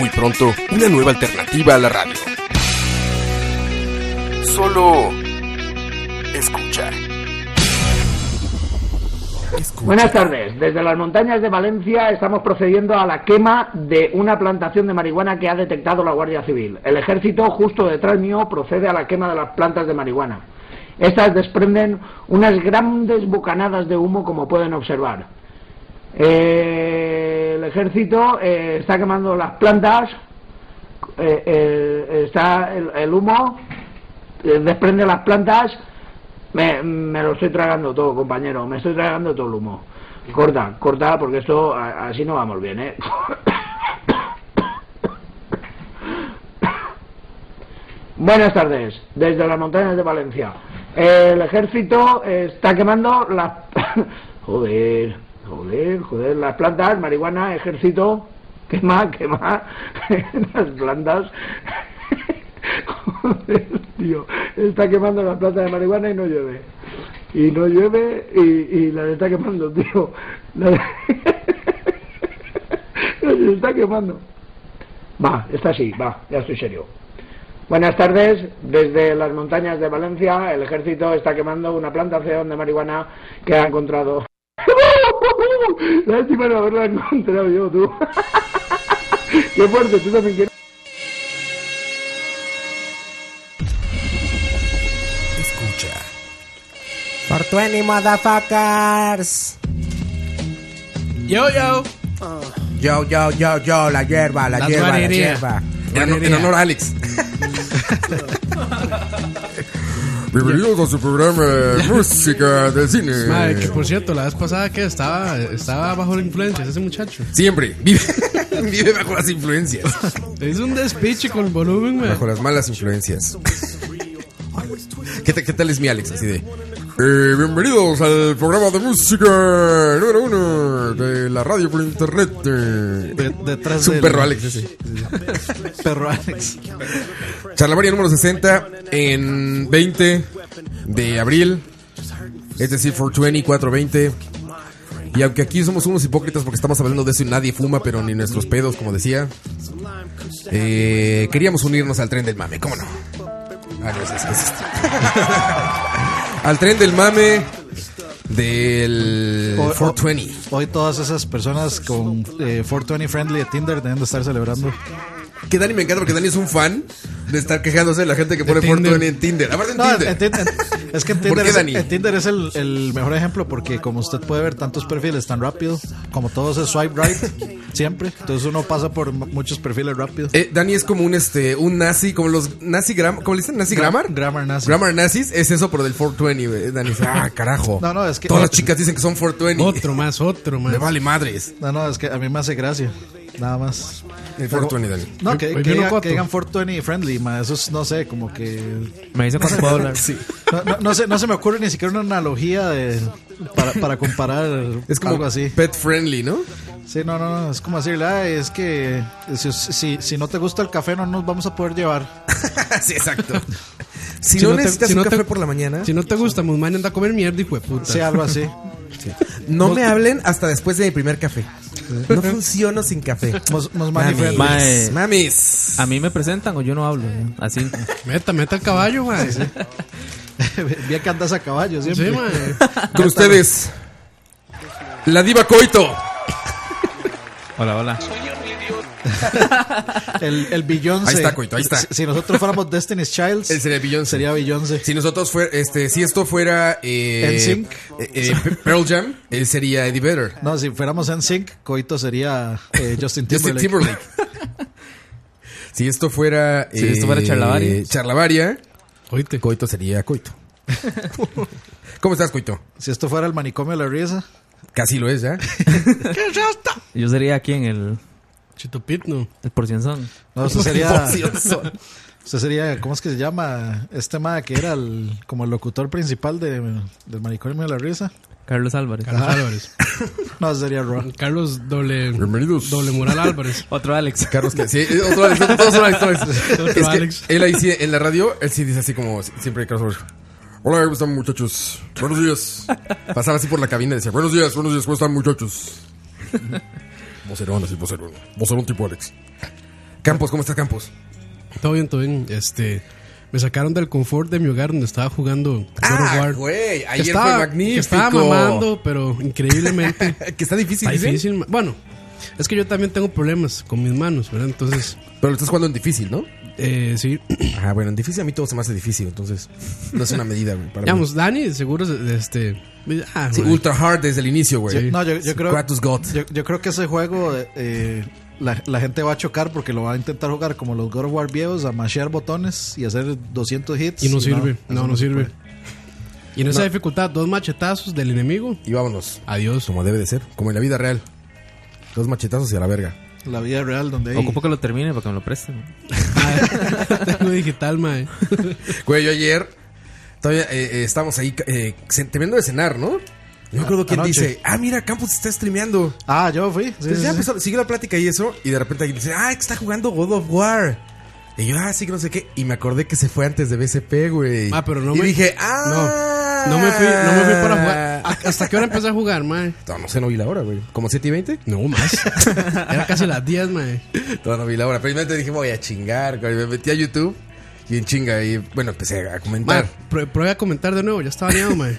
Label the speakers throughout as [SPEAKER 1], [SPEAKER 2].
[SPEAKER 1] Muy pronto, una nueva alternativa a la radio. Solo escucha. Escucha.
[SPEAKER 2] Buenas tardes. Desde las montañas de Valencia estamos procediendo a la quema de una plantación de marihuana que ha detectado la Guardia Civil. El ejército, justo detrás mío, procede a la quema de las plantas de marihuana. Estas desprenden unas grandes bocanadas de humo, como pueden observar. Eh, el ejército eh, está quemando las plantas, eh, eh, está el, el humo, eh, desprende las plantas. Me, me lo estoy tragando todo, compañero. Me estoy tragando todo el humo. Corta, corta, porque esto a- así no vamos bien, ¿eh? Buenas tardes, desde las montañas de Valencia. El ejército eh, está quemando las... joder, joder, joder, las plantas, marihuana, ejército, quema, quema, las plantas. joder, tío, está quemando las plantas de marihuana y no llueve. Y no llueve y, y las está quemando, tío. Las- las está quemando. Va, está así, va, ya estoy serio. Buenas tardes, desde las montañas de Valencia, el ejército está quemando una plantación de marihuana que ha encontrado. Lástima no haberla encontrado yo, tú. Qué fuerte, tú también quieres.
[SPEAKER 1] Escucha.
[SPEAKER 3] For 20 motherfuckers.
[SPEAKER 4] Yo, yo.
[SPEAKER 3] Yo, yo, yo, yo, la hierba, la
[SPEAKER 4] Las
[SPEAKER 3] hierba,
[SPEAKER 4] guarirías.
[SPEAKER 3] la hierba.
[SPEAKER 1] En, honor- en honor a Alex. Bienvenidos a su programa de Música de
[SPEAKER 4] Pues, Madre, que
[SPEAKER 1] Cine.
[SPEAKER 4] por cierto, la vez pasada que estaba, estaba bajo la influencia ese muchacho.
[SPEAKER 1] Siempre vive, vive bajo las influencias,
[SPEAKER 4] Es un despiche con el volumen, mae.
[SPEAKER 1] bajo las malas influencias. ¿Qué, ta- qué tal es mi Alex? Así de. eh, bienvenidos al programa de música número uno de la radio por internet. eh.
[SPEAKER 4] De- detrás
[SPEAKER 1] Es un
[SPEAKER 4] del-
[SPEAKER 1] perro Alex ese.
[SPEAKER 4] Perro Alex.
[SPEAKER 1] Charlavaria número 60 en 20 de abril. Este Es decir, 420, 420. Y aunque aquí somos unos hipócritas porque estamos hablando de eso y nadie fuma, pero ni nuestros pedos, como decía. eh, queríamos unirnos al tren del mame, ¿cómo no? Ah, no, es este, es este. al tren del mame del eh,
[SPEAKER 5] Hoy- hoy-
[SPEAKER 1] 420.
[SPEAKER 5] Hoy todas esas personas con eh, 420 friendly de Tinder deben de estar celebrando.
[SPEAKER 1] Que Dani me encanta porque Dani es un fan de estar quejándose de la gente que pone
[SPEAKER 4] Tinder.
[SPEAKER 1] 420 en Tinder. Aparte en
[SPEAKER 5] No,
[SPEAKER 1] Tinder.
[SPEAKER 5] en Tin- en- es que en
[SPEAKER 1] ¿Por
[SPEAKER 5] Tinder
[SPEAKER 1] qué,
[SPEAKER 5] es,
[SPEAKER 1] Dani?
[SPEAKER 5] en Tinder es el, el mejor ejemplo porque como usted puede ver tantos perfiles tan rápido, como todos es swipe right siempre, entonces uno pasa por m- muchos perfiles rápido.
[SPEAKER 1] Eh, Dani es como un este un nazi, como los nazi gram, ¿cómo le dicen? ¿Nazi grammar?
[SPEAKER 5] Grammar nazi.
[SPEAKER 1] Grammar nazis es eso, pero del 420, güey. Dani dice, ah, carajo.
[SPEAKER 5] No, no, es que-
[SPEAKER 1] Todas las chicas dicen que son 420.
[SPEAKER 4] Otro más, otro
[SPEAKER 1] Me
[SPEAKER 4] más.
[SPEAKER 1] vale madres.
[SPEAKER 5] No, no, es que a mí me hace gracia, nada más.
[SPEAKER 1] El 420, Dani.
[SPEAKER 5] No, que,
[SPEAKER 4] Hoy
[SPEAKER 5] que
[SPEAKER 4] viene un
[SPEAKER 5] diga-
[SPEAKER 4] coto.
[SPEAKER 5] que digan 420 friendly, ma, eso es, no sé, como que
[SPEAKER 6] Me dice cuando puedo hablar.
[SPEAKER 5] No, no, no se, no se me ocurre ni siquiera una analogía de, para, para comparar
[SPEAKER 1] Es como
[SPEAKER 5] algo así.
[SPEAKER 1] pet friendly, ¿no?
[SPEAKER 5] Sí, no, no, no, es como decirle, "Ay, es que si, si, si no te gusta el café no nos vamos a poder llevar.
[SPEAKER 1] sí, exacto. Si,
[SPEAKER 4] Si
[SPEAKER 1] no,
[SPEAKER 4] no te-
[SPEAKER 1] necesitas
[SPEAKER 4] si
[SPEAKER 1] un
[SPEAKER 4] no te-
[SPEAKER 1] café por la mañana,
[SPEAKER 4] Si no te gusta, Musmán anda a comer mierda, hijo de puta.
[SPEAKER 5] Sí, algo así.
[SPEAKER 1] no me hablen hasta después de mi primer café. No funciono sin café.
[SPEAKER 5] Mos- mos
[SPEAKER 1] Mamis.
[SPEAKER 5] manifest-
[SPEAKER 6] Mae.
[SPEAKER 1] Mamis.
[SPEAKER 6] A mí me presentan o yo no hablo. ¿no? Así.
[SPEAKER 4] Meta, meta el caballo, mae. Sí,
[SPEAKER 5] Vi que andas a caballo siempre.
[SPEAKER 4] mae.
[SPEAKER 1] Con ustedes, la diva Coito.
[SPEAKER 6] Hola, hola.
[SPEAKER 5] el, el Beyoncé.
[SPEAKER 1] Ahí está, coito, ahí está.
[SPEAKER 5] Si, si nosotros fuéramos Destiny's Child,
[SPEAKER 1] Él sería Beyoncé.
[SPEAKER 5] sería Beyoncé.
[SPEAKER 1] Si nosotros fuera, este, si esto fuera eh,
[SPEAKER 5] NSYNC.
[SPEAKER 1] eh, eh, Pe- Pearl Jam, él sería Eddie Vedder.
[SPEAKER 5] No, si fuéramos en Sync, Coito sería eh, Justin
[SPEAKER 1] Justin
[SPEAKER 5] Timberlake.
[SPEAKER 1] Timberlake. si esto fuera,
[SPEAKER 6] Si esto fuera Charlavaria.
[SPEAKER 1] Eh, Charlavaria,
[SPEAKER 4] Oíste.
[SPEAKER 1] Coito sería Coito. ¿Cómo estás, Coito?
[SPEAKER 5] Si esto fuera el manicomio de la risa,
[SPEAKER 1] Casi lo es, ¿ya?
[SPEAKER 6] Yo sería aquí en el
[SPEAKER 4] Chitopit, no.
[SPEAKER 6] El porción son.
[SPEAKER 5] No, eso sería.
[SPEAKER 1] Porción son.
[SPEAKER 5] Usted sería, ¿cómo es que se llama? Este ma que era el, como el locutor principal de, del Manicomio de la Risa.
[SPEAKER 6] Carlos Álvarez.
[SPEAKER 4] Carlos Álvarez.
[SPEAKER 5] No, sería Ron.
[SPEAKER 4] Carlos doble.
[SPEAKER 1] Bienvenidos.
[SPEAKER 4] Doble moral Álvarez.
[SPEAKER 6] Otro Alex.
[SPEAKER 1] Carlos que sí, eh, otro Alex, otro- todos son Alex, todos Alex.
[SPEAKER 4] Otro
[SPEAKER 1] Es que
[SPEAKER 4] Alex.
[SPEAKER 1] él ahí sí, en la radio, él sí dice así como siempre Carlos Alex. Hola, ¿cómo están muchachos? Buenos días. Pasaba así por la cabina y decía, buenos días, buenos días, ¿cómo están muchachos? Vocerón, así, vocerón. Vocerón tipo Alex. Campos, Pues, ¿cómo estás Campos?
[SPEAKER 4] Todo bien, todo bien. Este. Me sacaron del confort de mi hogar donde estaba jugando God of War.
[SPEAKER 1] Ah, güey,
[SPEAKER 4] Que estaba, que estaba mamando, pero increíblemente.
[SPEAKER 1] Que está difícil,
[SPEAKER 4] está
[SPEAKER 1] dice.
[SPEAKER 4] difícil. ma- Bueno, es que yo también tengo problemas con mis manos, ¿verdad? Entonces,
[SPEAKER 1] Pero lo estás jugando en difícil, ¿no?
[SPEAKER 4] eh, sí.
[SPEAKER 1] Ah, bueno, en difícil a mí todo se me hace difícil, entonces no es una medida, güey. para mí.
[SPEAKER 4] Digamos, Dani, seguro, este. Ah,
[SPEAKER 1] Sí,
[SPEAKER 4] madre.
[SPEAKER 1] ultra hard desde el inicio, güey.
[SPEAKER 5] No, yo, yo creo.
[SPEAKER 1] Kratos God.
[SPEAKER 5] Yo, yo creo que ese juego eh, la, la gente va a chocar porque lo va a intentar jugar como los God of War viejos, a mashear botones y hacer 200 hits.
[SPEAKER 4] Y no sirve,
[SPEAKER 5] eso
[SPEAKER 4] no, no
[SPEAKER 5] se
[SPEAKER 4] sirve.
[SPEAKER 5] puede.
[SPEAKER 4] Y en esa dificultad, dos machetazos del enemigo.
[SPEAKER 1] Y vámonos.
[SPEAKER 4] Adiós.
[SPEAKER 1] Como debe de ser, como en la vida real. Dos machetazos y a la verga.
[SPEAKER 5] La vida real donde hay...
[SPEAKER 6] Ocupo que lo termine para que me lo presten.
[SPEAKER 4] Ah, Tengo digital, mae.
[SPEAKER 1] Güey, yo ayer todavía eh, eh, estábamos ahí eh, se- terminando de cenar, ¿no? Yo me acuerdo quien
[SPEAKER 5] anoche.
[SPEAKER 1] dice, ah, mira, Campus está streameando.
[SPEAKER 5] Ah, yo fui. sí,
[SPEAKER 1] Entonces
[SPEAKER 5] sí,
[SPEAKER 1] ya
[SPEAKER 5] sí.
[SPEAKER 1] empezó, siguió la plática y eso, y de repente alguien dice, ah, que está jugando God of War. Y yo, ah, sí que no sé qué. Y me acordé que se fue antes de BCP, güey.
[SPEAKER 4] Ah, pero no
[SPEAKER 1] y
[SPEAKER 4] me-
[SPEAKER 1] dije, ah.
[SPEAKER 4] No, no me fui, no me fui para jugar. ¿A- ¿Hasta qué hora empecé a jugar, mae?
[SPEAKER 1] No, no sé, no vi la hora, güey. ¿Como 7 y 20?
[SPEAKER 4] No, más. Era casi las 10, mae.
[SPEAKER 1] No, no vi la hora. Primero dije, voy a chingar, güey. Me metí a YouTube y en chinga. Y bueno, empecé a comentar.
[SPEAKER 4] Mae, pr- pruebe a comentar de nuevo, ya estaba baneado, mae.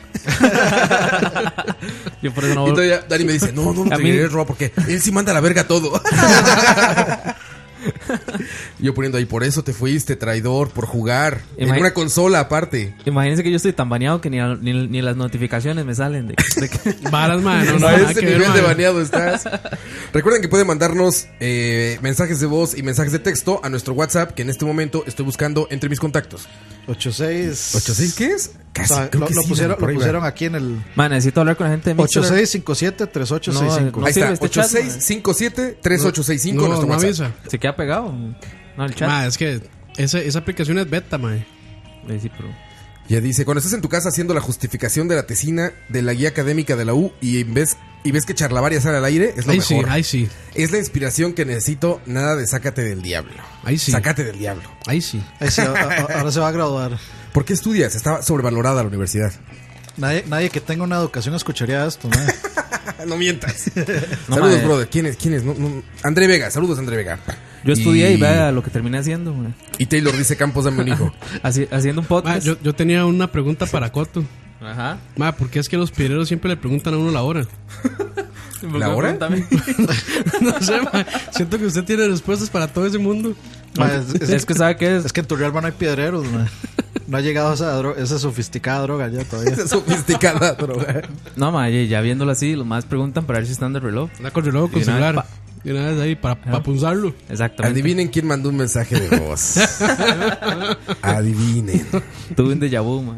[SPEAKER 6] Yo por eso no
[SPEAKER 1] Y todavía Dani me dice, no, no, no
[SPEAKER 6] A
[SPEAKER 1] te
[SPEAKER 6] mí-
[SPEAKER 1] diré, Roa, porque él sí manda a la verga todo. Yo poniendo ahí, por eso te fuiste, traidor, por jugar. en
[SPEAKER 6] Imagi-
[SPEAKER 1] una consola aparte.
[SPEAKER 6] Imagínense que yo estoy tan baneado que ni, al- ni, ni las notificaciones me salen. De, de que-
[SPEAKER 4] Varas, mae. No, no,
[SPEAKER 1] No, a
[SPEAKER 4] nada
[SPEAKER 1] ese
[SPEAKER 4] que ver,
[SPEAKER 1] nivel de
[SPEAKER 4] mae.
[SPEAKER 1] baneado estás. Recuerden que pueden mandarnos eh, mensajes de voz y mensajes de texto a nuestro WhatsApp, que en este momento estoy buscando entre mis contactos.
[SPEAKER 5] 86...
[SPEAKER 1] ¿86 qué es?
[SPEAKER 5] O
[SPEAKER 1] Casi,
[SPEAKER 5] sea,
[SPEAKER 1] creo
[SPEAKER 5] lo,
[SPEAKER 1] que
[SPEAKER 5] lo
[SPEAKER 1] sí,
[SPEAKER 5] pusieron,
[SPEAKER 1] Dani, por
[SPEAKER 5] lo
[SPEAKER 1] ahí va.
[SPEAKER 5] pusieron aquí en el...
[SPEAKER 6] Man, necesito hablar con la gente de Mixer.
[SPEAKER 5] 8657-3865.
[SPEAKER 6] No,
[SPEAKER 1] Ahí
[SPEAKER 6] sirve
[SPEAKER 1] está,
[SPEAKER 6] este chat,
[SPEAKER 4] No,
[SPEAKER 1] 8657-3865 nuestro
[SPEAKER 4] no
[SPEAKER 1] WhatsApp.
[SPEAKER 4] avisa.
[SPEAKER 6] Se queda pegado. No, el chat.
[SPEAKER 4] Mae, es que esa, esa aplicación es beta, mae.
[SPEAKER 6] Eh, sí, pero-
[SPEAKER 1] Ya dice, cuando estás en tu casa haciendo la justificación de la tesina de la guía académica de la U y en vez y ves que charlavaria sale al aire, es lo
[SPEAKER 4] Ahí sí,
[SPEAKER 1] mejor.
[SPEAKER 4] ahí sí.
[SPEAKER 1] Es la inspiración que necesito, nada de sácate del diablo.
[SPEAKER 4] Ahí sí.
[SPEAKER 1] Sácate del diablo.
[SPEAKER 4] Ahí sí.
[SPEAKER 5] Ahí sí, a- a- ahora se va a graduar.
[SPEAKER 1] ¿Por qué estudias? Está sobrevalorada la universidad.
[SPEAKER 5] Nadie, nadie que tenga una educación escucharía esto, mae.
[SPEAKER 1] no mientas.
[SPEAKER 6] No,
[SPEAKER 1] saludos,
[SPEAKER 6] madre.
[SPEAKER 1] brother. ¿Quién es? ¿Quién es? No, no. André Vega, saludos, André Vega.
[SPEAKER 6] Yo estudié y, vea ah, lo que terminé haciendo, man.
[SPEAKER 1] Y Taylor dice, Campos, dame un hijo.
[SPEAKER 6] Haci- haciendo un
[SPEAKER 4] Mae,
[SPEAKER 6] podcast.
[SPEAKER 4] yo, yo tenía una pregunta para Coto.
[SPEAKER 6] Ajá.
[SPEAKER 4] Mae, ¿por qué es que los pireros siempre le preguntan a uno la hora?
[SPEAKER 1] ¿La hora?
[SPEAKER 6] Pregúntame.
[SPEAKER 4] No sé, mae. Siento que usted tiene respuestas para todo ese mundo.
[SPEAKER 5] Mae, es, es-
[SPEAKER 6] Es que sabe que es.
[SPEAKER 5] es que en Turrialba no hay piedreros, mae. No ha llegado esa, dro- esa sofisticada droga ya todavía.
[SPEAKER 1] Esa sofisticada droga.
[SPEAKER 6] No, ma, ya ya viéndolo así, los más preguntan para ver si están de reloj.
[SPEAKER 4] Anda con reloj,
[SPEAKER 6] Y
[SPEAKER 4] con
[SPEAKER 6] de una
[SPEAKER 4] celular.
[SPEAKER 6] vez
[SPEAKER 4] Y una vez ahí, para, para punzarlo.
[SPEAKER 6] Exactamente.
[SPEAKER 1] Adivinen quién mandó un mensaje de voz. Adivinen.
[SPEAKER 6] Tuve un déjà vu, ma.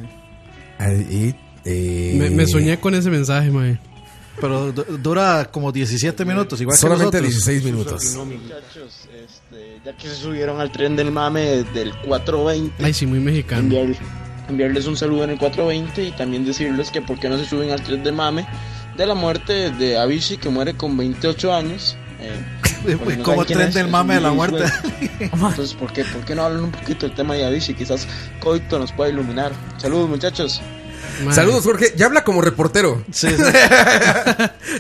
[SPEAKER 1] Adi- eh,
[SPEAKER 4] Me, me soñé con ese mensaje, mae.
[SPEAKER 5] Pero du- dura como 17 minutos, igual
[SPEAKER 1] Solamente
[SPEAKER 5] que nosotros.
[SPEAKER 1] 16 minutos.
[SPEAKER 7] Muchachos, este, ya que se subieron al tren del mame del 420,
[SPEAKER 4] Ay, sí, muy mexicano.
[SPEAKER 7] enviar- enviarles un saludo en el 420 y también decirles que por qué no se suben al tren del mame de la muerte de Avicii que muere con 28 años. eh, porque no
[SPEAKER 5] Como
[SPEAKER 7] saben quién
[SPEAKER 5] tren
[SPEAKER 7] es,
[SPEAKER 5] del
[SPEAKER 7] es
[SPEAKER 5] mame
[SPEAKER 7] un
[SPEAKER 5] de la
[SPEAKER 7] Luis
[SPEAKER 5] muerte.
[SPEAKER 7] Güey. Entonces, ¿por qué, ¿por qué no hablan un poquito del tema de Avicii? Quizás Coito nos pueda iluminar. Saludos, muchachos.
[SPEAKER 4] Mae.
[SPEAKER 1] Saludos, Jorge. Ya habla como reportero.
[SPEAKER 5] Sí, sí.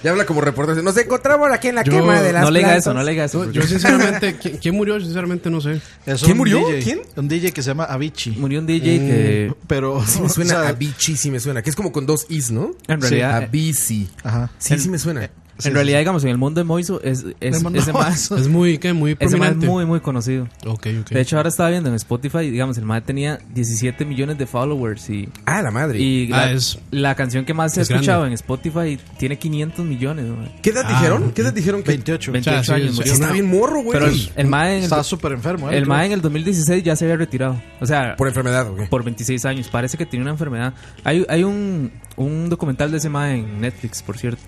[SPEAKER 1] Ya habla como reportero. Nos encontramos aquí en la
[SPEAKER 4] Yo-
[SPEAKER 1] quema de las
[SPEAKER 6] No le diga
[SPEAKER 1] plantas.
[SPEAKER 6] eso, no le diga eso.
[SPEAKER 4] Yo,
[SPEAKER 6] porque
[SPEAKER 4] yo sinceramente, ¿quién, quién murió? Sinceramente, no sé.
[SPEAKER 5] Es
[SPEAKER 1] ¿Quién
[SPEAKER 5] un
[SPEAKER 1] murió?
[SPEAKER 5] DJ,
[SPEAKER 1] ¿Quién?
[SPEAKER 5] Un DJ que se llama Avicii. Mm,
[SPEAKER 6] Murió un DJ que.
[SPEAKER 5] Pero.
[SPEAKER 1] Mm. Sí me suena
[SPEAKER 5] o sea,
[SPEAKER 1] a Bichi, sí me suena. Que es como con dos is, ¿no?
[SPEAKER 6] En realidad- eh,
[SPEAKER 1] A Bici.
[SPEAKER 5] Ajá.
[SPEAKER 1] Sí, sí me suena.
[SPEAKER 5] sí,
[SPEAKER 6] en realidad, digamos, en el mundo de Moiso, es, es,
[SPEAKER 5] El mundo
[SPEAKER 6] ese
[SPEAKER 5] de
[SPEAKER 6] más.
[SPEAKER 5] Moiso.
[SPEAKER 4] Es muy, ¿qué? Muy
[SPEAKER 6] Ese más es
[SPEAKER 4] prominente.
[SPEAKER 6] muy, muy conocido.
[SPEAKER 4] Ok, ok.
[SPEAKER 6] De hecho, ahora estaba viendo en Spotify, digamos, el MAD tenía 17 millones de followers y,
[SPEAKER 1] Ah, la madre.
[SPEAKER 6] y
[SPEAKER 4] Ah,
[SPEAKER 6] la,
[SPEAKER 4] es-
[SPEAKER 6] la canción que más se ha
[SPEAKER 4] es grande.
[SPEAKER 6] escuchado en Spotify tiene 500 millones. ma.
[SPEAKER 1] ¿Qué edad
[SPEAKER 4] Ah,
[SPEAKER 1] dijeron? ¿Qué edad dijeron que
[SPEAKER 5] 28.
[SPEAKER 4] O sea,
[SPEAKER 6] 28
[SPEAKER 4] sí,
[SPEAKER 6] años
[SPEAKER 4] sí,
[SPEAKER 6] murió.
[SPEAKER 1] está
[SPEAKER 4] una-
[SPEAKER 1] bien morro,
[SPEAKER 6] Pero el,
[SPEAKER 1] güey?
[SPEAKER 6] el MAD en el,
[SPEAKER 5] Estaba súper enfermo. ¿eh?
[SPEAKER 6] el mae en el 2016 ya se había retirado. O sea,
[SPEAKER 1] Por enfermedad, güey.
[SPEAKER 6] por 26 años. Parece que tiene una enfermedad. Hay, hay un, un documental de ese mae en Netflix, por cierto.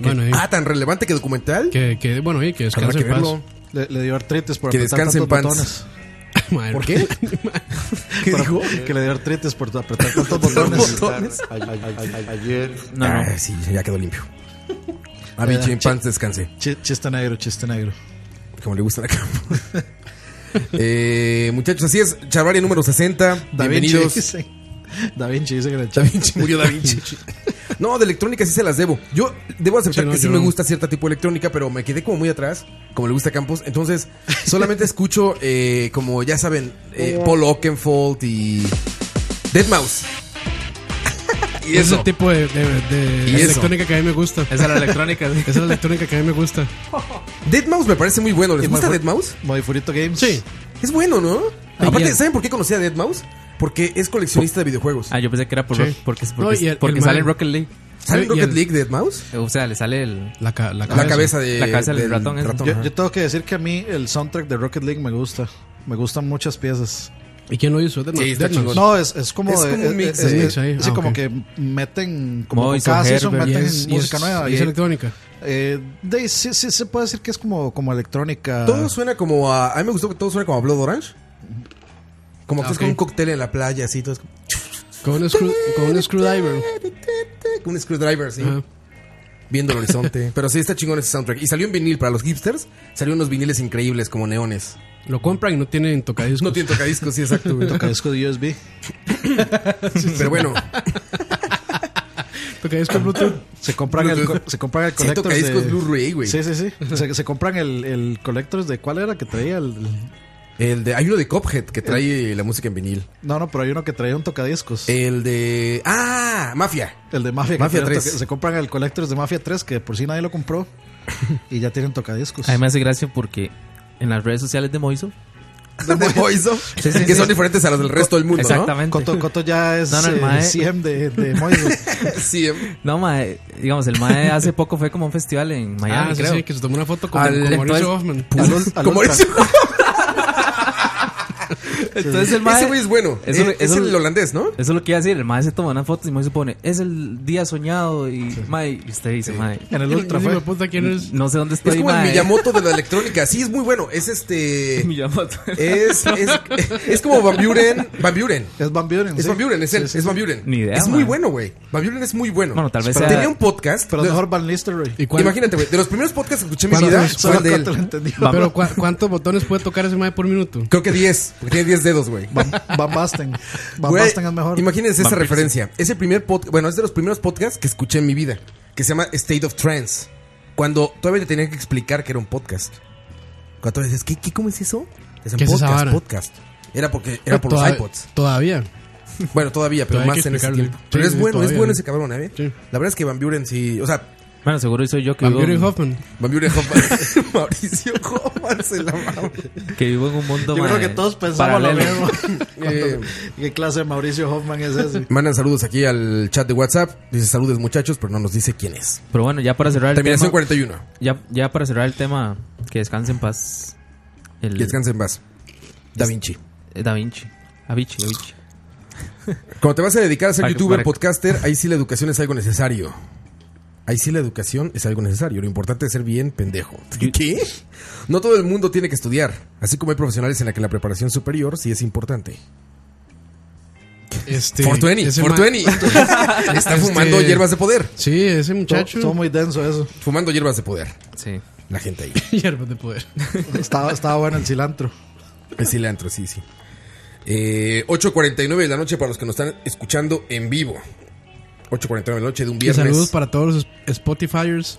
[SPEAKER 4] Bueno, eh,
[SPEAKER 1] Ah, tan relevante que documental.
[SPEAKER 4] que, que, bueno, eh, que
[SPEAKER 1] Habrá
[SPEAKER 4] descanse
[SPEAKER 1] que
[SPEAKER 4] en paz.
[SPEAKER 1] verlo.
[SPEAKER 5] Le, le dio artritis por
[SPEAKER 1] Que
[SPEAKER 5] apretar
[SPEAKER 1] descanse en
[SPEAKER 5] tantos
[SPEAKER 1] paz.
[SPEAKER 5] botones.
[SPEAKER 4] Madre,
[SPEAKER 1] ¿Por qué? ¿Qué
[SPEAKER 5] Por-
[SPEAKER 1] dijo?
[SPEAKER 5] Que le dio artritis por apretar tantos botones.
[SPEAKER 1] botones.
[SPEAKER 8] Ayer
[SPEAKER 6] No, no.
[SPEAKER 1] Ah, sí, ya quedó limpio. A mí, en paz descanse.
[SPEAKER 5] Eh, Chi- Chiste negro, chiste negro.
[SPEAKER 1] Como le gusta la campo. eh, muchachos, así es. Charlaria número 60.
[SPEAKER 5] Da Vinci
[SPEAKER 1] Bienvenidos.
[SPEAKER 5] dice- Da Vinci dice que la
[SPEAKER 1] Da Vinci, murió Da Vinci. No, de electrónica sí se las debo. Yo debo aceptar
[SPEAKER 4] Sí, no,
[SPEAKER 1] que sí
[SPEAKER 4] yo
[SPEAKER 1] me
[SPEAKER 4] no.
[SPEAKER 1] gusta cierta tipo de electrónica, pero me quedé como muy atrás, como le gusta a Campos. Entonces, solamente escucho, eh, como ya saben, eh, Paul Oakenfold y Dead Mouse. Y
[SPEAKER 4] Es
[SPEAKER 1] eso.
[SPEAKER 4] el tipo de, de- de
[SPEAKER 1] Y eso.
[SPEAKER 4] electrónica que a mí me gusta. Esa
[SPEAKER 6] Esa es la electrónica. sí.
[SPEAKER 4] es la electrónica que a mí me gusta.
[SPEAKER 1] Dead Mouse me parece muy bueno. ¿Les gusta Dead Mouse?
[SPEAKER 5] Modifurito Games.
[SPEAKER 4] Sí.
[SPEAKER 1] Es bueno, ¿no?
[SPEAKER 6] Está
[SPEAKER 1] Aparte,
[SPEAKER 6] bien.
[SPEAKER 1] ¿saben por qué conocí a Dead Mouse? Porque es coleccionista de videojuegos.
[SPEAKER 6] Ah, yo pensé que era por
[SPEAKER 4] Sí.
[SPEAKER 6] Rock- porque,
[SPEAKER 4] No,
[SPEAKER 6] porque,
[SPEAKER 4] y el-
[SPEAKER 6] porque
[SPEAKER 4] el
[SPEAKER 6] sale
[SPEAKER 4] man-
[SPEAKER 6] Rocket League.
[SPEAKER 1] ¿Saben
[SPEAKER 4] y
[SPEAKER 1] Rocket
[SPEAKER 4] el-
[SPEAKER 1] League de Dead Mouse?
[SPEAKER 6] O sea, le sale el.
[SPEAKER 4] La, ca- la cabeza.
[SPEAKER 1] La cabeza de,
[SPEAKER 6] La cabeza del ratón, ese.
[SPEAKER 5] Yo,
[SPEAKER 1] ajá.
[SPEAKER 5] yo tengo que decir que a mí el soundtrack de Rocket League me gusta. Me gustan muchas piezas.
[SPEAKER 4] ¿Y quién lo hizo? Dead
[SPEAKER 1] Sí,
[SPEAKER 4] Mouse.
[SPEAKER 1] está
[SPEAKER 4] Dead Mouse.
[SPEAKER 1] chingón.
[SPEAKER 5] No, es, es como
[SPEAKER 1] Es
[SPEAKER 5] de-
[SPEAKER 1] como un
[SPEAKER 5] es-
[SPEAKER 1] mix,
[SPEAKER 5] es-
[SPEAKER 4] sí.
[SPEAKER 5] es-
[SPEAKER 4] Sí, ahí,
[SPEAKER 5] sí,
[SPEAKER 4] ah,
[SPEAKER 5] como
[SPEAKER 4] ok.
[SPEAKER 5] que meten como con
[SPEAKER 6] Moiso,
[SPEAKER 5] cada season
[SPEAKER 6] Herbert,
[SPEAKER 4] Y
[SPEAKER 5] meten
[SPEAKER 4] es, y
[SPEAKER 5] música
[SPEAKER 4] es-
[SPEAKER 5] nueva.
[SPEAKER 4] y
[SPEAKER 5] y-
[SPEAKER 4] es electrónica.
[SPEAKER 5] eh, de- sí, sí, se puede decir que es como, como
[SPEAKER 4] Ah.
[SPEAKER 5] electrónica.
[SPEAKER 1] Todo suena como a. A mí me gustó que todo suena como a Blood Orange. Como que
[SPEAKER 4] Ah,
[SPEAKER 1] es como
[SPEAKER 4] ok.
[SPEAKER 1] un cóctel en la playa, así. Todo es como-
[SPEAKER 4] Con un, screw- con un screwdriver.
[SPEAKER 1] eh, Un screwdriver, sí.
[SPEAKER 4] Ajá.
[SPEAKER 1] Viendo el horizonte. Pero sí, está chingón ese soundtrack. Y salió un vinil para los hipsters. Salió unos viniles increíbles como neones.
[SPEAKER 4] Lo compran y no tienen tocadiscos.
[SPEAKER 1] No tiene tocadiscos, sí, exacto. güey.
[SPEAKER 5] Tocadisco de USB.
[SPEAKER 1] Pero bueno,
[SPEAKER 4] tocadiscos Bluetooth.
[SPEAKER 5] Se compran el, co- se compran el
[SPEAKER 1] sí,
[SPEAKER 5] collector
[SPEAKER 1] tocadiscos
[SPEAKER 5] de-
[SPEAKER 1] Blu-ray, güey.
[SPEAKER 5] Sí, sí, sí. Se, se compran el, el collectors de cuál era que traía el, el-
[SPEAKER 1] El de, hay uno de Cophead que trae la música en vinil.
[SPEAKER 5] No, no, pero hay uno que traía un tocadiscos.
[SPEAKER 1] El de. ¡Ah! Mafia.
[SPEAKER 5] el de Mafia. que
[SPEAKER 1] Mafia
[SPEAKER 5] traía un
[SPEAKER 1] 3.
[SPEAKER 5] toca- se compran el collectors de Mafia 3 que por si nadie lo compró. Y ya tienen tocadiscos.
[SPEAKER 6] A mí me hace gracia porque en las redes sociales de Moiso.
[SPEAKER 1] De Moiso.
[SPEAKER 6] Sí, sí,
[SPEAKER 1] Oh, que
[SPEAKER 6] sí.
[SPEAKER 1] son diferentes a las del resto del mundo,
[SPEAKER 6] Exactamente.
[SPEAKER 5] Coto, Coto ya es
[SPEAKER 6] No, no, el mae-
[SPEAKER 5] eh, CM de, de Moiso.
[SPEAKER 1] ¿no? Sí.
[SPEAKER 6] No, mae, digamos, el mae hace poco fue como a un festival en Miami,
[SPEAKER 4] Ah, sí,
[SPEAKER 6] creo.
[SPEAKER 4] sí, que se tomó una foto con,
[SPEAKER 1] Al-
[SPEAKER 4] con Mauricio
[SPEAKER 6] entonces-
[SPEAKER 4] Hoffman.
[SPEAKER 5] Al- al
[SPEAKER 1] Como
[SPEAKER 5] Ultra.
[SPEAKER 1] ese
[SPEAKER 6] Entonces el mae,
[SPEAKER 1] Ese güey es bueno.
[SPEAKER 6] Eso-
[SPEAKER 1] Eh, es
[SPEAKER 6] eso-
[SPEAKER 1] el holandés, ¿no?
[SPEAKER 6] Eso es lo que iba a decir, el mae se toma una foto y Moiso pone, es el día soñado y mae, y usted dice, mae,
[SPEAKER 5] En el Ultra
[SPEAKER 4] Hijo de
[SPEAKER 5] fue.
[SPEAKER 4] puta, ¿quién es?
[SPEAKER 6] no sé dónde
[SPEAKER 1] pues, Es
[SPEAKER 6] estoy,
[SPEAKER 1] como el
[SPEAKER 6] mae.
[SPEAKER 1] Miyamoto de la electrónica. Sí, es muy bueno. Es este.
[SPEAKER 6] Miyamoto.
[SPEAKER 1] Es, es, es como Van Buren. Van Buren.
[SPEAKER 5] Es Van Buren.
[SPEAKER 1] Es
[SPEAKER 5] sí.
[SPEAKER 1] Van Buren, es él.
[SPEAKER 5] Sí, sí,
[SPEAKER 1] es
[SPEAKER 5] sí.
[SPEAKER 1] Van Buren.
[SPEAKER 6] Ni idea,
[SPEAKER 1] es
[SPEAKER 6] man.
[SPEAKER 1] muy bueno, güey. Van Buren es muy bueno.
[SPEAKER 6] Bueno, tal vez sea-
[SPEAKER 1] Tenía un podcast.
[SPEAKER 5] Pero
[SPEAKER 1] de-
[SPEAKER 5] mejor Van Nistelrooy.
[SPEAKER 4] ¿Y cuál-
[SPEAKER 1] Imagínate, güey. De los primeros podcasts que escuché en mi
[SPEAKER 4] ¿Cuántos-
[SPEAKER 1] vida, fue
[SPEAKER 5] Solo
[SPEAKER 1] el de
[SPEAKER 5] Coto lo
[SPEAKER 1] él.
[SPEAKER 5] entendió.
[SPEAKER 4] Pero ¿cuá- ¿cuántos botones puede tocar ese mae por minuto?
[SPEAKER 1] Creo que 10. Porque tiene 10 dedos, güey.
[SPEAKER 5] Van, Van Basten. Van
[SPEAKER 1] Güey,
[SPEAKER 5] Basten es mejor.
[SPEAKER 1] Imagínense esa
[SPEAKER 6] Van Persie.
[SPEAKER 1] referencia. Ese primer podcast, bueno, es de los primeros podcasts que escuché en mi vida, que se llama State of Trance. Cuando todavía te tenían que explicar que era un podcast. Cuando todavía decías, ¿qué, qué, cómo es eso? Decían,
[SPEAKER 4] ¿Qué es esa
[SPEAKER 1] podcast,
[SPEAKER 4] vara?
[SPEAKER 1] podcast. Era porque era por los
[SPEAKER 4] Todav-
[SPEAKER 1] iPods.
[SPEAKER 4] Todavía.
[SPEAKER 1] Bueno, todavía, pero
[SPEAKER 4] Todavía hay
[SPEAKER 1] más
[SPEAKER 4] que
[SPEAKER 1] en ese
[SPEAKER 4] explicarle.
[SPEAKER 1] tiempo. Pero
[SPEAKER 4] Sí,
[SPEAKER 1] es
[SPEAKER 4] sí,
[SPEAKER 1] bueno, es
[SPEAKER 4] todavía,
[SPEAKER 1] bueno
[SPEAKER 4] ¿no?
[SPEAKER 1] ese cabrón, ¿eh?
[SPEAKER 4] Sí.
[SPEAKER 1] La verdad es que Van Buren sí, o sea,
[SPEAKER 6] Bueno, seguro soy yo que
[SPEAKER 4] Van
[SPEAKER 6] vivo,
[SPEAKER 4] Buren
[SPEAKER 6] en,
[SPEAKER 4] Hoffman.
[SPEAKER 1] Van Buren Hoffman, Mauricio Hoffman se la mama.
[SPEAKER 6] que vivo en un mundo,
[SPEAKER 5] Yo creo que
[SPEAKER 6] mae,
[SPEAKER 5] todos pensamos lo
[SPEAKER 6] paralelo.
[SPEAKER 5] mismo.
[SPEAKER 1] Eh,
[SPEAKER 5] ¿Qué clase de Mauricio Hoffman es ese?
[SPEAKER 1] Mandan saludos aquí al chat de WhatsApp. Dice saludos muchachos, pero no nos dice quién es.
[SPEAKER 6] Pero bueno, ya para cerrar el
[SPEAKER 1] Terminación
[SPEAKER 6] tema,
[SPEAKER 1] 41.
[SPEAKER 6] ya, ya para cerrar el tema, que descanse en paz. El,
[SPEAKER 1] Que descanse en paz. Da Vinci.
[SPEAKER 6] eh, Da Vinci. Avici, Avici.
[SPEAKER 1] Cuando te vas a dedicar a ser
[SPEAKER 6] Para que
[SPEAKER 1] youtuber,
[SPEAKER 6] fuera-
[SPEAKER 1] podcaster, ahí sí la educación es algo necesario. Ahí sí la educación es algo necesario. Lo importante es ser bien pendejo. ¿Qué? No todo el mundo tiene que estudiar. Así como hay profesionales en la que la preparación superior sí es importante.
[SPEAKER 4] Este,
[SPEAKER 1] Fortueni,
[SPEAKER 4] ese
[SPEAKER 1] Fortueni. Está fumando
[SPEAKER 4] Este-
[SPEAKER 1] hierbas de poder.
[SPEAKER 4] mae- Sí, ese
[SPEAKER 5] Todo,
[SPEAKER 4] muchacho.
[SPEAKER 5] todo muy denso eso.
[SPEAKER 1] Fumando hierbas de poder.
[SPEAKER 6] Sí.
[SPEAKER 1] La gente ahí.
[SPEAKER 4] Hierbas de poder.
[SPEAKER 5] Estaba, estaba bueno el cilantro.
[SPEAKER 1] El cilantro, sí, sí. Eh, 8.49 de la noche para los que nos están escuchando en vivo. 8.49 de la noche de un
[SPEAKER 4] Y
[SPEAKER 1] viernes.
[SPEAKER 4] saludos para todos los Spotifyers.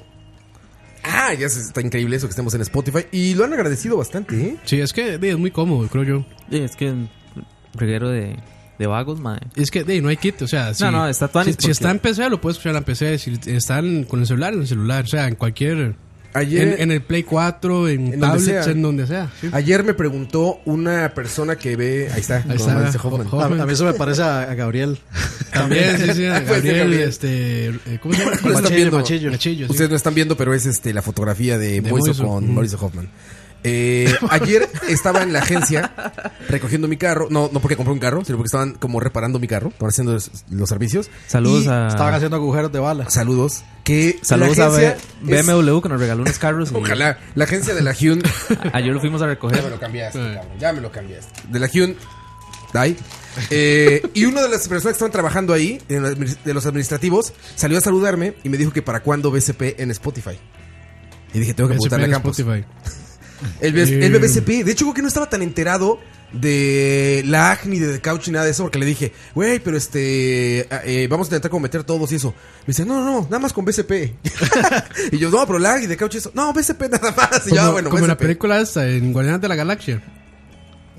[SPEAKER 1] Ah, ya se- está increíble eso que estemos en Spotify. Y lo han agradecido bastante, ¿eh?
[SPEAKER 4] Sí, es que de, es muy cómodo, creo yo.
[SPEAKER 6] Sí, es que un reguero de, de vagos, mae.
[SPEAKER 4] Es que de, no hay kit, o sea, si,
[SPEAKER 6] no, está tuanis
[SPEAKER 4] si, si
[SPEAKER 6] porque-
[SPEAKER 4] está en PC lo puedes escuchar en la PC, si están con el celular, en el celular, o sea, en cualquier
[SPEAKER 1] Ayer,
[SPEAKER 4] en, en el Play 4, en,
[SPEAKER 1] En donde
[SPEAKER 4] tablets,
[SPEAKER 1] sea.
[SPEAKER 4] en donde sea. sí.
[SPEAKER 1] ayer me preguntó una persona que ve. Ahí está,
[SPEAKER 4] Ahí
[SPEAKER 1] como
[SPEAKER 4] está,
[SPEAKER 1] dice Hoffman.
[SPEAKER 4] Ho- Ho-
[SPEAKER 5] A, a mí se me parece a, a Gabriel.
[SPEAKER 4] También, sí, sí, a
[SPEAKER 1] Pues sí,
[SPEAKER 4] Gabriel,
[SPEAKER 1] Gabriel.
[SPEAKER 4] este, eh, ¿cómo se llama?
[SPEAKER 1] No están viendo.
[SPEAKER 5] Machillo.
[SPEAKER 4] Machillo, sí.
[SPEAKER 1] Ustedes no están viendo, pero es este la fotografía de, Moiso
[SPEAKER 6] Mm.
[SPEAKER 4] Moiso.
[SPEAKER 1] con
[SPEAKER 4] Ujú.
[SPEAKER 1] Mauricio Hoffman. Eh, ayer estaba en la agencia recogiendo mi carro. No, no porque compré un carro, sino porque estaban como reparando mi carro, estaban haciendo los, los servicios.
[SPEAKER 6] Saludos
[SPEAKER 1] Y-
[SPEAKER 6] a.
[SPEAKER 5] Estaban haciendo agujeros de bala.
[SPEAKER 1] Saludos. Que
[SPEAKER 6] Saludos
[SPEAKER 1] la
[SPEAKER 6] a
[SPEAKER 1] agencia
[SPEAKER 6] B- BMW que nos regaló unos carros.
[SPEAKER 1] es-
[SPEAKER 6] y
[SPEAKER 1] Ojalá. La agencia de la Hyun.
[SPEAKER 6] Ayer lo fuimos a
[SPEAKER 1] Ya me
[SPEAKER 6] recoger.
[SPEAKER 1] lo cambiaste,
[SPEAKER 4] Eh.
[SPEAKER 1] cabrón. Ya me lo cambiaste. De la Hyun. Ay. Eh, y una de las personas que estaban trabajando ahí, en la admi- de los administrativos, salió a saludarme y me dijo que para cuándo BCP en Spotify. Y dije, tengo que
[SPEAKER 4] BCP
[SPEAKER 1] preguntarle a
[SPEAKER 4] en
[SPEAKER 1] Campos.
[SPEAKER 4] Spotify.
[SPEAKER 1] El, B-
[SPEAKER 4] Eh.
[SPEAKER 1] el BBCP. De hecho, creo que no estaba tan enterado de la ACNI, de The Couch y nada de eso, porque le dije, güey, pero este, a- eh, vamos a intentar como meter todos y eso. Me dice, no, no, no, nada más con BCP. y yo, no, pero la ACNI, The Couch y eso. No, BCP nada más. Y
[SPEAKER 4] Como,
[SPEAKER 1] yo, "Ah, bueno,
[SPEAKER 4] como en la
[SPEAKER 1] BCP".
[SPEAKER 4] película esta, en Guardianes de la Galaxia.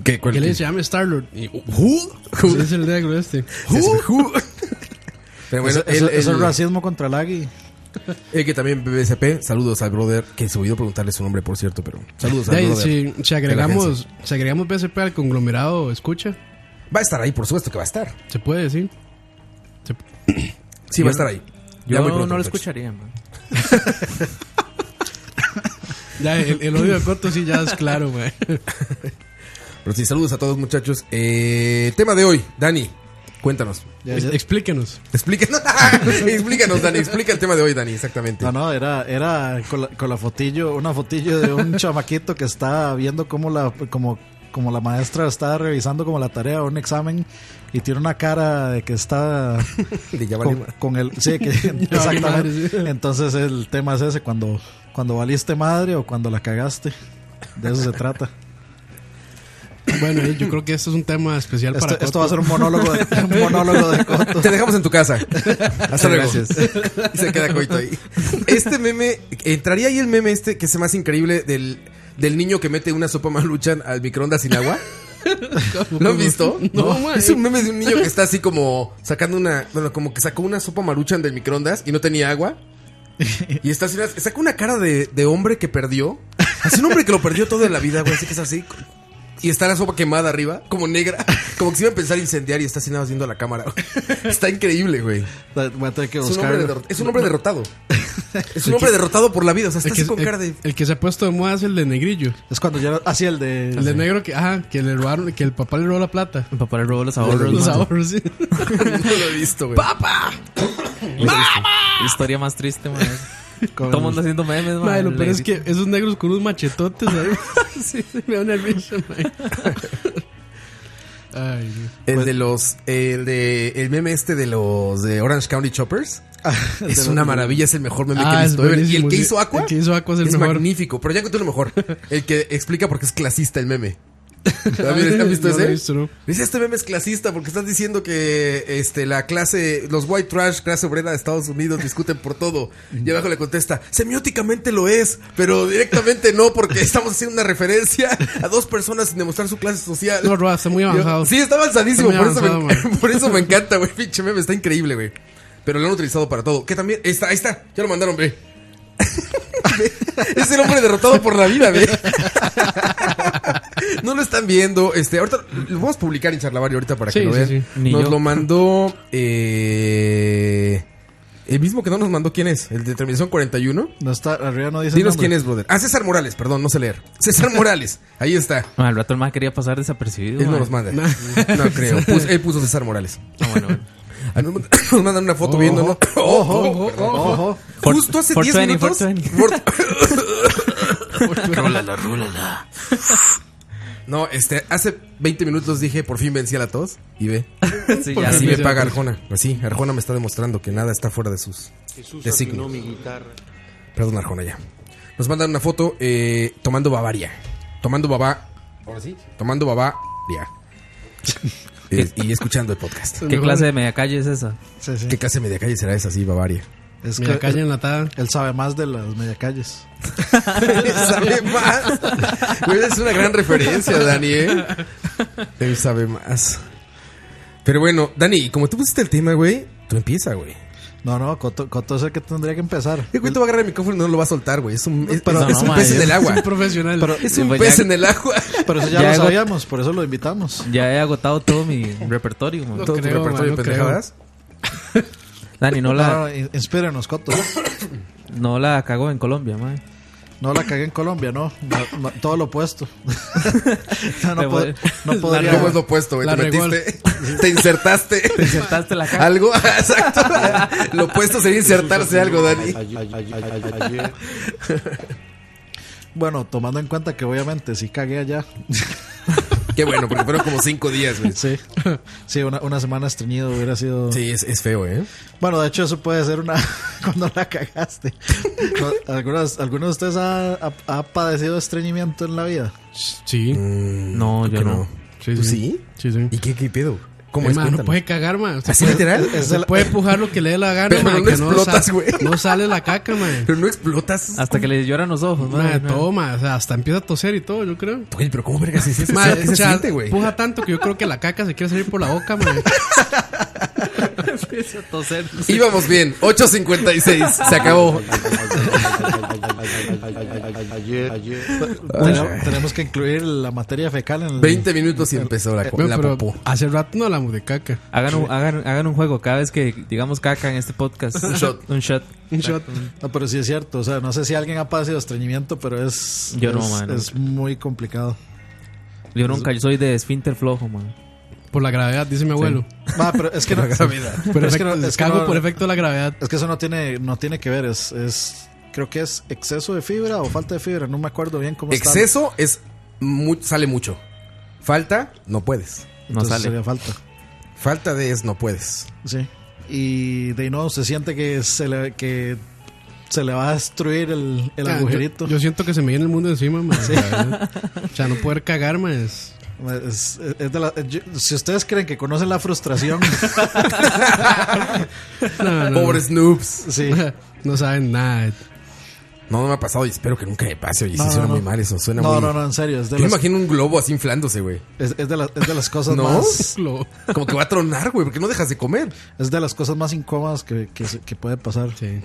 [SPEAKER 1] ¿Qué, cuál-
[SPEAKER 4] Que le
[SPEAKER 1] qué?
[SPEAKER 4] dice, llame Star-Lord. Y, uh,
[SPEAKER 1] Who?
[SPEAKER 4] sí, es el negro este.
[SPEAKER 1] Who? Pero bueno,
[SPEAKER 5] Eso- eso-
[SPEAKER 1] el-
[SPEAKER 5] eso es
[SPEAKER 1] el-
[SPEAKER 5] racismo contra Lagui.
[SPEAKER 1] el que también BBCP, saludos al brother, que se me olvidó preguntarle su nombre, por cierto, pero saludos
[SPEAKER 4] De
[SPEAKER 1] al
[SPEAKER 4] ahí,
[SPEAKER 1] brother.
[SPEAKER 4] si, si
[SPEAKER 1] de la
[SPEAKER 4] agregamos, si agregamos BCP al conglomerado, escucha,
[SPEAKER 1] Va a estar ahí, por supuesto que va a estar.
[SPEAKER 4] se puede decir. Se-
[SPEAKER 1] Sí, va a estar ahí. Ya
[SPEAKER 6] Yo
[SPEAKER 1] muy pronto, pues.
[SPEAKER 6] no lo
[SPEAKER 1] muchachos.
[SPEAKER 6] escucharía. man.
[SPEAKER 4] ya, el, el odio de Coto sí ya es claro, güey.
[SPEAKER 1] Pero sí, saludos a todos muchachos. Eh, tema de hoy, Dani, cuéntanos.
[SPEAKER 5] Ya-
[SPEAKER 4] Ex-
[SPEAKER 5] ya-
[SPEAKER 4] Explíquenos.
[SPEAKER 1] Explícanos, explícanos, Dani, explica el tema de hoy, Dani, exactamente.
[SPEAKER 5] No, no, era, era con, la, con la fotillo, una fotillo de un chamaquito que está viendo cómo la, como, como la maestra está revisando como la tarea o un examen y tiene una cara de que está
[SPEAKER 1] De ya valió
[SPEAKER 5] con,
[SPEAKER 1] madre.
[SPEAKER 5] con el... Sí, que,
[SPEAKER 4] madre, sí.
[SPEAKER 5] exactamente. Entonces el tema es ese, cuando, cuando valiste madre o cuando la cagaste. De eso se trata.
[SPEAKER 4] Bueno, eh, yo creo que esto es un tema especial para
[SPEAKER 5] Esto,
[SPEAKER 4] Coto.
[SPEAKER 5] esto va a ser un monólogo de, un monólogo de Coto.
[SPEAKER 1] Te dejamos en tu casa. Hasta luego.
[SPEAKER 5] Gracias.
[SPEAKER 1] Se queda coito ahí. Este meme, entraría ahí el meme este que es el más increíble del, del niño que mete una sopa maluchan al microondas sin agua. ¿Lo han visto?
[SPEAKER 4] No, güey.
[SPEAKER 1] es un meme de un niño que está así como sacando una, bueno, como que sacó una sopa maruchan del microondas y no tenía agua. Y está así, saca una cara de, de hombre que perdió. Así un hombre que lo perdió todo en la vida, güey, así que es así. Y está la sopa quemada arriba, como negra, como que se iba a pensar incendiar y está así nada más viendo a la cámara. güey. Está increíble, güey.
[SPEAKER 5] Voy a tener que
[SPEAKER 1] Es un, hombre
[SPEAKER 5] buscarlo.
[SPEAKER 1] derro- es un hombre derrotado. Es un hombre derrotado por la vida. O sea, está
[SPEAKER 4] el que,
[SPEAKER 1] así con
[SPEAKER 4] el-
[SPEAKER 1] cara de.
[SPEAKER 4] el que se ha puesto de moda es el de negrillo.
[SPEAKER 5] Es cuando yo... Así el de...
[SPEAKER 4] El de negro que, ajá, que le robaron, que el papá le robó la plata.
[SPEAKER 6] Mi papá le robó los ahorros.
[SPEAKER 4] Los
[SPEAKER 6] man.
[SPEAKER 4] ahorros, sí.
[SPEAKER 1] no lo he visto, güey.
[SPEAKER 6] Historia más triste, man.
[SPEAKER 5] con-
[SPEAKER 6] Todo el mundo haciendo memes, man.
[SPEAKER 4] Madre, lo peor es
[SPEAKER 6] Le-
[SPEAKER 4] que esos negros con unos machetotes ahí. sí, se me da una risa, madre. Ay, Dios.
[SPEAKER 1] El de los. El de. El meme este de los de Orange County Choppers. es una maravilla, es el mejor meme que
[SPEAKER 4] Ah,
[SPEAKER 1] he
[SPEAKER 4] es
[SPEAKER 1] visto. ever. Y el
[SPEAKER 4] buenísimo,
[SPEAKER 1] que
[SPEAKER 4] sí.
[SPEAKER 1] hizo Aqua.
[SPEAKER 4] El que hizo Aqua es el mejor.
[SPEAKER 1] magnífico. Pero ya encontré lo mejor. El que explica por qué es clasista el meme.
[SPEAKER 4] Ah,
[SPEAKER 1] ¿Has visto
[SPEAKER 4] no lo
[SPEAKER 1] ese?
[SPEAKER 4] he visto, no.
[SPEAKER 1] Dice, este meme es clasista porque estás diciendo que este, la clase, los white trash, clase obrera de Estados Unidos discuten por todo. Y abajo le contesta, semióticamente lo es, pero directamente no porque estamos haciendo una referencia a dos personas sin demostrar su clase social.
[SPEAKER 4] No, Roa, está muy
[SPEAKER 1] Yo-
[SPEAKER 4] avanzado.
[SPEAKER 1] sí, está avanzadísimo,
[SPEAKER 4] Está muy
[SPEAKER 1] por, eso
[SPEAKER 4] avanzado,
[SPEAKER 1] me, por eso me encanta, güey, pinche meme, está increíble, güey. Pero lo han utilizado para todo. Que también, ahí está, ahí está, ya lo mandaron, ve. es el hombre derrotado por la vida, ve. No lo están viendo. Este, ahorita lo vamos a publicar en Charlavario ahorita para que
[SPEAKER 4] Sí,
[SPEAKER 1] lo
[SPEAKER 4] sí,
[SPEAKER 1] vean.
[SPEAKER 4] sí.
[SPEAKER 6] Ni
[SPEAKER 1] Nos
[SPEAKER 6] yo.
[SPEAKER 1] lo mandó eh, el mismo que no nos mandó quién es, el de terminación 41.
[SPEAKER 5] No está... Arriba no dice el
[SPEAKER 1] Dinos
[SPEAKER 5] nombre.
[SPEAKER 1] quién es, brother. Ah, César Morales, perdón, no sé leer. César Morales, ahí está.
[SPEAKER 6] Man, al rato el más quería pasar desapercibido.
[SPEAKER 1] Él no
[SPEAKER 6] man.
[SPEAKER 1] nos manda. No creo. Pus- él puso César Morales.
[SPEAKER 6] Ah, bueno, bueno.
[SPEAKER 1] Ah, Nos mand- nos mandan una foto viendo, ¿no? Ojo, ojo,
[SPEAKER 5] Ojo.
[SPEAKER 1] Justo hace 10
[SPEAKER 6] 420,
[SPEAKER 1] minutos.
[SPEAKER 6] 420.
[SPEAKER 1] No, este, hace 20 minutos dije, por fin vencí a la tos. Y ve.
[SPEAKER 6] Sí,
[SPEAKER 4] Por
[SPEAKER 6] ya.
[SPEAKER 1] Así
[SPEAKER 4] fin.
[SPEAKER 1] me
[SPEAKER 4] sí,
[SPEAKER 1] paga
[SPEAKER 4] sí.
[SPEAKER 1] Arjona. Así, Arjona me está demostrando que nada está fuera de sus designios. Perdón, Arjona, ya. Nos mandan una foto eh, tomando Bavaria. Tomando Baba. ¿Ahora sí? Tomando Bavaria. Eh, y escuchando el podcast.
[SPEAKER 6] ¿Qué clase de media calle es esa?
[SPEAKER 5] Sí, sí.
[SPEAKER 1] ¿Qué clase de media calle será esa? Sí, Bavaria.
[SPEAKER 5] Es
[SPEAKER 4] Mira,
[SPEAKER 5] que-
[SPEAKER 4] calle enlatada.
[SPEAKER 5] Él sabe más de las mediacalles.
[SPEAKER 1] sabe más. Güey, es una gran referencia, Dani, ¿eh? Él sabe más. Pero bueno, Dani, como tú pusiste el tema, güey, tú empieza, güey.
[SPEAKER 5] No, no, Coto, Coto es el que tendría que empezar.
[SPEAKER 1] El güey te va a agarrar el micrófono y no lo va a soltar, güey. Es un, es-
[SPEAKER 5] pero-
[SPEAKER 1] es- es
[SPEAKER 5] no,
[SPEAKER 1] un
[SPEAKER 5] no,
[SPEAKER 1] pez
[SPEAKER 5] madre,
[SPEAKER 1] en el agua.
[SPEAKER 4] Es un profesional.
[SPEAKER 5] Pero,
[SPEAKER 1] Es un
[SPEAKER 6] Pues
[SPEAKER 1] pez
[SPEAKER 6] ya-
[SPEAKER 1] en el agua.
[SPEAKER 5] pero eso ya,
[SPEAKER 6] Ya
[SPEAKER 5] lo
[SPEAKER 6] hago-
[SPEAKER 5] sabíamos, por eso lo invitamos.
[SPEAKER 6] Ya he agotado todo mi repertorio. man.
[SPEAKER 4] No
[SPEAKER 1] tu
[SPEAKER 4] creo,
[SPEAKER 1] repertorio
[SPEAKER 4] man,
[SPEAKER 1] de
[SPEAKER 4] no
[SPEAKER 1] pendejadas.
[SPEAKER 6] Dani, no
[SPEAKER 5] No,
[SPEAKER 6] la,
[SPEAKER 5] no, in- inspírenos, Coto.
[SPEAKER 6] no la cagó en Colombia, man.
[SPEAKER 5] No la cagué en Colombia, no. No, no, todo lo opuesto. no, no,
[SPEAKER 6] Le
[SPEAKER 5] pod-
[SPEAKER 6] voy-
[SPEAKER 5] no
[SPEAKER 6] la
[SPEAKER 5] podría.
[SPEAKER 1] ¿Cómo es lo opuesto, güey?
[SPEAKER 4] La
[SPEAKER 1] Te
[SPEAKER 4] regó.
[SPEAKER 1] metiste, te insertaste
[SPEAKER 6] Insertaste la caja.
[SPEAKER 1] algo. Exacto. Lo opuesto sería insertarse algo, Dani.
[SPEAKER 5] Ay- ay- ay- ay- ay- ay- Bueno, tomando en cuenta que obviamente sí cagué allá.
[SPEAKER 1] Qué bueno, porque fueron como cinco días, güey.
[SPEAKER 5] Sí. Sí, una, una semana estreñido hubiera sido.
[SPEAKER 1] Sí, es, es feo, ¿eh?
[SPEAKER 5] Bueno, de hecho, eso puede ser una. cuando la cagaste. No, ¿Algunos, ¿Alguno de ustedes ha, ha- ha padecido estreñimiento en la vida?
[SPEAKER 4] Sí.
[SPEAKER 1] Mm,
[SPEAKER 6] No, yo
[SPEAKER 1] que
[SPEAKER 6] no.
[SPEAKER 4] Sí,
[SPEAKER 1] ¿Tú
[SPEAKER 4] sí.
[SPEAKER 1] sí?
[SPEAKER 4] Sí, sí.
[SPEAKER 1] ¿Y qué, qué pedo? ¿Cómo
[SPEAKER 4] Eh,
[SPEAKER 1] es?
[SPEAKER 4] ma, no
[SPEAKER 1] Cuéntame.
[SPEAKER 4] puede cagar, man.
[SPEAKER 1] ¿Así literal?
[SPEAKER 4] Se puede empujar lo que le dé la gana,
[SPEAKER 1] Pero
[SPEAKER 4] man,
[SPEAKER 1] no
[SPEAKER 4] que no,
[SPEAKER 1] explotas,
[SPEAKER 4] sa-
[SPEAKER 1] güey.
[SPEAKER 4] no sale la caca, man.
[SPEAKER 1] Pero no explotas.
[SPEAKER 6] Hasta que le lloran los ojos,
[SPEAKER 4] Ma,
[SPEAKER 6] madre,
[SPEAKER 4] todo, ma, o sea, hasta empieza a toser y todo, yo creo.
[SPEAKER 1] Güey, pero ¿cómo vergas es eso?
[SPEAKER 4] Ma,
[SPEAKER 1] O sea, ¿Qué se
[SPEAKER 4] o sea,
[SPEAKER 1] siente, güey?
[SPEAKER 4] Empuja tanto que yo creo que la caca se quiere salir por la boca, man.
[SPEAKER 6] Empieza a toser.
[SPEAKER 1] Íbamos bien, 8.56, se acabó.
[SPEAKER 5] Tenemos, tenemos que incluir la materia fecal en el.
[SPEAKER 1] 20 minutos y empezó la,
[SPEAKER 4] Bueno,
[SPEAKER 1] la
[SPEAKER 4] Eh, pero
[SPEAKER 1] popó.
[SPEAKER 4] hace rato no hablamos de caca.
[SPEAKER 6] Hagan un, hagan, hagan un juego cada vez que digamos caca en este podcast. Un
[SPEAKER 1] shot.
[SPEAKER 6] Un shot.
[SPEAKER 4] Un shot.
[SPEAKER 5] No, pero sí es cierto. O sea, no sé si alguien ha padecido estreñimiento, pero es.
[SPEAKER 6] Yo no,
[SPEAKER 5] es-
[SPEAKER 6] man.
[SPEAKER 5] Es muy complicado.
[SPEAKER 6] Yo nunca, yo soy de esfínter flojo, man.
[SPEAKER 4] Por la gravedad, dice mi abuelo.
[SPEAKER 5] Va, pero es que no.
[SPEAKER 4] Pero
[SPEAKER 5] es
[SPEAKER 4] es
[SPEAKER 5] que no- es que
[SPEAKER 4] cago
[SPEAKER 5] no-
[SPEAKER 4] por efecto de la gravedad.
[SPEAKER 5] Es que eso no tiene, no tiene que ver, es, es creo que es exceso de fibra o falta de fibra, no me acuerdo bien cómo está.
[SPEAKER 1] Exceso es mu- sale mucho. Falta, no puedes.
[SPEAKER 6] No
[SPEAKER 5] Entonces
[SPEAKER 6] sale.
[SPEAKER 5] sería falta.
[SPEAKER 1] Falta de es no puedes.
[SPEAKER 5] Sí. Y de no se siente que se le que se le va a destruir el, el
[SPEAKER 4] O sea,
[SPEAKER 5] agujerito.
[SPEAKER 4] Ah, Yo, yo siento que se me viene el mundo encima, man. la verdad. O sea, no poder cagar, man. es-
[SPEAKER 5] Es- es de la- yo- si ustedes creen que conocen la frustración,
[SPEAKER 4] No, no,
[SPEAKER 1] Pobre Snoops.
[SPEAKER 5] sí.
[SPEAKER 4] no saben nada.
[SPEAKER 1] No, no me ha pasado y espero que nunca me pase. Oye, sí
[SPEAKER 5] No,
[SPEAKER 1] suena
[SPEAKER 5] no,
[SPEAKER 1] muy
[SPEAKER 5] no.
[SPEAKER 1] mal eso. Suena
[SPEAKER 5] No,
[SPEAKER 1] muy.
[SPEAKER 5] no, no, en serio, es de,
[SPEAKER 1] Yo me
[SPEAKER 5] las,
[SPEAKER 1] imagino un globo así inflándose, güey.
[SPEAKER 5] es, es de, las- es de las cosas
[SPEAKER 1] ¿No?
[SPEAKER 5] más
[SPEAKER 4] Lo-
[SPEAKER 1] Como que va a tronar, güey, porque no dejas de comer.
[SPEAKER 5] es de las cosas más incómodas que, que, se- que puede pasar.
[SPEAKER 4] sí.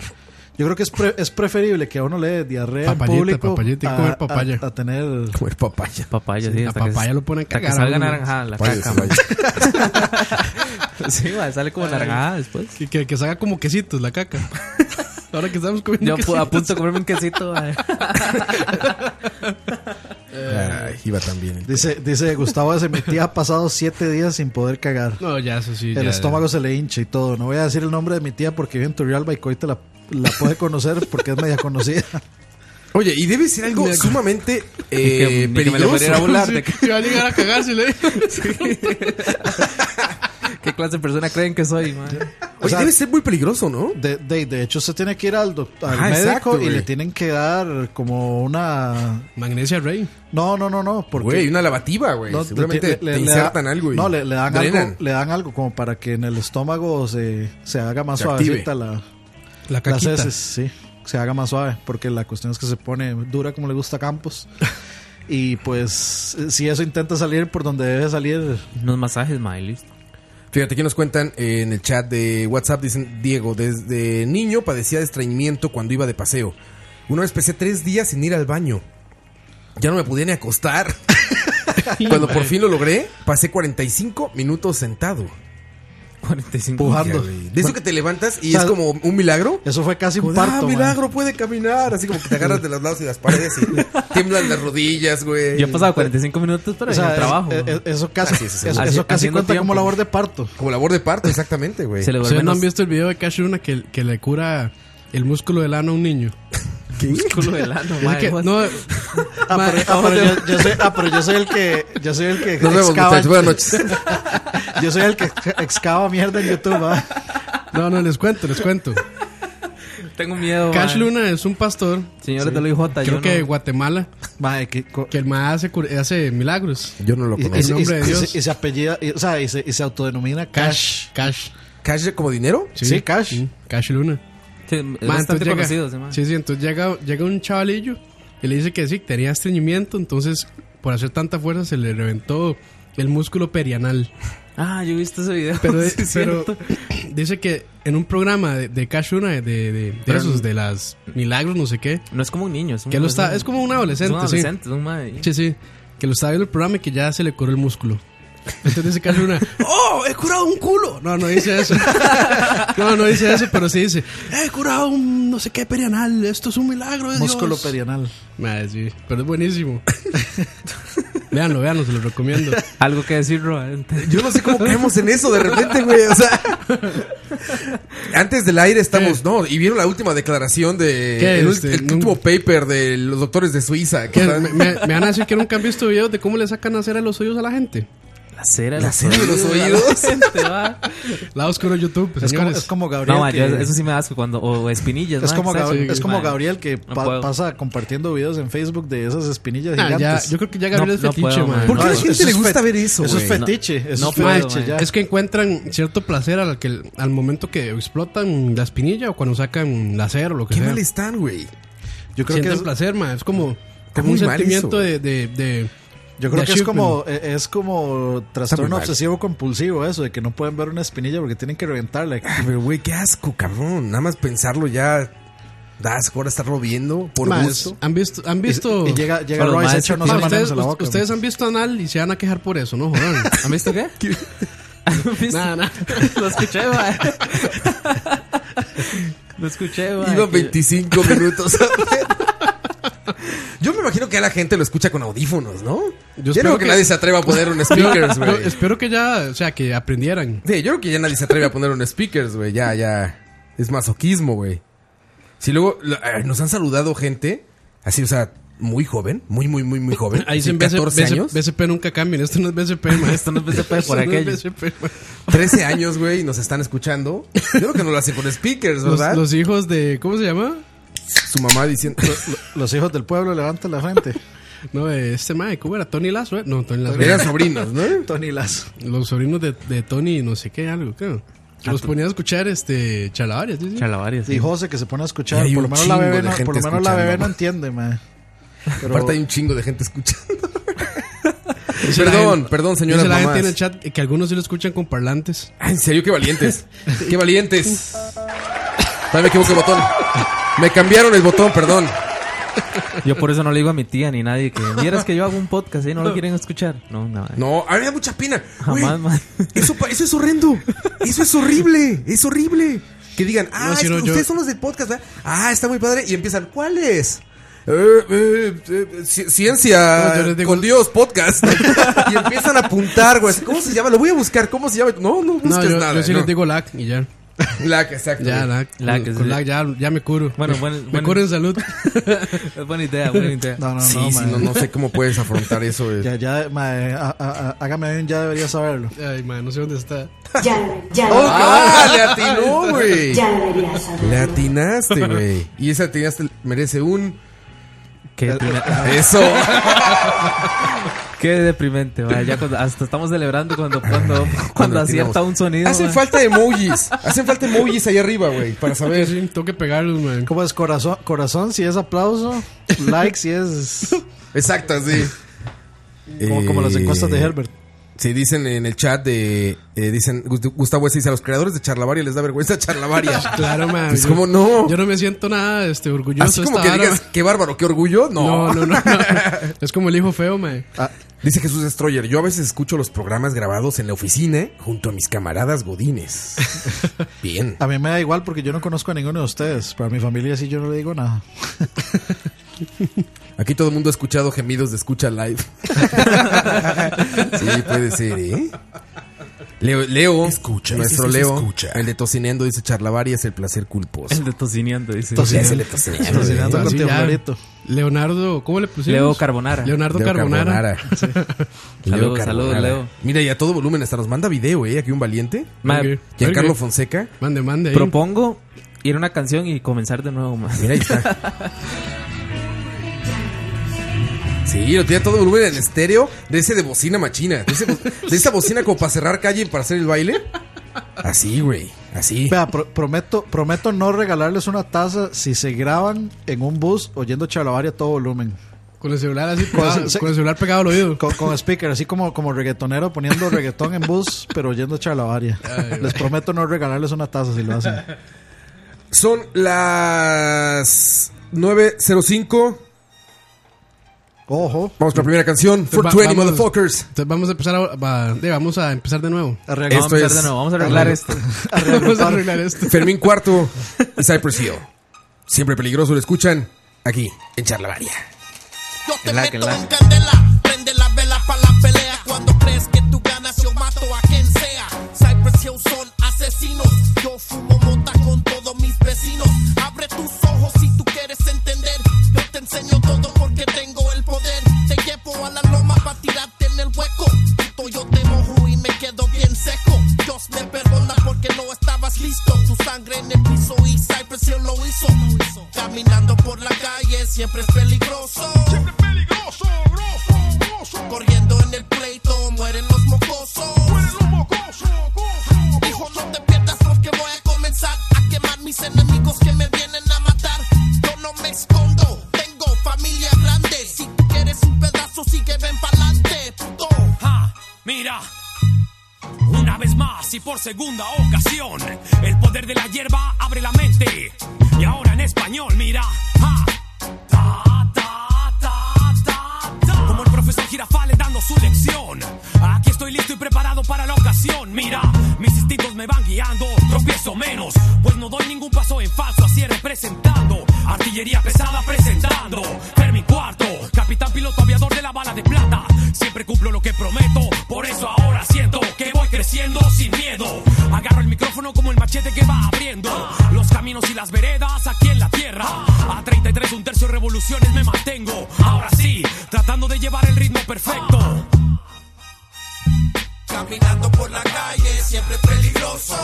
[SPEAKER 5] Yo creo que es, pre- es preferible que a uno le dé diarrea
[SPEAKER 4] Papayita,
[SPEAKER 5] en público
[SPEAKER 4] papayita, y
[SPEAKER 5] a-
[SPEAKER 4] comer papaya.
[SPEAKER 5] a- a tener
[SPEAKER 1] Comer papaya.
[SPEAKER 6] Papaya, sí.
[SPEAKER 4] La
[SPEAKER 6] hasta que-
[SPEAKER 4] papaya lo pone a
[SPEAKER 6] hasta que
[SPEAKER 4] cagar,
[SPEAKER 6] salga
[SPEAKER 4] man.
[SPEAKER 6] naranjada la
[SPEAKER 1] Papaya,
[SPEAKER 6] caca,
[SPEAKER 1] papaya.
[SPEAKER 6] man. Sí, man, sale como naranjada después.
[SPEAKER 4] Que, que, que salga como quesitos la caca. Ahora que estamos
[SPEAKER 6] Yo
[SPEAKER 4] comiendo.
[SPEAKER 6] a pu- a punto de comerme un quesito, man.
[SPEAKER 5] Eh.
[SPEAKER 1] Ay, iba tan bien. el-
[SPEAKER 5] Dice, dice Gustavo se metía ha pasado siete días sin poder cagar.
[SPEAKER 4] No, ya, eso sí.
[SPEAKER 5] el
[SPEAKER 4] ya,
[SPEAKER 5] estómago se le hincha y todo. No voy a decir el nombre de mi tía porque vive en Turrialba y Coite la, la puede conocer porque es media conocida.
[SPEAKER 1] Oye, y debe ser algo sumamente
[SPEAKER 6] que-
[SPEAKER 1] eh,
[SPEAKER 6] ni que me la
[SPEAKER 1] peligroso.
[SPEAKER 6] fuera a volar.
[SPEAKER 4] Sí, que va a llegar a cagarse, le
[SPEAKER 6] ¿Qué clase de persona creen que soy, man?
[SPEAKER 1] Oye,
[SPEAKER 5] sea-
[SPEAKER 1] debe ser muy peligroso, ¿no?
[SPEAKER 5] De, de, de hecho, usted tiene que ir al, doc- al
[SPEAKER 1] Ajá,
[SPEAKER 5] médico
[SPEAKER 1] exacto,
[SPEAKER 5] y
[SPEAKER 1] güey.
[SPEAKER 5] le tienen que dar como una.
[SPEAKER 4] Magnesia Rey.
[SPEAKER 5] No, no, no, no. Porque
[SPEAKER 1] Güey, una lavativa, güey.
[SPEAKER 5] no,
[SPEAKER 1] Seguramente
[SPEAKER 5] le- le-
[SPEAKER 1] te
[SPEAKER 5] le da-
[SPEAKER 1] insertan algo y
[SPEAKER 5] No, le, le dan algo,
[SPEAKER 1] drenan.
[SPEAKER 5] le dan algo como para que en el estómago se, se haga más
[SPEAKER 1] Se
[SPEAKER 5] suavecita la,
[SPEAKER 4] La
[SPEAKER 5] Las
[SPEAKER 4] caquita.
[SPEAKER 5] heces, sí. Se haga más suave, porque la cuestión es que se pone dura como le gusta a Campos. Y pues, eh, si eso intenta salir por donde debe salir,
[SPEAKER 6] Unos masajes, man, y listo.
[SPEAKER 1] Fíjate que nos cuentan eh, en el chat de WhatsApp, dicen Diego, desde niño padecía de estreñimiento cuando iba de paseo. Una vez pasé tres días sin ir al baño. Ya no me podía ni acostar. cuando por fin lo logré, pasé 45 minutos sentado.
[SPEAKER 6] 45.
[SPEAKER 5] pujando.
[SPEAKER 1] Híjole, De eso que te levantas y
[SPEAKER 5] O sea,
[SPEAKER 1] es como un milagro.
[SPEAKER 5] Eso fue casi un
[SPEAKER 1] Como de, ah,
[SPEAKER 5] parto. man.
[SPEAKER 1] milagro, puede caminar. Así como que te agarras de los lados y las paredes y tiemblan las rodillas, güey.
[SPEAKER 6] Yo he pasado 45 minutos para
[SPEAKER 5] O
[SPEAKER 6] ir al
[SPEAKER 5] sea,
[SPEAKER 4] e,
[SPEAKER 6] trabajo.
[SPEAKER 5] es-
[SPEAKER 6] man.
[SPEAKER 5] es- eso casi,
[SPEAKER 1] Así es,
[SPEAKER 5] eso,
[SPEAKER 6] así-
[SPEAKER 5] eso casi
[SPEAKER 6] haciendo
[SPEAKER 5] cuenta como
[SPEAKER 6] tiempo.
[SPEAKER 5] labor de parto.
[SPEAKER 1] Como labor de parto, exactamente, güey.
[SPEAKER 6] Se le
[SPEAKER 4] Ustedes
[SPEAKER 6] duermen
[SPEAKER 4] no han
[SPEAKER 6] los-
[SPEAKER 4] visto el video de Cash Luna que, que le cura el músculo del ano a un niño.
[SPEAKER 6] músculo del ano, man.
[SPEAKER 4] Es que,
[SPEAKER 6] What?
[SPEAKER 4] no,
[SPEAKER 5] Ah,
[SPEAKER 4] ma,
[SPEAKER 5] pero, ah, pero yo, yo soy, ah, pero yo soy el que. Yo soy el que.
[SPEAKER 1] Nos vemos,
[SPEAKER 5] excava-
[SPEAKER 1] muchachos. Buenas noches.
[SPEAKER 5] Yo soy el que excava mierda en YouTube. ah.
[SPEAKER 4] no, no, les cuento, les cuento.
[SPEAKER 6] Tengo miedo,
[SPEAKER 4] Cash
[SPEAKER 6] man.
[SPEAKER 4] Luna es un pastor,
[SPEAKER 6] Señores de la IJ,
[SPEAKER 4] creo
[SPEAKER 6] yo
[SPEAKER 4] que de
[SPEAKER 6] no.
[SPEAKER 4] Guatemala,
[SPEAKER 5] Mae, que co-
[SPEAKER 4] que el más hace, cur- hace milagros.
[SPEAKER 1] Yo no lo
[SPEAKER 5] y, y-
[SPEAKER 1] conozco.
[SPEAKER 5] y-
[SPEAKER 4] nombre de
[SPEAKER 5] y-
[SPEAKER 4] Dios.
[SPEAKER 5] y se apellida, y- o sea, y se, y se autodenomina Cash.
[SPEAKER 4] Cash.
[SPEAKER 1] ¿Cash de- como dinero? Mm.
[SPEAKER 5] Sí, Cash.
[SPEAKER 4] sí, Cash Luna.
[SPEAKER 6] Sí, es
[SPEAKER 4] Ma,
[SPEAKER 6] bastante
[SPEAKER 4] entonces llega-
[SPEAKER 6] conocido, sí, man.
[SPEAKER 4] sí, sí, entonces llega, llega un chavalillo y le dice que sí, que tenía estreñimiento, entonces por hacer tanta fuerza se le reventó el músculo perianal.
[SPEAKER 6] Ah, yo he visto ese video.
[SPEAKER 4] Pero,
[SPEAKER 6] sí, es
[SPEAKER 4] pero
[SPEAKER 6] cierto.
[SPEAKER 4] dice que en un programa de, de Cash Luna, de, de, de
[SPEAKER 6] Pero-
[SPEAKER 4] esos, de las milagros, no sé qué,
[SPEAKER 6] No es como un niño, es un
[SPEAKER 4] que lo está, es como un adolescente,
[SPEAKER 6] Es un adolescente, es un mae.
[SPEAKER 4] sí. Sí, sí, que lo está viendo el programa y que ya se le curó el músculo. Entonces dice casi una, ¡Oh! ¡He curado un culo! No, no dice eso. No, no dice eso, pero sí dice, ¡He curado un no sé qué perianal! Esto es un milagro de
[SPEAKER 5] Músculo
[SPEAKER 4] Dios.
[SPEAKER 5] perianal.
[SPEAKER 4] Madre, sí, pero es buenísimo. Veanlo, veanlo, se lo recomiendo.
[SPEAKER 6] Algo que decir, Roa. antes.
[SPEAKER 1] Yo no sé cómo caemos en eso de repente, güey. O sea, antes del aire estamos, no. Y vieron la última declaración de
[SPEAKER 4] ¿Qué?
[SPEAKER 1] el, ul-
[SPEAKER 4] Este,
[SPEAKER 1] el
[SPEAKER 4] nunca-
[SPEAKER 1] último paper de los doctores de Suiza. que
[SPEAKER 4] ¿Qué?
[SPEAKER 1] están-
[SPEAKER 4] Me, me- me van a decir que nunca han visto videos de cómo le sacan a cera los oídos a la gente.
[SPEAKER 6] La cera, la
[SPEAKER 1] cera de los oídos.
[SPEAKER 4] La oscuro YouTube,
[SPEAKER 5] Es como,
[SPEAKER 4] señores.
[SPEAKER 5] es como Gabriel.
[SPEAKER 6] No, ma,
[SPEAKER 5] que-
[SPEAKER 6] yo- eso sí me da asco cuando. O espinillas,
[SPEAKER 5] es
[SPEAKER 6] ma,
[SPEAKER 5] como,
[SPEAKER 6] exacto.
[SPEAKER 5] Gabriel, es como
[SPEAKER 6] Ma,
[SPEAKER 5] Gabriel que pa-
[SPEAKER 6] puedo.
[SPEAKER 5] pasa compartiendo videos en Facebook de esas espinillas
[SPEAKER 4] Ah, ya,
[SPEAKER 5] gigantes.
[SPEAKER 4] yo creo que ya Gabriel
[SPEAKER 6] No- no
[SPEAKER 4] es fetiche,
[SPEAKER 6] puedo,
[SPEAKER 4] man.
[SPEAKER 6] man.
[SPEAKER 1] ¿Por qué a la
[SPEAKER 5] No, eso-
[SPEAKER 1] gente
[SPEAKER 5] eso
[SPEAKER 1] le
[SPEAKER 5] es
[SPEAKER 1] gusta
[SPEAKER 5] fet-
[SPEAKER 1] ver eso,
[SPEAKER 5] Eso es
[SPEAKER 1] güey?
[SPEAKER 5] fetiche. eso
[SPEAKER 6] no
[SPEAKER 5] es
[SPEAKER 6] puedo,
[SPEAKER 5] fetiche
[SPEAKER 6] man.
[SPEAKER 5] ya.
[SPEAKER 4] Es que encuentran cierto placer al, que, al momento que explotan la espinilla o cuando sacan la cera o lo que
[SPEAKER 1] Qué
[SPEAKER 4] sea.
[SPEAKER 1] mal están, güey.
[SPEAKER 5] Yo creo que
[SPEAKER 4] Sienten
[SPEAKER 5] es,
[SPEAKER 4] placer, man. Es como, como
[SPEAKER 1] muy
[SPEAKER 4] un
[SPEAKER 1] mal
[SPEAKER 4] sentimiento de,
[SPEAKER 1] eso.
[SPEAKER 4] de, de-
[SPEAKER 5] yo creo
[SPEAKER 4] de
[SPEAKER 5] que es como
[SPEAKER 4] achievement.
[SPEAKER 5] eh, es como trastorno
[SPEAKER 1] mal.
[SPEAKER 5] obsesivo compulsivo eso de que no pueden ver una espinilla porque tienen que reventarla.
[SPEAKER 1] Ah, Pero, güey, qué asco, cabrón. Nada más pensarlo ya da asco ahora estarlo viendo por
[SPEAKER 4] Man,
[SPEAKER 1] gusto.
[SPEAKER 4] ¿Han visto? ¿Han visto?
[SPEAKER 5] Y, y llega llega
[SPEAKER 6] Solo
[SPEAKER 5] Royce
[SPEAKER 6] maestros
[SPEAKER 5] hecho no
[SPEAKER 4] Ma,
[SPEAKER 5] se
[SPEAKER 4] ustedes,
[SPEAKER 5] en la boca.
[SPEAKER 4] ustedes han visto anal y se van a quejar por eso, ¿no? Joder.
[SPEAKER 6] ¿Han visto qué? ¿Han visto?
[SPEAKER 4] Nada, nada.
[SPEAKER 6] Lo escuché, ma. Lo escuché, ma.
[SPEAKER 1] Iba
[SPEAKER 6] que-
[SPEAKER 1] 25 minutos. Yo me imagino que a la gente lo escucha con audífonos, ¿no?
[SPEAKER 4] Yo
[SPEAKER 1] Yo, creo
[SPEAKER 4] espero
[SPEAKER 1] que,
[SPEAKER 4] que-
[SPEAKER 1] nadie se atreva a poner un speakers,
[SPEAKER 4] Yo
[SPEAKER 1] güey.
[SPEAKER 4] espero que ya, o sea, que aprendieran.
[SPEAKER 1] Sí, yo creo que ya nadie se atreve a poner un speakers, güey. Ya, ya. Es masoquismo, güey. Si luego lo- eh, nos han saludado gente, así, o sea, muy joven, muy, muy, muy, muy joven.
[SPEAKER 4] Ahí
[SPEAKER 1] así,
[SPEAKER 4] dicen
[SPEAKER 1] 14
[SPEAKER 4] BC-
[SPEAKER 1] años.
[SPEAKER 4] BCP nunca cambien. Esto no es BCP, ma.
[SPEAKER 6] Esto no es BCP, por
[SPEAKER 4] Esto no es
[SPEAKER 6] aquello.
[SPEAKER 4] BCP, ma.
[SPEAKER 1] 13 años, güey, y nos están escuchando. Yo creo que no lo hacen con speakers,
[SPEAKER 4] Los,
[SPEAKER 1] ¿verdad?
[SPEAKER 4] los hijos de. ¿Cómo se llama?
[SPEAKER 1] Su mamá diciendo.
[SPEAKER 5] Los hijos del pueblo levantan la frente.
[SPEAKER 4] No, de este mae, ¿cómo era? Tony Lazo, eh? No, Tony Lazo.
[SPEAKER 1] Eran sobrinos, ¿no?
[SPEAKER 5] Tony Lazo.
[SPEAKER 4] Los sobrinos de, de Tony, no sé qué, algo, creo.
[SPEAKER 1] Ah,
[SPEAKER 4] Los ponían a escuchar este chalavarias, ¿sí? sí.
[SPEAKER 6] Chalavarias.
[SPEAKER 5] Y
[SPEAKER 6] sí.
[SPEAKER 5] José que se pone a escuchar,
[SPEAKER 1] Y hay
[SPEAKER 5] por lo
[SPEAKER 1] un
[SPEAKER 5] menos la bebé
[SPEAKER 1] chingo de
[SPEAKER 5] no, por
[SPEAKER 1] gente
[SPEAKER 5] lo menos la bebé
[SPEAKER 1] escuchando,
[SPEAKER 5] no
[SPEAKER 1] ma.
[SPEAKER 5] entiende, man. Pero
[SPEAKER 1] Aparte hay un chingo de gente escuchando.
[SPEAKER 4] Dice la
[SPEAKER 1] Perdón,
[SPEAKER 4] gente-
[SPEAKER 1] perdón, señoras
[SPEAKER 4] Dice la gente
[SPEAKER 1] mamás.
[SPEAKER 4] en el chat que algunos sí lo escuchan con parlantes.
[SPEAKER 1] Ah, en serio, qué valientes. Qué valientes. Todavía me equivoco el botón. Me cambiaron el botón, perdón.
[SPEAKER 6] Yo por eso no le digo a mi tía ni nadie que vieras que yo hago un podcast y no lo quieren escuchar. No, no.
[SPEAKER 1] No, a mí me da mucha pena. Güey,
[SPEAKER 6] Jamás, man.
[SPEAKER 1] Eso, pa- eso es horrendo. Eso es horrible. Es horrible. Que digan, ah,
[SPEAKER 4] No, si
[SPEAKER 1] es
[SPEAKER 4] no,
[SPEAKER 1] que
[SPEAKER 4] yo-
[SPEAKER 1] ustedes son los del podcast, ¿verdad? Ah, está muy padre. Y empiezan, ¿cuáles? Eh, eh, eh, ci- ciencia
[SPEAKER 4] No, yo les digo-
[SPEAKER 1] con Dios podcast y empiezan a apuntar güey cómo se llama lo voy a buscar cómo se llama no no busques
[SPEAKER 4] No, yo,
[SPEAKER 1] nada
[SPEAKER 4] yo sí
[SPEAKER 1] no.
[SPEAKER 4] les digo lag y ya.
[SPEAKER 1] La que exacto
[SPEAKER 4] Ya, lag.
[SPEAKER 6] Lac,
[SPEAKER 4] con
[SPEAKER 6] es-
[SPEAKER 4] con lag ya, ya me curo.
[SPEAKER 6] Bueno,
[SPEAKER 4] me,
[SPEAKER 6] buen-
[SPEAKER 4] me
[SPEAKER 6] buen-
[SPEAKER 4] curo en salud.
[SPEAKER 6] Es buena
[SPEAKER 4] "Ah,
[SPEAKER 6] idea, buena idea.
[SPEAKER 5] no, no,
[SPEAKER 1] sí,
[SPEAKER 5] no,
[SPEAKER 1] sí,
[SPEAKER 5] ma.
[SPEAKER 1] no, no sé cómo puedes afrontar eso. güey.
[SPEAKER 5] Ya, ya, ma, eh, a- a- a- hágame un ya debería saberlo. Oh,
[SPEAKER 4] Ay, man, no sé dónde está.
[SPEAKER 8] Ya, ya,
[SPEAKER 1] ¡Ah! ¡Le atinó, güey!
[SPEAKER 8] ya debería saber.
[SPEAKER 1] Le atinaste, güey. Y esa atinaste merece un.
[SPEAKER 6] Qué, tina-
[SPEAKER 1] Eso.
[SPEAKER 6] qué deprimente, man. Ya cuando- hasta estamos celebrando cuando, cuando, cuando
[SPEAKER 1] Cuando
[SPEAKER 6] acierta
[SPEAKER 1] atinamos.
[SPEAKER 6] un sonido.
[SPEAKER 1] Hacen
[SPEAKER 6] man.
[SPEAKER 1] falta emojis. Hacen falta emojis ahí arriba, güey. Para
[SPEAKER 4] A
[SPEAKER 1] saber.
[SPEAKER 4] ver, sí, tengo que pegarlos, man.
[SPEAKER 5] ¿Cómo es corazón? Corazón si es aplauso, like si es
[SPEAKER 1] Exacto, sí.
[SPEAKER 5] como, como las encuestas de
[SPEAKER 1] Herbert.
[SPEAKER 5] Herbert.
[SPEAKER 1] Sí, dicen en el chat de. eh, dicen, Gust- Gustavo S. dice: A los creadores de Charlavaria les da vergüenza Charlavaria.
[SPEAKER 4] Claro, man.
[SPEAKER 1] Pues,
[SPEAKER 4] Ah, yo-
[SPEAKER 1] ¿cómo no?
[SPEAKER 4] Yo no me siento nada este, orgulloso.
[SPEAKER 1] Así
[SPEAKER 4] de
[SPEAKER 1] como
[SPEAKER 4] esta
[SPEAKER 1] que
[SPEAKER 4] vara,
[SPEAKER 1] digas,
[SPEAKER 4] man.
[SPEAKER 1] qué bárbaro, qué orgullo. Ah,
[SPEAKER 4] No, no, no. no. es como el hijo feo, man.
[SPEAKER 1] Dice Jesús Destroyer, yo a veces escucho los programas grabados en la oficina junto a mis camaradas godines. Bien.
[SPEAKER 5] A mí me da igual porque yo no conozco a ninguno de ustedes. Para mi familia sí yo no le digo nada.
[SPEAKER 1] Aquí todo el mundo ha escuchado gemidos de escucha live. sí, puede ser, ¿eh? Leo, Leo nuestro
[SPEAKER 9] sí, sí,
[SPEAKER 1] Leo,
[SPEAKER 9] escucha.
[SPEAKER 1] el de tocineando, dice charlavaria es el placer culposo.
[SPEAKER 6] El de tocineando, dice.
[SPEAKER 1] Ya se
[SPEAKER 5] Tocineando.
[SPEAKER 1] le tocineando,
[SPEAKER 5] Tocineando
[SPEAKER 1] ¿eh?
[SPEAKER 5] con
[SPEAKER 4] Así ya.
[SPEAKER 5] Teodorito.
[SPEAKER 4] Leonardo, ¿cómo le pusimos?
[SPEAKER 6] Leo Carbonara.
[SPEAKER 4] Leonardo
[SPEAKER 1] Leo
[SPEAKER 4] Carbonara.
[SPEAKER 1] Carbonara. Leo
[SPEAKER 6] Saludos,
[SPEAKER 1] Carbonara.
[SPEAKER 6] saludos, Leo.
[SPEAKER 1] Mira, y a todo volumen, hasta nos manda video, ¿eh? Aquí un valiente.
[SPEAKER 6] Ma,
[SPEAKER 4] Ok.
[SPEAKER 1] Giancarlo
[SPEAKER 4] Ok.
[SPEAKER 1] Fonseca.
[SPEAKER 4] Mande, mande. ahí.
[SPEAKER 6] Propongo ir a una canción y comenzar de nuevo, man.
[SPEAKER 1] Mira, ahí está. Sí, lo tiene todo volumen en estéreo de ese de bocina machina. De, ese bo- de esa bocina como para cerrar calle y para hacer el baile. Así, güey. Así.
[SPEAKER 5] Vea, pro- prometo, prometo no regalarles una taza si se graban en un bus oyendo Chalabaria a todo volumen.
[SPEAKER 4] Con el celular así
[SPEAKER 5] Con
[SPEAKER 4] pegado,
[SPEAKER 5] ce-
[SPEAKER 4] con el celular pegado al oído.
[SPEAKER 5] Con, con speaker, así como, como reggaetonero poniendo reggaetón en bus, pero oyendo Chalabaria. Les prometo no regalarles una taza si lo
[SPEAKER 4] Ah,
[SPEAKER 5] hacen.
[SPEAKER 1] Son las 9.05.
[SPEAKER 5] Ojo.
[SPEAKER 1] Vamos con la primera canción.
[SPEAKER 4] Entonces, va-
[SPEAKER 1] 420
[SPEAKER 4] vamos-
[SPEAKER 1] Motherfuckers.
[SPEAKER 4] Entonces vamos a empezar a, va- de- vamos a empezar de nuevo.
[SPEAKER 5] Arregla-
[SPEAKER 6] Vamos a empezar
[SPEAKER 1] es-
[SPEAKER 6] de nuevo, vamos a arreglar esto.
[SPEAKER 4] vamos a arreglar esto.
[SPEAKER 1] Fermín Cuarto y Cypress Hill. Siempre peligroso, lo escuchan aquí en Charlavaria.
[SPEAKER 8] Yo te
[SPEAKER 6] la que
[SPEAKER 8] meto
[SPEAKER 6] la-
[SPEAKER 8] en candela. Prende las velas para la pelea. Cuando crees que tú ganas, yo mato a quien sea. Cypress Hill son asesinos. Yo fumo mota con todos mis vecinos. Abre tus ojos si tú quieres entender. Yo te enseño todo porque tengo el poder. Te llevo a la loma para tirarte en el hueco. Pito, yo te mojo y me quedo bien seco. Dios me perdona porque no estabas listo. Tu sangre en el piso y Cypress Hill lo hizo. Caminando por la calle siempre es peligroso. Corriendo en el pleito, mueren los mocosos. Hijo, no te pierdas porque voy a comenzar a quemar mis enemigos que me vienen a matar. Yo no me escondo, tengo familia grande. Si tú quieres un pedazo, sigue ven pa'lante, puto.
[SPEAKER 9] Ah, mira. Una vez más y por segunda ocasión, el poder de la hierba abre la mente. Y ahora en español, mira. Ah, ta, ta, ta, ta, ta. Como el profesor Girafales dando su lección. Aquí estoy listo y preparado para la ocasión. Mira, mis instintos me van guiando, tropiezo menos, pues no doy ningún paso en falso. Así representando, artillería pesada presentando. Fermi cuarto, capitán piloto aviador de la bala de plata. Siempre cumplo lo que prometo, por eso ahora siento que voy creciendo sin miedo. Agarro el micrófono como el machete que va abriendo los caminos y las veredas aquí en la tierra. A 33 un tercio revoluciones me mantengo. Ahora sí, tratando de llevar el ritmo perfecto.
[SPEAKER 8] Caminando por la calle, siempre es peligroso.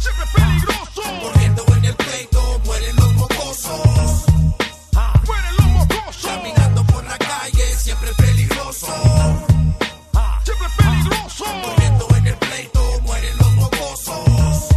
[SPEAKER 8] Siempre peligroso. Corriendo en el pleito, mueren los mocosos. Mueren los mocosos. Caminando por la calle, siempre es peligroso. Siempre peligroso. Corriendo en el pleito, mueren los mocosos.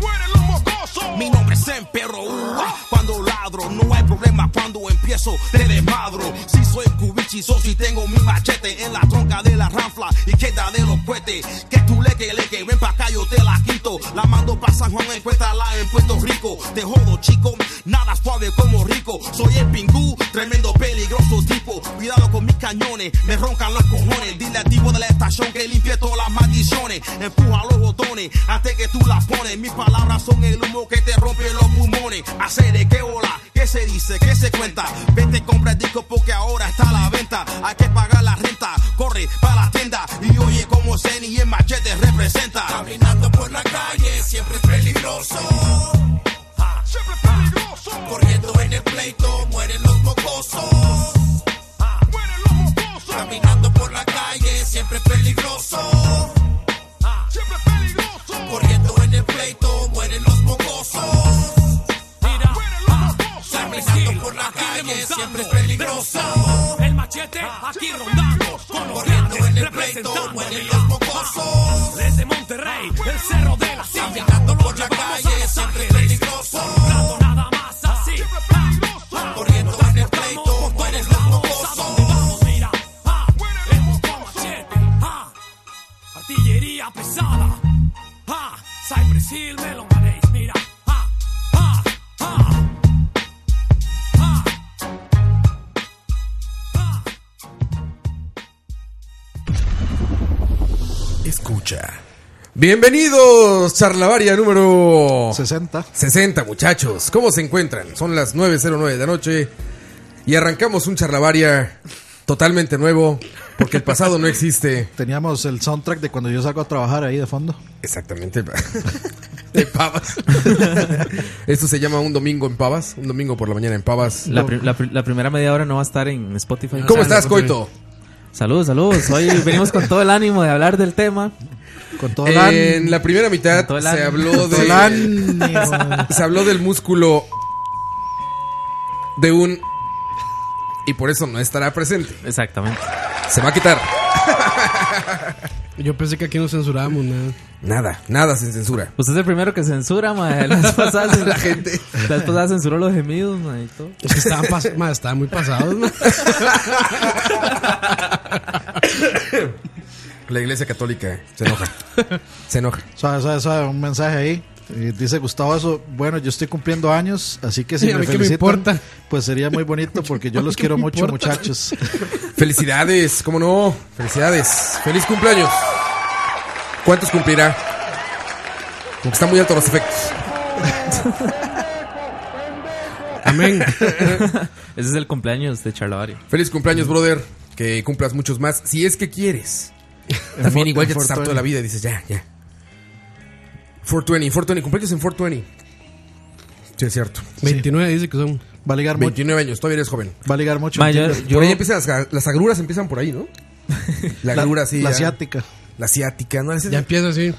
[SPEAKER 8] Mueren los mocosos.
[SPEAKER 9] Mi nombre es Emperro Ua. Cuando ladro, no hay problema. Cuando empiezo, te desmadro. Si soy cubichi, so si tengo mi machete en la tronca de la ranfla y queda de los cohetes. Que tú le que le que ven pa' acá, yo te la quito. La mando pa' San Juan, encuéstrala en Puerto Rico. Te jodo, chico, nada suave como rico. Soy el pingú, tremendo peligroso tipo. Cuidado con mis cañones, me roncan los cojones. Dile al tipo de la estación que limpie todas las maldiciones. Empuja los botones antes que tú las pones. Mis palabras son el humo que te rompe los pulmones. Hacer de qué bola, qué se dice, qué se cuenta. Vete, compra el disco porque ahora está a la venta. Hay que pagar la renta, corre para la tienda. Y oye como Zen y el machete representa.
[SPEAKER 8] Caminando por la calle siempre es peligroso. Siempre es peligroso. Corriendo en el pleito mueren los mocosos. Mueren los mocosos. Caminando por la calle siempre es peligroso. Siempre es peligroso. Corriendo en el pleito mueren los mocosos.
[SPEAKER 9] Mira, ah,
[SPEAKER 8] Caminando por la calle siempre es peligroso.
[SPEAKER 9] El machete aquí rondando con los grandes
[SPEAKER 8] en el pleito
[SPEAKER 9] representando.
[SPEAKER 8] mueren los
[SPEAKER 9] mira.
[SPEAKER 8] mocosos.
[SPEAKER 9] Desde Monterrey, el cerro de la silla.
[SPEAKER 8] Caminando por la
[SPEAKER 9] Vamos a
[SPEAKER 8] calle
[SPEAKER 9] Los
[SPEAKER 8] siempre es
[SPEAKER 9] Ángeles.
[SPEAKER 8] peligroso.
[SPEAKER 9] Comprando nada más así.
[SPEAKER 8] Corriendo en el pleito, mueren los mocosos.
[SPEAKER 9] Mira, ah, el moco machete, ah, artillería pesada, ah, Cypress Hill me lo ganéis, mira, ah, ah, ah, ah, ah.
[SPEAKER 1] Escucha. Bienvenidos, Charlavaria número
[SPEAKER 5] 60.
[SPEAKER 1] 60, muchachos. ¿Cómo se encuentran? Son las 9.09 de la noche y arrancamos un Charlavaria totalmente nuevo porque el pasado no existe.
[SPEAKER 5] Teníamos el soundtrack de cuando yo salgo a trabajar ahí de fondo.
[SPEAKER 1] Exactamente. De pavas. Esto se llama un domingo en pavas, un domingo por la mañana en pavas.
[SPEAKER 6] La, pri- la pri- la primera media hora no va a estar en Spotify.
[SPEAKER 1] ¿Cómo
[SPEAKER 6] Ah,
[SPEAKER 1] estás,
[SPEAKER 6] no, pues,
[SPEAKER 1] Coito?
[SPEAKER 6] Saludos, saludos. Hoy venimos con todo el ánimo de hablar del tema.
[SPEAKER 5] Con todo el ánimo.
[SPEAKER 1] En la primera mitad
[SPEAKER 6] Todo el
[SPEAKER 1] se
[SPEAKER 6] ánimo.
[SPEAKER 1] habló
[SPEAKER 5] Todo el
[SPEAKER 1] de
[SPEAKER 5] ánimo.
[SPEAKER 1] se habló del músculo de un y por eso no estará presente.
[SPEAKER 6] Exactamente.
[SPEAKER 1] Se va a quitar.
[SPEAKER 4] Yo pensé que aquí no censurábamos nada.
[SPEAKER 1] Nada, nada sin censura.
[SPEAKER 6] Usted es el primero que censura, mae. Las pasadas,
[SPEAKER 1] La gente.
[SPEAKER 6] Las pasadas censuró los gemidos, mae, y todo.
[SPEAKER 4] Es que estaban, pas- ma, estaban muy pasados, ma.
[SPEAKER 1] La iglesia católica se enoja. Se enoja.
[SPEAKER 5] Suave, suave, suave, un mensaje ahí. Eh, dice Gustavo eso, bueno, yo estoy cumpliendo años, así que si
[SPEAKER 4] Sí, a
[SPEAKER 5] me
[SPEAKER 4] mí qué me
[SPEAKER 5] felicitan,
[SPEAKER 4] importa.
[SPEAKER 5] pues sería muy bonito porque yo los
[SPEAKER 4] ¿Qué
[SPEAKER 5] quiero
[SPEAKER 4] me
[SPEAKER 5] mucho,
[SPEAKER 4] importa?
[SPEAKER 5] muchachos.
[SPEAKER 1] Felicidades, cómo no. Felicidades. Feliz cumpleaños. ¿Cuántos cumplirá? Porque está muy alto los efectos.
[SPEAKER 4] Amén.
[SPEAKER 6] Ese es el cumpleaños de Charlavaria.
[SPEAKER 1] Feliz cumpleaños, brother. Que cumplas muchos más. Si es que quieres. También
[SPEAKER 5] En
[SPEAKER 1] igual ya
[SPEAKER 5] for-
[SPEAKER 1] te
[SPEAKER 5] en
[SPEAKER 1] estás harto de
[SPEAKER 5] 420.
[SPEAKER 1] la vida. Dices, ya, ya. 420, 420. Cumpleaños en 420. Sí, es cierto.
[SPEAKER 4] 29 dice que son.
[SPEAKER 5] Va a ligar mucho,
[SPEAKER 1] 29 años, todavía eres joven.
[SPEAKER 5] va a ligar mucho.
[SPEAKER 6] Ma, yo-
[SPEAKER 5] entiendo.
[SPEAKER 6] yo-
[SPEAKER 1] por ahí empiezan las, las agruras, empiezan por ahí, ¿no? La
[SPEAKER 5] La-
[SPEAKER 1] agrura, sí.
[SPEAKER 5] la
[SPEAKER 1] ya.
[SPEAKER 5] asiática.
[SPEAKER 1] La asiática, ¿no? Ese-
[SPEAKER 4] Ya empieza así.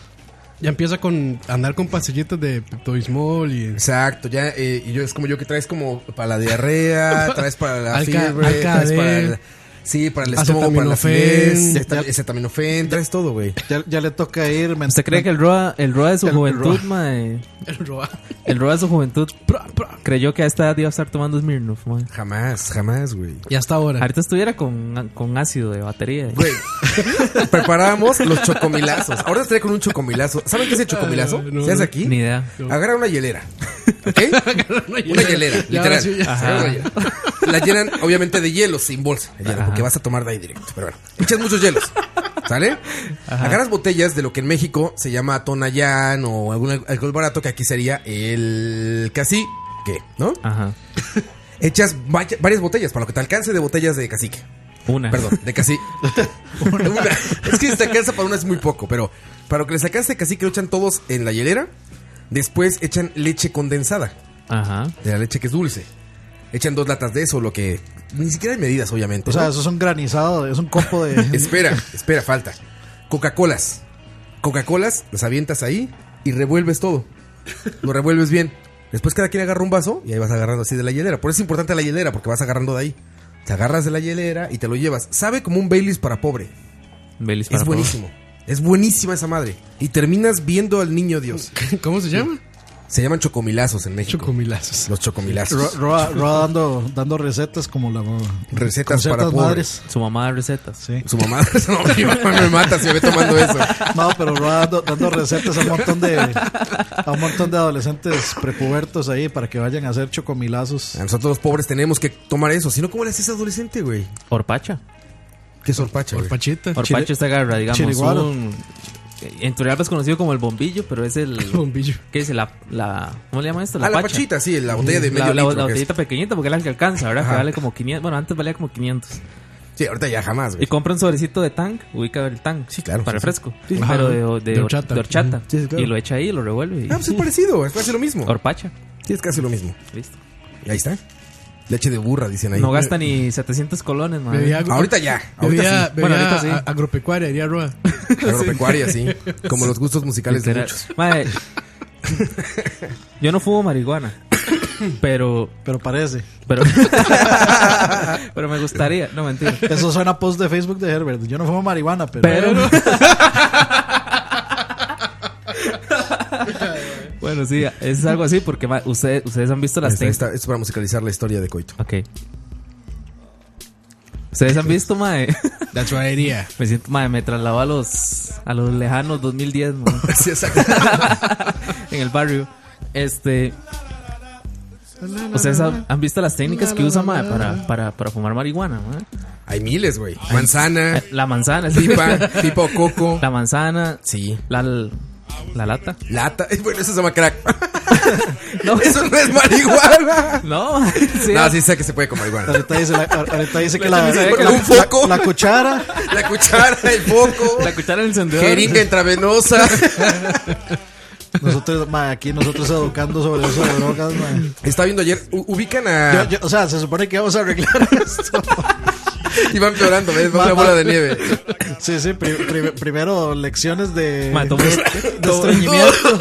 [SPEAKER 4] Ya empieza con andar con pastillitas de Pepto-Bismol y
[SPEAKER 1] Exacto, ya. eh, y yo es como yo que traes como para la diarrea, traes para la
[SPEAKER 4] Alca-
[SPEAKER 1] fiebre, traes
[SPEAKER 4] Alcadel.
[SPEAKER 1] para el, Sí, para el estómago, para la
[SPEAKER 4] Acetaminofén.
[SPEAKER 1] acidez, ceta- acetaminofén, traes todo, güey.
[SPEAKER 5] Ya, ya le toca ir. men-
[SPEAKER 6] ¿Usted cree que el Roa, el Roa de su
[SPEAKER 5] El
[SPEAKER 6] juventud,
[SPEAKER 5] Roa.
[SPEAKER 6] mae,
[SPEAKER 4] el roa.
[SPEAKER 6] el Roa de su juventud creyó que a esta edad iba a estar tomando Smirnoff, mae?
[SPEAKER 1] Jamás, jamás, güey.
[SPEAKER 4] Y hasta ahora.
[SPEAKER 6] Ahorita estuviera con, con ácido de batería.
[SPEAKER 1] Güey, preparábamos los chocomilazos. Ahora estaría con un chocomilazo. ¿Saben qué es el chocomilazo?
[SPEAKER 4] Ah, no,
[SPEAKER 1] ¿Se hace
[SPEAKER 4] no.
[SPEAKER 1] aquí?
[SPEAKER 6] Ni idea.
[SPEAKER 1] Agarra una hielera. ¿Ok? Una hielera,
[SPEAKER 4] Ya,
[SPEAKER 1] literal.
[SPEAKER 4] sí, ya.
[SPEAKER 1] Ajá. La llenan, obviamente, de hielo, sin bolsa. de hielo, porque vas a tomar de ahí directo. Pero bueno, echas muchos hielos. ¿Sale? Agarras botellas de lo que en México se llama Tonayán o algún alcohol barato, que aquí sería el cacique, ¿no?
[SPEAKER 6] Ajá.
[SPEAKER 1] Echas vaya- varias botellas, para lo que te alcance de botellas de cacique.
[SPEAKER 6] Una.
[SPEAKER 1] Perdón, de cacique. Una. Es que si te alcanza para una es muy poco, pero para lo que les alcance de cacique lo echan todos en la hielera. Después echan leche condensada
[SPEAKER 6] Ajá.
[SPEAKER 1] de la leche que es dulce. Echan dos latas de eso, lo que. Ni siquiera hay medidas, obviamente.
[SPEAKER 5] O sea,
[SPEAKER 1] ¿no?
[SPEAKER 5] eso es un granizado, es un copo de.
[SPEAKER 1] Espera, espera, falta. Coca-Colas. Coca-Colas, las avientas ahí y revuelves todo. Lo revuelves bien. Después cada quien agarra un vaso y ahí vas agarrando así de la hielera. Por eso es importante la hielera, porque vas agarrando de ahí. Te agarras de la hielera y te lo llevas. Sabe como un Baileys para pobre.
[SPEAKER 6] Baileys para
[SPEAKER 1] Es
[SPEAKER 6] todos.
[SPEAKER 1] buenísimo. Es buenísima esa madre. Y terminas viendo al niño Dios.
[SPEAKER 4] ¿Cómo se llama?
[SPEAKER 1] Se llaman chocomilazos en México.
[SPEAKER 4] Chocomilazos.
[SPEAKER 1] Los chocomilazos.
[SPEAKER 5] Ro- Roa, Roa dando, dando recetas como la.
[SPEAKER 1] Recetas
[SPEAKER 5] como
[SPEAKER 1] para
[SPEAKER 5] ciertas
[SPEAKER 1] pobres.
[SPEAKER 6] Su mamá de recetas.
[SPEAKER 5] Sí.
[SPEAKER 1] Su mamá, su mamá, mi mamá me mata si me ve tomando eso.
[SPEAKER 5] No, pero Roa dando, dando recetas a un montón de a un montón de adolescentes prepubertos ahí para que vayan a hacer chocomilazos.
[SPEAKER 1] A nosotros los pobres tenemos que tomar eso. Si no, ¿cómo le haces a adolescente, güey?
[SPEAKER 6] Orpacha.
[SPEAKER 1] Qué sorpacha, güey.
[SPEAKER 4] Pachita.
[SPEAKER 6] Orpacha se agarra, digamos.
[SPEAKER 5] chiriguaro.
[SPEAKER 6] Un, en Turrialba es conocido como el bombillo, pero es el.
[SPEAKER 4] Bombillo.
[SPEAKER 6] ¿Qué dice? La, la, ¿Cómo le llaman esto?
[SPEAKER 1] Ah, la pachita, sí, la botella de medio
[SPEAKER 6] la, la-
[SPEAKER 1] litro.
[SPEAKER 6] la
[SPEAKER 1] que es.
[SPEAKER 6] botellita pequeñita porque es la que alcanza, ¿verdad?
[SPEAKER 1] Ajá.
[SPEAKER 6] Que vale como 500. Bueno, antes valía como 500.
[SPEAKER 1] Sí, ahorita ya jamás,
[SPEAKER 6] Y
[SPEAKER 1] güey.
[SPEAKER 6] compra un sobrecito de tank, ubica el tank.
[SPEAKER 1] Sí, claro,
[SPEAKER 6] Para
[SPEAKER 1] sí, sí.
[SPEAKER 6] fresco. Pero de, de-
[SPEAKER 4] De horchata.
[SPEAKER 6] de horchata.
[SPEAKER 1] Sí, sí, claro.
[SPEAKER 6] Y lo echa ahí y lo revuelve. y-
[SPEAKER 1] Ah, pues es parecido, es casi lo mismo.
[SPEAKER 6] Orpacha.
[SPEAKER 1] Sí, es casi lo mismo.
[SPEAKER 6] Listo.
[SPEAKER 1] Y ahí está. Leche de burra, dicen ahí.
[SPEAKER 6] No gasta ni 700 colones, madre.
[SPEAKER 4] Bebía agro-
[SPEAKER 1] Ahorita ya,
[SPEAKER 4] Bebía,
[SPEAKER 1] ahorita
[SPEAKER 4] bebía
[SPEAKER 6] Bueno, ahorita sí.
[SPEAKER 4] a- agropecuaria, diría Roa.
[SPEAKER 1] sí. Agropecuaria, sí. Como los gustos musicales de
[SPEAKER 6] Literal.
[SPEAKER 1] muchos.
[SPEAKER 6] Madre, yo no fumo marihuana. Pero.
[SPEAKER 5] Pero parece.
[SPEAKER 6] Pero. pero me gustaría. No, mentira.
[SPEAKER 5] Eso suena a post de Facebook de Herbert. Yo no fumo marihuana, pero,
[SPEAKER 6] Pero. bueno, sí, es algo así porque ma, ustedes, ustedes han visto las
[SPEAKER 1] Esta,
[SPEAKER 6] técnicas.
[SPEAKER 1] esta- es para musicalizar la historia de Coito.
[SPEAKER 6] Ok. Ustedes han visto, mae.
[SPEAKER 4] La chuadería.
[SPEAKER 6] Me siento, mae, me trasladó a los, a los lejanos 2010, mae,
[SPEAKER 1] Sí, exacto.
[SPEAKER 6] en el barrio. Este. Ustedes han, han visto las técnicas que usa, mae, para, para, para fumar marihuana, mae.
[SPEAKER 1] Hay miles, Pues, güey. Manzana,
[SPEAKER 6] eh, La manzana, sí.
[SPEAKER 1] pipa, pipa o coco.
[SPEAKER 6] La manzana,
[SPEAKER 1] Sí.
[SPEAKER 6] la, la lata.
[SPEAKER 1] Lata. Eh, Bueno, eso se llama crack.
[SPEAKER 6] No,
[SPEAKER 1] Eso no es marihuana.
[SPEAKER 6] no, mae, sí.
[SPEAKER 1] No, sí sé que se puede con marihuana.
[SPEAKER 5] ahorita dice, la- ahorita dice que la,
[SPEAKER 6] Leche
[SPEAKER 1] miseria,
[SPEAKER 5] la-
[SPEAKER 1] un foco.
[SPEAKER 5] la- la cuchara.
[SPEAKER 1] La cuchara, el foco,
[SPEAKER 6] La cuchara en el encendedor.
[SPEAKER 1] jeringa intravenosa.
[SPEAKER 5] Nosotros, ma, aquí nosotros educando sobre eso de drogas, ma.
[SPEAKER 1] Estaba viendo ayer, u- ubican
[SPEAKER 5] Yo-
[SPEAKER 1] a.
[SPEAKER 5] yo- o sea, se supone que vamos a arreglar esto.
[SPEAKER 1] Y van empeorando, ¿ves? Va una bola de nieve.
[SPEAKER 5] Sí, sí, pri- pri- primero lecciones de,
[SPEAKER 6] Mae, todo
[SPEAKER 5] de
[SPEAKER 6] mundo-
[SPEAKER 5] estreñimiento,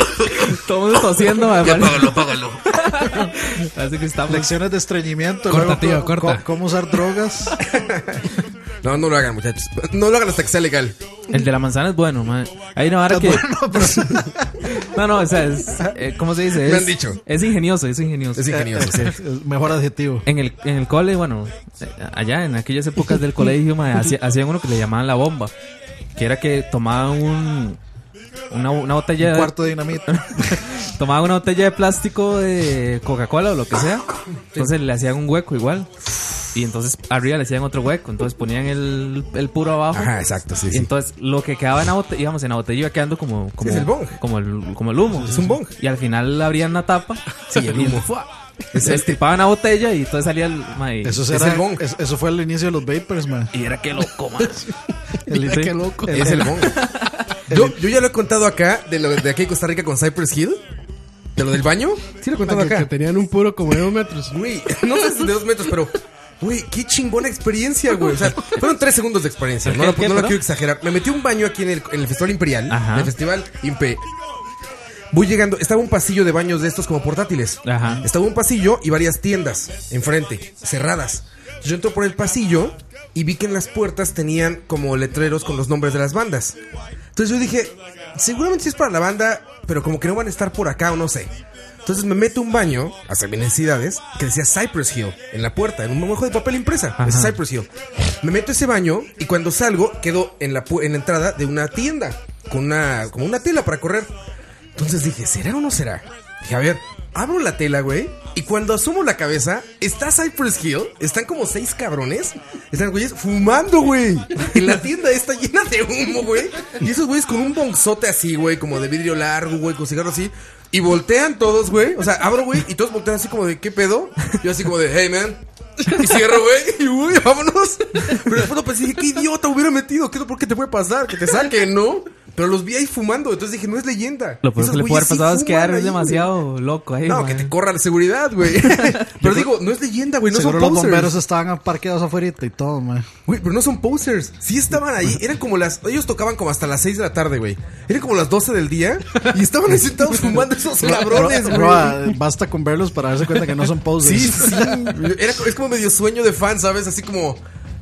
[SPEAKER 6] todo mundo tosiendo, mae,
[SPEAKER 1] Ya
[SPEAKER 6] parece-
[SPEAKER 1] págalo, págalo.
[SPEAKER 6] parece que estamos.
[SPEAKER 5] lecciones de estreñimiento,
[SPEAKER 4] Corta,
[SPEAKER 5] luego
[SPEAKER 4] tío,
[SPEAKER 5] co- co-
[SPEAKER 4] corta.
[SPEAKER 5] cómo usar drogas.
[SPEAKER 1] No, no lo hagan, muchachos. No lo hagan hasta que sea legal.
[SPEAKER 6] El de la manzana es bueno, man. Hay una vara que.
[SPEAKER 5] pues,
[SPEAKER 6] no, no, o sea, es, eh, ¿cómo se dice?
[SPEAKER 1] Me han
[SPEAKER 6] Es-
[SPEAKER 1] dicho.
[SPEAKER 6] Es ingenioso, es ingenioso.
[SPEAKER 1] Es ingenioso.
[SPEAKER 6] eh,
[SPEAKER 1] sí.
[SPEAKER 5] Es Mejor adjetivo.
[SPEAKER 6] En el, en el cole, bueno, eh, allá en aquellas épocas del colegio, mae, hacía- hacían uno que le llamaban la bomba. Que era que tomaban un, una, una botella.
[SPEAKER 5] Un cuarto de dinamita.
[SPEAKER 6] Tomaban una botella de plástico de Coca-Cola o lo que sea. Entonces le hacían un hueco igual. Y entonces arriba le hacían otro hueco. Entonces ponían el, el puro abajo.
[SPEAKER 1] Ajá, exacto, sí,
[SPEAKER 6] Y
[SPEAKER 1] sí.
[SPEAKER 6] entonces lo que quedaba en la botella, digamos, en la botella iba quedando como, como,
[SPEAKER 1] es el bong.
[SPEAKER 6] como, el, como el humo.
[SPEAKER 1] Es un bong.
[SPEAKER 6] Y al final abrían la tapa.
[SPEAKER 1] Sí, el
[SPEAKER 6] y
[SPEAKER 1] humo.
[SPEAKER 6] ¡fua!
[SPEAKER 1] Es este.
[SPEAKER 6] Estripaban la botella y entonces salía el. ma, y-
[SPEAKER 5] Eso,
[SPEAKER 1] Es
[SPEAKER 5] será-
[SPEAKER 1] el bong.
[SPEAKER 5] es- eso fue el inicio de los vapers, man.
[SPEAKER 6] Y era que lo comas.
[SPEAKER 5] El,
[SPEAKER 4] Mira qué loco.
[SPEAKER 1] Es el bongo. Yo, yo ya lo he contado acá, de lo de aquí de Costa Rica con Cypress Hill. De lo del baño. Sí lo he contado
[SPEAKER 4] Que, que
[SPEAKER 1] acá.
[SPEAKER 4] tenían un puro como de dos metros.
[SPEAKER 1] Güey, no sé si de dos metros, pero. Güey, qué chingona experiencia, güey. O sea, fueron tres segundos de experiencia. No,
[SPEAKER 6] ¿Qué,
[SPEAKER 1] lo-
[SPEAKER 6] qué,
[SPEAKER 1] no lo
[SPEAKER 6] perdón?
[SPEAKER 1] quiero exagerar. Me metí a un baño aquí en el, en el Festival Imperial.
[SPEAKER 6] Ajá.
[SPEAKER 1] En el Festival Impe. Voy llegando, estaba un pasillo de baños de estos como portátiles.
[SPEAKER 6] Ajá.
[SPEAKER 1] Estaba un pasillo y varias tiendas enfrente, cerradas. Yo entro por el pasillo y vi que en las puertas tenían como letreros con los nombres de las bandas. Entonces yo dije, seguramente sí es para la banda, pero como que no van a estar por acá o no sé. Entonces me meto a un baño, hasta mis necesidades, que decía Cypress Hill en la puerta, en un mojo de papel impresa.
[SPEAKER 6] Ajá.
[SPEAKER 1] Decía Cypress Hill. Me meto a ese baño y cuando salgo quedo en la, pu- en la entrada de una tienda con una, como una tela para correr. Entonces dije, ¿será o no será? Dije, a ver, abro la tela, güey. Y cuando asomo la cabeza, está Cypress Hill. Están como seis cabrones. Están güeyes fumando, güey. Y la tienda está llena de humo, güey. Y esos güeyes con un bonzote así, güey, como de vidrio largo, güey, con cigarro así. Y voltean todos, güey. O sea, abro, güey, y todos voltean así como de, ¿qué pedo? Yo así como de, hey, man. Y cierro, güey. Y uy, vámonos. Pero después lo pensé, dije, qué idiota hubiera metido. ¿Qué, ¿Por qué te puede pasar? Que te saquen, ¿no? Pero los vi ahí fumando. Entonces dije, no es leyenda.
[SPEAKER 6] Lo peor
[SPEAKER 1] Esos
[SPEAKER 6] que le puede
[SPEAKER 1] güeyes
[SPEAKER 6] haber
[SPEAKER 1] sí
[SPEAKER 6] pasado es
[SPEAKER 1] fuman
[SPEAKER 6] quedar
[SPEAKER 1] ahí,
[SPEAKER 6] demasiado loco ahí.
[SPEAKER 1] güey. No,
[SPEAKER 6] ma.
[SPEAKER 1] que te corra la seguridad, güey. Pero digo, no es leyenda, güey. No son
[SPEAKER 5] Seguro los
[SPEAKER 1] posers.
[SPEAKER 5] bomberos estaban parqueados afuera y todo, man.
[SPEAKER 1] Güey, pero no son posers. Sí estaban ahí. Eran como las. Ellos tocaban como hasta las 6 de la tarde, güey. Eran como las 12 del día. Y estaban ahí sentados fumando esos cabrones,
[SPEAKER 5] Ro-
[SPEAKER 1] güey.
[SPEAKER 5] Roa, basta con verlos para darse cuenta que no son posers.
[SPEAKER 1] Sí, sí. Era, es como medio sueño de fan, ¿sabes? Así como,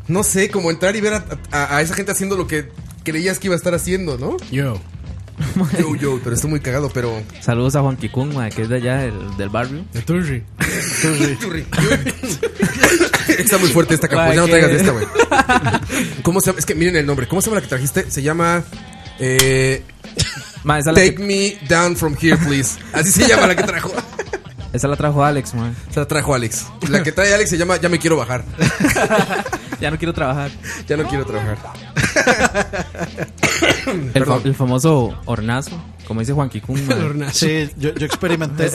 [SPEAKER 1] no sé, como entrar y ver a, a- a esa gente haciendo lo que creías que iba a estar haciendo, ¿no?
[SPEAKER 4] Yo.
[SPEAKER 1] Yo, yo, pero estoy muy cagado, pero...
[SPEAKER 6] Saludos a Juan Kikun, ma, que es de allá del, del barrio.
[SPEAKER 4] De Turri.
[SPEAKER 1] Está muy fuerte esta campaña,
[SPEAKER 6] Ay,
[SPEAKER 1] ya no
[SPEAKER 6] qué-
[SPEAKER 1] traigas esta, güey. ¿Cómo se llama? Es que miren el nombre. ¿Cómo se llama la que trajiste? Se llama... eh,
[SPEAKER 6] Ma, esa, la
[SPEAKER 1] Take
[SPEAKER 6] que-
[SPEAKER 1] me down from here, please. Así se llama la que trajo.
[SPEAKER 6] esa la trajo Alex, ma.
[SPEAKER 1] Se la trajo Alex. La que trae Alex se llama Ya me quiero bajar.
[SPEAKER 6] Ya no quiero trabajar.
[SPEAKER 1] Ya no quiero trabajar.
[SPEAKER 6] El, fa-
[SPEAKER 1] Perdón.
[SPEAKER 6] el famoso hornazo, como dice Juan Kikun. ma.
[SPEAKER 4] El hornazo.
[SPEAKER 5] Sí, yo, yo experimenté.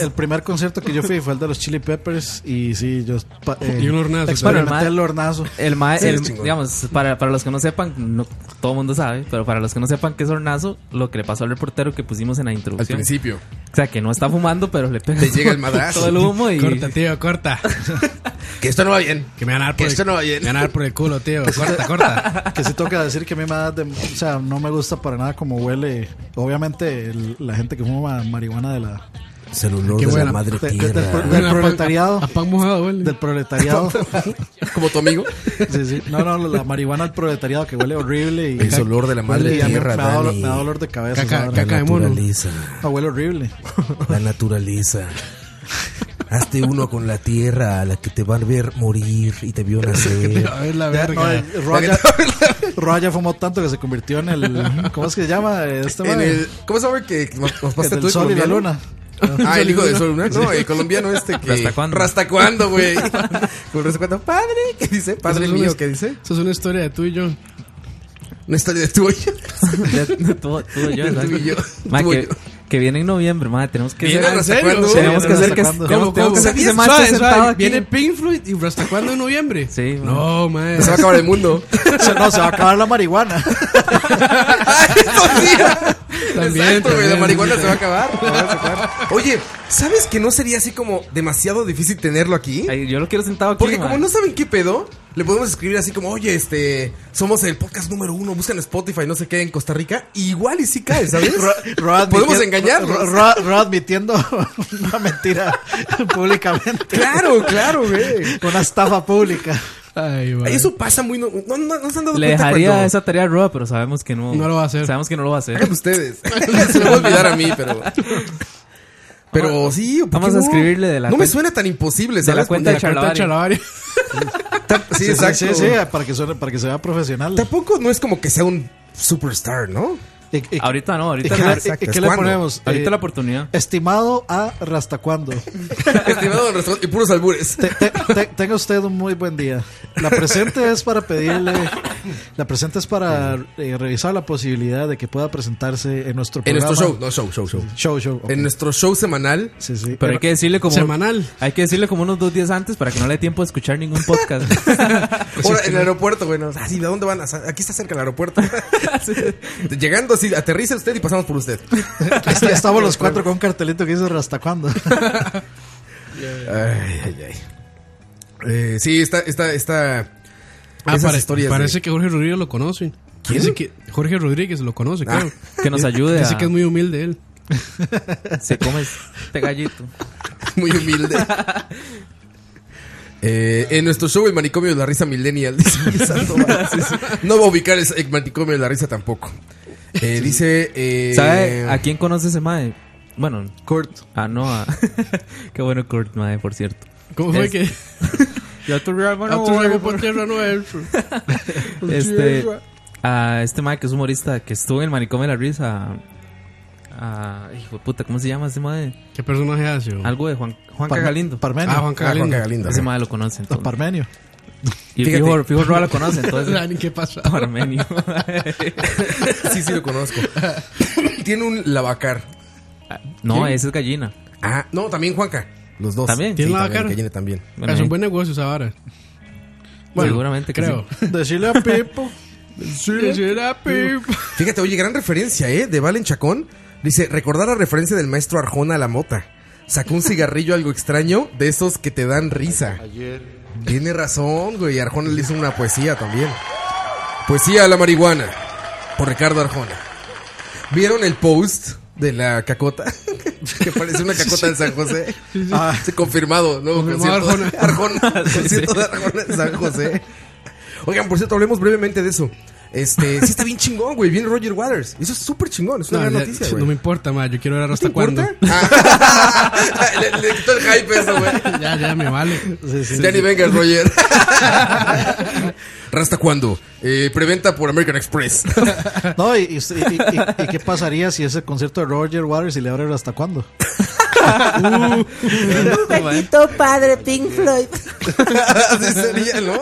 [SPEAKER 5] El primer concierto que yo fui fue el de los Chili Peppers. Y sí, yo. pa- eh,
[SPEAKER 4] Y un hornazo,
[SPEAKER 6] pero
[SPEAKER 5] Experimenté
[SPEAKER 6] el
[SPEAKER 5] el hornazo.
[SPEAKER 6] El mae,
[SPEAKER 1] Sí,
[SPEAKER 6] el-
[SPEAKER 1] es chingón.
[SPEAKER 6] digamos, para, para los que no sepan, no, todo el mundo sabe, pero para los que no sepan qué es hornazo, lo que le pasó al reportero que pusimos en la
[SPEAKER 1] Al
[SPEAKER 6] introducción.
[SPEAKER 1] principio.
[SPEAKER 6] O sea, que no está fumando, pero le pega
[SPEAKER 1] Te
[SPEAKER 6] todo-
[SPEAKER 1] llega el madrazo.
[SPEAKER 6] todo el humo y
[SPEAKER 4] Corta, tío, corta.
[SPEAKER 1] Que esto no va bien.
[SPEAKER 4] Que me van a dar
[SPEAKER 1] Que
[SPEAKER 4] por,
[SPEAKER 1] esto
[SPEAKER 4] el,
[SPEAKER 1] no va bien.
[SPEAKER 4] me van a dar por el culo, tío. Corta, corta.
[SPEAKER 5] Que sí toca decir que a mí me da. de- o sea, no me gusta para nada como huele. Obviamente, el- la gente que fuma marihuana de la.
[SPEAKER 4] Qué buena.
[SPEAKER 5] de- de- del, pro- del
[SPEAKER 4] Una pan-
[SPEAKER 5] proletariado.
[SPEAKER 4] A pan mojado, huele.
[SPEAKER 5] Del proletariado.
[SPEAKER 1] Como tu amigo.
[SPEAKER 5] Sí, sí. No, no, la marihuana del proletariado que huele horrible. Y
[SPEAKER 1] Es olor de la madre
[SPEAKER 5] Y a mí
[SPEAKER 1] tierra,
[SPEAKER 5] Me da dolor,
[SPEAKER 1] Dani.
[SPEAKER 5] me da dolor de cabeza.
[SPEAKER 4] Caca,
[SPEAKER 5] ¿sabes?
[SPEAKER 4] caca de mono.
[SPEAKER 5] No, huele horrible.
[SPEAKER 1] La naturaleza. Hazte uno con la tierra a la que te van a ver morir y te vio nacer.
[SPEAKER 4] A ver la
[SPEAKER 5] Ya,
[SPEAKER 4] verga.
[SPEAKER 5] no, eh, Roa ya- Roa ya fumó tanto que se convirtió en el. ¿Cómo es que se llama? Este
[SPEAKER 1] En
[SPEAKER 5] mae?
[SPEAKER 1] el, ¿Cómo se llama que nos, nos
[SPEAKER 5] El
[SPEAKER 1] pasa
[SPEAKER 5] del
[SPEAKER 1] tú el
[SPEAKER 5] sol y la
[SPEAKER 1] colombiano?
[SPEAKER 5] luna.
[SPEAKER 1] Ah, el hijo del sol y luna. No, el colombiano este que.
[SPEAKER 6] ¿Rasta cuándo?
[SPEAKER 1] ¿Rasta cuándo, güey? Con ¿Rasta cuándo? Padre, ¿qué dice?
[SPEAKER 4] Eso
[SPEAKER 1] Padre
[SPEAKER 4] es una
[SPEAKER 1] mío,
[SPEAKER 4] his-
[SPEAKER 1] ¿qué dice?
[SPEAKER 4] Eso es una historia de tú y yo.
[SPEAKER 1] Una historia de tuya.
[SPEAKER 6] de- de todo- todo yo,
[SPEAKER 1] Del
[SPEAKER 6] ¿sabes?
[SPEAKER 1] tú y yo.
[SPEAKER 6] Ma,
[SPEAKER 1] Tú y
[SPEAKER 6] que,
[SPEAKER 1] yo.
[SPEAKER 6] que viene en noviembre, ma, tenemos que
[SPEAKER 1] ¿Viene
[SPEAKER 6] hacer-
[SPEAKER 1] ¿Rasta cuándo?
[SPEAKER 6] tenemos que
[SPEAKER 5] ¿Viene
[SPEAKER 6] hacer que
[SPEAKER 5] Rasta cuándo?
[SPEAKER 6] tengo- tengo que hacer que ese
[SPEAKER 4] ¿Sabías?
[SPEAKER 6] mae
[SPEAKER 4] Suave,
[SPEAKER 6] esté
[SPEAKER 4] suave.
[SPEAKER 6] sentado aquí.
[SPEAKER 4] Viene Pink Floyd y hasta cuándo en noviembre.
[SPEAKER 6] Sí, ma.
[SPEAKER 4] No, mae.
[SPEAKER 1] Se va a acabar el mundo.
[SPEAKER 5] Se- No, se va a acabar la marihuana.
[SPEAKER 1] ¡Ay, todavía!
[SPEAKER 4] También,
[SPEAKER 1] Exacto, güey, la
[SPEAKER 4] también.
[SPEAKER 1] marihuana se va a acabar. la van a sacar. Oye, ¿sabes que no sería así como demasiado difícil tenerlo aquí?
[SPEAKER 6] Ay, yo lo quiero sentado aquí,
[SPEAKER 1] Porque
[SPEAKER 6] ma.
[SPEAKER 1] como no saben qué pedo, le podemos escribir así como, oye, este, somos el podcast número uno, buscan Spotify, no sé qué, en Costa Rica. y Igual y sí cae, ¿sabes?
[SPEAKER 5] Roa
[SPEAKER 1] podemos
[SPEAKER 5] admitiendo-
[SPEAKER 1] engañarlos.
[SPEAKER 5] Roa- Roa admitiendo una mentira públicamente.
[SPEAKER 1] Claro, claro, güey.
[SPEAKER 5] Una estafa pública.
[SPEAKER 4] Ay, mae.
[SPEAKER 1] Eso pasa muy... No, no, no- no se han dado
[SPEAKER 6] Le
[SPEAKER 1] cuenta
[SPEAKER 6] dejaría
[SPEAKER 1] cuando-
[SPEAKER 6] esa tarea a Roa, pero sabemos que no.
[SPEAKER 4] No lo va a hacer.
[SPEAKER 6] Sabemos que no lo va a hacer.
[SPEAKER 1] Hagan pues ustedes. se me va a olvidar a mí, pero... Pero sí, ¿por qué
[SPEAKER 6] Vamos a
[SPEAKER 1] no?
[SPEAKER 6] escribirle de la
[SPEAKER 1] No me
[SPEAKER 6] cuen-
[SPEAKER 1] suena tan imposible,
[SPEAKER 6] de
[SPEAKER 1] ¿sabes?
[SPEAKER 6] la cuenta de
[SPEAKER 4] Carta
[SPEAKER 6] Charlavaria.
[SPEAKER 4] Chalabaria.
[SPEAKER 1] Tan- Sí, exacto.
[SPEAKER 5] Sí, sí, para que, suene, para que se vea profesional.
[SPEAKER 1] Tampoco no es como que sea un superstar, ¿no?
[SPEAKER 5] Eh, eh,
[SPEAKER 6] Ahorita no, ahorita
[SPEAKER 5] ¿Qué,
[SPEAKER 6] no.
[SPEAKER 5] le- qué le
[SPEAKER 1] ¿Cuándo?
[SPEAKER 5] ponemos?
[SPEAKER 6] Ahorita
[SPEAKER 5] Eh,
[SPEAKER 6] la oportunidad.
[SPEAKER 5] Estimado a Rastacuando.
[SPEAKER 1] Estimado del restaurante y puros albures.
[SPEAKER 5] Te- te- te- tenga usted un muy buen día. La presente es para pedirle. La presente es para eh, revisar la posibilidad de que pueda presentarse en nuestro
[SPEAKER 1] En
[SPEAKER 5] programa.
[SPEAKER 1] nuestro show, no show, show, show.
[SPEAKER 5] Show, show. ok.
[SPEAKER 1] En nuestro show semanal.
[SPEAKER 5] Sí, sí.
[SPEAKER 6] Pero hay que decirle como.
[SPEAKER 4] Semanal.
[SPEAKER 6] Hay que decirle como unos dos días antes para que no le dé tiempo de escuchar ningún podcast.
[SPEAKER 1] Ahora, en el aeropuerto, güey. nos- Ah, sí, ¿de dónde van? O sea, Aquí está cerca el aeropuerto. Llegando así, aterriza usted y pasamos por usted.
[SPEAKER 5] Está- estamos los cuatro con un cartelito que dice Rastacuando.
[SPEAKER 1] Ay, ay, ay. Eh, sí, está, está, está.
[SPEAKER 4] Ah,
[SPEAKER 1] esas
[SPEAKER 4] pare-
[SPEAKER 1] historias.
[SPEAKER 4] parece
[SPEAKER 1] de-
[SPEAKER 4] que Jorge Rodríguez lo conoce.
[SPEAKER 1] ¿Quién?
[SPEAKER 4] Dice que Jorge Rodríguez lo conoce,
[SPEAKER 1] Ah.
[SPEAKER 4] claro.
[SPEAKER 6] Que nos ayude
[SPEAKER 4] Dice
[SPEAKER 6] a-
[SPEAKER 4] que es muy humilde él.
[SPEAKER 6] Se come este gallito.
[SPEAKER 1] Muy humilde. Eh, en nuestro show El Manicomio de la Risa Millennial, dice Luis Sandoval. No va a ubicar el, el Manicomio de la Risa tampoco. Eh, dice. eh,
[SPEAKER 6] ¿Sabe a quién conoce ese mae? Bueno,
[SPEAKER 5] Kurt.
[SPEAKER 6] ah, no. a- Qué bueno Kurt, mae, por cierto.
[SPEAKER 4] ¿Cómo fue
[SPEAKER 6] Es-
[SPEAKER 4] que?
[SPEAKER 6] Yo tu
[SPEAKER 4] A tu rabo por tierra no es.
[SPEAKER 1] Pues
[SPEAKER 6] Este. A este mae que es humorista que estuvo en el manicomio de la risa. A, a- hijo de puta, ¿cómo se llama ese mae?
[SPEAKER 4] ¿Qué personaje hace? bro?
[SPEAKER 6] Algo de Juan, Juan
[SPEAKER 5] Parme-
[SPEAKER 6] Cagalindo.
[SPEAKER 5] Parmenio.
[SPEAKER 4] Ah, Juan
[SPEAKER 1] Ah, Juan
[SPEAKER 4] Carlos.
[SPEAKER 1] Cagalindo.
[SPEAKER 6] Ese mae lo conoce.
[SPEAKER 5] No,
[SPEAKER 6] Entonces.
[SPEAKER 5] Parmenio.
[SPEAKER 6] y
[SPEAKER 1] Fíjate.
[SPEAKER 6] fijo, fijo Roa lo conoce, entonces.
[SPEAKER 4] ¿Qué pasa?
[SPEAKER 6] Parmenio.
[SPEAKER 1] Sí, sí, lo conozco. Tiene un lavacar.
[SPEAKER 6] no, ese es gallina.
[SPEAKER 1] Ah, no, también Juanca. Los dos.
[SPEAKER 6] ¿También?
[SPEAKER 1] Sí,
[SPEAKER 4] ¿Tiene
[SPEAKER 1] también,
[SPEAKER 4] lavacar?
[SPEAKER 1] que llene también.
[SPEAKER 6] Bueno,
[SPEAKER 4] es
[SPEAKER 6] ahí-
[SPEAKER 4] un buen negocio esa vara.
[SPEAKER 6] Seguramente que
[SPEAKER 4] creo.
[SPEAKER 5] Decirle a Pepo.
[SPEAKER 4] Que será, pip.
[SPEAKER 1] Fíjate, oye, gran referencia, ¿eh? De Valen Chacón. Dice, recordar la referencia del maestro Arjona a la mota. Sacó un cigarrillo algo extraño de esos que te dan risa. Tiene razón, güey. Arjona le hizo una poesía también. Poesía a la marihuana. Por Ricardo Arjona. ¿Vieron el post de la cacota? que parece una cacota de San José. Ah, sí, confirmado, ¿no?
[SPEAKER 4] Confirmado
[SPEAKER 1] concierto de Arjona. Concierto de Arjona en San José. Oigan, por cierto, hablemos brevemente de eso. Este, sí está bien chingón, güey. Viene Roger Waters. Eso es súper chingón. Es una
[SPEAKER 4] No,
[SPEAKER 1] gran
[SPEAKER 4] ya-
[SPEAKER 1] noticia, güey.
[SPEAKER 4] no me importa, ma. Yo quiero ver hasta cuándo.
[SPEAKER 1] Ah. le, le quitó el hype eso, güey.
[SPEAKER 4] Ya, ya me vale.
[SPEAKER 1] ya ni vengas, Roger. ¿Rasta cuándo? Eh, preventa por American Express.
[SPEAKER 5] No, y, y usted- y- y- y qué pasaría si ese concierto de Roger Waters y le abre hasta cuándo?
[SPEAKER 3] Bendito padre Pink Floyd.
[SPEAKER 1] Así sería, ¿no?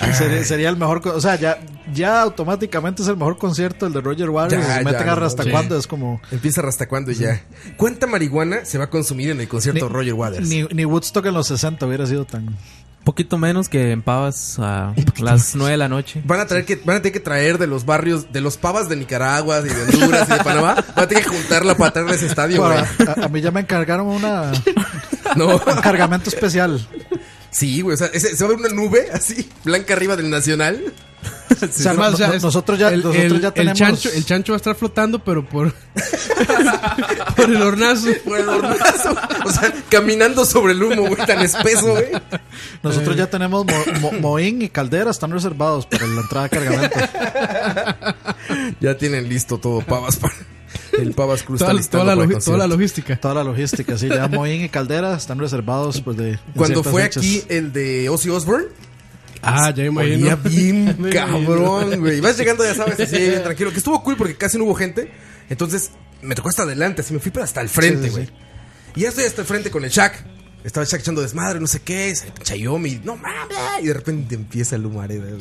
[SPEAKER 1] Ah.
[SPEAKER 5] Sería, sería el mejor. co- O sea, ya, ya automáticamente es el mejor concierto el de Roger Waters.
[SPEAKER 1] Ya,
[SPEAKER 5] y se
[SPEAKER 1] ya,
[SPEAKER 5] meten a
[SPEAKER 1] no,
[SPEAKER 5] hasta
[SPEAKER 1] sí.
[SPEAKER 5] cuándo. Es como.
[SPEAKER 1] Empieza Rasta cuándo y ya. ¿Cuánta marihuana se va a consumir en el concierto Roger Waters?
[SPEAKER 5] Ni, ni Woodstock en los 60 hubiera sido tan.
[SPEAKER 6] Poquito menos que en Pavas a las 9 de la noche.
[SPEAKER 1] Van a, traer que, van a tener que traer de los barrios, de los pavas de Nicaragua, y de Honduras y de Panamá. Van a tener que juntarla para traerle ese estadio, güey.
[SPEAKER 5] Ahora, a, a mí ya me encargaron una,
[SPEAKER 1] No.
[SPEAKER 5] un cargamento especial.
[SPEAKER 1] Sí, güey. O sea, ese- se va a ver una nube así, blanca arriba del Nacional.
[SPEAKER 5] O sea,
[SPEAKER 4] Es más,
[SPEAKER 5] no-
[SPEAKER 4] o sea,
[SPEAKER 5] no-
[SPEAKER 4] es-
[SPEAKER 5] nosotros ya,
[SPEAKER 4] el,
[SPEAKER 5] nosotros
[SPEAKER 4] el-
[SPEAKER 5] ya
[SPEAKER 4] el
[SPEAKER 5] tenemos.
[SPEAKER 4] chancho, el chancho va a estar flotando, pero por, por el hornazo.
[SPEAKER 1] Por el hornazo. O sea, caminando sobre el humo, güey, tan espeso, güey.
[SPEAKER 5] Nosotros ya tenemos Mo- Mo- Moín y Caldera están reservados para la entrada de cargamento.
[SPEAKER 1] Ya tienen listo todo, pavas. para- el pavas cruz
[SPEAKER 4] Toda,
[SPEAKER 1] está
[SPEAKER 4] toda
[SPEAKER 1] listado
[SPEAKER 4] la,
[SPEAKER 1] para el
[SPEAKER 4] logi- toda la
[SPEAKER 1] concierto.
[SPEAKER 4] logística.
[SPEAKER 5] Toda la logística, sí, ya Moín y Caldera están reservados pues de en
[SPEAKER 1] Cuando
[SPEAKER 5] ciertas
[SPEAKER 1] fue
[SPEAKER 5] fechas.
[SPEAKER 1] aquí el de Ozzy Osbourne,
[SPEAKER 4] Ah, ya me imagino.
[SPEAKER 1] Olía bien
[SPEAKER 4] Me
[SPEAKER 1] cabrón, güey. Y Vas llegando, ya sabes, así, bien tranquilo. Que estuvo cool porque casi no hubo gente. Entonces, me tocó hasta adelante, así me fui, pero hasta el frente,
[SPEAKER 5] Sí, sí,
[SPEAKER 1] güey. Y ya estoy hasta el frente con el Shaq. Estaba el Shaq echando desmadre, no sé qué, se chayomi, no mames. Y de repente empieza el humareda.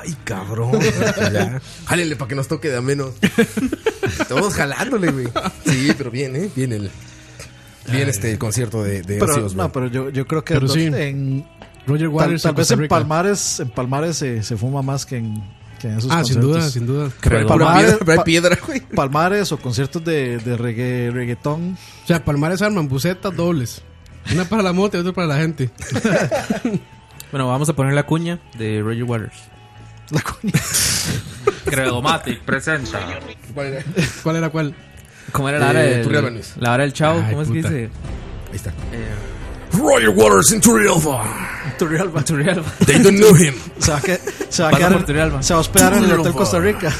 [SPEAKER 1] Ay, cabrón. pues Ya. Jálenle para que nos toque de a menos. Todos jalándole, güey. Sí, pero bien, ¿eh? Bien el. Bien este el concierto de, de Ozzy
[SPEAKER 5] Pero,
[SPEAKER 1] Osbourne.
[SPEAKER 5] no, pero yo, yo creo que
[SPEAKER 4] Pero
[SPEAKER 5] no-
[SPEAKER 4] sí.
[SPEAKER 5] en,
[SPEAKER 4] Roger
[SPEAKER 5] tal,
[SPEAKER 4] Waters
[SPEAKER 5] tal
[SPEAKER 4] en
[SPEAKER 5] vez
[SPEAKER 4] Costa
[SPEAKER 5] en
[SPEAKER 4] Rica.
[SPEAKER 5] Palmares, en Palmares se, se fuma más que en, que en esos
[SPEAKER 4] Ah, sin duda,
[SPEAKER 5] conciertos.
[SPEAKER 4] sin duda.
[SPEAKER 1] Pero hay
[SPEAKER 6] Perdón.
[SPEAKER 1] pura
[SPEAKER 5] Palmares,
[SPEAKER 1] piedra, pero hay
[SPEAKER 5] pa-
[SPEAKER 1] piedra, güey.
[SPEAKER 5] Palmares o conciertos de, de reggae- reggaetón.
[SPEAKER 4] O sea, Palmares arman bucetas dobles. Una para la moto y otra para la gente.
[SPEAKER 6] Bueno, vamos a poner la cuña de Roger Waters.
[SPEAKER 5] La coña.
[SPEAKER 6] Credomatic presenta.
[SPEAKER 1] ¿Cuál era?
[SPEAKER 4] ¿Cuál era cuál?
[SPEAKER 6] ¿Cómo era la hora
[SPEAKER 1] Eh,
[SPEAKER 6] del,
[SPEAKER 1] Turiel Venice.
[SPEAKER 6] la hora del chavo?
[SPEAKER 4] Ay,
[SPEAKER 6] ¿Cómo es que
[SPEAKER 4] puta.
[SPEAKER 6] dice?
[SPEAKER 1] Ahí está.
[SPEAKER 6] Eh,
[SPEAKER 1] Roger Waters in Turrialba.
[SPEAKER 6] Turrialba. Turrialba.
[SPEAKER 1] They don't know him.
[SPEAKER 5] Se va a, que- se va a
[SPEAKER 6] Pasa
[SPEAKER 5] quedar-
[SPEAKER 6] por Turrialba.
[SPEAKER 5] se va a hospedar en el Hotel Costa Rica.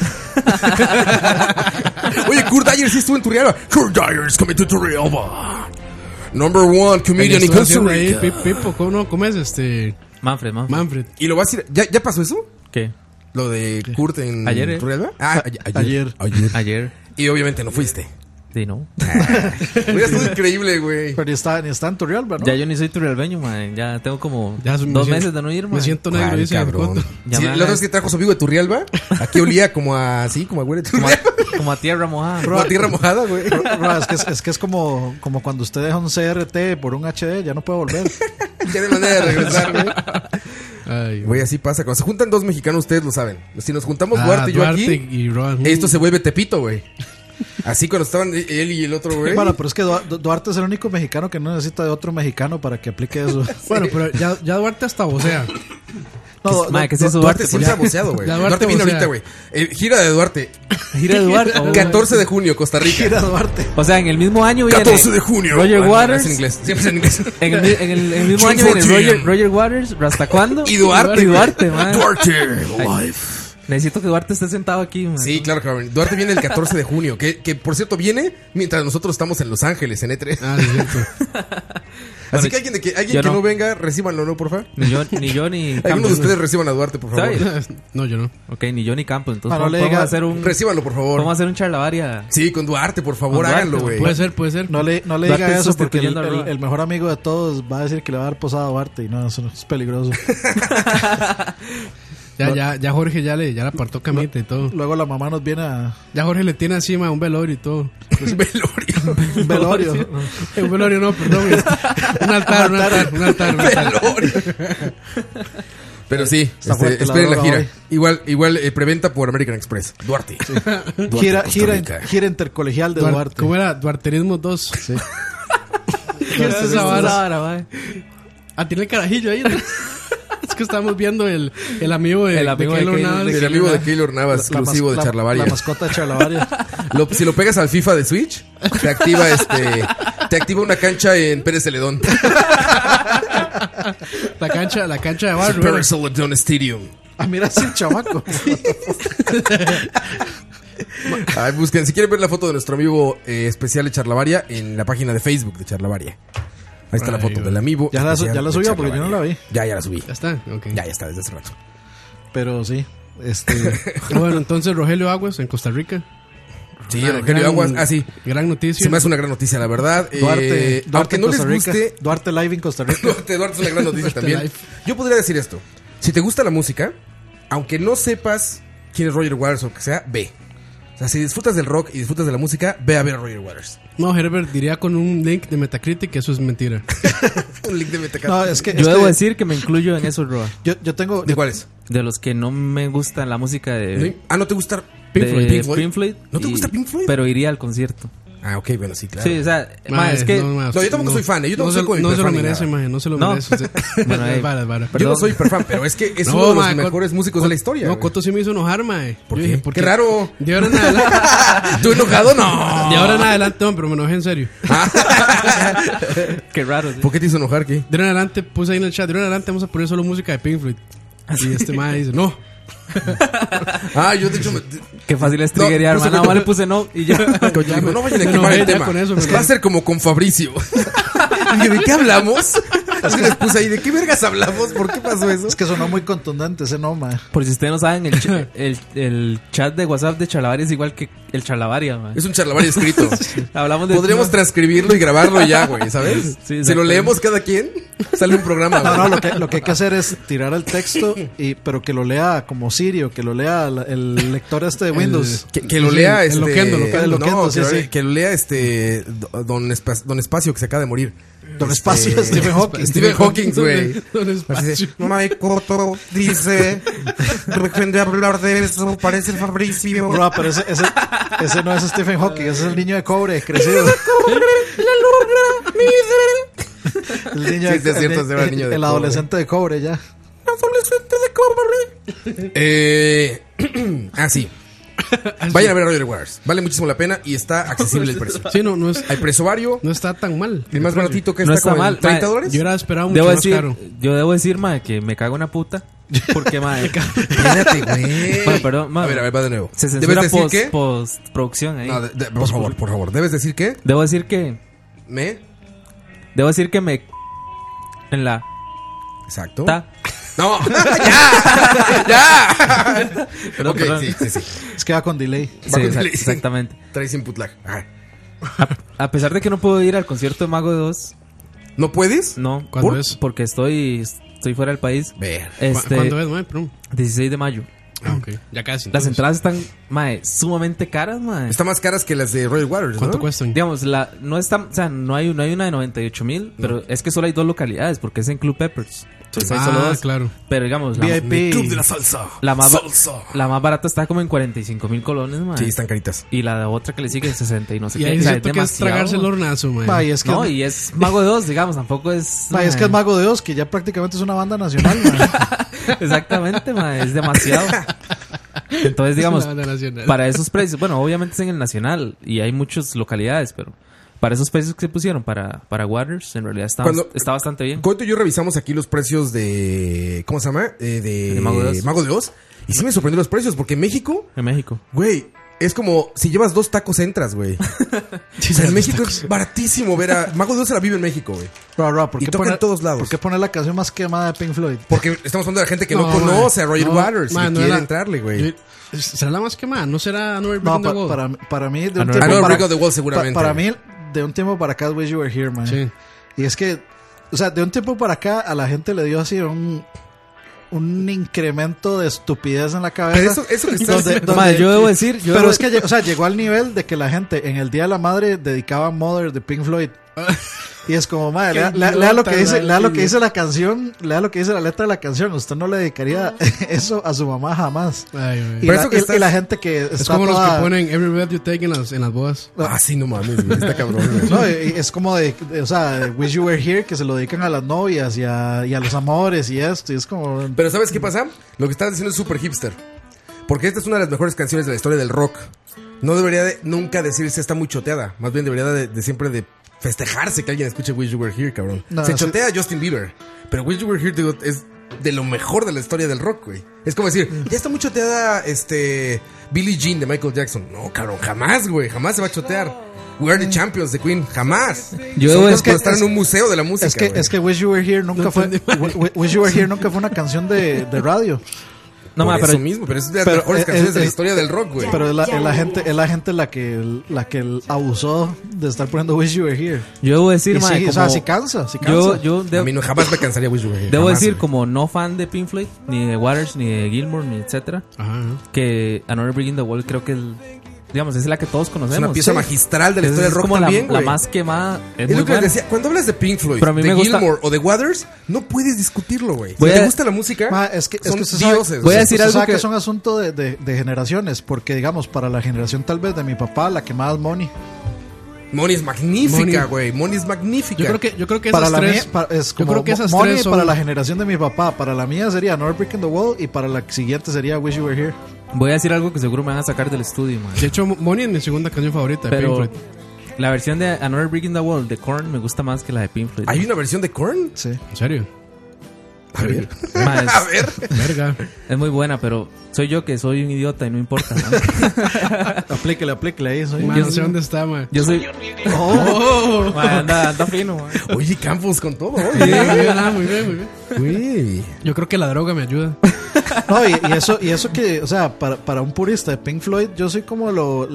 [SPEAKER 1] Oye, Kurt Dyer sí estuvo en Turrialba. Kurt Dyer is coming to Turrialba. Number one comedian
[SPEAKER 4] Estoy
[SPEAKER 1] in Costa
[SPEAKER 4] haciendo ahí,
[SPEAKER 1] Rica.
[SPEAKER 4] Pip- Pipo, ¿cómo no? ¿Cómo es este?
[SPEAKER 6] Manfred, Manfred.
[SPEAKER 4] Manfred.
[SPEAKER 1] ¿Y lo vas a ir? ¿Ya, ya pasó eso?
[SPEAKER 6] ¿Qué?
[SPEAKER 1] Lo de Kurt en
[SPEAKER 6] Ayer, eh.
[SPEAKER 1] Turrialba. Ah, a- ayer.
[SPEAKER 6] Ayer.
[SPEAKER 1] Y obviamente no fuiste.
[SPEAKER 6] Sí, no.
[SPEAKER 1] Hubiera estado increíble, güey.
[SPEAKER 5] Pero está, está en Turrialba, ¿no?
[SPEAKER 6] Ya yo ni soy turrialbeño, man. Ya tengo como
[SPEAKER 4] Ya me
[SPEAKER 6] dos
[SPEAKER 4] siento-
[SPEAKER 6] meses de no ir, man.
[SPEAKER 4] Me siento negro,
[SPEAKER 1] Ay,
[SPEAKER 4] dice
[SPEAKER 1] cabrón.
[SPEAKER 4] Joto.
[SPEAKER 6] Ya me
[SPEAKER 1] Sí, la
[SPEAKER 6] dan
[SPEAKER 1] otra
[SPEAKER 6] las-
[SPEAKER 1] vez que trajo su amigo de Turrialba, aquí olía como a. Sí, como a güey de
[SPEAKER 6] Como a,
[SPEAKER 1] Turrialba.
[SPEAKER 6] como a tierra mojada.
[SPEAKER 1] Como a tierra mojada, güey.
[SPEAKER 5] Ra, Ah, es, que es, es que es como, como cuando usted deja un CRT por un HD, ya no puede volver.
[SPEAKER 1] Ya no hay manera de regresar, güey.
[SPEAKER 4] Ay,
[SPEAKER 1] Güey, así pasa. Cuando se juntan dos mexicanos, ustedes lo saben. Si nos juntamos
[SPEAKER 4] Ah,
[SPEAKER 1] Duarte y yo
[SPEAKER 4] Duarte
[SPEAKER 1] aquí,
[SPEAKER 4] y Uh. Roa.
[SPEAKER 1] esto se vuelve Tepito, güey. Así cuando estaban e-, él y el otro, güey.
[SPEAKER 5] Bueno, pero es que Du- Du- Duarte es el único mexicano que no necesita de otro mexicano para que aplique eso.
[SPEAKER 4] Bueno, pero ya, ya Duarte hasta vocea.
[SPEAKER 5] No, Du-
[SPEAKER 6] Mae, que sí es su
[SPEAKER 1] Duarte
[SPEAKER 6] Duarte.
[SPEAKER 1] siempre ha boceado, güey.
[SPEAKER 4] pues Ya
[SPEAKER 1] Duarte,
[SPEAKER 4] Duarte
[SPEAKER 1] viene
[SPEAKER 4] vocea.
[SPEAKER 1] ahorita, güey. Eh, gira de Duarte.
[SPEAKER 6] Gira Duarte. oh,
[SPEAKER 1] 14 de junio, Costa Rica.
[SPEAKER 5] Mira, Duarte.
[SPEAKER 6] O sea, en el mismo año viene.
[SPEAKER 1] 14 de junio.
[SPEAKER 6] Roger
[SPEAKER 1] Ah, no,
[SPEAKER 6] Waters.
[SPEAKER 1] Es en inglés. pues, Siempre es en inglés.
[SPEAKER 6] En el, mi- en el- en el mismo
[SPEAKER 1] June
[SPEAKER 6] año viene
[SPEAKER 1] 14.
[SPEAKER 6] Roger, Roger Waters, Rastacuando.
[SPEAKER 1] Y Duarte.
[SPEAKER 6] Y Duarte, man.
[SPEAKER 1] Duarte.
[SPEAKER 6] Ay, necesito que Duarte esté sentado aquí, man.
[SPEAKER 1] Sí, claro, cabrón. Duarte viene el 14 de junio. Que, que por cierto, viene mientras nosotros estamos en Los Ángeles, en E3.
[SPEAKER 4] Ah, sí, es cierto.
[SPEAKER 1] Así que alguien, de que, alguien
[SPEAKER 6] yo
[SPEAKER 1] que no.
[SPEAKER 6] no.
[SPEAKER 1] venga, recíbanlo, ¿no, porfa?
[SPEAKER 6] Ni yo, ni yo, ni
[SPEAKER 1] Algunos de
[SPEAKER 6] Campos.
[SPEAKER 1] ustedes reciban a Duarte, por favor.
[SPEAKER 6] ¿Sabes?
[SPEAKER 4] No, yo no.
[SPEAKER 6] Ok, ni yo ni Campos. Entonces,
[SPEAKER 5] Ah, no le
[SPEAKER 6] vamos a
[SPEAKER 5] diga-
[SPEAKER 6] hacer un.
[SPEAKER 1] Recíbanlo, por favor.
[SPEAKER 6] Vamos a hacer un charlavaria.
[SPEAKER 1] Sí, con Duarte, por favor,
[SPEAKER 6] Con Duarte,
[SPEAKER 1] háganlo, güey.
[SPEAKER 4] Puede ser, puede ser.
[SPEAKER 5] No le, no le
[SPEAKER 6] Duarte
[SPEAKER 5] diga eso porque el,
[SPEAKER 6] sustituyendo a
[SPEAKER 5] el-
[SPEAKER 6] Roa.
[SPEAKER 5] el mejor amigo de todos va a decir que le va a dar posada a Duarte y no, eso no es peligroso.
[SPEAKER 4] Ya, ya, ya Jorge ya le, ya le apartó camita y todo.
[SPEAKER 5] Luego la mamá nos viene a
[SPEAKER 4] Ya Jorge le tiene encima un velorio y todo.
[SPEAKER 1] Velorio.
[SPEAKER 5] un velorio.
[SPEAKER 4] Eh, un velorio no, perdón. Un altar, un altar, un altar. un altar.
[SPEAKER 1] Velorio. Pero sí, este,
[SPEAKER 5] Está fuerte la
[SPEAKER 1] esperen la
[SPEAKER 5] droga
[SPEAKER 1] gira.
[SPEAKER 5] hoy.
[SPEAKER 1] Igual, igual eh, preventa por American Express. Duarte. Duarte,
[SPEAKER 5] Gira,
[SPEAKER 1] Costa
[SPEAKER 5] gira,
[SPEAKER 1] Rica.
[SPEAKER 5] gira intercolegial de
[SPEAKER 4] Duar-
[SPEAKER 5] Duarte.
[SPEAKER 4] ¿Cómo era? Duarterismo 2.
[SPEAKER 5] Sí.
[SPEAKER 4] ¿Qué es esa vara?
[SPEAKER 6] Ahora, man.
[SPEAKER 4] Ah, tiene el carajillo ahí. ¿no? es que estamos viendo el, el amigo de,
[SPEAKER 6] El amigo de
[SPEAKER 4] de Keylor
[SPEAKER 6] Keylor-
[SPEAKER 4] Navas.
[SPEAKER 1] El amigo de Keylor Navas, exclusivo
[SPEAKER 5] mas-
[SPEAKER 1] de Charlavaria.
[SPEAKER 5] La mascota de Charlavaria.
[SPEAKER 1] Lo- si lo pegas al FIFA de Switch, te activa este, te activa una cancha en Pérez Celedón.
[SPEAKER 4] La cancha, la cancha de barrio. ¿no?
[SPEAKER 1] Pérez Celedón Stadium.
[SPEAKER 5] ah, mira ese chamaco.
[SPEAKER 1] Ay, busquen, si quieren ver la foto de nuestro amigo eh, especial de Charlavaria en la página de Facebook de Charlavaria. Ahí está la
[SPEAKER 4] Ay,
[SPEAKER 1] foto
[SPEAKER 4] güey.
[SPEAKER 1] del amigo.
[SPEAKER 5] Ya la su-
[SPEAKER 1] especial
[SPEAKER 5] ya la
[SPEAKER 1] de
[SPEAKER 5] subió, porque yo no
[SPEAKER 1] Charlavaria.
[SPEAKER 5] la vi.
[SPEAKER 1] Ya, ya la subí.
[SPEAKER 4] Ya está, ok.
[SPEAKER 1] Ya, ya está, desde hace rato.
[SPEAKER 5] Pero sí, este,
[SPEAKER 4] Bueno, entonces Rogelio Aguas en Costa Rica.
[SPEAKER 1] Sí,
[SPEAKER 4] Ah,
[SPEAKER 1] Rogelio
[SPEAKER 4] gran-
[SPEAKER 1] Aguas. Ah, sí.
[SPEAKER 4] Gran noticia.
[SPEAKER 1] Se me hace una gran noticia, la verdad. Eh,
[SPEAKER 5] Duarte, Duarte
[SPEAKER 1] aunque
[SPEAKER 5] en
[SPEAKER 1] no les
[SPEAKER 5] Costa Rica.
[SPEAKER 1] guste,
[SPEAKER 5] Duarte Live en Costa Rica.
[SPEAKER 1] Duarte, Duarte es una gran noticia
[SPEAKER 4] Duarte
[SPEAKER 1] también.
[SPEAKER 4] Live.
[SPEAKER 1] Yo podría decir esto. Si te gusta la música, aunque no sepas quién es Roger Waters o lo que sea, ve. O sea, si disfrutas del rock y disfrutas de la música, ve a ver a Roger Waters.
[SPEAKER 4] No, Herbert diría con un link de Metacritic que eso es mentira.
[SPEAKER 1] Un link de Metacat.
[SPEAKER 5] No, es que, es
[SPEAKER 6] Yo debo
[SPEAKER 5] que
[SPEAKER 6] decir que me incluyo en eso, Roa.
[SPEAKER 5] yo, yo tengo
[SPEAKER 1] ¿De cuáles?
[SPEAKER 6] De los que no me gusta la música de.
[SPEAKER 1] No, ah, ¿no te gusta
[SPEAKER 6] de Pink Floyd
[SPEAKER 1] ¿No te
[SPEAKER 6] y-
[SPEAKER 1] gusta Pink Floyd?
[SPEAKER 6] Pero iría al concierto.
[SPEAKER 1] Ah, ok, bueno, sí, claro.
[SPEAKER 6] Sí, o sea,
[SPEAKER 4] Ma,
[SPEAKER 6] ma, es que.
[SPEAKER 4] no, ma,
[SPEAKER 1] No, yo tampoco soy fan, eh, yo
[SPEAKER 4] no
[SPEAKER 1] tampoco
[SPEAKER 4] se-
[SPEAKER 1] soy como
[SPEAKER 4] No se lo
[SPEAKER 1] hiperfan ni
[SPEAKER 4] merece,
[SPEAKER 1] nada.
[SPEAKER 4] ma, no se lo
[SPEAKER 6] No.
[SPEAKER 4] merece. usted.
[SPEAKER 6] Bueno, ahí.
[SPEAKER 4] Es vara, es vara.
[SPEAKER 1] Yo no
[SPEAKER 6] Perdón.
[SPEAKER 1] soy hiper fan, pero es que es
[SPEAKER 4] No,
[SPEAKER 1] uno de los
[SPEAKER 4] ma,
[SPEAKER 1] mejores
[SPEAKER 4] Cot-
[SPEAKER 1] músicos de la historia.
[SPEAKER 4] No,
[SPEAKER 1] güey.
[SPEAKER 4] Coto sí me hizo enojar, mae.
[SPEAKER 1] ¿Por
[SPEAKER 4] Yo
[SPEAKER 1] qué?
[SPEAKER 4] dije, ¿por
[SPEAKER 1] Qué raro.
[SPEAKER 4] De ahora en adelante.
[SPEAKER 1] ¿Tú enojado? No.
[SPEAKER 4] De ahora en adelante, no, pero me enojé en serio.
[SPEAKER 6] Qué raro. sí.
[SPEAKER 1] ¿Por qué te hizo enojar, qué?
[SPEAKER 4] De ahora en adelante, puse ahí en el chat, de ahora en adelante vamos a poner solo música de Pink Floyd.
[SPEAKER 6] Ah,
[SPEAKER 4] Y este mae dice, no.
[SPEAKER 1] Ah, yo de hecho me,
[SPEAKER 6] Qué fácil es
[SPEAKER 1] No,
[SPEAKER 6] triggerear,
[SPEAKER 1] puse
[SPEAKER 6] man.
[SPEAKER 1] que-
[SPEAKER 6] Nada más le puse no y ya.
[SPEAKER 1] Coyo dijo, no vayan a
[SPEAKER 4] me
[SPEAKER 1] quemar
[SPEAKER 4] enojé ya
[SPEAKER 1] el tema.
[SPEAKER 4] con eso, me
[SPEAKER 1] Va a
[SPEAKER 4] enojé.
[SPEAKER 1] ser como con Fabricio. Y yo, ¿De qué hablamos? Así les puse ahí, ¿de qué vergas hablamos? ¿Por qué pasó eso?
[SPEAKER 5] Es que sonó muy contundente ese no, ma.
[SPEAKER 6] Por si ustedes no saben, el, ch- el, el chat de WhatsApp de Chalabaria es igual que el Chalabaria, man.
[SPEAKER 1] Es un charlavario escrito.
[SPEAKER 6] Hablamos de.
[SPEAKER 1] Podríamos transcribirlo y grabarlo ya, güey, ¿sabes?
[SPEAKER 6] Sí,
[SPEAKER 1] si lo
[SPEAKER 6] exacto.
[SPEAKER 1] leemos cada quien, sale un programa.
[SPEAKER 5] No,
[SPEAKER 1] güey.
[SPEAKER 5] no, lo que, lo que hay que hacer es tirar el texto, y, pero que lo lea como Sirio, que lo lea la- el lector este de Windows.
[SPEAKER 1] Que, que lo lea
[SPEAKER 4] El
[SPEAKER 1] este.
[SPEAKER 4] loquendo,
[SPEAKER 5] loquendo, loquendo,
[SPEAKER 1] no,
[SPEAKER 5] sí,
[SPEAKER 1] que, lo-
[SPEAKER 5] sí.
[SPEAKER 1] que lo lea este. do- Don, Espa- don Espacio, que se acaba de morir. Este,
[SPEAKER 5] Don Espacio, Stephen Hawking.
[SPEAKER 1] Stephen Hawking, güey.
[SPEAKER 4] Don Espacio.
[SPEAKER 1] Así de, No me corto, dice. Dejen de hablar de eso, parece Fabricio.
[SPEAKER 5] Roa, pero ese, ese, ese no es Stephen Hawking, ese es el niño de cobre crecido. El niño
[SPEAKER 1] Sí, sí, es cierto,
[SPEAKER 5] el,
[SPEAKER 1] se llama el niño de
[SPEAKER 5] el
[SPEAKER 1] cobre.
[SPEAKER 5] adolescente de cobre ya.
[SPEAKER 1] Eh, ah, sí. Vayan a ver a Roger Waters. Vale muchísimo la pena y está accesible el precio.
[SPEAKER 4] Sí, no, no, es,
[SPEAKER 1] Hay precio vario.
[SPEAKER 4] no está tan mal.
[SPEAKER 1] El más baratito que
[SPEAKER 6] No está
[SPEAKER 1] está, como en
[SPEAKER 6] mal.
[SPEAKER 1] 30
[SPEAKER 6] Ma,
[SPEAKER 1] dólares.
[SPEAKER 4] Yo era esperado mucho
[SPEAKER 6] Debo
[SPEAKER 4] más
[SPEAKER 6] decir,
[SPEAKER 4] caro.
[SPEAKER 6] Yo debo decir, man, que me cago una puta. Porque, man.
[SPEAKER 1] Espérate, güey.
[SPEAKER 6] Ma, perdón, ma.
[SPEAKER 1] a ver, a ver, va de nuevo.
[SPEAKER 6] se
[SPEAKER 1] Debes
[SPEAKER 6] censura
[SPEAKER 1] decir
[SPEAKER 6] post,
[SPEAKER 1] que.
[SPEAKER 6] postproducción ahí.
[SPEAKER 1] No, de- de- por favor, por favor. Debes decir que.
[SPEAKER 6] Debo decir que.
[SPEAKER 1] Me.
[SPEAKER 6] Debo decir que me. En la.
[SPEAKER 1] Exacto.
[SPEAKER 6] Ta.
[SPEAKER 1] No, ya. ya.
[SPEAKER 6] Pero,
[SPEAKER 1] ok,
[SPEAKER 6] perdón.
[SPEAKER 1] sí, sí, sí.
[SPEAKER 5] Es que va con delay.
[SPEAKER 1] Va
[SPEAKER 6] Sí,
[SPEAKER 1] con
[SPEAKER 6] exact-
[SPEAKER 1] delay.
[SPEAKER 6] exactamente.
[SPEAKER 1] Traes input lag. Ah.
[SPEAKER 6] A pesar de que no puedo ir al concierto de Mago de Oz,
[SPEAKER 1] ¿No puedes?
[SPEAKER 6] no.
[SPEAKER 4] ¿Cuándo
[SPEAKER 6] ¿Por?
[SPEAKER 4] es?
[SPEAKER 6] Porque estoy, estoy fuera del país.
[SPEAKER 1] Ver.
[SPEAKER 4] ¿Cu-
[SPEAKER 6] Este,
[SPEAKER 4] ¿Cuándo es, mae? Perdón.
[SPEAKER 6] 16 de mayo.
[SPEAKER 4] Ah, ok. Ya casi.
[SPEAKER 6] Las
[SPEAKER 4] entonces.
[SPEAKER 6] entradas están, mae, sumamente caras, mae.
[SPEAKER 1] Está más caras que las de Royal Waters,
[SPEAKER 4] ¿Cuánto
[SPEAKER 1] ¿no?
[SPEAKER 4] cuestan?
[SPEAKER 6] Digamos, la, no está, o sea, no hay, no hay una de 98 mil, pero es que solo hay dos localidades, porque es en Club Peppers. Entonces hay solo
[SPEAKER 4] Ah,
[SPEAKER 6] dos.
[SPEAKER 4] claro.
[SPEAKER 6] Pero digamos, la,
[SPEAKER 5] VIP.
[SPEAKER 1] Club de la salsa.
[SPEAKER 6] la más, ba-
[SPEAKER 1] salsa.
[SPEAKER 6] la más barata está como en 45 mil colones, mae.
[SPEAKER 1] Sí, están caritas.
[SPEAKER 6] Y la otra que le sigue es 60 y no sé
[SPEAKER 4] Y
[SPEAKER 6] qué.
[SPEAKER 4] ahí
[SPEAKER 6] O sea,
[SPEAKER 4] siento que es
[SPEAKER 6] demasiado,
[SPEAKER 4] tragarse el
[SPEAKER 6] mae.
[SPEAKER 1] Ah,
[SPEAKER 4] hornazo, mae.
[SPEAKER 5] Ma, y es que,
[SPEAKER 6] No, y es Mago de Oz, digamos, tampoco es.
[SPEAKER 5] ma, y es, que es
[SPEAKER 6] mae.
[SPEAKER 5] Mago de Dios, que ya prácticamente es una banda nacional. ma.
[SPEAKER 6] Exactamente, mae, es demasiado. Entonces, digamos,
[SPEAKER 4] Es una banda nacional.
[SPEAKER 6] para esos precios, bueno, obviamente es en el Nacional y hay muchas localidades, pero para esos precios que se pusieron para, para Waters, en realidad está,
[SPEAKER 1] Cuando-
[SPEAKER 6] está bastante bien.
[SPEAKER 1] Coito y yo revisamos aquí los precios de. ¿Cómo se llama? Eh, de,
[SPEAKER 6] De Mago de Oz.
[SPEAKER 1] Mago de Oz. Y sí me sorprendió los precios, porque en México,
[SPEAKER 6] En México.
[SPEAKER 1] güey, es como si llevas dos tacos entras, güey. O sea, en México es baratísimo ver a. Mago de Oz se la vive en México, güey.
[SPEAKER 5] Ra, ra, ¿por
[SPEAKER 1] Y
[SPEAKER 5] qué
[SPEAKER 1] toca en
[SPEAKER 5] poner-
[SPEAKER 1] todos lados.
[SPEAKER 5] ¿Por qué poner la canción más quemada de Pink Floyd?
[SPEAKER 1] Porque estamos hablando de la gente que no,
[SPEAKER 4] mae.
[SPEAKER 1] conoce a Roger
[SPEAKER 4] No,
[SPEAKER 1] Waters
[SPEAKER 4] mae,
[SPEAKER 1] y
[SPEAKER 4] no
[SPEAKER 1] quiere
[SPEAKER 4] era-
[SPEAKER 1] entrarle, güey.
[SPEAKER 4] Yo- ¿Será la más quemada? ¿No será Another Brick
[SPEAKER 5] No,
[SPEAKER 4] in the
[SPEAKER 5] pa-
[SPEAKER 4] Wall?
[SPEAKER 5] para, para mí, de un
[SPEAKER 6] Another
[SPEAKER 5] tiempo
[SPEAKER 1] Brick
[SPEAKER 5] para,
[SPEAKER 1] in the Wall, seguramente.
[SPEAKER 5] pa- para mí, de un tiempo para acá, Wish You Were Here, man.
[SPEAKER 4] Sí.
[SPEAKER 5] Y es que, o sea, de un tiempo para acá, a la gente le dio así un, un incremento de estupidez en la cabeza.
[SPEAKER 1] Pero eso- eso que estás
[SPEAKER 5] Donde-
[SPEAKER 1] diciendo-
[SPEAKER 5] donde-
[SPEAKER 6] Madre, yo debo decir, yo
[SPEAKER 5] pero
[SPEAKER 6] debo-
[SPEAKER 5] es que, lle- o sea, llegó al nivel de que la gente en el Día de la Madre dedicaba Mother de Pink Floyd. Y es como, madre, lea, lea- lea lo que
[SPEAKER 4] idiota,
[SPEAKER 5] dice,
[SPEAKER 4] madre,
[SPEAKER 5] lea lo
[SPEAKER 4] qué
[SPEAKER 5] que dice la canción, lea lo que dice la letra de la canción. Usted no le dedicaría eso a su mamá jamás.
[SPEAKER 4] Ay, mae.
[SPEAKER 5] Y
[SPEAKER 1] Pero
[SPEAKER 5] la,
[SPEAKER 1] eso que
[SPEAKER 5] y- y
[SPEAKER 1] estás-
[SPEAKER 5] la gente que está
[SPEAKER 4] Es como los
[SPEAKER 5] toda-
[SPEAKER 4] que ponen Every Breath You Take en las, en las bodas.
[SPEAKER 1] Ah, sí, no mames, güey. Está cabrón, güey.
[SPEAKER 5] No, y- y es como de, de- o sea, de Wish You Were Here, que se lo dedican a las novias y a, y a los amores y esto, y es como...
[SPEAKER 1] Pero ¿sabes qué pasa? Lo que estás diciendo es súper hipster. Porque esta es una de las mejores canciones de la historia del rock. No debería de- nunca decirse está muy choteada. Más bien debería de, de siempre de festejarse que alguien escuche Wish You Were Here, cabrón.
[SPEAKER 5] No,
[SPEAKER 1] Se
[SPEAKER 5] sí.
[SPEAKER 1] chotea a Justin Bieber. Pero Wish You Were Here digo, es de lo mejor de la historia del rock, güey. Es como decir,
[SPEAKER 5] Mm.
[SPEAKER 1] ya está muy choteada este, Billie Jean de Michael Jackson. No, cabrón, jamás, güey. Jamás se va a chotear. We are the champions de Queen. Jamás.
[SPEAKER 6] Yo
[SPEAKER 1] Son
[SPEAKER 6] debo-
[SPEAKER 1] cosas
[SPEAKER 6] es que-
[SPEAKER 1] como estar
[SPEAKER 5] Mm. es-
[SPEAKER 1] en un museo de la música.
[SPEAKER 5] Es que,
[SPEAKER 1] güey.
[SPEAKER 5] es que Wish You Were Here nunca fue... Wi- Wi- Wish You Were Here nunca fue una canción de, de radio.
[SPEAKER 6] No,
[SPEAKER 1] Por
[SPEAKER 6] ma, pero
[SPEAKER 1] eso mismo, pero es de las
[SPEAKER 5] pero
[SPEAKER 1] mejores
[SPEAKER 5] es-
[SPEAKER 1] canciones de la
[SPEAKER 5] es-
[SPEAKER 1] historia del rock, güey.
[SPEAKER 5] Pero es la, es la gente, es la gente la que, la que abusó de estar poniendo Wish You Were Here.
[SPEAKER 6] yo debo decir,
[SPEAKER 5] Y
[SPEAKER 6] ma,
[SPEAKER 5] sí, o sea,
[SPEAKER 6] como-
[SPEAKER 5] sí cansa, sí cansa.
[SPEAKER 6] yo, yo de-
[SPEAKER 1] a mí no, jamás me cansaría Wish You Were Here,
[SPEAKER 6] debo
[SPEAKER 1] Eh, jamás,
[SPEAKER 6] decir,
[SPEAKER 1] güey.
[SPEAKER 6] como no fan de Pink Floyd, ni de Waters, ni de Gilmore, ni etcétera,
[SPEAKER 4] Ajá.
[SPEAKER 6] que Another Brick in the Wall creo que el- digamos es la que todos conocemos.
[SPEAKER 1] es una pieza
[SPEAKER 6] Sí.
[SPEAKER 1] magistral de la
[SPEAKER 6] Entonces,
[SPEAKER 1] historia del
[SPEAKER 6] es
[SPEAKER 1] rock
[SPEAKER 6] como la-
[SPEAKER 1] también,
[SPEAKER 6] la,
[SPEAKER 1] güey.
[SPEAKER 6] más quemada. Es, muy
[SPEAKER 1] Es lo que les
[SPEAKER 6] buena.
[SPEAKER 1] decía, cuando hablas de Pink Floyd,
[SPEAKER 6] Pero a mí
[SPEAKER 1] de
[SPEAKER 6] me gusta-
[SPEAKER 1] Gilmore o de Waters, no puedes discutirlo, güey. Si
[SPEAKER 6] Voy
[SPEAKER 1] te
[SPEAKER 6] a-
[SPEAKER 1] gusta la música,
[SPEAKER 5] Ma, es que, es
[SPEAKER 1] son
[SPEAKER 5] que usted sabe-
[SPEAKER 1] dioses.
[SPEAKER 6] voy a
[SPEAKER 1] güey.
[SPEAKER 6] decir
[SPEAKER 5] usted
[SPEAKER 6] algo
[SPEAKER 5] sabe que
[SPEAKER 6] que-
[SPEAKER 5] es un asunto de, de- de generaciones, porque digamos, para la generación tal vez de mi papá, la que más money.
[SPEAKER 1] Moni es magnífica,
[SPEAKER 4] Moni-
[SPEAKER 1] güey. Moni es magnífica.
[SPEAKER 4] Yo creo que, yo creo que esas
[SPEAKER 5] para la
[SPEAKER 4] tres...
[SPEAKER 5] mía, para- es
[SPEAKER 4] yo
[SPEAKER 5] como
[SPEAKER 4] creo que esas
[SPEAKER 5] Money
[SPEAKER 4] tres son-
[SPEAKER 5] para la generación de mi papá, para la mía sería North Brick in the Wall y para la siguiente sería Wish You Were Here.
[SPEAKER 6] Voy a decir algo que seguro me van a sacar del estudio, ma.
[SPEAKER 4] De hecho, Mo- Money es mi segunda canción favorita de
[SPEAKER 6] pero
[SPEAKER 4] Pink Floyd.
[SPEAKER 6] la versión de Another Brick in the Wall de Korn me gusta más que la de Pink Floyd.
[SPEAKER 1] ¿Hay una versión de Korn?
[SPEAKER 5] Sí.
[SPEAKER 4] ¿En serio?
[SPEAKER 1] A ver.
[SPEAKER 6] Ma, es-
[SPEAKER 1] A ver.
[SPEAKER 4] Verga.
[SPEAKER 6] Es muy buena, pero soy yo que soy un idiota y no importa. ¿no?
[SPEAKER 5] Aplíquele, aplíquele ahí. soy-
[SPEAKER 4] Man, no sé dónde está, man.
[SPEAKER 6] Yo soy. Oh, ma, anda, anda fino. ma.
[SPEAKER 1] Oye, Campos con todo,
[SPEAKER 4] Muy
[SPEAKER 1] oye.
[SPEAKER 4] bien, ah, muy bien, muy bien.
[SPEAKER 1] Güey.
[SPEAKER 4] Yo creo que la droga me ayuda.
[SPEAKER 5] No, y, y eso, y eso que, o sea, para, para un purista de Pink Floyd, yo soy como lo,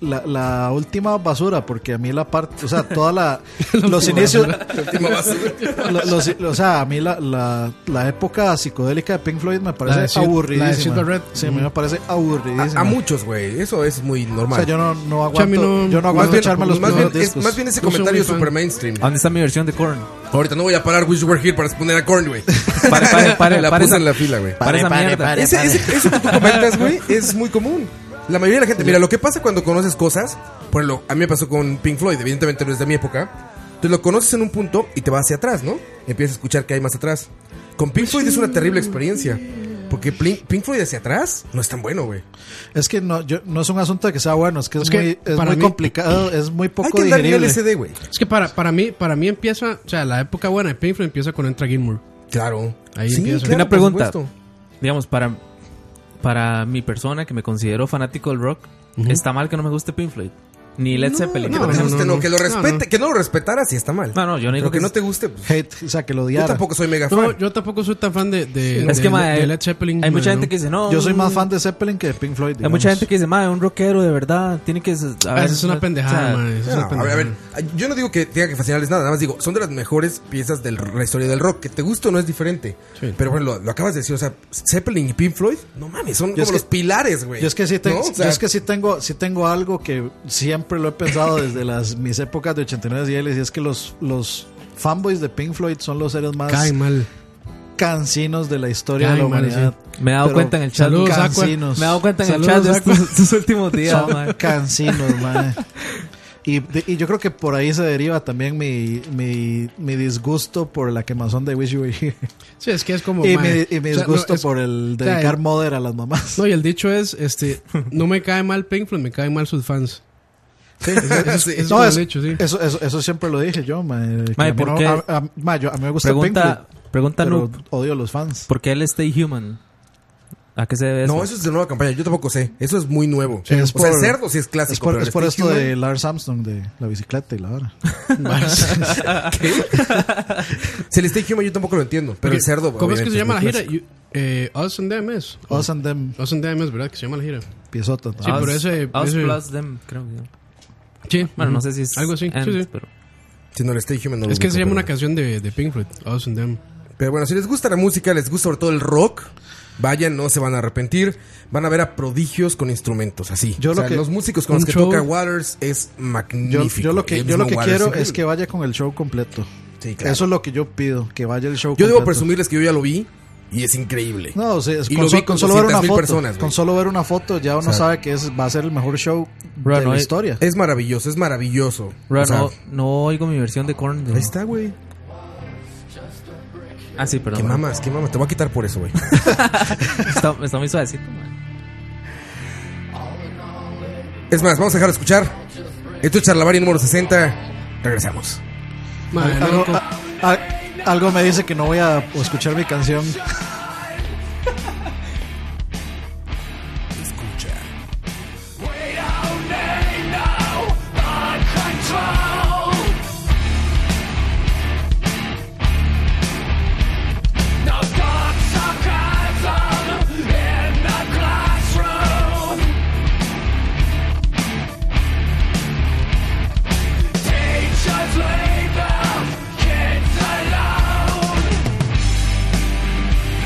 [SPEAKER 5] la, la última basura, porque a mí la parte, o sea, toda la, los inicios,
[SPEAKER 1] Última basura.
[SPEAKER 5] lo- los- o sea, a mí la, la, la época psicodélica de Pink Floyd me
[SPEAKER 4] La de
[SPEAKER 5] parece
[SPEAKER 4] Sid-
[SPEAKER 5] aburridísima.
[SPEAKER 4] la de Sid Barrett.
[SPEAKER 5] Sí, a mí me parece aburridísima.
[SPEAKER 1] Mm. A, a muchos, güey. Eso es muy
[SPEAKER 5] o
[SPEAKER 1] normal.
[SPEAKER 5] sea, yo no, no
[SPEAKER 4] sea, a mí
[SPEAKER 5] aguanto,
[SPEAKER 4] no-
[SPEAKER 5] yo no
[SPEAKER 1] más,
[SPEAKER 5] aguanto
[SPEAKER 1] bien,
[SPEAKER 5] echarme los
[SPEAKER 1] más, bien,
[SPEAKER 5] primeros
[SPEAKER 1] es-
[SPEAKER 5] discos.
[SPEAKER 1] más bien ese
[SPEAKER 4] No soy
[SPEAKER 1] comentario
[SPEAKER 4] muy
[SPEAKER 1] es super
[SPEAKER 4] fan.
[SPEAKER 1] mainstream.
[SPEAKER 6] ¿Dónde está mi versión de Korn?
[SPEAKER 1] Ahorita no voy a parar Wish You Were Here para exponer a Korn, güey.
[SPEAKER 6] Pare, pare, pare,
[SPEAKER 1] la
[SPEAKER 6] pare
[SPEAKER 1] puse
[SPEAKER 6] esa-
[SPEAKER 1] en la fila, güey.
[SPEAKER 6] Para esa mierda.
[SPEAKER 1] Ese- ese- eso que tú comentas, güey, es muy común. La mayoría de la gente, mira, lo que pasa cuando conoces cosas, por ejemplo, a mí me pasó con Pink Floyd, evidentemente no es de mi época. Entonces lo conoces en un punto y te vas hacia atrás, ¿no? Empiezas a escuchar que hay más atrás. Con Pink Floyd es una terrible experiencia. Porque Plin- Pink Floyd hacia atrás no es tan bueno, güey.
[SPEAKER 5] Es que no, yo, no es un asunto de que sea bueno, es que es,
[SPEAKER 4] Es que
[SPEAKER 5] muy, es
[SPEAKER 4] para
[SPEAKER 5] muy
[SPEAKER 4] mí-
[SPEAKER 5] complicado, es muy
[SPEAKER 1] Hay
[SPEAKER 5] poco
[SPEAKER 1] que andar en
[SPEAKER 5] digerible.
[SPEAKER 1] LCD, güey.
[SPEAKER 4] Es que para, para mí, para mí empieza, o sea, la época buena de Pink Floyd empieza con Entra Gilmour.
[SPEAKER 1] Claro.
[SPEAKER 4] Ahí empiezo.
[SPEAKER 1] claro,
[SPEAKER 6] Una pregunta.
[SPEAKER 1] por supuesto.
[SPEAKER 6] Digamos, para, para mi persona que me considero fanático del rock, está mal que no me guste Pink Floyd. Ni Led Zeppelin.
[SPEAKER 1] Que
[SPEAKER 6] por
[SPEAKER 1] no te
[SPEAKER 6] ejemplo.
[SPEAKER 1] guste, no, que lo
[SPEAKER 4] no, no.
[SPEAKER 1] respete, que no lo respetara si está mal.
[SPEAKER 6] No, no, yo no digo
[SPEAKER 1] Pero que,
[SPEAKER 6] que
[SPEAKER 1] no
[SPEAKER 6] es-
[SPEAKER 1] te guste, pues.
[SPEAKER 5] Hate, o sea, que lo
[SPEAKER 1] Yo
[SPEAKER 5] odiara.
[SPEAKER 1] tampoco soy mega fan.
[SPEAKER 4] No, yo tampoco soy tan fan de, de,
[SPEAKER 6] es
[SPEAKER 4] de-
[SPEAKER 6] que, mae,
[SPEAKER 5] eh,
[SPEAKER 4] de Led Zeppelin.
[SPEAKER 6] hay
[SPEAKER 4] mae,
[SPEAKER 6] mucha gente
[SPEAKER 4] no.
[SPEAKER 6] que dice, no. mm".
[SPEAKER 5] Yo soy más fan de Zeppelin que de Pink Floyd.
[SPEAKER 6] Hay
[SPEAKER 5] digamos.
[SPEAKER 6] mucha gente que dice, madre, un rockero de verdad tiene que. a
[SPEAKER 4] Ah,
[SPEAKER 6] ver,
[SPEAKER 4] eso es una
[SPEAKER 6] o sea,
[SPEAKER 4] pendejada, mae, eso es
[SPEAKER 1] No,
[SPEAKER 4] una
[SPEAKER 1] a ver, a ver,
[SPEAKER 4] pendejada.
[SPEAKER 1] yo no digo que tenga que fascinarles nada, nada más digo, son de las mejores piezas de la historia del rock, que te guste o no es diferente.
[SPEAKER 4] Sí.
[SPEAKER 1] Pero bueno, lo, lo acabas de decir, o sea, Zeppelin y Pink Floyd, no mames, son como
[SPEAKER 5] es que-
[SPEAKER 1] los pilares, güey.
[SPEAKER 5] Yo es que sí, te-
[SPEAKER 1] ¿No? O
[SPEAKER 5] yo
[SPEAKER 1] sea,
[SPEAKER 5] es que sí tengo, sí tengo algo que siempre lo he pensado desde las mis épocas de 89 y es que los, los fanboys de Pink Floyd son los seres más
[SPEAKER 4] Cae mal.
[SPEAKER 5] cansinos de la historia
[SPEAKER 4] Caen
[SPEAKER 5] de la
[SPEAKER 4] mal,
[SPEAKER 5] humanidad.
[SPEAKER 6] Me he dado
[SPEAKER 5] Pero
[SPEAKER 6] cuenta en el chat.
[SPEAKER 4] Saludos, Aqua.
[SPEAKER 5] cansinos.
[SPEAKER 6] Me he dado cuenta en el
[SPEAKER 4] Saludos,
[SPEAKER 6] chat de estos, estos últimos días,
[SPEAKER 5] Son
[SPEAKER 6] mae.
[SPEAKER 5] cansinos, mae. Y, de- y yo creo que por ahí se deriva también mi, mi, mi disgusto por la quemazón de Wish You Were Here.
[SPEAKER 4] Sí, es que es como.
[SPEAKER 5] y,
[SPEAKER 4] mae,
[SPEAKER 5] mi, y mi
[SPEAKER 4] o sea, no,
[SPEAKER 5] disgusto
[SPEAKER 4] es-
[SPEAKER 5] por el
[SPEAKER 4] o sea,
[SPEAKER 5] dedicar
[SPEAKER 4] el-
[SPEAKER 5] mother a las mamás.
[SPEAKER 4] No, y el dicho es: este, no me cae mal Pink Floyd, me caen mal sus fans.
[SPEAKER 5] Sí,
[SPEAKER 4] eso es
[SPEAKER 5] No,
[SPEAKER 4] como
[SPEAKER 5] es-
[SPEAKER 4] el hecho, sí.
[SPEAKER 5] eso, eso, eso siempre lo dije yo, mae, que
[SPEAKER 6] Mae,
[SPEAKER 5] a mí
[SPEAKER 6] ¿por
[SPEAKER 5] no-
[SPEAKER 6] qué?
[SPEAKER 5] A, a- mae, yo- a mí me gusta Pink
[SPEAKER 6] Pregunta,
[SPEAKER 5] Floyd,
[SPEAKER 6] pregunta
[SPEAKER 5] pero
[SPEAKER 6] Noob,
[SPEAKER 5] odio a los fans.
[SPEAKER 6] ¿por qué el Stay Human? ¿A qué se debe eso?
[SPEAKER 1] No, eso es de nueva campaña, yo tampoco sé, eso es muy nuevo.
[SPEAKER 5] Sí, es
[SPEAKER 1] o sea, pues el
[SPEAKER 5] por-
[SPEAKER 1] cerdo sí es clásico.
[SPEAKER 5] es por,
[SPEAKER 1] pero
[SPEAKER 5] es
[SPEAKER 1] el
[SPEAKER 5] por
[SPEAKER 1] Steve
[SPEAKER 5] esto
[SPEAKER 1] Human-
[SPEAKER 5] de Lars Armstrong de la bicicleta y la hora.
[SPEAKER 1] Si el Stay Human yo tampoco lo entiendo, pero el cerdo...
[SPEAKER 4] ¿Cómo es que se
[SPEAKER 1] obviamente,
[SPEAKER 4] llama la gira?
[SPEAKER 1] muy clásico.
[SPEAKER 4] You- eh, Us and Them es.
[SPEAKER 5] Us and Them,
[SPEAKER 4] Us and Them es, ¿verdad? Que se llama la gira.
[SPEAKER 5] piezota.
[SPEAKER 4] Sí,
[SPEAKER 6] Us-
[SPEAKER 4] pero ese-
[SPEAKER 6] Us
[SPEAKER 4] ese-
[SPEAKER 6] plus them, creo que.
[SPEAKER 4] Sí.
[SPEAKER 6] Bueno, no sé si es.
[SPEAKER 4] Algo así.
[SPEAKER 6] and,
[SPEAKER 4] sí, sí.
[SPEAKER 6] pero-
[SPEAKER 1] Si no, el Stay Human no lo
[SPEAKER 4] Es que se
[SPEAKER 1] ubico,
[SPEAKER 4] llama una
[SPEAKER 1] pero-
[SPEAKER 4] canción de, de Pink Floyd, Us and Them.
[SPEAKER 1] Pero bueno, si les gusta la música, les gusta sobre todo el rock, vayan, no se van a arrepentir. Van a ver a prodigios con instrumentos, así.
[SPEAKER 5] Yo
[SPEAKER 1] O
[SPEAKER 5] lo
[SPEAKER 1] sea,
[SPEAKER 5] que-
[SPEAKER 1] los músicos con los
[SPEAKER 4] un
[SPEAKER 1] que
[SPEAKER 4] show-
[SPEAKER 1] toca Waters es
[SPEAKER 5] Yo,
[SPEAKER 1] magnífico.
[SPEAKER 5] yo lo que,
[SPEAKER 1] El
[SPEAKER 5] yo lo
[SPEAKER 1] mismo
[SPEAKER 5] que
[SPEAKER 1] Waters
[SPEAKER 5] quiero
[SPEAKER 1] increíble.
[SPEAKER 5] es que vaya con el show completo.
[SPEAKER 1] Sí, claro.
[SPEAKER 5] Eso es lo que yo pido, que vaya el show
[SPEAKER 1] Yo
[SPEAKER 5] completo.
[SPEAKER 1] debo presumirles que yo ya lo vi y es increíble.
[SPEAKER 5] No, o sea, es-
[SPEAKER 1] Y
[SPEAKER 5] con,
[SPEAKER 1] lo
[SPEAKER 5] so-
[SPEAKER 1] vi con
[SPEAKER 5] con solo ver una
[SPEAKER 1] 200.000
[SPEAKER 5] foto,
[SPEAKER 1] personas, güey.
[SPEAKER 5] con solo ver una foto ya uno
[SPEAKER 1] sea,
[SPEAKER 5] sabe que es, va a ser el mejor show
[SPEAKER 6] Bro,
[SPEAKER 5] de
[SPEAKER 6] no
[SPEAKER 5] la
[SPEAKER 6] hay-
[SPEAKER 5] historia.
[SPEAKER 1] Es maravilloso, es maravilloso.
[SPEAKER 6] Bro,
[SPEAKER 1] O sea,
[SPEAKER 6] no, no oigo mi versión de Korn. de-
[SPEAKER 1] Ahí está, güey.
[SPEAKER 6] Ah, sí, pero
[SPEAKER 1] Qué mamas, qué mamas. Te voy a quitar por eso, güey.
[SPEAKER 6] Está, está muy suavecito, man.
[SPEAKER 1] es más, vamos a dejar de escuchar. Esto es Charlavaria número 60. Regresamos.
[SPEAKER 4] Mae, no,
[SPEAKER 5] algo,
[SPEAKER 4] como-
[SPEAKER 5] a- a- algo me dice que no voy a escuchar mi canción.
[SPEAKER 8] Kids alone.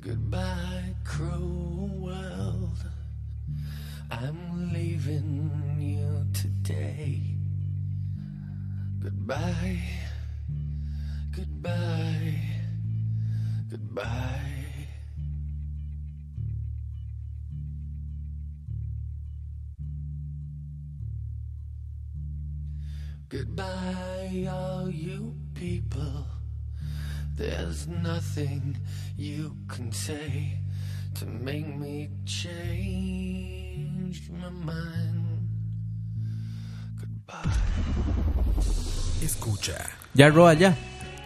[SPEAKER 10] Goodbye, cruel world. I'm leaving you today. Goodbye, goodbye, goodbye. Goodbye, all you people. There's nothing you can say to make me change my mind.
[SPEAKER 1] Escucha.
[SPEAKER 6] Ya roba ya.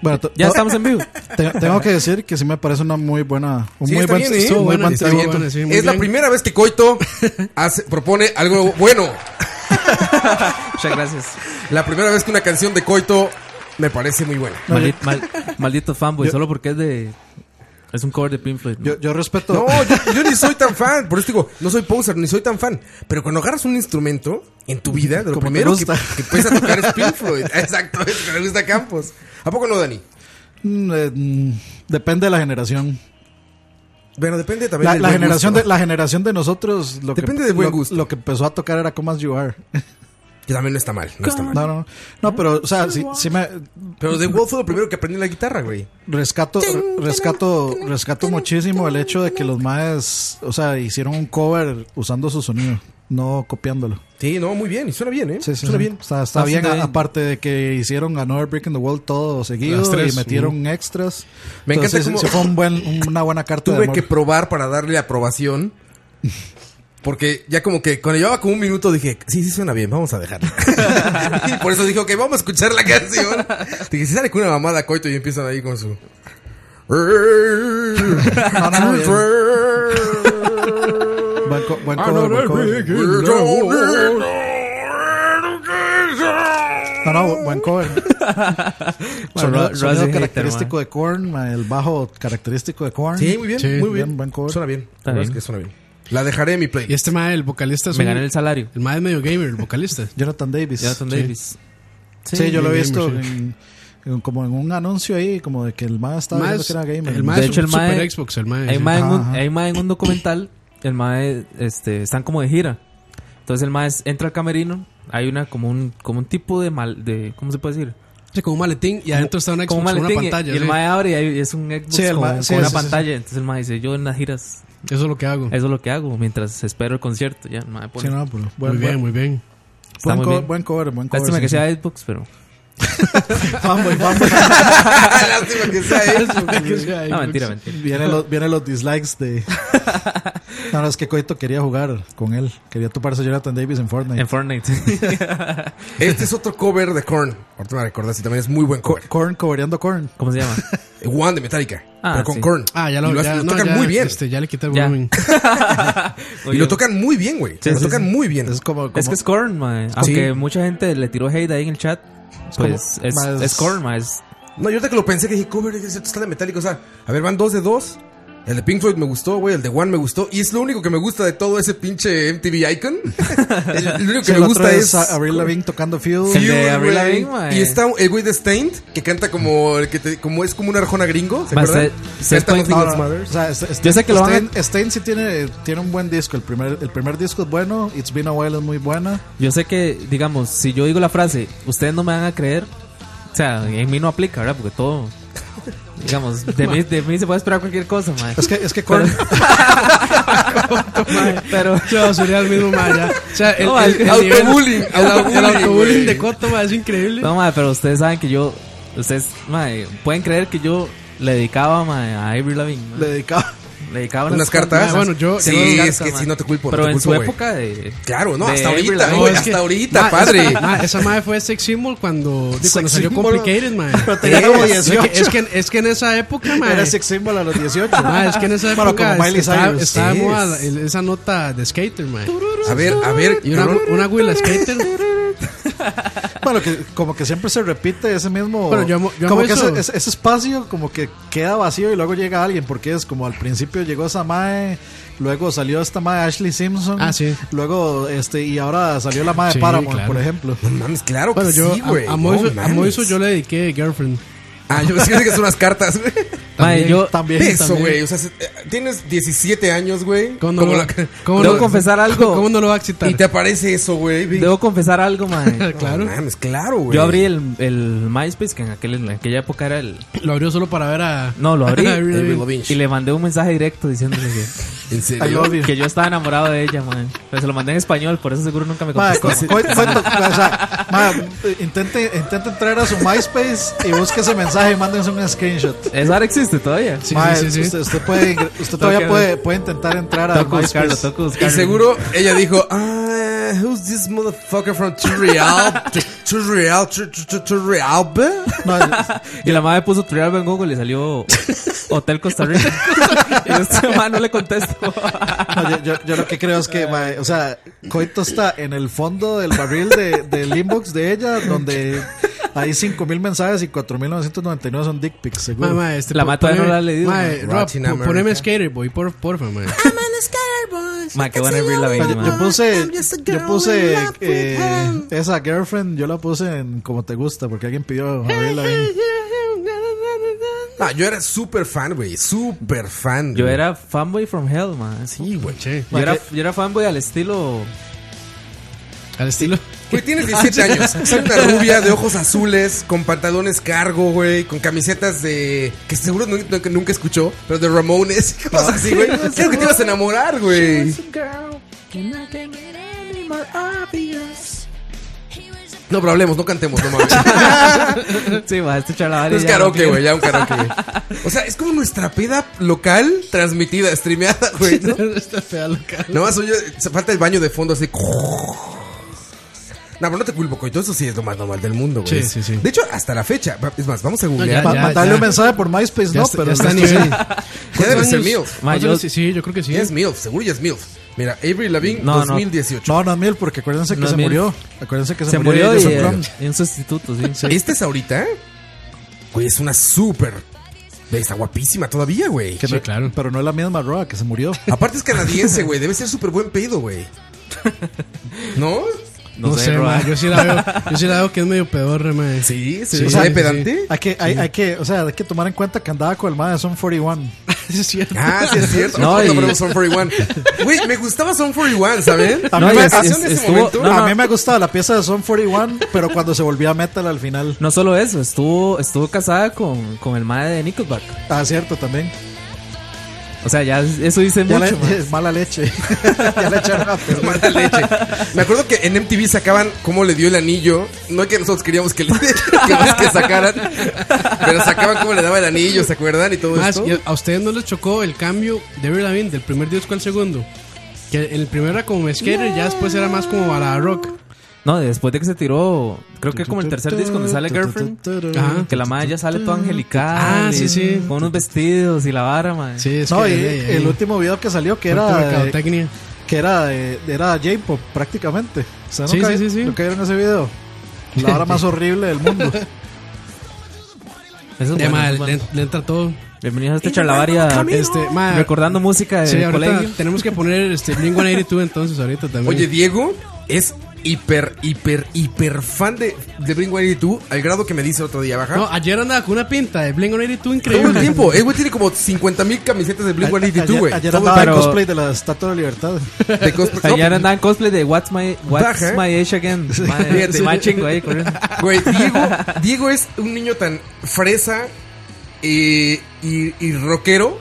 [SPEAKER 5] Bueno, to-
[SPEAKER 6] Ya
[SPEAKER 5] to-
[SPEAKER 6] estamos en vivo.
[SPEAKER 5] te- tengo que decir que sí me parece una muy buena. Un
[SPEAKER 1] Sí,
[SPEAKER 5] muy
[SPEAKER 1] está
[SPEAKER 5] buen,
[SPEAKER 1] bien, ¿eh?
[SPEAKER 5] estuvo muy
[SPEAKER 1] Bueno,
[SPEAKER 5] buen
[SPEAKER 1] está
[SPEAKER 5] tema.
[SPEAKER 1] bien.
[SPEAKER 4] sí, muy
[SPEAKER 1] es la
[SPEAKER 4] bien.
[SPEAKER 1] primera vez que Coito hace- propone algo bueno.
[SPEAKER 6] Muchas gracias.
[SPEAKER 1] La primera vez que una canción de Coito me parece muy buena.
[SPEAKER 6] Maldi- mal- maldito fanboy, Ah, pues, solo este- porque es de. Es un cover de Pink Floyd. ¿no?
[SPEAKER 5] Yo, yo respeto.
[SPEAKER 1] No, yo, yo ni soy tan fan. Por eso digo, no soy poser, ni soy tan fan. Pero cuando agarras un instrumento en tu vida, de lo
[SPEAKER 5] Como te
[SPEAKER 1] primero que,
[SPEAKER 5] gusta.
[SPEAKER 1] que puedes a tocar es Pink Floyd. Exacto, es lo que le gusta a Campos. ¿A poco no, Dani?
[SPEAKER 5] Mm, eh, mm, depende de la generación.
[SPEAKER 1] Bueno, depende también
[SPEAKER 5] La,
[SPEAKER 1] del
[SPEAKER 5] la
[SPEAKER 1] buen
[SPEAKER 5] generación
[SPEAKER 1] gusto,
[SPEAKER 5] de, la generación de nosotros. Lo
[SPEAKER 1] Depende
[SPEAKER 5] que,
[SPEAKER 1] del buen
[SPEAKER 5] lo-
[SPEAKER 1] gusto.
[SPEAKER 5] Lo que empezó a tocar era Comas You Are.
[SPEAKER 1] Que también no está mal, no está mal.
[SPEAKER 5] No, no, no. No, pero, o sea, sí, sí me
[SPEAKER 1] Pero The Wolf fue lo primero que aprendí la guitarra, güey.
[SPEAKER 5] rescato, rescato, rescato muchísimo el hecho de que los maes, o sea, hicieron un cover usando su sonido, no copiándolo.
[SPEAKER 1] Sí, no, muy bien. Y suena bien, ¿eh?
[SPEAKER 5] Sí, sí,
[SPEAKER 1] suena
[SPEAKER 5] sí.
[SPEAKER 1] bien.
[SPEAKER 5] Está, está
[SPEAKER 6] Bastante
[SPEAKER 5] bien, a-
[SPEAKER 6] bien.
[SPEAKER 5] aparte de que hicieron Another Break in the World todo seguido
[SPEAKER 4] Las tres,
[SPEAKER 5] y metieron extras.
[SPEAKER 1] Me encanta
[SPEAKER 5] Entonces,
[SPEAKER 1] cómo-
[SPEAKER 5] sí, sí fue un buen- una buena carta de
[SPEAKER 1] Tuve
[SPEAKER 5] amor.
[SPEAKER 1] que probar para darle aprobación. Porque ya como que cuando llevaba como un minuto dije, sí, sí suena bien, vamos a dejarlo. y por eso dije, ok, vamos a escuchar la canción. Dije, si sale con una mamada coito y empiezan ahí con su...
[SPEAKER 5] No, no, no, bien. Buen co-
[SPEAKER 10] Ah,
[SPEAKER 5] buen cover, buen cover. No, no, buen cover.
[SPEAKER 6] Ro-
[SPEAKER 5] Sonido,
[SPEAKER 6] Ro
[SPEAKER 5] sonido
[SPEAKER 6] hace hater,
[SPEAKER 5] característico de Korn, ma, el bajo característico de Korn.
[SPEAKER 1] Sí, muy bien, muy bien.
[SPEAKER 5] Buen cover.
[SPEAKER 1] Suena bien,
[SPEAKER 6] Está
[SPEAKER 1] la verdad es
[SPEAKER 6] bien.
[SPEAKER 1] que suena bien. La dejaré en mi
[SPEAKER 4] Y
[SPEAKER 1] play.
[SPEAKER 4] este mae, el vocalista es
[SPEAKER 6] Me
[SPEAKER 4] un-
[SPEAKER 6] gané el salario.
[SPEAKER 4] El mae es medio gamer, el vocalista.
[SPEAKER 5] Jonathan Davis.
[SPEAKER 6] Jonathan
[SPEAKER 5] Sí.
[SPEAKER 6] Davis.
[SPEAKER 5] Sí, yo lo he
[SPEAKER 4] gamer,
[SPEAKER 5] visto
[SPEAKER 4] sí.
[SPEAKER 5] en- en- como en un anuncio ahí, como de que el más estaba
[SPEAKER 4] Mae
[SPEAKER 5] diciendo
[SPEAKER 4] es-
[SPEAKER 5] que era gamer.
[SPEAKER 4] el mae
[SPEAKER 6] De
[SPEAKER 4] es
[SPEAKER 6] hecho, el
[SPEAKER 4] un super
[SPEAKER 6] mae-
[SPEAKER 4] Xbox, el mae.
[SPEAKER 6] Hay
[SPEAKER 4] sí.
[SPEAKER 6] más en, un-
[SPEAKER 5] Ajá.
[SPEAKER 6] hay mae en un documental. El mae, este, están como de gira. Entonces el mae es- entra al camerino. Hay una como un, como un tipo de mal, de, ¿cómo se puede decir?
[SPEAKER 4] Sí, como un maletín y adentro está una Xbox
[SPEAKER 6] Como un
[SPEAKER 4] con
[SPEAKER 6] maletín,
[SPEAKER 4] una pantalla.
[SPEAKER 6] y, y el
[SPEAKER 4] sí.
[SPEAKER 6] mae abre y hay- es un Xbox
[SPEAKER 5] Sí, el
[SPEAKER 6] con,
[SPEAKER 5] mae-
[SPEAKER 6] con
[SPEAKER 5] sí,
[SPEAKER 6] una
[SPEAKER 5] sí, sí, sí.
[SPEAKER 6] pantalla. Entonces el mae dice, yo en las giras,
[SPEAKER 4] Eso es lo que hago.
[SPEAKER 6] eso es lo que hago mientras espero el concierto. Ya, el mae pone-
[SPEAKER 5] Sí, no, pero
[SPEAKER 4] muy
[SPEAKER 5] buen,
[SPEAKER 4] bien,
[SPEAKER 5] buen,
[SPEAKER 4] muy bien.
[SPEAKER 6] está muy
[SPEAKER 5] co-
[SPEAKER 6] bien.
[SPEAKER 5] buen cover, buen cover.
[SPEAKER 6] Lástima
[SPEAKER 5] sí,
[SPEAKER 6] que
[SPEAKER 5] sí.
[SPEAKER 6] sea Xbox, pero...
[SPEAKER 5] Fanboy, fanboy. Ah,
[SPEAKER 1] Lástima que sea eso.
[SPEAKER 6] No, mentira, mentira.
[SPEAKER 5] Vienen los, vienen los dislikes de. No, no, es que Coito quería jugar con él. Quería toparse a Jonathan Davis en Fortnite.
[SPEAKER 6] En Fortnite.
[SPEAKER 1] Este es otro cover de Korn. Ahorita me recordás y también es muy buen cover.
[SPEAKER 5] Korn, covereando Korn.
[SPEAKER 6] ¿Cómo se llama?
[SPEAKER 1] One de Metallica,
[SPEAKER 6] Ah,
[SPEAKER 1] pero con
[SPEAKER 6] sí.
[SPEAKER 1] Korn.
[SPEAKER 4] Ah, ya
[SPEAKER 1] Y
[SPEAKER 4] lo,
[SPEAKER 1] lo,
[SPEAKER 4] ya,
[SPEAKER 1] hacen- lo
[SPEAKER 4] no,
[SPEAKER 1] tocan
[SPEAKER 4] ya,
[SPEAKER 1] muy bien.
[SPEAKER 4] Este, ya le quité el
[SPEAKER 6] Ya.
[SPEAKER 4] volumen.
[SPEAKER 1] Y lo tocan muy bien, güey.
[SPEAKER 6] Sí,
[SPEAKER 1] lo
[SPEAKER 6] sí,
[SPEAKER 1] tocan muy bien.
[SPEAKER 5] Es como. como
[SPEAKER 6] Es que es Korn, mae. Aunque
[SPEAKER 1] Sí.
[SPEAKER 6] mucha gente le tiró hate ahí en el chat. Pues
[SPEAKER 5] como-
[SPEAKER 6] es,
[SPEAKER 5] más-
[SPEAKER 6] es Korn, mae. Es-
[SPEAKER 1] No, yo ahorita que lo pensé que dije, cover, es cierto, está de metálico. O sea, a ver, van dos de dos. El de Pink Floyd me gustó, güey. El de One me gustó. Y es lo único que me gusta de todo ese pinche MTV Icon. El- lo único que
[SPEAKER 5] sí, el
[SPEAKER 1] me
[SPEAKER 5] otro
[SPEAKER 1] gusta es.
[SPEAKER 5] a- Avril Lavigne tocando Fuel.
[SPEAKER 6] El de
[SPEAKER 1] Fuel,
[SPEAKER 6] Avril
[SPEAKER 1] güey.
[SPEAKER 6] Lavigne, güey.
[SPEAKER 1] Y está el güey de Stained, que canta como el que te- como es como un arjona gringo. ¿Se
[SPEAKER 6] Más
[SPEAKER 1] acuerdan?
[SPEAKER 6] de- se
[SPEAKER 1] Esta
[SPEAKER 6] puede-
[SPEAKER 1] Nothing
[SPEAKER 5] No,
[SPEAKER 1] Else
[SPEAKER 5] no,
[SPEAKER 1] Matters.
[SPEAKER 5] o sea, es- es-
[SPEAKER 6] Yo sé que lo van a-
[SPEAKER 5] Stain, Stain sí tiene, tiene un buen disco. El primer, el primer disco es bueno. It's Been a While es muy buena.
[SPEAKER 6] Yo sé que, digamos, si yo digo la frase, ustedes no me van a creer. O sea, en mí no aplica, ¿verdad? Porque todo. Digamos, de, mí, de mí se puede esperar cualquier cosa, mae.
[SPEAKER 5] Es que, es que Korn.
[SPEAKER 6] Mae, Pero.
[SPEAKER 4] Se basuré al mismo mae, ya. O sea, el,
[SPEAKER 6] No,
[SPEAKER 4] el, el, nivel- el
[SPEAKER 1] Autobullying,
[SPEAKER 4] au-
[SPEAKER 1] autobullying,
[SPEAKER 4] el autobullying
[SPEAKER 1] güey.
[SPEAKER 4] de Coto, mae, es increíble.
[SPEAKER 6] No, mae, pero ustedes saben que yo. Ustedes, mae, pueden creer que yo le dedicaba, mae, a Avril Lavigne. mae.
[SPEAKER 5] le dedicaba.
[SPEAKER 6] Le dedicaba
[SPEAKER 1] Unas cartas.
[SPEAKER 4] Ah, bueno, yo-
[SPEAKER 1] Sí,
[SPEAKER 4] yo-
[SPEAKER 1] es que sí, no te culpo. no
[SPEAKER 6] Pero
[SPEAKER 1] te
[SPEAKER 6] en
[SPEAKER 1] culpo,
[SPEAKER 6] su
[SPEAKER 1] güey.
[SPEAKER 6] época de.
[SPEAKER 1] Claro, no,
[SPEAKER 6] de
[SPEAKER 1] hasta
[SPEAKER 6] Avril
[SPEAKER 1] ahorita,
[SPEAKER 6] Lavigne.
[SPEAKER 1] güey.
[SPEAKER 4] es
[SPEAKER 1] Hasta
[SPEAKER 4] que-
[SPEAKER 1] ahorita,
[SPEAKER 4] mae,
[SPEAKER 1] padre.
[SPEAKER 4] esa- mae, esa mae fue sex symbol cuando, de cuando
[SPEAKER 5] Sex
[SPEAKER 4] salió
[SPEAKER 5] symbol.
[SPEAKER 4] Complicated, mae.
[SPEAKER 5] tenía
[SPEAKER 4] Sí,
[SPEAKER 5] como
[SPEAKER 4] es que-
[SPEAKER 5] 18.
[SPEAKER 4] Es que, es que en esa época, mae.
[SPEAKER 5] Era sex symbol a los 18.
[SPEAKER 4] mae, es que en esa
[SPEAKER 5] Bueno,
[SPEAKER 4] época
[SPEAKER 5] como Miley
[SPEAKER 4] estaba,
[SPEAKER 5] Cyrus.
[SPEAKER 4] estaba de
[SPEAKER 1] Sí,
[SPEAKER 4] moda
[SPEAKER 1] es.
[SPEAKER 4] el- esa nota de skater, mae.
[SPEAKER 1] A ver, a ver.
[SPEAKER 4] Y una,
[SPEAKER 1] cabrón.
[SPEAKER 4] una güila skater.
[SPEAKER 5] Bueno, que, como que siempre se repite ese mismo.
[SPEAKER 4] Bueno, yo amo- yo amo
[SPEAKER 5] como que
[SPEAKER 4] eso.
[SPEAKER 5] ese, ese- ese espacio, como que queda vacío y luego llega alguien. Porque es como al principio llegó esa mae, luego salió esta mae Ashley Simpson.
[SPEAKER 4] Ah, sí.
[SPEAKER 5] Luego, este, y ahora salió la mae
[SPEAKER 4] Sí,
[SPEAKER 5] Paramore,
[SPEAKER 4] claro.
[SPEAKER 5] por ejemplo.
[SPEAKER 1] No mames, claro
[SPEAKER 4] Bueno,
[SPEAKER 1] que
[SPEAKER 4] yo
[SPEAKER 1] sí,
[SPEAKER 4] a-
[SPEAKER 1] güey.
[SPEAKER 4] a,
[SPEAKER 1] No
[SPEAKER 4] Moiso, a
[SPEAKER 1] mames.
[SPEAKER 4] Moiso yo le dediqué Girlfriend.
[SPEAKER 1] Ah, yo pensé que son unas cartas, güey.
[SPEAKER 6] Mae, yo-
[SPEAKER 1] Eso,
[SPEAKER 6] también.
[SPEAKER 1] güey. O sea, se- eh, tienes 17 años, güey.
[SPEAKER 4] ¿Cómo no
[SPEAKER 1] Como
[SPEAKER 4] lo-
[SPEAKER 1] la-
[SPEAKER 4] cómo
[SPEAKER 1] Debo
[SPEAKER 4] no-
[SPEAKER 1] confesar algo.
[SPEAKER 4] ¿Cómo no lo va a excitar?
[SPEAKER 1] Y te aparece eso, güey.
[SPEAKER 6] Debo confesar algo, mae.
[SPEAKER 4] Claro.
[SPEAKER 1] mames, claro, güey.
[SPEAKER 6] Yo abrí el, el MySpace, que en, aquel, en aquella época era el...
[SPEAKER 4] Lo abrió solo para ver a.
[SPEAKER 6] No, lo abrí
[SPEAKER 4] a Avril Lavigne.
[SPEAKER 6] y le mandé un mensaje directo diciéndole que...
[SPEAKER 1] ¿En
[SPEAKER 6] I love you. Que yo estaba enamorado de ella, man. Pero se lo mandé en español, por eso seguro nunca me
[SPEAKER 5] Ma,
[SPEAKER 6] contestó.
[SPEAKER 5] cu- cu- cuento- o sea, ma, intente, intente entrar a su MySpace y busque ese mensaje y mándense un screenshot.
[SPEAKER 6] Eso ahora existe todavía. Sí,
[SPEAKER 5] Ma, Usted, usted puede, ingre- usted todavía
[SPEAKER 6] Toca-
[SPEAKER 5] puede, puede intentar entrar a
[SPEAKER 6] Toco buscarlo,
[SPEAKER 5] MySpace.
[SPEAKER 6] toco buscarlo.
[SPEAKER 1] Y seguro ella dijo, ah, who's this motherfucker from Turrial? Turrial, Turrial,
[SPEAKER 5] No,
[SPEAKER 6] Y la madre puso Trial en Google y salió Hotel Costa Rica. y yo, este man no le contesto.
[SPEAKER 5] no, yo, yo- yo lo que creo es que, ma, o sea, Coito está en el fondo del barril de- del inbox de ella, donde hay 5.000 mensajes y 4.999 son dick pics, seguro.
[SPEAKER 4] Mae, mae, este,
[SPEAKER 6] La
[SPEAKER 4] po-
[SPEAKER 6] mata
[SPEAKER 4] poneme-
[SPEAKER 6] no la ha leído,
[SPEAKER 4] Mae,
[SPEAKER 1] mae.
[SPEAKER 4] Rob,
[SPEAKER 1] Latin
[SPEAKER 4] po-
[SPEAKER 1] America.
[SPEAKER 4] poneme Skater Boy, por, porfa, mae.
[SPEAKER 6] Ma, qué buena Avril
[SPEAKER 5] Ma,
[SPEAKER 6] Lavigne,
[SPEAKER 5] yo, yo
[SPEAKER 6] man.
[SPEAKER 5] puse, yo puse eh, esa girlfriend, yo la puse en como te gusta, porque alguien pidió Avril Lavigne.
[SPEAKER 1] Ah, yo era súper fan, güey. Súper fan.
[SPEAKER 6] Yo
[SPEAKER 1] güey.
[SPEAKER 6] era fanboy from hell, man. Sí.
[SPEAKER 1] Sí, güey.
[SPEAKER 4] Che,
[SPEAKER 6] Yo era, yo era fanboy al estilo...
[SPEAKER 4] al estilo.
[SPEAKER 1] Güey, tienes 17 años. Soy una rubia de ojos azules, con pantalones cargo, güey, con camisetas de. que seguro nu- nu- que nunca escuchó, pero de Ramones y cosas así, güey. Creo que te ibas a enamorar, güey. No, pero hablemos, no cantemos, no mames.
[SPEAKER 6] Sí, man, este chaval.
[SPEAKER 1] Es karaoke, güey, ya un karaoke. güey. O sea, es como nuestra peda local transmitida, streameada, güey. ¿no?
[SPEAKER 4] Está fea loca.
[SPEAKER 1] Nada más oye, se falta el baño de fondo así. No, pero no te culpo, coito. Eso sí es lo más normal del mundo, güey.
[SPEAKER 4] Sí, sí, sí.
[SPEAKER 1] De hecho, hasta la fecha. Es más, vamos a googlear.
[SPEAKER 5] Ma-
[SPEAKER 4] Ya,
[SPEAKER 5] mandarle
[SPEAKER 4] ya.
[SPEAKER 5] un mensaje por MySpace,
[SPEAKER 4] Ya
[SPEAKER 5] no,
[SPEAKER 4] está-
[SPEAKER 5] pero
[SPEAKER 4] ya está a
[SPEAKER 5] esto
[SPEAKER 4] nivel.
[SPEAKER 5] sí.
[SPEAKER 1] Ya debe ser mío.
[SPEAKER 4] ¿Cuántos
[SPEAKER 6] Ma, yo-
[SPEAKER 4] años? Sí, sí, yo creo que sí.
[SPEAKER 1] Ya es MILF, seguro ya es MILF. Mira, Avery Lavigne
[SPEAKER 6] No, no.
[SPEAKER 1] 2018.
[SPEAKER 5] No, no, Mil, porque acuérdense que
[SPEAKER 6] No,
[SPEAKER 5] se
[SPEAKER 6] Mil.
[SPEAKER 5] murió. Acuérdense que se,
[SPEAKER 6] Se murió
[SPEAKER 5] Jason
[SPEAKER 6] y, eh,
[SPEAKER 5] Blum.
[SPEAKER 6] y un sustituto, sí.
[SPEAKER 1] Esta ¿Este es ahorita. Güey, es una súper. Está guapísima todavía, güey.
[SPEAKER 5] Que
[SPEAKER 4] Sí,
[SPEAKER 5] no-
[SPEAKER 4] claro.
[SPEAKER 5] Pero no es la misma Roa que se murió.
[SPEAKER 1] Aparte es canadiense, güey. Debe ser súper buen pedo, güey. ¿No?
[SPEAKER 4] No, sé,
[SPEAKER 6] Roa.
[SPEAKER 4] mae, yo sí la veo, yo sí la veo que es medio pedorra, mae.
[SPEAKER 1] Sí,
[SPEAKER 4] Sí,
[SPEAKER 1] sí. O sea,
[SPEAKER 4] sí,
[SPEAKER 1] ¿de
[SPEAKER 4] sí.
[SPEAKER 1] pedante?
[SPEAKER 5] Hay que, hay, hay que, o sea, hay que tomar en cuenta que andaba con el madre Son 41.
[SPEAKER 4] es cierto.
[SPEAKER 1] Ah, sí, es cierto.
[SPEAKER 6] No,
[SPEAKER 1] Nosotros
[SPEAKER 6] y-
[SPEAKER 1] nombramos Son 41. Güey, me gustaba Son 41, ¿saben?
[SPEAKER 5] A
[SPEAKER 6] No,
[SPEAKER 5] mí,
[SPEAKER 6] y
[SPEAKER 5] me,
[SPEAKER 6] es-
[SPEAKER 5] a-
[SPEAKER 1] canción de ese
[SPEAKER 6] estuvo-
[SPEAKER 1] momento.
[SPEAKER 6] no, no,
[SPEAKER 5] a mí me gustaba la pieza de Son 41, pero cuando se volvía metal al final.
[SPEAKER 6] No solo eso, estuvo, estuvo casada con, con el madre de Nickelback.
[SPEAKER 5] Ah, cierto, también.
[SPEAKER 6] O sea, ya eso dice
[SPEAKER 5] Ya
[SPEAKER 6] mucho.
[SPEAKER 5] le-
[SPEAKER 6] man.
[SPEAKER 5] mala leche. ya le echaron a perder.
[SPEAKER 1] Mala leche. Me acuerdo que en MTV sacaban cómo le dio el anillo. No que nosotros queríamos que, le, que, más que sacaran, pero sacaban cómo le daba el anillo, ¿se acuerdan? Y todo
[SPEAKER 4] Más,
[SPEAKER 1] esto.
[SPEAKER 4] ¿y ¿A ustedes no les chocó el cambio de Avril Lavigne del primer disco al segundo? Que el primero era como skater y ya después era más como balada rock.
[SPEAKER 6] No, después de que se tiró, creo que como el tercer disco donde sale Girlfriend,
[SPEAKER 4] Ajá.
[SPEAKER 6] que la madre ya sale toda angelical.
[SPEAKER 4] Ah, sí,
[SPEAKER 6] y
[SPEAKER 4] sí.
[SPEAKER 6] Con unos vestidos y la vara, man.
[SPEAKER 4] Sí, es
[SPEAKER 5] No,
[SPEAKER 4] que
[SPEAKER 5] y
[SPEAKER 4] ey, ey,
[SPEAKER 5] el último video que salió que
[SPEAKER 4] fuerte
[SPEAKER 5] era de-
[SPEAKER 4] mercadotecnia.
[SPEAKER 5] que era de, era J-pop prácticamente. ¿Ustedes
[SPEAKER 4] Sí,
[SPEAKER 5] nunca,
[SPEAKER 4] sí, sí, sí.
[SPEAKER 5] nunca vieron ese video? La hora más horrible del mundo.
[SPEAKER 6] Eso es
[SPEAKER 4] De
[SPEAKER 6] bueno, eso
[SPEAKER 4] madre,
[SPEAKER 6] es bueno.
[SPEAKER 4] le, le entra todo.
[SPEAKER 6] Bienvenidos a este charlavaria.
[SPEAKER 4] Este, ma,
[SPEAKER 6] recordando música de
[SPEAKER 4] sí, ahorita
[SPEAKER 6] colegio.
[SPEAKER 4] tenemos que poner este Blink-182 entonces ahorita también.
[SPEAKER 1] Oye, Diego es hiper, hiper, hiper fan de, de Ring 182 al grado que me dice otro día, baja.
[SPEAKER 4] no, ayer andaba con una pinta de Blink-182
[SPEAKER 1] todo el
[SPEAKER 4] increíble.
[SPEAKER 1] tiempo. El güey tiene como 50 mil camisetas de Blink 182,
[SPEAKER 5] ayer
[SPEAKER 1] güey.
[SPEAKER 5] ayer
[SPEAKER 1] Todo
[SPEAKER 5] andaba
[SPEAKER 1] el-
[SPEAKER 5] de
[SPEAKER 6] pero-
[SPEAKER 5] cosplay de la Estatua de la Libertad.
[SPEAKER 1] de cosplay. No,
[SPEAKER 6] Ayer andaban cosplay de What's My, what's
[SPEAKER 1] Baja. ¿eh?
[SPEAKER 6] my Age Again.
[SPEAKER 1] Fíjate.
[SPEAKER 6] Madre, más chingo ahí corriendo.
[SPEAKER 1] Güey, Diego, Diego es un niño tan fresa eh, y, y rockero.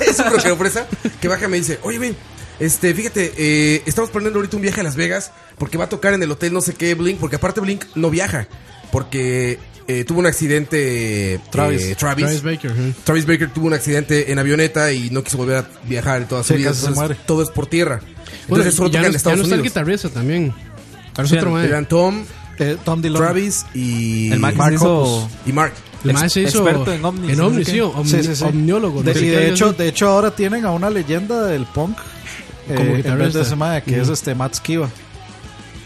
[SPEAKER 1] es un rockero fresa que baja y me dice, oye, ven, este, fíjate, eh, estamos planeando ahorita un viaje a Las Vegas porque va a tocar en el hotel no sé qué Blink, porque aparte Blink no viaja, porque eh, tuvo un accidente eh,
[SPEAKER 5] Travis.
[SPEAKER 1] Travis.
[SPEAKER 4] Travis Baker. ujú.
[SPEAKER 1] Travis Baker tuvo un accidente en avioneta y no quiso volver a viajar en toda su
[SPEAKER 5] Sí,
[SPEAKER 1] vida.
[SPEAKER 5] casi se
[SPEAKER 1] entonces,
[SPEAKER 5] muere.
[SPEAKER 1] todo es por tierra.
[SPEAKER 4] Bueno,
[SPEAKER 1] Entonces solo
[SPEAKER 4] y ya
[SPEAKER 1] tocan en
[SPEAKER 4] no, ya
[SPEAKER 1] Estados
[SPEAKER 4] no está el
[SPEAKER 1] Unidos.
[SPEAKER 4] guitarrista también. Ahora es
[SPEAKER 6] Sí,
[SPEAKER 4] otro mae.
[SPEAKER 1] Eran Tom,
[SPEAKER 5] Eh, Tom Dillon.
[SPEAKER 1] Travis y
[SPEAKER 4] Eh,
[SPEAKER 6] El Max
[SPEAKER 5] Mark
[SPEAKER 6] hizo.
[SPEAKER 5] Hoppus.
[SPEAKER 1] y Mark.
[SPEAKER 4] El mae se
[SPEAKER 6] ex-
[SPEAKER 4] hizo
[SPEAKER 6] experto en ovnis,
[SPEAKER 4] En
[SPEAKER 6] no sé
[SPEAKER 4] ovnis,
[SPEAKER 6] qué.
[SPEAKER 4] sí, omni-
[SPEAKER 5] Sí, sí, sí.
[SPEAKER 4] omniólogo.
[SPEAKER 5] De,
[SPEAKER 4] no sé
[SPEAKER 5] y
[SPEAKER 4] qué,
[SPEAKER 5] de
[SPEAKER 4] yo
[SPEAKER 5] hecho,
[SPEAKER 4] sé.
[SPEAKER 5] de hecho ahora tienen a una leyenda del punk. eh,
[SPEAKER 4] Como
[SPEAKER 5] en vez
[SPEAKER 4] guitarrista.
[SPEAKER 5] de ese mae, que es
[SPEAKER 4] Ujú.
[SPEAKER 5] este Matt Skiba.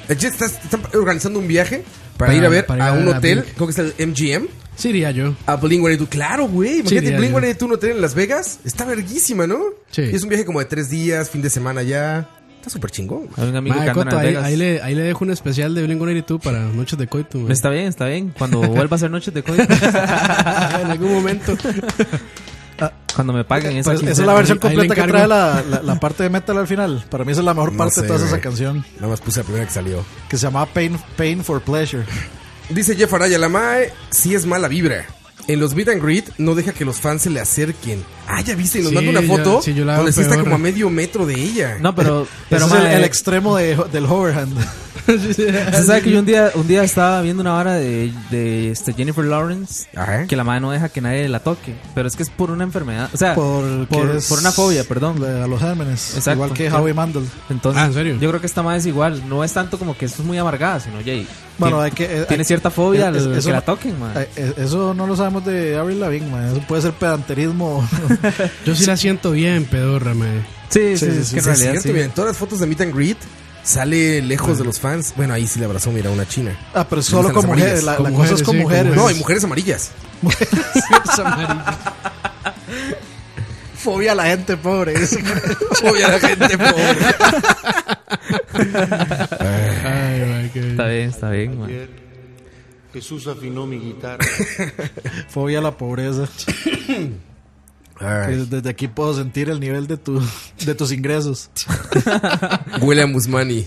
[SPEAKER 1] El Jet está- están organizando un viaje para,
[SPEAKER 4] Para-
[SPEAKER 1] ir a ver
[SPEAKER 4] para ir
[SPEAKER 1] a
[SPEAKER 4] a
[SPEAKER 1] un
[SPEAKER 4] la
[SPEAKER 1] hotel,
[SPEAKER 4] Blink.
[SPEAKER 1] creo que es el MGM,
[SPEAKER 4] Sí, diría yo.
[SPEAKER 1] a Blink-182. Claro, güey, imagínate
[SPEAKER 4] diría
[SPEAKER 1] Blink-182 un hotel en Las Vegas, está verguísima, ¿no?
[SPEAKER 4] Sí.
[SPEAKER 1] Y es un viaje como de tres días, fin de semana ya, está súper chingón. güey.
[SPEAKER 6] Hay un amigo
[SPEAKER 4] Mae,
[SPEAKER 6] que anda en
[SPEAKER 4] Coto,
[SPEAKER 6] Las
[SPEAKER 4] ahí,
[SPEAKER 6] Vegas.
[SPEAKER 4] ahí le, ahí le dejo un especial de Blink-182 para Noches de Coito. mae.
[SPEAKER 6] Está bien, está bien. Cuando vuelva a ser noche de código.
[SPEAKER 4] en algún momento.
[SPEAKER 6] Cuando me paguen
[SPEAKER 5] ah, Pues, esa es la versión completa que trae la, la- la parte de metal al final. Para mí esa es la mejor
[SPEAKER 1] No
[SPEAKER 5] parte
[SPEAKER 1] sé,
[SPEAKER 5] de toda esa
[SPEAKER 1] güey.
[SPEAKER 5] canción.
[SPEAKER 1] Nada más puse la primera que salió.
[SPEAKER 5] Que se llamaba Pain, Pain for Pleasure.
[SPEAKER 1] Dice Jeff Araya, la MAE sí es mala vibra. En los beat and greet no deja que los fans se le acerquen. Ah, ya viste, nos
[SPEAKER 4] Sí,
[SPEAKER 1] manda una
[SPEAKER 4] yo-
[SPEAKER 1] foto
[SPEAKER 4] sí, yo la veo
[SPEAKER 1] donde sí está
[SPEAKER 4] peor.
[SPEAKER 1] como a medio metro de ella.
[SPEAKER 6] No, pero. pero
[SPEAKER 5] Ese es el,
[SPEAKER 6] mae,
[SPEAKER 5] el extremo de- del overhand.
[SPEAKER 6] Usted sabe que yo un día, un día estaba viendo una vara de, de este Jennifer Lawrence
[SPEAKER 1] Ajá.
[SPEAKER 6] que la madre no deja que nadie la toque. Pero es que es por una enfermedad. O sea,
[SPEAKER 5] Porque
[SPEAKER 6] por, por,
[SPEAKER 5] es
[SPEAKER 6] una fobia, perdón.
[SPEAKER 5] de- A los gérmenes.
[SPEAKER 6] Exacto.
[SPEAKER 5] Igual que Howie Mandel.
[SPEAKER 6] Entonces,
[SPEAKER 4] Ah, ¿en serio?
[SPEAKER 6] yo creo que esta madre es igual. No es tanto como que esto es muy amargada, sino Jay.
[SPEAKER 5] Bueno,
[SPEAKER 6] tiene,
[SPEAKER 5] hay que- eh,
[SPEAKER 6] tiene
[SPEAKER 5] hay-
[SPEAKER 6] cierta fobia al
[SPEAKER 5] es-
[SPEAKER 6] que
[SPEAKER 5] eso-
[SPEAKER 6] la toquen, madre.
[SPEAKER 5] Eh, eh, Eso no lo sabemos de Avril Lavigne, man. Eso puede ser pedanterismo.
[SPEAKER 4] Yo sí la siento bien, pedorra, mae.
[SPEAKER 6] Sí, sí, sí, es
[SPEAKER 5] sí, sí,
[SPEAKER 6] que en
[SPEAKER 1] Sí, es
[SPEAKER 6] realidad.
[SPEAKER 1] cierto,
[SPEAKER 6] sí.
[SPEAKER 1] mira, en todas las fotos de meet and greet sale lejos de los fans. Bueno, ahí sí le abrazó, mira, una china.
[SPEAKER 5] ah, pero
[SPEAKER 1] Sí,
[SPEAKER 5] solo
[SPEAKER 1] las
[SPEAKER 5] con
[SPEAKER 1] amarillas.
[SPEAKER 5] mujeres. La,
[SPEAKER 4] Con
[SPEAKER 5] la cosa
[SPEAKER 4] mujeres,
[SPEAKER 5] es con
[SPEAKER 4] sí, con
[SPEAKER 5] mujeres.
[SPEAKER 1] No, y mujeres amarillas.
[SPEAKER 5] Fobia a la gente pobre.
[SPEAKER 1] Obvio, la gente pobre.
[SPEAKER 4] Ay, mae, qué
[SPEAKER 6] Está bien, está bien, madre.
[SPEAKER 10] Jesús afinó mi guitarra.
[SPEAKER 5] Fobia a la pobreza.
[SPEAKER 1] Ay,
[SPEAKER 5] Desde aquí puedo sentir el nivel de, tu, de tus ingresos.
[SPEAKER 1] Huele a Musmani.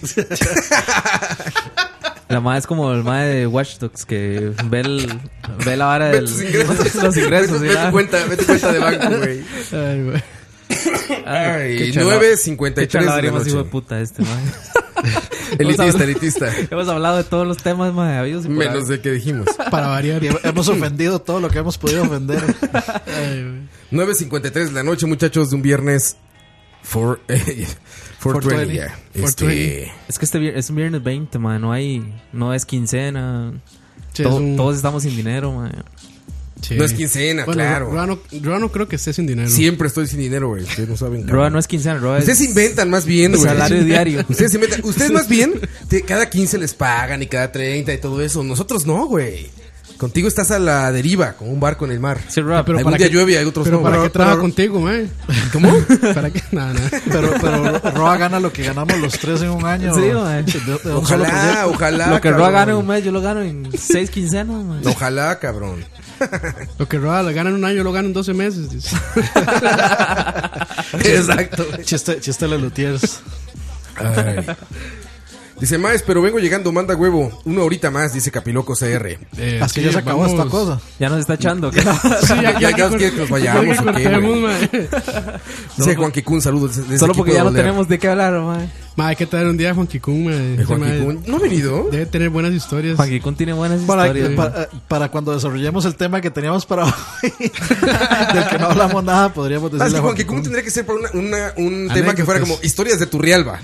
[SPEAKER 6] La madre es como el madre de Watch Dogs que ve, el, ve la vara de
[SPEAKER 1] Tus ingresos.
[SPEAKER 6] los ingresos. y
[SPEAKER 1] Ve tu
[SPEAKER 6] la-
[SPEAKER 1] cuenta, ve tu cuenta de banco, güey.
[SPEAKER 4] Ay, mae.
[SPEAKER 1] Ay,
[SPEAKER 6] Qué chala- Qué
[SPEAKER 1] 9.53 de
[SPEAKER 6] chalabaria
[SPEAKER 1] la
[SPEAKER 6] más hijo de
[SPEAKER 1] noche.
[SPEAKER 6] puta este, madre.
[SPEAKER 1] Elitista, elitista.
[SPEAKER 6] Hemos hablado de todos los temas, madre, habidos y por
[SPEAKER 1] Menos
[SPEAKER 6] haber.
[SPEAKER 1] de que dijimos.
[SPEAKER 4] Para variar.
[SPEAKER 5] Y he- hemos ofendido todo lo que hemos podido ofender.
[SPEAKER 4] Ay, mae.
[SPEAKER 1] 9.53 de la noche, muchachos, de un viernes. For, eh, 420, ya.
[SPEAKER 4] 420.
[SPEAKER 1] Este,
[SPEAKER 6] Es que este vier- es un viernes 20, madre, no hay... No es quincena...
[SPEAKER 4] Che,
[SPEAKER 6] to-
[SPEAKER 4] es un-
[SPEAKER 6] Todos estamos sin dinero, madre.
[SPEAKER 4] Sí.
[SPEAKER 1] No es quincena,
[SPEAKER 4] Bueno,
[SPEAKER 1] claro.
[SPEAKER 4] Ruano, Ruano creo que esté sin dinero.
[SPEAKER 1] Siempre estoy sin dinero, güey. Ustedes no saben.
[SPEAKER 6] Roa
[SPEAKER 1] cabrón.
[SPEAKER 6] no es quincena, Roa es...
[SPEAKER 1] Ustedes se inventan más bien, güey.
[SPEAKER 6] Salario diario.
[SPEAKER 1] Ustedes se inventan. Ustedes más bien, te- cada 15 les pagan y cada 30 y todo eso. Nosotros no, güey. Contigo estás a la deriva, como un barco en el mar.
[SPEAKER 6] Sí, Roa,
[SPEAKER 4] pero
[SPEAKER 1] Algún
[SPEAKER 4] para
[SPEAKER 1] día
[SPEAKER 4] qué-
[SPEAKER 1] llueve y hay otros
[SPEAKER 4] Pero
[SPEAKER 1] no.
[SPEAKER 4] para
[SPEAKER 1] güey.
[SPEAKER 4] qué trabaja contigo, mae.
[SPEAKER 1] ¿Cómo?
[SPEAKER 4] ¿Para qué? Nada, nada.
[SPEAKER 5] Pero, pero Roa gana lo que ganamos los tres en un año.
[SPEAKER 6] Sí, mae.
[SPEAKER 5] De- de un solo proyecto.
[SPEAKER 1] Ojalá, ojalá.
[SPEAKER 6] Lo que Roa
[SPEAKER 1] cabrón.
[SPEAKER 6] gana en un mes, yo lo gano en seis quincenas, madre.
[SPEAKER 1] Ojalá, cabrón.
[SPEAKER 4] Lo que Roa la gana en un año, lo gana en 12 meses. dice.
[SPEAKER 1] Exacto. güey.
[SPEAKER 5] Chiste, chiste de Lutiers.
[SPEAKER 1] Ay. Dice Maes, pero vengo llegando, manda huevo. Una horita más, dice Capiloco CR.
[SPEAKER 4] Eh,
[SPEAKER 5] Así
[SPEAKER 4] sí,
[SPEAKER 5] ya se acabó
[SPEAKER 4] vamos.
[SPEAKER 5] esta cosa.
[SPEAKER 6] Ya nos está echando. ¿qué?
[SPEAKER 4] Sí,
[SPEAKER 1] Ya- ya
[SPEAKER 4] que
[SPEAKER 1] os quiere que nos
[SPEAKER 4] cor-
[SPEAKER 1] vayamos,
[SPEAKER 4] ya que
[SPEAKER 1] ¿o qué,
[SPEAKER 4] cortemos,
[SPEAKER 1] güey?
[SPEAKER 4] mae.
[SPEAKER 1] Dice Juan Kikun, saludos. desde
[SPEAKER 6] Solo
[SPEAKER 1] aquí
[SPEAKER 6] porque
[SPEAKER 1] puedo
[SPEAKER 6] ya no
[SPEAKER 1] doler.
[SPEAKER 6] tenemos de qué hablar, madre.
[SPEAKER 4] Mae, hay que traer un día a Juan Kikun, mae.
[SPEAKER 1] De
[SPEAKER 4] Ese
[SPEAKER 1] Juan
[SPEAKER 4] mae
[SPEAKER 1] Kikun. ¿No ha venido?
[SPEAKER 4] Debe tener buenas historias.
[SPEAKER 6] Juan Guicón tiene buenas
[SPEAKER 5] Para,
[SPEAKER 6] historias. mae.
[SPEAKER 5] para, para cuando desarrollemos el tema que teníamos para hoy, del que no hablamos nada, podríamos
[SPEAKER 1] Ah, es
[SPEAKER 5] decirle
[SPEAKER 1] que
[SPEAKER 5] a
[SPEAKER 1] Juan
[SPEAKER 5] Juan
[SPEAKER 1] Kikun
[SPEAKER 5] Kikun.
[SPEAKER 1] tendría que ser para una- una- un tema que fuera como
[SPEAKER 4] Anécdotas.
[SPEAKER 1] historias de Turrialba.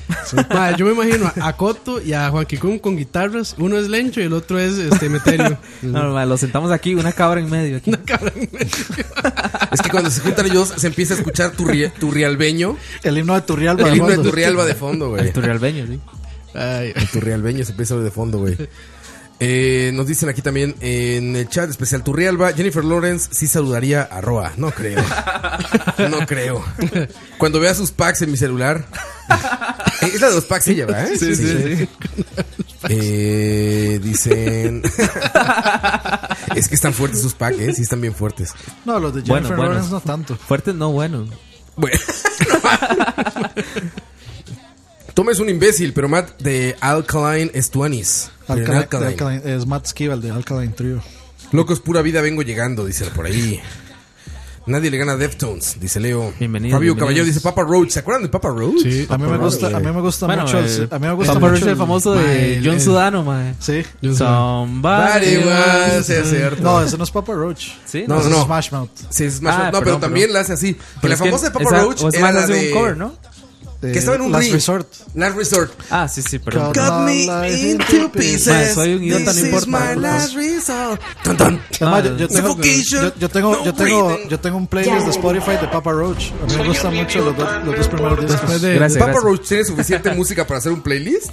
[SPEAKER 4] Mae, yo me imagino a- a Coto y a Juan Kikun con guitarras. Uno es Lencho y el otro es este Meterio.
[SPEAKER 6] No, no, mae, lo sentamos aquí, una cabra en medio. Aquí.
[SPEAKER 1] es que cuando se juntan ellos se empieza a escuchar turri- turrialbeño.
[SPEAKER 5] El himno de Turrialba.
[SPEAKER 1] El
[SPEAKER 5] de
[SPEAKER 1] himno de
[SPEAKER 5] fondo.
[SPEAKER 1] Turrialba de fondo, güey.
[SPEAKER 6] El turrialbeño, sí.
[SPEAKER 4] Ay,
[SPEAKER 1] El turrialbeño se empieza a ver de fondo, güey. Eh, nos dicen aquí también en el chat especial Turrialba, Jennifer Lawrence sí saludaría a Roa. No creo. No creo. Cuando vea sus packs en mi celular. Eh, Es la de los packs ella, ¿verdad? Sí, sí, Eh, dicen. es que están fuertes sus packs, ¿eh? Sí, están bien fuertes.
[SPEAKER 5] No, los de
[SPEAKER 6] Bueno,
[SPEAKER 5] Jennifer
[SPEAKER 6] bueno.
[SPEAKER 5] Lawrence no tanto.
[SPEAKER 6] Fuerte no, bueno.
[SPEAKER 1] Bueno. Toma es un imbécil, pero Matt de Alkaline es 20s. Pero en
[SPEAKER 5] Alkaline-
[SPEAKER 1] Alkaline.
[SPEAKER 5] Alkaline- es Matt Skiba, el de Alkaline Trio.
[SPEAKER 1] Locos, pura vida vengo llegando, dice por ahí. Nadie le gana a Deftones, dice Leo.
[SPEAKER 6] Bienvenido,
[SPEAKER 1] Fabio
[SPEAKER 6] bienvenidos.
[SPEAKER 1] Caballero dice Papa Roach. ¿Se acuerdan de Papa Roach?
[SPEAKER 4] sí.
[SPEAKER 5] A mí me gusta, a mí me gusta
[SPEAKER 6] Bueno,
[SPEAKER 5] mucho.
[SPEAKER 6] eh,
[SPEAKER 5] El, a mí me gusta
[SPEAKER 6] Papa
[SPEAKER 5] mucho
[SPEAKER 6] Roach, el famoso
[SPEAKER 4] mae,
[SPEAKER 6] de
[SPEAKER 4] el-
[SPEAKER 6] John
[SPEAKER 4] el-
[SPEAKER 6] Sudano, mae.
[SPEAKER 5] Sí.
[SPEAKER 4] Yo soy-
[SPEAKER 6] Somebody
[SPEAKER 1] Somebody
[SPEAKER 6] once-
[SPEAKER 1] once, es cierto.
[SPEAKER 5] No, ese no es Papa Roach.
[SPEAKER 6] Sí,
[SPEAKER 1] No,
[SPEAKER 5] Ese
[SPEAKER 1] no.
[SPEAKER 5] es Smash Mouth.
[SPEAKER 1] Sí, es más-
[SPEAKER 6] Ah,
[SPEAKER 1] no, pero
[SPEAKER 6] perdón,
[SPEAKER 1] también
[SPEAKER 6] perdón.
[SPEAKER 1] la hace así. Pero
[SPEAKER 6] Pero
[SPEAKER 1] la
[SPEAKER 6] es que
[SPEAKER 1] famosa de Papa
[SPEAKER 6] esa-
[SPEAKER 1] Roach
[SPEAKER 6] o es
[SPEAKER 1] era
[SPEAKER 6] más,
[SPEAKER 1] la
[SPEAKER 6] hace
[SPEAKER 1] de...
[SPEAKER 6] un cover, ¿no?
[SPEAKER 1] Que estaba en un
[SPEAKER 5] Last
[SPEAKER 1] ring.
[SPEAKER 5] Resort.
[SPEAKER 1] Last Resort.
[SPEAKER 6] Ah, sí, sí, perdón.
[SPEAKER 5] Cut me into pieces.
[SPEAKER 6] Ma, soy un idiota, no importa.
[SPEAKER 1] resort. Tan, tan.
[SPEAKER 5] Es
[SPEAKER 6] Ah,
[SPEAKER 5] más, yo, yo tengo,
[SPEAKER 1] Suffocation,
[SPEAKER 5] yo, yo tengo,
[SPEAKER 1] no
[SPEAKER 5] yo tengo,
[SPEAKER 1] breathing.
[SPEAKER 5] yo tengo un playlist de Spotify de Papa Roach. A mí me gustan mucho los, dos- los dos primeros discos.
[SPEAKER 4] Después de,
[SPEAKER 6] Gracias,
[SPEAKER 1] ¿Papa
[SPEAKER 6] gracias.
[SPEAKER 1] Roach tiene suficiente música para hacer un playlist?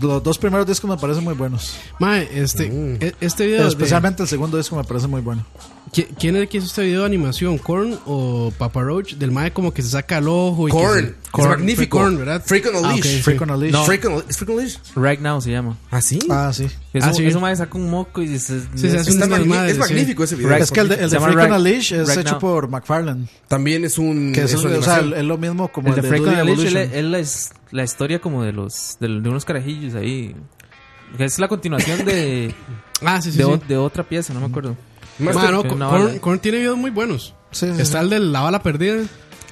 [SPEAKER 5] Los dos primeros discos me parecen muy buenos.
[SPEAKER 4] Mae, este, e- este video.
[SPEAKER 5] Mm. Pero
[SPEAKER 4] de-
[SPEAKER 5] especialmente el segundo disco me parece muy bueno.
[SPEAKER 4] ¿Qui- ¿Quién es el que hizo este video de animación? ¿Korn o Papa Roach? Del mae como que se saca el ojo y que
[SPEAKER 1] Korn.
[SPEAKER 4] se-
[SPEAKER 1] Es magnífico.
[SPEAKER 4] Fue Korn, ¿verdad?
[SPEAKER 1] Freak on a
[SPEAKER 4] Ah,
[SPEAKER 1] Leash.
[SPEAKER 4] ok, sí.
[SPEAKER 5] Freak on a Leash.
[SPEAKER 6] No.
[SPEAKER 1] Freak on- ¿Es Freak on a Leash?
[SPEAKER 6] Right Now se llama.
[SPEAKER 1] ¿Ah, sí?
[SPEAKER 5] Ah, sí.
[SPEAKER 6] Eso,
[SPEAKER 4] Ah, sí.
[SPEAKER 6] eso, mae, saca un moco y se,
[SPEAKER 4] Sí, se hace
[SPEAKER 1] Está
[SPEAKER 4] unas
[SPEAKER 1] magni-
[SPEAKER 4] mamadas,
[SPEAKER 1] es magnífico ese video.
[SPEAKER 6] Right.
[SPEAKER 5] Es que el de, el
[SPEAKER 6] Se
[SPEAKER 5] de
[SPEAKER 6] llama
[SPEAKER 5] Freak on a
[SPEAKER 6] Right-
[SPEAKER 5] Leash es
[SPEAKER 6] Right
[SPEAKER 5] hecho
[SPEAKER 6] Now.
[SPEAKER 5] por McFarlane.
[SPEAKER 1] También es un.
[SPEAKER 5] Que es,
[SPEAKER 1] es
[SPEAKER 5] un-
[SPEAKER 1] una
[SPEAKER 5] o sea,
[SPEAKER 1] animación.
[SPEAKER 5] es lo mismo como
[SPEAKER 6] el de Freak
[SPEAKER 5] Dude
[SPEAKER 6] on a Leash, él,
[SPEAKER 5] Evolution.
[SPEAKER 6] él es la historia como de los de, de unos carajillos ahí. Que es la continuación de,
[SPEAKER 4] Ah, sí, sí.
[SPEAKER 6] de,
[SPEAKER 4] sí.
[SPEAKER 6] o- de otra pieza, no me acuerdo.
[SPEAKER 1] Más
[SPEAKER 4] Mae,
[SPEAKER 1] que-
[SPEAKER 4] no,
[SPEAKER 6] que
[SPEAKER 4] Korn,
[SPEAKER 6] una bala.
[SPEAKER 4] Korn tiene videos muy buenos.
[SPEAKER 5] Sí, sí, sí.
[SPEAKER 4] Está el de La Bala Perdida.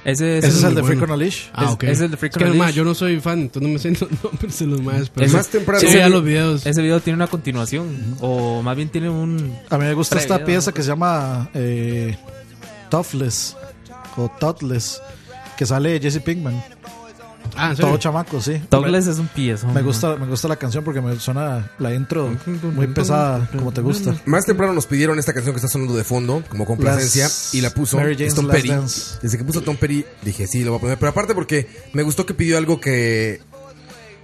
[SPEAKER 6] Ese,
[SPEAKER 5] Ese es
[SPEAKER 4] muy
[SPEAKER 5] el de
[SPEAKER 4] bueno.
[SPEAKER 5] Freak on a Leash.
[SPEAKER 4] Ah,
[SPEAKER 6] Es-
[SPEAKER 4] ok.
[SPEAKER 6] es el de Freak
[SPEAKER 4] Es que,
[SPEAKER 6] on a
[SPEAKER 4] mae,
[SPEAKER 6] Leash.
[SPEAKER 4] yo no soy fan, entonces no me sé los nombres de los maes. Pues, Pero
[SPEAKER 1] Más temprano.
[SPEAKER 4] Sí,
[SPEAKER 6] Ese-
[SPEAKER 4] vean los videos.
[SPEAKER 6] Ese video tiene una continuación. O más bien tiene un.
[SPEAKER 5] A mí me gusta esta
[SPEAKER 6] Previo.
[SPEAKER 5] pieza que se llama eh, Toughless o Totless, que sale Jesse Pinkman.
[SPEAKER 4] ah, ¿en
[SPEAKER 5] Todo
[SPEAKER 4] serio?
[SPEAKER 5] chamaco, sí.
[SPEAKER 6] Douglas es un piezo.
[SPEAKER 5] Me gusta, me gusta la canción porque me suena la intro muy pesada, como te gusta.
[SPEAKER 1] Más temprano nos pidieron esta canción que está sonando de fondo, como complacencia,
[SPEAKER 5] Las-
[SPEAKER 1] y la puso
[SPEAKER 5] Mary Jane's
[SPEAKER 1] es Tom
[SPEAKER 5] Last
[SPEAKER 1] Petty.
[SPEAKER 5] Dance.
[SPEAKER 1] Desde que puso Tom Petty dije, sí, lo voy a poner. Pero aparte porque me gustó que pidió algo que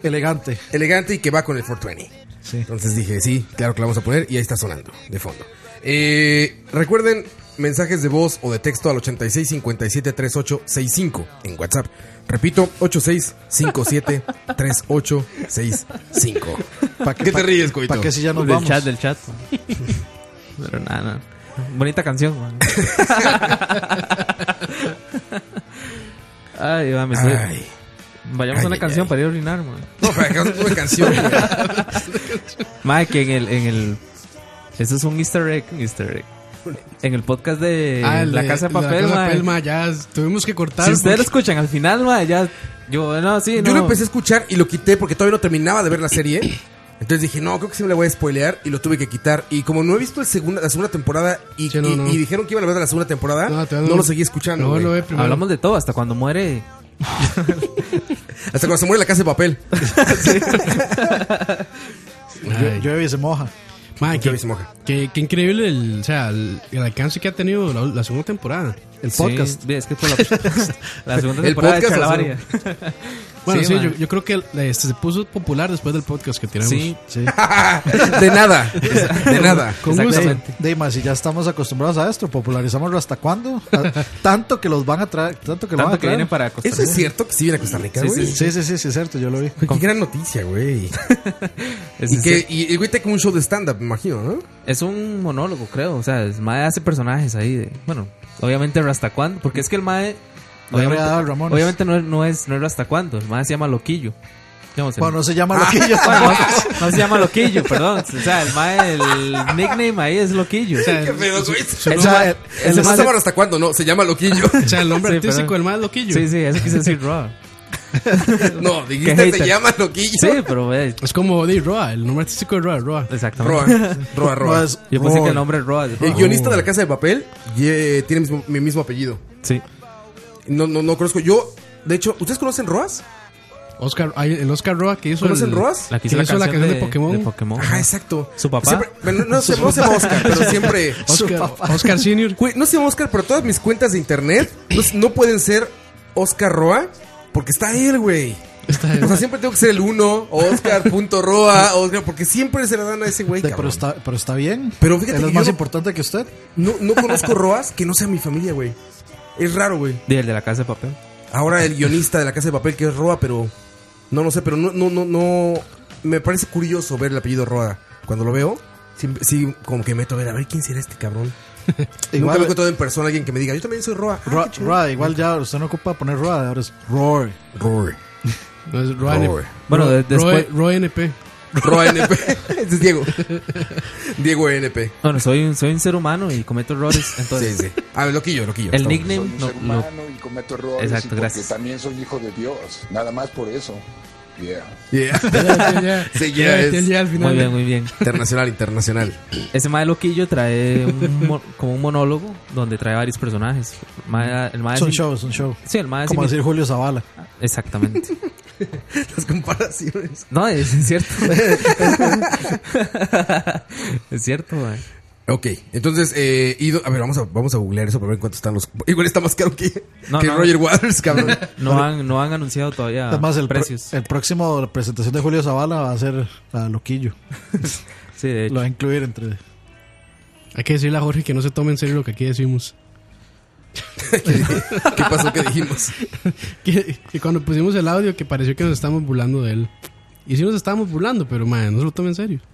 [SPEAKER 5] Elegante,
[SPEAKER 1] elegante y que va con el 420.
[SPEAKER 5] sí.
[SPEAKER 1] Entonces dije, sí, claro que la vamos a poner y ahí está sonando de fondo. Eh, recuerden mensajes de voz o de texto al 86 57 38 65 en WhatsApp. Repito, 86 57 38 65.
[SPEAKER 5] ¿Para
[SPEAKER 1] ¿Qué te ríes, Coito?
[SPEAKER 5] ¿Para qué si ya nos
[SPEAKER 6] Del
[SPEAKER 5] vamos?
[SPEAKER 6] chat, del chat. Pero nada, nada. Bonita canción, man. Ay, va, me estoy-
[SPEAKER 1] Ay.
[SPEAKER 6] Vayamos a una
[SPEAKER 1] Ay, ay,
[SPEAKER 6] canción
[SPEAKER 1] ay.
[SPEAKER 6] para ir a orinar, man.
[SPEAKER 1] No, pero acá es una canción. güey.
[SPEAKER 6] Madre, que en el, en el. Eso es un Easter egg, un Easter egg. En el podcast de
[SPEAKER 4] Ah, el
[SPEAKER 6] La
[SPEAKER 4] de-
[SPEAKER 6] Casa de Papel,
[SPEAKER 4] La
[SPEAKER 6] madre.
[SPEAKER 4] Casa de
[SPEAKER 1] Pues,
[SPEAKER 4] Papel, mae, ya tuvimos que cortar.
[SPEAKER 6] Si ustedes lo
[SPEAKER 4] porque-
[SPEAKER 6] escuchan al final, madre, ya. Yo, no, sí, no.
[SPEAKER 1] Yo lo empecé a escuchar y lo quité porque todavía no terminaba de ver la serie. Entonces dije, no, creo que sí me la voy a spoilear y lo tuve que quitar. Y como no he visto el segunda, la segunda temporada y,
[SPEAKER 4] Sí, no,
[SPEAKER 1] y-
[SPEAKER 4] no.
[SPEAKER 1] y dijeron que iban a hablar de la segunda temporada,
[SPEAKER 4] No,
[SPEAKER 5] Ah,
[SPEAKER 1] no,
[SPEAKER 4] te vas a-
[SPEAKER 1] lo seguí escuchando.
[SPEAKER 4] No,
[SPEAKER 1] güey.
[SPEAKER 4] lo ve primero.
[SPEAKER 6] Hablamos de todo, hasta cuando muere.
[SPEAKER 1] Hasta cuando se muere la casa de papel.
[SPEAKER 5] Yo- Llueve y se moja.
[SPEAKER 4] Mae,
[SPEAKER 1] Yo
[SPEAKER 4] qué,
[SPEAKER 1] vi se moja.
[SPEAKER 4] qué- qué increíble el, o sea, el, el alcance que ha tenido la, la segunda temporada.
[SPEAKER 5] El podcast.
[SPEAKER 6] Sí, es que fue la, la segunda
[SPEAKER 1] El
[SPEAKER 6] temporada de
[SPEAKER 1] podcast,
[SPEAKER 6] Chalabaria.
[SPEAKER 4] Bueno, sí,
[SPEAKER 6] man.
[SPEAKER 4] yo, yo creo que este, se puso popular después del podcast que tiramos.
[SPEAKER 6] Sí,
[SPEAKER 5] Sí.
[SPEAKER 1] De nada. De nada.
[SPEAKER 4] Con gusto.
[SPEAKER 6] Exactamente.
[SPEAKER 5] Dima, si ya estamos acostumbrados a esto, popularizamos hasta cuándo? A- tanto que los van a traer, tanto que lo van
[SPEAKER 6] tanto
[SPEAKER 5] a
[SPEAKER 6] que
[SPEAKER 5] traer.
[SPEAKER 6] vienen para Costa
[SPEAKER 1] Eso es
[SPEAKER 6] Rica.
[SPEAKER 1] cierto que sí viene a Costa Rica, güey.
[SPEAKER 5] Sí, sí, sí, sí, es cierto, yo lo vi.
[SPEAKER 1] Qué gran noticia, güey.
[SPEAKER 6] Es,
[SPEAKER 1] Y,
[SPEAKER 6] es-
[SPEAKER 1] que, y el güey tiene como un show de stand-up, me imagino, ¿no?
[SPEAKER 6] es un monólogo, creo. O sea, el Mae hace personajes ahí de. Bueno, obviamente Rastacuando, porque es que el Mae.
[SPEAKER 5] Le habría dado el Ramones.
[SPEAKER 6] obviamente no, es- no es, no es Rastacuando, el Mae se llama Loquillo. Digamos, el- Ah,
[SPEAKER 5] Bueno, no se llama Loquillo.
[SPEAKER 6] Bueno, no, no se llama Loquillo, perdón. O sea, el Mae, el nickname ahí es Loquillo. O sea,
[SPEAKER 1] Qué pedo, güey.
[SPEAKER 5] O sea, el-
[SPEAKER 1] El
[SPEAKER 6] ese
[SPEAKER 1] de
[SPEAKER 6] mae se-
[SPEAKER 1] Mazamor hasta cuándo, no, se llama Loquillo.
[SPEAKER 4] O sea, el nombre
[SPEAKER 6] Sí,
[SPEAKER 4] artístico
[SPEAKER 6] pero-
[SPEAKER 4] del más loquillo.
[SPEAKER 6] Sí, sí, eso quise decir Rob.
[SPEAKER 1] No,
[SPEAKER 6] Qué
[SPEAKER 1] dijiste
[SPEAKER 6] hater.
[SPEAKER 1] se llama Loquillo.
[SPEAKER 6] Sí, pero eh,
[SPEAKER 4] Es como de Roa, el nombre artístico de Roa, Roa.
[SPEAKER 1] Roa,
[SPEAKER 6] exactamente.
[SPEAKER 1] roa, roa.
[SPEAKER 5] No, es
[SPEAKER 6] Yo pensé
[SPEAKER 5] Roy.
[SPEAKER 6] que el nombre es Roa.
[SPEAKER 1] El guionista
[SPEAKER 4] Uh.
[SPEAKER 1] de la casa de papel ye- tiene mismo- mi mismo apellido.
[SPEAKER 6] Sí.
[SPEAKER 1] No, no, no conozco. Yo, de hecho, ¿ustedes conocen Roas?
[SPEAKER 4] Oscar, ay, el Oscar Roa que hizo.
[SPEAKER 1] ¿Conocen
[SPEAKER 4] el-
[SPEAKER 1] Roas?
[SPEAKER 6] La que hizo
[SPEAKER 4] Que
[SPEAKER 6] la
[SPEAKER 4] hizo
[SPEAKER 6] canción,
[SPEAKER 4] la canción de
[SPEAKER 6] de,
[SPEAKER 4] Pokémon.
[SPEAKER 6] de Pokémon.
[SPEAKER 1] Ajá, exacto.
[SPEAKER 6] ¿Su papá?
[SPEAKER 1] Siempre-
[SPEAKER 5] Ah.
[SPEAKER 1] bueno, no, se, no se llama Oscar, pero siempre.
[SPEAKER 4] Oscar, Oscar Senior.
[SPEAKER 1] Güey, no se llama Oscar, pero todas mis cuentas de internet no, no pueden ser Oscar Roa porque está él, güey.
[SPEAKER 4] Está
[SPEAKER 1] O sea, siempre tengo que ser el 1, Oscar.roa, Oscar, porque siempre se la dan a ese güey.
[SPEAKER 5] De-
[SPEAKER 1] cabrón.
[SPEAKER 5] pero, está, pero está bien.
[SPEAKER 1] Pero fíjate
[SPEAKER 5] Él
[SPEAKER 1] que
[SPEAKER 5] es
[SPEAKER 1] yo
[SPEAKER 5] más
[SPEAKER 1] no-
[SPEAKER 5] importante que usted.
[SPEAKER 1] No, no conozco Roas que no sea mi familia, güey. Es raro, güey.
[SPEAKER 6] Y el de la casa de papel.
[SPEAKER 1] Ahora el guionista de la casa de papel que es Roa, pero no lo sé, pero no, no, no, no. Me parece curioso ver el apellido Roa. Cuando lo veo, sí, sí, como que meto a ver, a ver quién será este cabrón. Nunca me he
[SPEAKER 5] Igual,
[SPEAKER 1] encontrado en persona alguien que me diga, yo también soy Roa. Ah,
[SPEAKER 5] Roa-
[SPEAKER 1] qué chido.
[SPEAKER 5] Roa, igual ya usted no ocupa poner Roa, ahora es Roy.
[SPEAKER 1] Roy.
[SPEAKER 4] No, es Roa NP.
[SPEAKER 1] Roy.
[SPEAKER 6] Bueno, de- después.
[SPEAKER 4] Roa, Roa NP.
[SPEAKER 1] Roa NP. Ese es Diego. Diego NP.
[SPEAKER 6] Bueno, soy un, soy un ser humano y cometo errores.
[SPEAKER 1] Sí,
[SPEAKER 6] Entonces,
[SPEAKER 1] sí. A ver, loquillo, loquillo.
[SPEAKER 6] el
[SPEAKER 1] Estamos-
[SPEAKER 11] Soy
[SPEAKER 6] nickname.
[SPEAKER 11] un
[SPEAKER 6] No,
[SPEAKER 11] ser
[SPEAKER 6] no,
[SPEAKER 11] humano y cometo errores
[SPEAKER 6] Exacto,
[SPEAKER 11] y porque
[SPEAKER 6] gracias.
[SPEAKER 11] también soy hijo de Dios. Nada más por eso. Yeah.
[SPEAKER 1] Yeah.
[SPEAKER 4] Ya, ya.
[SPEAKER 1] Sí, ya
[SPEAKER 4] Ya,
[SPEAKER 1] es.
[SPEAKER 4] ya, ya, al final. ¿eh?
[SPEAKER 6] muy bien, muy bien.
[SPEAKER 1] Internacional, internacional.
[SPEAKER 6] Ese mae loquillo trae un mo- como un monólogo donde trae varios personajes. Mae- el mae es
[SPEAKER 5] Es un
[SPEAKER 6] im-
[SPEAKER 5] show, es un show.
[SPEAKER 6] Sí, el mae es
[SPEAKER 5] Como
[SPEAKER 6] imi-
[SPEAKER 5] decir Julio Zavala.
[SPEAKER 6] Exactamente.
[SPEAKER 1] Las comparaciones.
[SPEAKER 6] No, es cierto. es cierto, mae.
[SPEAKER 1] Ok, entonces, eh, Ido- a ver, vamos a, vamos a googlear eso para ver cuánto están los... Igual está más caro que,
[SPEAKER 6] No,
[SPEAKER 1] que
[SPEAKER 6] no.
[SPEAKER 1] Roger Waters, cabrón.
[SPEAKER 6] No han, no han anunciado todavía
[SPEAKER 5] Además, el, pro-
[SPEAKER 6] Ah, precios.
[SPEAKER 5] el próximo, la presentación de Julio Zavala va a ser a Loquillo.
[SPEAKER 6] Sí, de hecho.
[SPEAKER 5] Lo va a incluir entre.
[SPEAKER 4] Hay que decirle a Jorge que no se tome en serio lo que aquí decimos.
[SPEAKER 1] ¿Qué pasó que dijimos?
[SPEAKER 4] que, que cuando pusimos el audio que pareció que nos estábamos burlando de él. Y sí nos estábamos burlando, pero madre, no se lo tome en serio.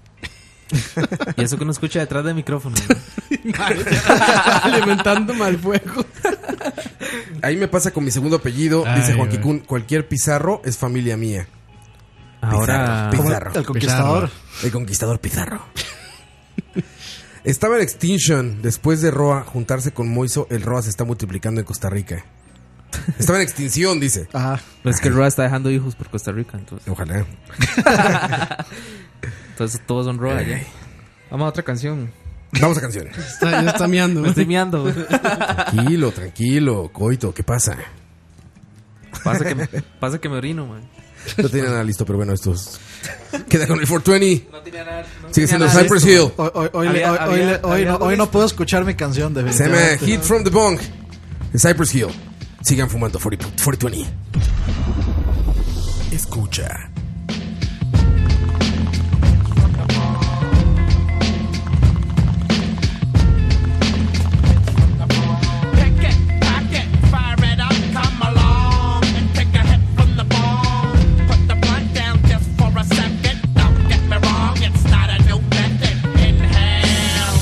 [SPEAKER 6] Y eso que uno escucha detrás del micrófono.
[SPEAKER 4] Alimentando mal fuego.
[SPEAKER 1] Ahí me pasa con mi segundo apellido.
[SPEAKER 6] Ay,
[SPEAKER 1] dice Juan
[SPEAKER 6] güey.
[SPEAKER 1] Kikun, cualquier pizarro es familia mía.
[SPEAKER 6] Ahora-
[SPEAKER 1] Pizarro,
[SPEAKER 6] Como
[SPEAKER 1] Pizarro.
[SPEAKER 6] el conquistador.
[SPEAKER 1] El conquistador Pizarro. Estaba en Extinction después de Roa juntarse con Moiso. El Roa se está multiplicando en Costa Rica. Estaba en extinción, dice.
[SPEAKER 4] Ah.
[SPEAKER 5] Ajá.
[SPEAKER 6] Pero Pues es que el Roa está dejando hijos por Costa Rica, entonces.
[SPEAKER 1] Ojalá.
[SPEAKER 6] entonces todos son Roa ya. Vamos a otra canción.
[SPEAKER 1] Vamos a canción.
[SPEAKER 4] Está, ya está miando.
[SPEAKER 6] Me estoy miando.
[SPEAKER 1] Tranquilo, tranquilo, coito, ¿qué pasa?
[SPEAKER 6] Pasa que, pasa que me orino, man.
[SPEAKER 1] No tenía nada listo, pero bueno, esto es- Queda con el 420.
[SPEAKER 6] No tenía nada- no tenía
[SPEAKER 1] Sigue siendo
[SPEAKER 6] nada
[SPEAKER 1] Cypress
[SPEAKER 6] listo,
[SPEAKER 1] Hill.
[SPEAKER 5] Hoy, hoy- hoy-
[SPEAKER 6] Había-
[SPEAKER 5] hoy- hoy-
[SPEAKER 6] había-
[SPEAKER 5] hoy
[SPEAKER 6] había
[SPEAKER 5] no,
[SPEAKER 6] algo
[SPEAKER 5] hoy no
[SPEAKER 6] listo.
[SPEAKER 5] puedo escuchar mi canción,
[SPEAKER 1] Se llama
[SPEAKER 5] definitivamente.
[SPEAKER 1] Hit from the Bunk. De Cypress Hill. Sigan fumando 40 420. Escucha.
[SPEAKER 8] Pick it, pack it, fire it up, come along and take a hit from the bong. Put the blunt down just for a second. Don't get me wrong, it's not a new method. Inhale,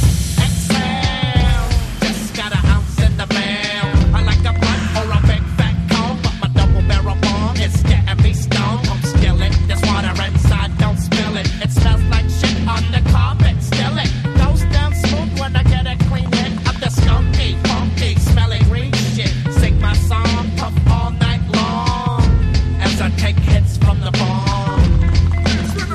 [SPEAKER 8] exhale. Just got an ounce in the mail. I like a blunt or a big fat cone, but my double barrel bong is getting me stoned. I'm skillet. There's water inside, don't spill it. It smells like shit on the carpet, still it goes down smooth when I get it clean hit. I'm the skunky, funky, smelly green shit. Sing my song, puff all night long as I take hits from the bomb.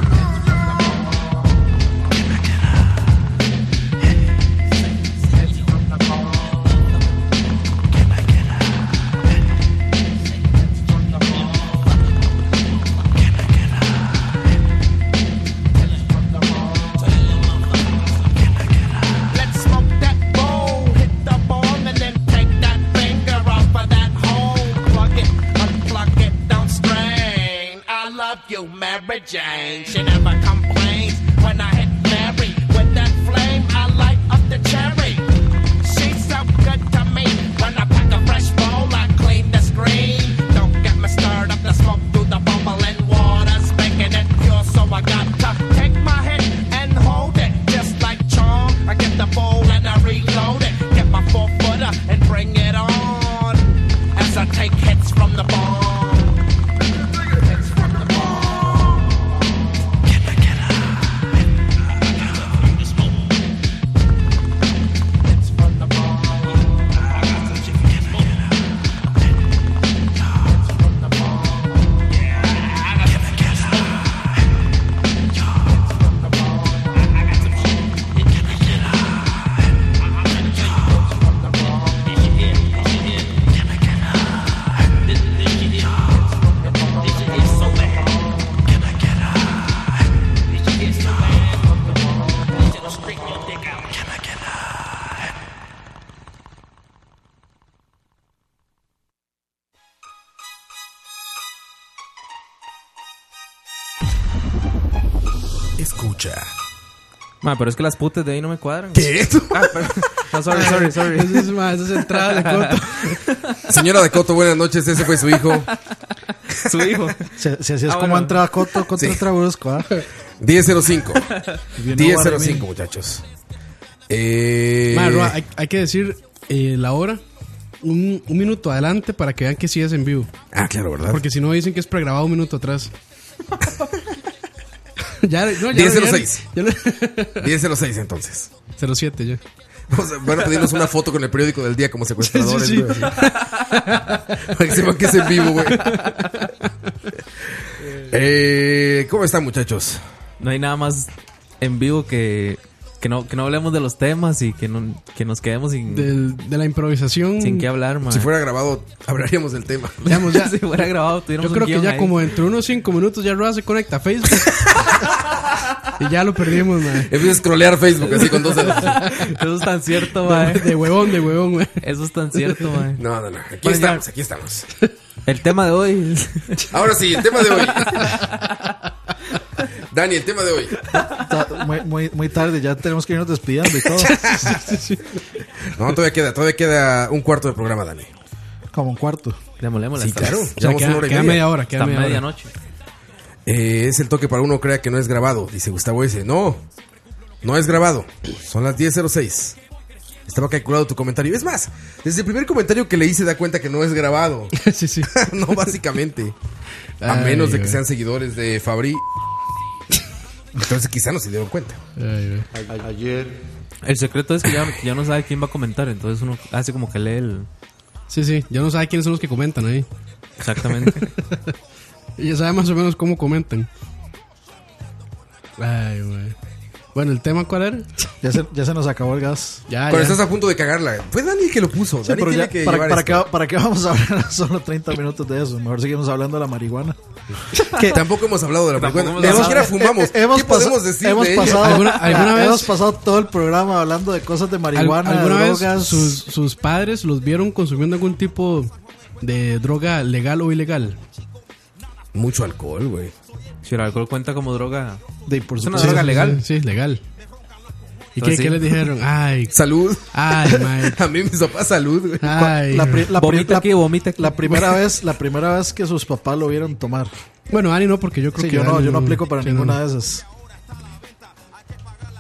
[SPEAKER 8] Let's smoke that bowl, hit the bong, and then take that finger off of that hole. Plug it, unplug it, don't strain. I love you, Mary Jane. She never complains when I hit Mary with that flame. I light up the cherry. She's so good to me. When I pack a fresh bowl, I clean the screen. Don't get me stirred up. The smoke through the bubbling waters, making it pure. So I got to take my hit and hold it, just like Chong. I get the bowl and I reload it. Get my four footer and bring it on as I take hits from the bomb. Hits from the bomb.
[SPEAKER 1] Escucha.
[SPEAKER 6] Man, pero es que las putas de ahí no me cuadran.
[SPEAKER 1] ¿Qué?
[SPEAKER 6] Ah, pero- no, sorry, sorry, sorry.
[SPEAKER 4] Eso es, ma, eso es entrada de coto.
[SPEAKER 1] Señora de Coto, buenas noches. Ese fue su hijo.
[SPEAKER 6] Su hijo.
[SPEAKER 5] Si, si así es
[SPEAKER 6] Ah,
[SPEAKER 5] como
[SPEAKER 6] bueno.
[SPEAKER 5] entra Coto contra
[SPEAKER 1] Sí.
[SPEAKER 5] entra Brusco, ah.
[SPEAKER 1] 1005.
[SPEAKER 5] You know what I
[SPEAKER 1] 1005,
[SPEAKER 5] mean.
[SPEAKER 1] muchachos. Eh,
[SPEAKER 4] Ma, Roa, hay, hay que decir eh, la hora un, un minuto adelante para que vean que sí es en vivo.
[SPEAKER 1] ah, claro, ¿verdad?
[SPEAKER 4] Porque si no dicen que es pregrabado un minuto atrás. ya, no, ya,
[SPEAKER 1] 10:06.
[SPEAKER 4] ya- ya lo-
[SPEAKER 1] 1006, entonces.
[SPEAKER 4] 07 ya.
[SPEAKER 1] Vamos a, van a pedirnos una foto con el periódico del día como secuestradores.
[SPEAKER 4] Sí, sí, sí.
[SPEAKER 1] güey, así. Para que sepan que es en vivo, güey. Eh, ¿Cómo están, muchachos?
[SPEAKER 6] No hay nada más en vivo que, que, no, que no hablemos de los temas y que, no, que nos quedemos sin,
[SPEAKER 4] Del- de la improvisación.
[SPEAKER 6] sin qué hablar, man.
[SPEAKER 1] Si fuera grabado, hablaríamos del tema.
[SPEAKER 4] Digamos, ya-
[SPEAKER 6] si fuera grabado, tuviéramos
[SPEAKER 4] Yo creo
[SPEAKER 6] un
[SPEAKER 4] que
[SPEAKER 6] guión
[SPEAKER 4] ya
[SPEAKER 6] ahí.
[SPEAKER 4] como entre unos 5 minutos ya Roa se conecta a Facebook. y ya lo perdimos, mae.
[SPEAKER 1] Empiezo a scrollear Facebook así con dos dedos.
[SPEAKER 6] Eso es tan cierto, eh.
[SPEAKER 4] No,
[SPEAKER 6] mae.
[SPEAKER 4] De huevón, de huevón, mae.
[SPEAKER 6] Eso es tan cierto, mae.
[SPEAKER 1] No, no, no. Aquí
[SPEAKER 6] Bueno,
[SPEAKER 1] estamos,
[SPEAKER 6] ya.
[SPEAKER 1] aquí estamos.
[SPEAKER 6] El tema de hoy.
[SPEAKER 1] Ahora sí, el tema de hoy. Dani, el tema de hoy.
[SPEAKER 5] Está Muy, muy, muy tarde, ya tenemos que irnos despidiendo y todo.
[SPEAKER 1] No, todavía queda, todavía queda un cuarto de programa, Dani.
[SPEAKER 5] Como un cuarto.
[SPEAKER 6] Demolémosle
[SPEAKER 1] Sí,
[SPEAKER 6] hasta
[SPEAKER 1] claro.
[SPEAKER 6] las-
[SPEAKER 4] O sea,
[SPEAKER 1] Llevamos
[SPEAKER 4] queda,
[SPEAKER 1] una hora y
[SPEAKER 4] queda
[SPEAKER 1] media.
[SPEAKER 4] media hora, queda
[SPEAKER 6] hasta
[SPEAKER 4] media hora.
[SPEAKER 6] medianoche.
[SPEAKER 1] Eh, es el toque para uno crea que no es grabado. Dice Gustavo dice, no, no es grabado. Son las 10.06. Estaba calculado tu comentario. Es más, desde el primer comentario que le hice da cuenta que no es grabado.
[SPEAKER 4] sí, sí.
[SPEAKER 1] no, básicamente. A
[SPEAKER 4] Ay,
[SPEAKER 1] menos de que
[SPEAKER 4] güey.
[SPEAKER 1] sean seguidores de Fabri. Entonces quizá no se dieron cuenta.
[SPEAKER 4] Ay, güey.
[SPEAKER 10] A- Ayer
[SPEAKER 6] El secreto es que ya, que ya no sabe quién va a comentar, entonces uno hace como que lee el.
[SPEAKER 4] Sí, sí. Ya no sabe quiénes son los que comentan ahí.
[SPEAKER 6] Exactamente.
[SPEAKER 4] Y ya sabe más o menos cómo comentan. Ay, güey. Bueno, ¿el tema cuál era?
[SPEAKER 5] Ya se, ya se nos acabó el gas.
[SPEAKER 4] Ya,
[SPEAKER 1] Cuando
[SPEAKER 4] ya.
[SPEAKER 1] estás a punto de cagarla. Fue Dani el que lo puso.
[SPEAKER 5] Sí,
[SPEAKER 1] Dani
[SPEAKER 5] pero
[SPEAKER 1] tiene
[SPEAKER 5] ya,
[SPEAKER 1] que
[SPEAKER 5] ¿para,
[SPEAKER 1] llevar
[SPEAKER 5] para,
[SPEAKER 1] esto.
[SPEAKER 5] qué, va- ¿para qué vamos a hablar solo 30 minutos de eso? Mejor seguimos hablando de la marihuana.
[SPEAKER 1] Que Tampoco hemos hablado de la
[SPEAKER 6] Tampoco
[SPEAKER 1] marihuana.
[SPEAKER 6] hemos
[SPEAKER 1] Ni
[SPEAKER 6] hablado.
[SPEAKER 1] siquiera fumamos.
[SPEAKER 5] Eh, eh, hemos
[SPEAKER 1] ¿Qué podemos
[SPEAKER 5] pasa-
[SPEAKER 1] decir
[SPEAKER 5] hemos
[SPEAKER 1] de ella?
[SPEAKER 5] pasado,
[SPEAKER 4] ¿Alguna- alguna
[SPEAKER 5] ah,
[SPEAKER 4] vez-
[SPEAKER 5] hemos pasado todo el programa hablando de cosas de
[SPEAKER 4] ¿Al-
[SPEAKER 5] marihuana,
[SPEAKER 4] ¿Alguna
[SPEAKER 5] de
[SPEAKER 4] vez
[SPEAKER 5] drogas.
[SPEAKER 4] sus, sus padres los vieron consumiendo algún tipo de droga legal o ilegal?
[SPEAKER 1] Mucho alcohol, güey.
[SPEAKER 6] si el alcohol cuenta como droga.
[SPEAKER 5] de, por
[SPEAKER 6] Es una
[SPEAKER 5] supuesto,
[SPEAKER 6] droga legal.
[SPEAKER 4] Sí, legal. ¿Y qué,
[SPEAKER 5] ¿Ah,
[SPEAKER 6] Entonces,
[SPEAKER 4] qué
[SPEAKER 6] sí.
[SPEAKER 4] les dijeron? Ay,
[SPEAKER 1] Salud.
[SPEAKER 4] ay, Mike.
[SPEAKER 1] A mí mis papás, salud, güey.
[SPEAKER 4] Ay.
[SPEAKER 5] la, pri- la pri-
[SPEAKER 6] vomita
[SPEAKER 5] la-
[SPEAKER 6] aquí, vomita aquí.
[SPEAKER 5] la primera vez, la primera vez que sus papás lo vieron tomar.
[SPEAKER 4] Bueno, Ani no, porque yo creo
[SPEAKER 5] Sí,
[SPEAKER 4] que.
[SPEAKER 5] yo no,
[SPEAKER 4] Ani
[SPEAKER 5] yo no aplico para
[SPEAKER 4] sí,
[SPEAKER 5] ninguna
[SPEAKER 4] no.
[SPEAKER 5] de esas.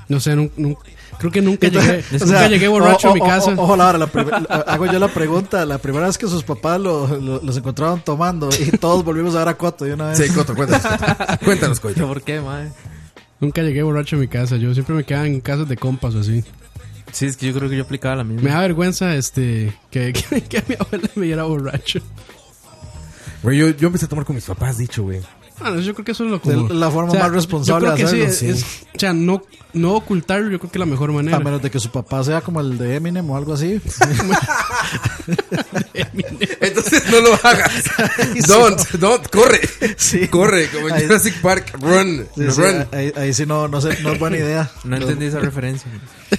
[SPEAKER 4] No sé, nun- nun- creo que nunca llegué,
[SPEAKER 5] O
[SPEAKER 4] nunca
[SPEAKER 5] sea,
[SPEAKER 4] llegué borracho
[SPEAKER 5] o-
[SPEAKER 4] a mi
[SPEAKER 5] o-
[SPEAKER 4] casa.
[SPEAKER 5] o- Ojalá ahora, la prim- la- hago yo la pregunta. La primera vez que sus papás lo- lo- los encontraron tomando y todos volvimos a ver a Coto de una vez.
[SPEAKER 1] Sí, Coto, cuéntanos. Coto. Cuéntanos, Coito.
[SPEAKER 6] ¿Por qué, mae?
[SPEAKER 4] Nunca llegué borracho a mi casa. Yo siempre me quedaba en casas de compas o así.
[SPEAKER 6] Sí, es que yo creo que yo aplicaba la
[SPEAKER 4] Me
[SPEAKER 6] misma.
[SPEAKER 4] da vergüenza este que, que, que mi abuela me viera borracho.
[SPEAKER 1] Güey, yo, yo empecé a tomar con mis papás, dicho, güey.
[SPEAKER 4] Bueno, yo creo que eso es lo como...
[SPEAKER 5] De la forma más responsable
[SPEAKER 4] yo creo
[SPEAKER 5] de
[SPEAKER 4] que sí,
[SPEAKER 5] hacerlo,
[SPEAKER 4] es- es- o sea, no, no ocultarlo, yo creo que es la mejor
[SPEAKER 5] A
[SPEAKER 4] manera.
[SPEAKER 5] menos de que su papá sea como el de Eminem o algo así.
[SPEAKER 1] Entonces no lo hagas. Don't, don't, corre.
[SPEAKER 5] Sí.
[SPEAKER 1] Corre, como en
[SPEAKER 5] Ahí-
[SPEAKER 1] Jurassic Park. Run,
[SPEAKER 5] Sí, sí,
[SPEAKER 1] run.
[SPEAKER 5] ahí, ahí sí no, no, sé, no es buena idea.
[SPEAKER 6] No entendí esa referencia.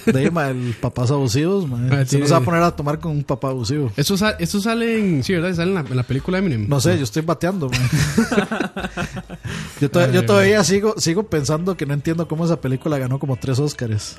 [SPEAKER 5] De ahí, ma, el papás abusivos, ma.
[SPEAKER 4] Ah,
[SPEAKER 5] Se
[SPEAKER 4] tiene-
[SPEAKER 5] nos va a poner a tomar con un papá abusivo.
[SPEAKER 4] Eso, sa- eso sale en... Sí, ¿verdad? Sale en la, en la película de Eminem.
[SPEAKER 5] No sé, yo estoy bateando, ma. Yo, to- yo todavía sigo, sigo pensando que no entiendo cómo esa película ganó como tres Óscares.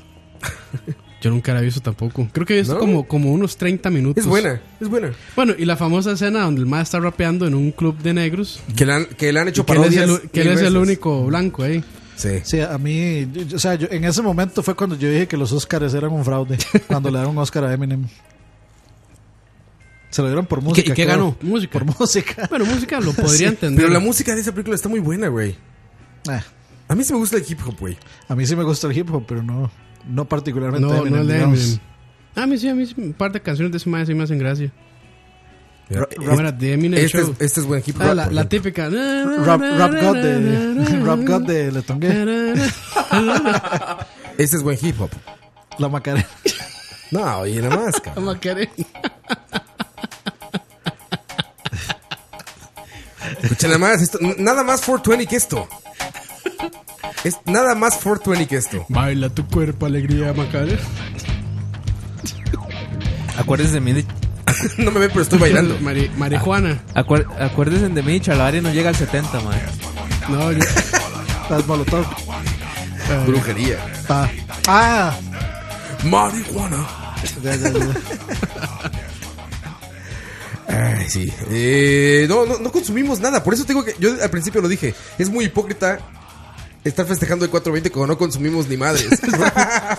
[SPEAKER 4] Yo nunca la he visto tampoco. Creo que he visto
[SPEAKER 1] ¿No?
[SPEAKER 4] como, como unos 30 minutos.
[SPEAKER 1] Es buena, es buena.
[SPEAKER 4] Bueno, y la famosa escena donde el maestro está rapeando en un club de negros.
[SPEAKER 1] Que le han, que le han hecho
[SPEAKER 4] Que él es
[SPEAKER 1] parodias.
[SPEAKER 4] el, que él
[SPEAKER 1] mil
[SPEAKER 4] es el
[SPEAKER 1] veces.
[SPEAKER 4] único blanco ahí.
[SPEAKER 1] Sí.
[SPEAKER 5] Sí, a mí, yo- yo- o sea, yo, en ese momento fue cuando yo dije que los Óscares eran un fraude. cuando le dieron un Óscar a Eminem. Se lo dieron por música.
[SPEAKER 4] qué
[SPEAKER 5] creo.
[SPEAKER 4] ganó? Música.
[SPEAKER 5] Por música.
[SPEAKER 4] Bueno, música lo podría entender.
[SPEAKER 1] Pero la música de esa película está muy buena, güey.
[SPEAKER 5] Ah,
[SPEAKER 1] A mí sí me gusta el hip hop, güey.
[SPEAKER 5] a mí sí me gusta el hip hop, pero no, no particularmente
[SPEAKER 4] No,
[SPEAKER 5] Eminem.
[SPEAKER 4] no le
[SPEAKER 5] digamos.
[SPEAKER 4] Eminem. A mí sí, a mí sí, un par de canciones de ese maestro sí me hacen gracia.
[SPEAKER 1] Mira,
[SPEAKER 4] Como era de Eminem
[SPEAKER 1] Este, es,
[SPEAKER 4] Show.
[SPEAKER 1] este es buen hip hop.
[SPEAKER 4] Ah, la,
[SPEAKER 1] por
[SPEAKER 4] la
[SPEAKER 1] ejemplo.
[SPEAKER 4] típica.
[SPEAKER 5] Rap, rap God de, rap God de Le Tongué.
[SPEAKER 1] este es buen hip hop.
[SPEAKER 5] La Macarena.
[SPEAKER 1] No, y nada más, cabrón.
[SPEAKER 4] Macarena.
[SPEAKER 1] Escucha nada más. Esto, nada más 420 que esto. Es nada más 420 que esto.
[SPEAKER 4] Baila tu cuerpo, alegría, Macarena.
[SPEAKER 6] Acuérdense de mí. de-
[SPEAKER 1] No me ven, pero estoy bailando.
[SPEAKER 4] Mari- marihuana.
[SPEAKER 6] acuer- acuérdense de mí, Chalabaria no llega al 70, mae.
[SPEAKER 4] No, yo.
[SPEAKER 5] Las Molotov.
[SPEAKER 1] Brujería.
[SPEAKER 5] Ah. Ah.
[SPEAKER 1] Marihuana.
[SPEAKER 5] Ya, ya, ya.
[SPEAKER 1] Ay, sí. Eh, no, no, no consumimos nada. Por eso tengo que. Yo al principio lo dije. Es muy hipócrita estar festejando el 420 cuando no consumimos ni madres.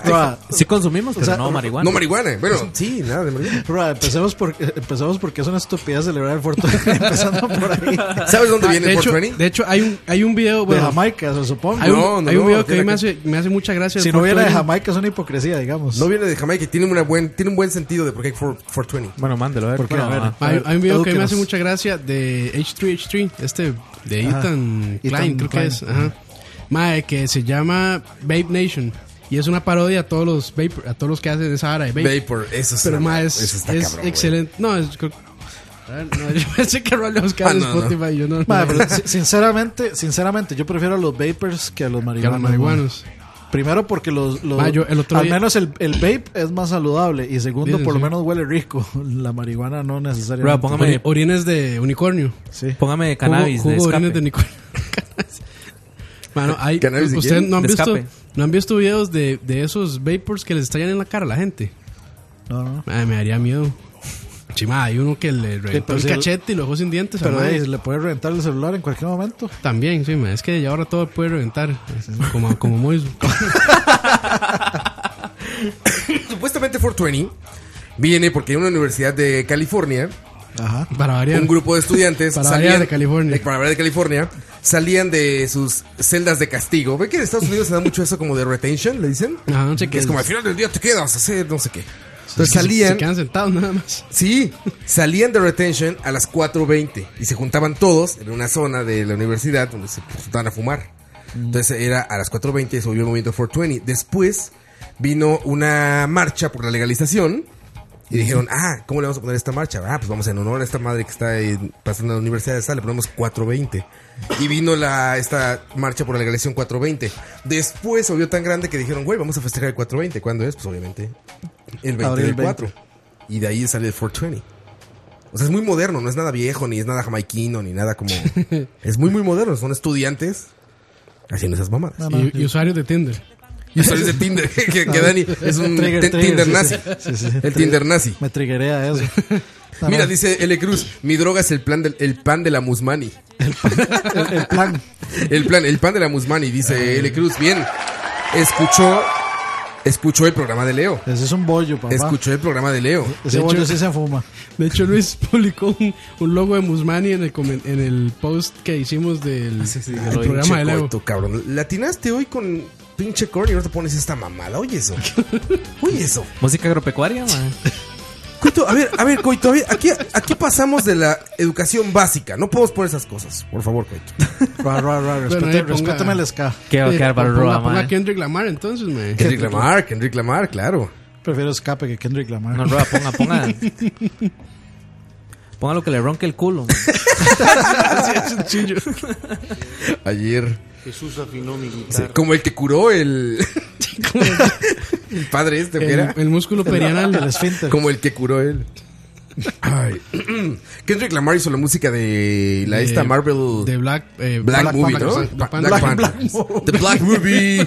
[SPEAKER 5] Roa,
[SPEAKER 6] Sí consumimos, pero
[SPEAKER 5] sea,
[SPEAKER 6] no marihuana.
[SPEAKER 1] no marihuana. Bueno, sí, nada de marihuana.
[SPEAKER 5] Roa, empecemos, por, eh, empecemos porque es una estupidez celebrar el Fortuna. empezando por ahí.
[SPEAKER 1] ¿Sabes dónde
[SPEAKER 4] Ah,
[SPEAKER 1] viene
[SPEAKER 4] de,
[SPEAKER 1] el
[SPEAKER 4] hecho,
[SPEAKER 1] 420?
[SPEAKER 4] de hecho, hay un, hay un video.
[SPEAKER 5] De
[SPEAKER 4] Bueno,
[SPEAKER 5] Jamaica, se supone.
[SPEAKER 4] hay un,
[SPEAKER 1] Oh, No, no,
[SPEAKER 4] hay un
[SPEAKER 1] no,
[SPEAKER 4] video que a mí
[SPEAKER 1] tiene
[SPEAKER 4] me
[SPEAKER 1] que-
[SPEAKER 4] hace, me hace mucha gracia.
[SPEAKER 5] Si
[SPEAKER 4] el
[SPEAKER 5] no viene de
[SPEAKER 4] 420.
[SPEAKER 5] Jamaica es una hipocresía, digamos.
[SPEAKER 1] No viene de Jamaica. Tiene, una buen, tiene un buen sentido de por qué 4- 420.
[SPEAKER 6] Bueno, mándelo, a ver.
[SPEAKER 5] ¿Por qué?
[SPEAKER 6] bueno,
[SPEAKER 5] A ver.
[SPEAKER 6] ah.
[SPEAKER 4] Hay, hay un video que a mí me hace
[SPEAKER 5] Edúquenos.
[SPEAKER 4] mucha gracia de H3H3, este de
[SPEAKER 5] Ajá.
[SPEAKER 4] Ethan
[SPEAKER 5] Ethan
[SPEAKER 4] Klein, creo que
[SPEAKER 5] Klein.
[SPEAKER 4] es. Ajá. Mae, que se llama Babe Nation. Y es una parodia a todos los, vapor- a todos los que hacen esa hora de vape.
[SPEAKER 1] Vapor, eso es,
[SPEAKER 4] Pero
[SPEAKER 1] una-
[SPEAKER 4] mae, es,
[SPEAKER 1] eso está
[SPEAKER 4] es
[SPEAKER 1] cabrón, güey.
[SPEAKER 4] excelente. No, es. creo- a ver, no, yo pensé que Rollo buscaba
[SPEAKER 1] Ah,
[SPEAKER 4] en
[SPEAKER 1] no, no.
[SPEAKER 4] Spotify. Yo no.
[SPEAKER 5] Madre,
[SPEAKER 4] no.
[SPEAKER 5] pero si- sinceramente, sinceramente, yo prefiero a los vapers que a
[SPEAKER 4] Que a los
[SPEAKER 5] los marihuanos.
[SPEAKER 4] marihuanos.
[SPEAKER 5] madre. Primero porque los, los-
[SPEAKER 4] Ma, yo el otro
[SPEAKER 5] al
[SPEAKER 4] día-
[SPEAKER 5] menos el, el vape es más saludable y segundo
[SPEAKER 4] Dicen,
[SPEAKER 5] por lo
[SPEAKER 4] sí.
[SPEAKER 5] menos huele rico. La marihuana no necesariamente.
[SPEAKER 6] Bro, póngame-
[SPEAKER 4] Ori- orines de unicornio.
[SPEAKER 5] Sí.
[SPEAKER 6] Póngame cannabis
[SPEAKER 4] Jugo,
[SPEAKER 6] de
[SPEAKER 4] jugo
[SPEAKER 6] escape.
[SPEAKER 4] orines de unicornio. Mano, hay,
[SPEAKER 6] Cannabis, si
[SPEAKER 4] ustedes
[SPEAKER 6] quieren,
[SPEAKER 4] no han
[SPEAKER 6] de
[SPEAKER 4] visto,
[SPEAKER 6] escape.
[SPEAKER 4] no han visto videos de, de esos vapors que les estallan en la cara a la gente.
[SPEAKER 5] No, no.
[SPEAKER 4] Ay, me daría miedo. Chima, hay uno que le reventó
[SPEAKER 5] pero
[SPEAKER 4] el
[SPEAKER 5] si el-
[SPEAKER 4] cachete y lo dejó sin dientes.
[SPEAKER 5] Pero
[SPEAKER 4] al mae.
[SPEAKER 5] ey, le puede reventar el celular en cualquier momento.
[SPEAKER 4] También, sí, ma, es que ya ahora todo puede reventar. Es Como, como Mois.
[SPEAKER 1] Supuestamente 420 viene porque en una universidad de California,
[SPEAKER 5] Ajá.
[SPEAKER 4] Para variar.
[SPEAKER 1] un grupo de estudiantes
[SPEAKER 4] Para variar
[SPEAKER 1] salían
[SPEAKER 4] de California.
[SPEAKER 1] para variar de California, salían de sus celdas de castigo. Ve que en Estados Unidos se da mucho eso como de retention, le dicen.
[SPEAKER 4] Ajá, no sé
[SPEAKER 1] que
[SPEAKER 4] qué
[SPEAKER 1] es como
[SPEAKER 4] es.
[SPEAKER 1] al final del día te quedas a hacer no sé qué.
[SPEAKER 4] Se-
[SPEAKER 1] Entonces
[SPEAKER 4] se- Se
[SPEAKER 1] salían,
[SPEAKER 4] quedan sentados nada más.
[SPEAKER 1] sí, salían de retention a las 4.20 y se juntaban todos en una zona de la universidad donde se juntaban a fumar.
[SPEAKER 4] Mm.
[SPEAKER 1] Entonces era a las 4.20 y se volvió el movimiento 420. Después vino una marcha por la legalización y dijeron, ah, ¿cómo le vamos a poner esta marcha? Ah, pues vamos en honor a esta madre que está ahí pasando a la universidad de le ponemos 420. Y vino la esta marcha por la legalización 420. Después se vio tan grande que dijeron, güey, vamos a festejar el 420. ¿Cuándo es? Pues obviamente el 20
[SPEAKER 5] Abril
[SPEAKER 1] del
[SPEAKER 5] 20.
[SPEAKER 1] 4. Y de ahí sale el 420. O sea, es muy moderno, no es nada viejo, ni es nada jamaiquino, ni nada como... es muy, muy moderno, son estudiantes haciendo esas mamadas.
[SPEAKER 5] No, no,
[SPEAKER 4] Y, y usuarios de Tinder.
[SPEAKER 1] Y usuarios de Tinder, que, que Dani es un
[SPEAKER 5] Trigger,
[SPEAKER 1] ti-
[SPEAKER 5] trigger,
[SPEAKER 1] Tinder
[SPEAKER 5] sí,
[SPEAKER 1] nazi.
[SPEAKER 5] sí. Sí, sí,
[SPEAKER 1] El
[SPEAKER 5] trigger.
[SPEAKER 1] Tinder nazi.
[SPEAKER 5] Me triggeré a eso. No,
[SPEAKER 1] Mira,
[SPEAKER 5] no,
[SPEAKER 1] dice L. Cruz, mi droga es el plan del el pan de la musmani.
[SPEAKER 5] el, el plan.
[SPEAKER 1] El plan, el pan de la musmani, dice L. Cruz. Bien, escuchó, escuchó el programa de Leo.
[SPEAKER 5] Ese es un bollo, papá.
[SPEAKER 1] Escuchó el programa de Leo.
[SPEAKER 5] Ese
[SPEAKER 4] De
[SPEAKER 5] bollo
[SPEAKER 4] hecho-
[SPEAKER 5] sí se fuma.
[SPEAKER 4] De hecho, Luis publicó un, un logo de Musmani en el, comen- en el post que hicimos del, del
[SPEAKER 1] Ay, pinche
[SPEAKER 4] programa de Leo.
[SPEAKER 1] coito, cabrón. Latinaste hoy con pinche corn y no te pones esta mamada. Oye eso. Oye eso.
[SPEAKER 6] Música agropecuaria, man.
[SPEAKER 1] Coito, a ver, a ver, Coito, a ver, aquí, aquí pasamos de la educación básica. No podemos poner esas cosas. Por favor, Coito.
[SPEAKER 5] Ra, ra, ra, respete-
[SPEAKER 4] ahí ponga-
[SPEAKER 5] respétame el ska.
[SPEAKER 6] Qué va a
[SPEAKER 4] Eh,
[SPEAKER 6] quedar para
[SPEAKER 4] ponga-
[SPEAKER 6] Roa,
[SPEAKER 4] ponga
[SPEAKER 6] man.
[SPEAKER 4] Kendrick Lamar entonces, mae.
[SPEAKER 1] Kendrick Lamar, Kendrick Lamar, claro.
[SPEAKER 5] Prefiero escape que Kendrick Lamar.
[SPEAKER 6] No, Roa, ponga, ponga. Ponga lo que le ronque el culo. man.
[SPEAKER 1] Ayer.
[SPEAKER 10] Jesús afinó mi
[SPEAKER 1] Sí,
[SPEAKER 10] guitarra.
[SPEAKER 1] como el que curó el. el padre este, que
[SPEAKER 4] El,
[SPEAKER 1] era.
[SPEAKER 4] el músculo perianal.
[SPEAKER 5] el esfínter.
[SPEAKER 1] Como el que curó él. Ay. Kendrick Lamar hizo la música de la
[SPEAKER 4] De-
[SPEAKER 1] esta Marvel.
[SPEAKER 4] de Black, eh,
[SPEAKER 1] Black, Movie, ¿no?
[SPEAKER 4] Panther,
[SPEAKER 1] Pa-
[SPEAKER 4] Black Panther.
[SPEAKER 1] The Black Movie.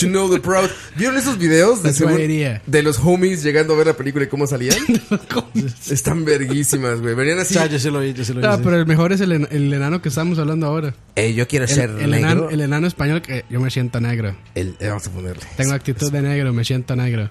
[SPEAKER 1] to know the proud. ¿Vieron esos videos de,
[SPEAKER 4] That's
[SPEAKER 1] según-
[SPEAKER 4] my idea.
[SPEAKER 1] de los homies llegando a ver la película y cómo salían? Están verguísimas, güey. Venían
[SPEAKER 5] O
[SPEAKER 1] así.
[SPEAKER 5] sea, yo sí lo vi, yo sí lo vi.
[SPEAKER 4] Ah,
[SPEAKER 5] sí.
[SPEAKER 4] pero el mejor es el, en- el enano que estamos hablando ahora.
[SPEAKER 1] Eh, yo quiero
[SPEAKER 4] El, el enano, el enano español que yo me siento negro.
[SPEAKER 1] El- eh, vamos a ponerle.
[SPEAKER 4] Tengo actitud de negro, me siento negro.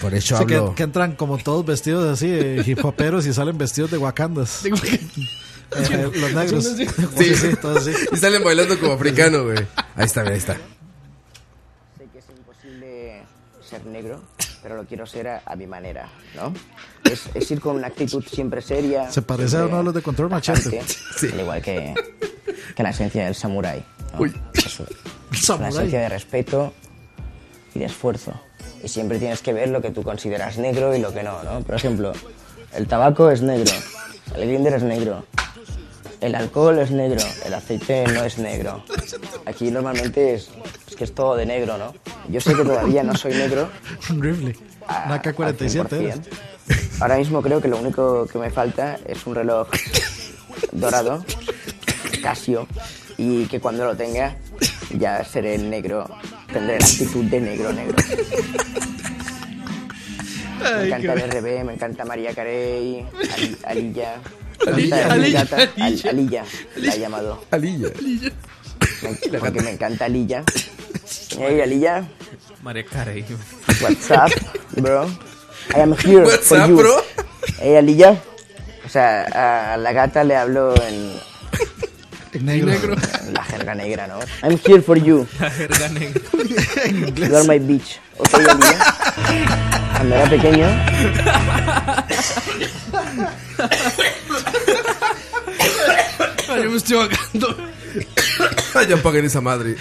[SPEAKER 1] Por eso
[SPEAKER 5] O sea, que, que entran como todos vestidos así, de hip hoperos y salen vestidos de wakandas. Eh, eh, los negros. Sí, sí, todos así.
[SPEAKER 1] Y salen bailando como africano, güey. Ahí está, mira, ahí está.
[SPEAKER 12] Sé que es imposible ser negro, pero lo quiero ser a, a mi manera, ¿no? Es, es ir con una actitud siempre seria.
[SPEAKER 5] Se parece a
[SPEAKER 12] siempre
[SPEAKER 5] uno de los de Control Machete.
[SPEAKER 12] tajante, Al igual que, que la esencia del samurái. ¿no? Es una esencia de respeto y de esfuerzo. Y siempre tienes que ver lo que tú consideras negro y lo que no, ¿no? Por ejemplo, el tabaco es negro, el grinder es negro, el alcohol es negro, el aceite no es negro. Aquí normalmente es, es que es todo de negro, ¿no? Yo sé que todavía no soy negro.
[SPEAKER 5] Un rifle.
[SPEAKER 12] a-
[SPEAKER 5] Una K-47
[SPEAKER 12] al
[SPEAKER 5] era.
[SPEAKER 12] 100%. Ahora mismo creo que lo único que me falta es un reloj dorado, Casio, y que cuando lo tenga ya seré el negro, tendré la actitud de negro negro. Me encanta el RB, me encanta María Carey, Ali- Alilla. me
[SPEAKER 1] Alilla,
[SPEAKER 12] encanta mi
[SPEAKER 1] Alilla,
[SPEAKER 12] gata, Al- Alilla, la he llamado.
[SPEAKER 1] Alilla.
[SPEAKER 12] Me- porque me encanta Alilla. Hey, Alilla,
[SPEAKER 6] María Carey.
[SPEAKER 12] What's up, bro? I am here
[SPEAKER 1] What's
[SPEAKER 12] for
[SPEAKER 1] up,
[SPEAKER 12] you.
[SPEAKER 1] bro?
[SPEAKER 12] Hey, Alilla. O sea, a la gata le hablo en
[SPEAKER 5] Negro.
[SPEAKER 12] la jerga negra, ¿no? I'm here for you.
[SPEAKER 6] La jerga negra.
[SPEAKER 12] You are my bitch. Ok, Alilla. Cuando era pequeño...
[SPEAKER 4] Yo me estoy ahogando.
[SPEAKER 1] ya paguen esa madre.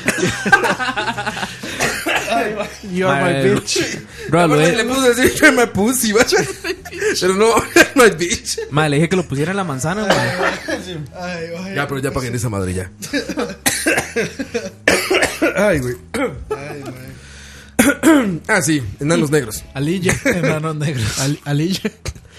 [SPEAKER 5] You are
[SPEAKER 6] Madre,
[SPEAKER 5] my bitch.
[SPEAKER 6] Roa, lo
[SPEAKER 1] Aparte
[SPEAKER 6] he-
[SPEAKER 1] le puso así, "You're my pussy, vaya. Pero no, my bitch.
[SPEAKER 6] Madre, le dije que lo pusiera en la manzana, man.
[SPEAKER 1] Ya, pero ya paguen esa madre ya. Ay, güey. ah, sí, enanos negros.
[SPEAKER 4] Alilla.
[SPEAKER 5] Enanos negros.
[SPEAKER 4] Al- Alilla.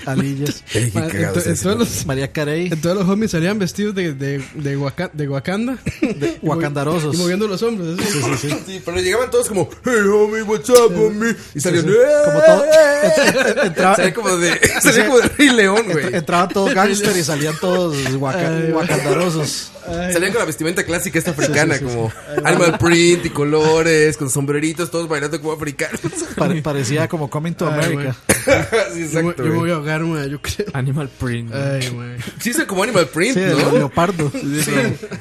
[SPEAKER 5] Alillas.
[SPEAKER 1] Ey, qué
[SPEAKER 4] Ma-
[SPEAKER 1] cagado
[SPEAKER 4] ento-
[SPEAKER 1] es ese,
[SPEAKER 4] todos los-
[SPEAKER 5] María Carey.
[SPEAKER 4] en todos los homies salían vestidos de, de, de, Waka- de Wakanda. De
[SPEAKER 5] wakandarosos.
[SPEAKER 4] Y moviendo los hombros. así.
[SPEAKER 1] Sí, pero llegaban todos como, hey homie, what's up, homie? Y salían,
[SPEAKER 5] sí. Como todo- Entraba-
[SPEAKER 1] Salía como de, salía como de Rey León, güey.
[SPEAKER 5] Entraban todos gangsters y salían todos guaca- guacandarosos.
[SPEAKER 1] Salían con la vestimenta clásica esta africana, como animal print y colores, con sombreritos, todos bailando como africanos.
[SPEAKER 5] Pare- parecía como Coming to
[SPEAKER 4] Ay,
[SPEAKER 5] America.
[SPEAKER 1] sí,
[SPEAKER 4] Yo, me-
[SPEAKER 1] exacto,
[SPEAKER 4] yo me
[SPEAKER 1] güey.
[SPEAKER 4] voy a ahogar, ma, yo creo.
[SPEAKER 6] Animal Print.
[SPEAKER 4] Ay, ma.
[SPEAKER 1] Sí, es como animal print,
[SPEAKER 5] Sí, el
[SPEAKER 1] ¿no?
[SPEAKER 5] leopardo.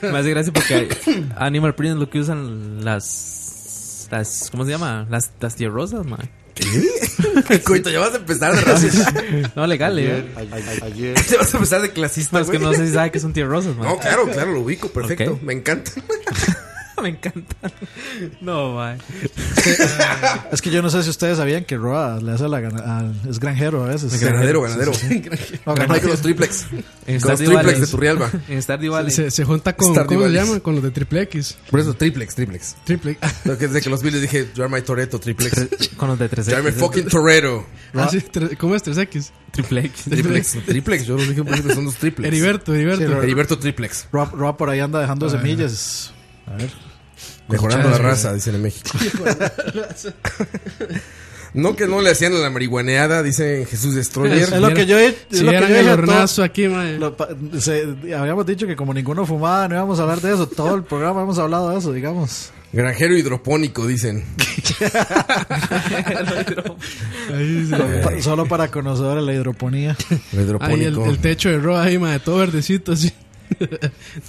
[SPEAKER 6] Me hace gracia porque hay- Animal Print es lo que usan las. las ¿Cómo se llama? Las, las tierrosas, man.
[SPEAKER 1] Coito, ya vas a empezar de racista.
[SPEAKER 6] No, legal, eh.
[SPEAKER 10] Ayer, a- ayer,
[SPEAKER 1] Ya vas a empezar de clasista,
[SPEAKER 6] No, es que
[SPEAKER 1] güey.
[SPEAKER 6] no sé si sabe que son tierrosas, man.
[SPEAKER 1] No, claro, claro, lo ubico, perfecto.
[SPEAKER 6] Ok.
[SPEAKER 1] Me encanta.
[SPEAKER 6] Me encantan. No, man.
[SPEAKER 5] Es que yo no sé si ustedes sabían que Roa le hace la gana- al- es granjero a veces.
[SPEAKER 1] Ganadero, ganadero.
[SPEAKER 5] No,
[SPEAKER 1] Hay con
[SPEAKER 5] granjero.
[SPEAKER 1] los triplex.
[SPEAKER 6] En
[SPEAKER 1] Con los
[SPEAKER 6] Stardew
[SPEAKER 1] triplex
[SPEAKER 6] Valley.
[SPEAKER 1] de Turrialba.
[SPEAKER 6] En Stardew Valley.
[SPEAKER 4] Se, se junta con.
[SPEAKER 1] Stardew
[SPEAKER 4] ¿Cómo se
[SPEAKER 1] Valley.
[SPEAKER 4] llama? Con los de Triple X.
[SPEAKER 1] Por eso, triplex, triplex.
[SPEAKER 4] Triple X.
[SPEAKER 1] No, que Desde que los vi les dije, you are my Toreto, triplex.
[SPEAKER 6] Con los de 3
[SPEAKER 1] You are my fucking Toreto.
[SPEAKER 4] Ah, sí, tre- ¿Cómo es 3X?
[SPEAKER 6] Triple X.
[SPEAKER 1] Triplex, triplex. Yo los dije un principio, son los triplex.
[SPEAKER 4] Heriberto, Heriberto.
[SPEAKER 1] Heriberto triplex.
[SPEAKER 5] Roa, Roa por ahí anda dejando semillas. A ver.
[SPEAKER 1] Mejorando la raza, dicen en México. No que no le hacían a la marihuaneada, dicen Jesús Destroyer.
[SPEAKER 5] Es lo que yo he- es
[SPEAKER 4] Si
[SPEAKER 5] lo que
[SPEAKER 4] vieran
[SPEAKER 5] yo
[SPEAKER 4] el
[SPEAKER 5] dije a
[SPEAKER 4] hornazo aquí, mae.
[SPEAKER 5] todos- lo pa- se- habíamos dicho que como ninguno fumaba, no íbamos a hablar de eso. Todo el programa hemos hablado de eso, digamos.
[SPEAKER 1] Granjero hidropónico, dicen.
[SPEAKER 4] Ahí, sí.
[SPEAKER 5] Pa- solo para conocer la hidroponía.
[SPEAKER 1] El
[SPEAKER 4] Ahí el,
[SPEAKER 1] hidropónico.
[SPEAKER 4] el techo de Roa ahí, mae, todo verdecito así.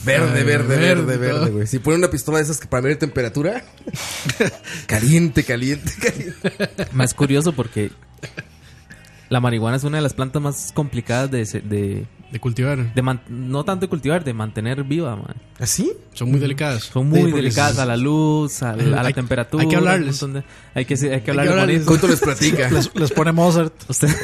[SPEAKER 1] Verde,
[SPEAKER 4] Ay,
[SPEAKER 1] verde, verde,
[SPEAKER 4] verde,
[SPEAKER 1] verde,
[SPEAKER 4] todo.
[SPEAKER 1] güey. Si ponen una pistola de esas que para medir temperatura, caliente, caliente, caliente.
[SPEAKER 6] Más curioso porque la marihuana es una de las plantas más complicadas de, se- de,
[SPEAKER 4] De cultivar.
[SPEAKER 6] de man- no tanto de cultivar, de mantener viva, man.
[SPEAKER 1] ¿Así?
[SPEAKER 4] Son muy delicadas.
[SPEAKER 6] Son muy
[SPEAKER 5] Sí, porque
[SPEAKER 6] delicadas a la luz, a, la- a la
[SPEAKER 4] Hay-
[SPEAKER 6] temperatura.
[SPEAKER 4] hay que hablarles.
[SPEAKER 6] un montón de- hay que, hay que hablarles
[SPEAKER 4] hablarles.
[SPEAKER 6] bonito.
[SPEAKER 1] Coito les platica.
[SPEAKER 5] Les, les pone Mozart.
[SPEAKER 6] Usted.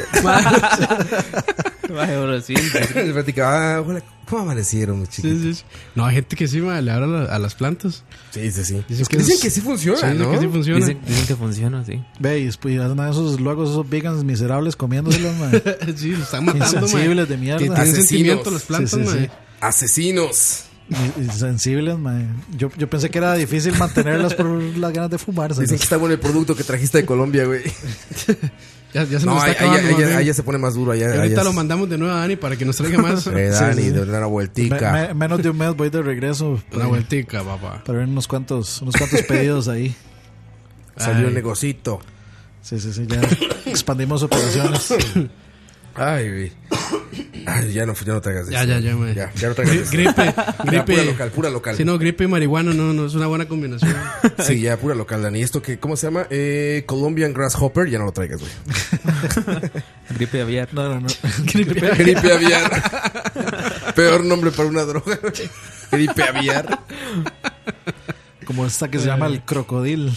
[SPEAKER 6] Mae, bro, sí, sí.
[SPEAKER 1] les platica. Ah, hola, ¿cómo amanecieron,
[SPEAKER 4] Sí,
[SPEAKER 1] chicos?
[SPEAKER 4] sí, sí. No, hay gente que sí, mae, le habla a, la- a las plantas.
[SPEAKER 1] Sí, sí, sí.
[SPEAKER 4] Dicen que
[SPEAKER 1] Dicen
[SPEAKER 4] es-
[SPEAKER 1] que sí funciona,
[SPEAKER 4] Sí, dicen
[SPEAKER 1] ¿no?
[SPEAKER 4] que sí funciona.
[SPEAKER 6] Dicen, dicen que funciona, sí.
[SPEAKER 5] Ve, y después andan esos, luego esos vegans miserables comiéndoselos, man.
[SPEAKER 4] sí, lo están matando, mae.
[SPEAKER 5] Insensibles de mierda.
[SPEAKER 4] Que
[SPEAKER 1] Ah, sí,
[SPEAKER 4] tienen sentimiento las plantas,
[SPEAKER 5] Sí, sí, sí.
[SPEAKER 4] mae.
[SPEAKER 1] Asesinos.
[SPEAKER 5] Sensibles, man. Yo, yo pensé que era difícil mantenerlas por las ganas de fumarse.
[SPEAKER 1] Dicen que está bueno el producto que trajiste de Colombia, güey.
[SPEAKER 4] Ya, ya se
[SPEAKER 1] No,
[SPEAKER 4] nos
[SPEAKER 1] ahí
[SPEAKER 4] está acabando.
[SPEAKER 1] ahí-
[SPEAKER 4] mae.
[SPEAKER 1] ahí- ahí ya se pone más duro. Allá,
[SPEAKER 4] Y ahorita
[SPEAKER 1] allá
[SPEAKER 4] lo
[SPEAKER 1] es-
[SPEAKER 4] mandamos de nuevo a Dani para que nos traiga más.
[SPEAKER 1] Eh,
[SPEAKER 4] Una
[SPEAKER 1] Dani,
[SPEAKER 5] Sí, sí.
[SPEAKER 1] de una
[SPEAKER 5] Me-
[SPEAKER 1] vueltica.
[SPEAKER 5] me- menos de un mes voy de regreso para,
[SPEAKER 4] vueltica, papá.
[SPEAKER 5] para ver unos cuantos, unos cuantos pedidos ahí.
[SPEAKER 1] Salió
[SPEAKER 4] Ay.
[SPEAKER 1] un negocito.
[SPEAKER 5] Sí, sí, sí, ya expandimos operaciones.
[SPEAKER 1] Ay, güey. Ay, ya no, ya no traigas
[SPEAKER 4] Ya,
[SPEAKER 1] eso.
[SPEAKER 4] ya, ya, güey.
[SPEAKER 1] Ya, ya no traigas
[SPEAKER 4] Gri-
[SPEAKER 1] eso.
[SPEAKER 4] Gripe,
[SPEAKER 1] Ya, pura
[SPEAKER 4] gripe.
[SPEAKER 1] local, pura local.
[SPEAKER 4] Si no, gripe y marihuana no, no es una buena combinación.
[SPEAKER 1] Sí, ya, pura local, Dani. ¿Esto que ¿Cómo se llama? Eh, Colombian Grasshopper. Ya no lo traigas, güey.
[SPEAKER 6] Gripe aviar.
[SPEAKER 5] No, no, no.
[SPEAKER 4] gripe.
[SPEAKER 1] Gripe aviar. Peor nombre para una droga, güey. Gripe aviar.
[SPEAKER 5] Como esta que se llama el crocodil.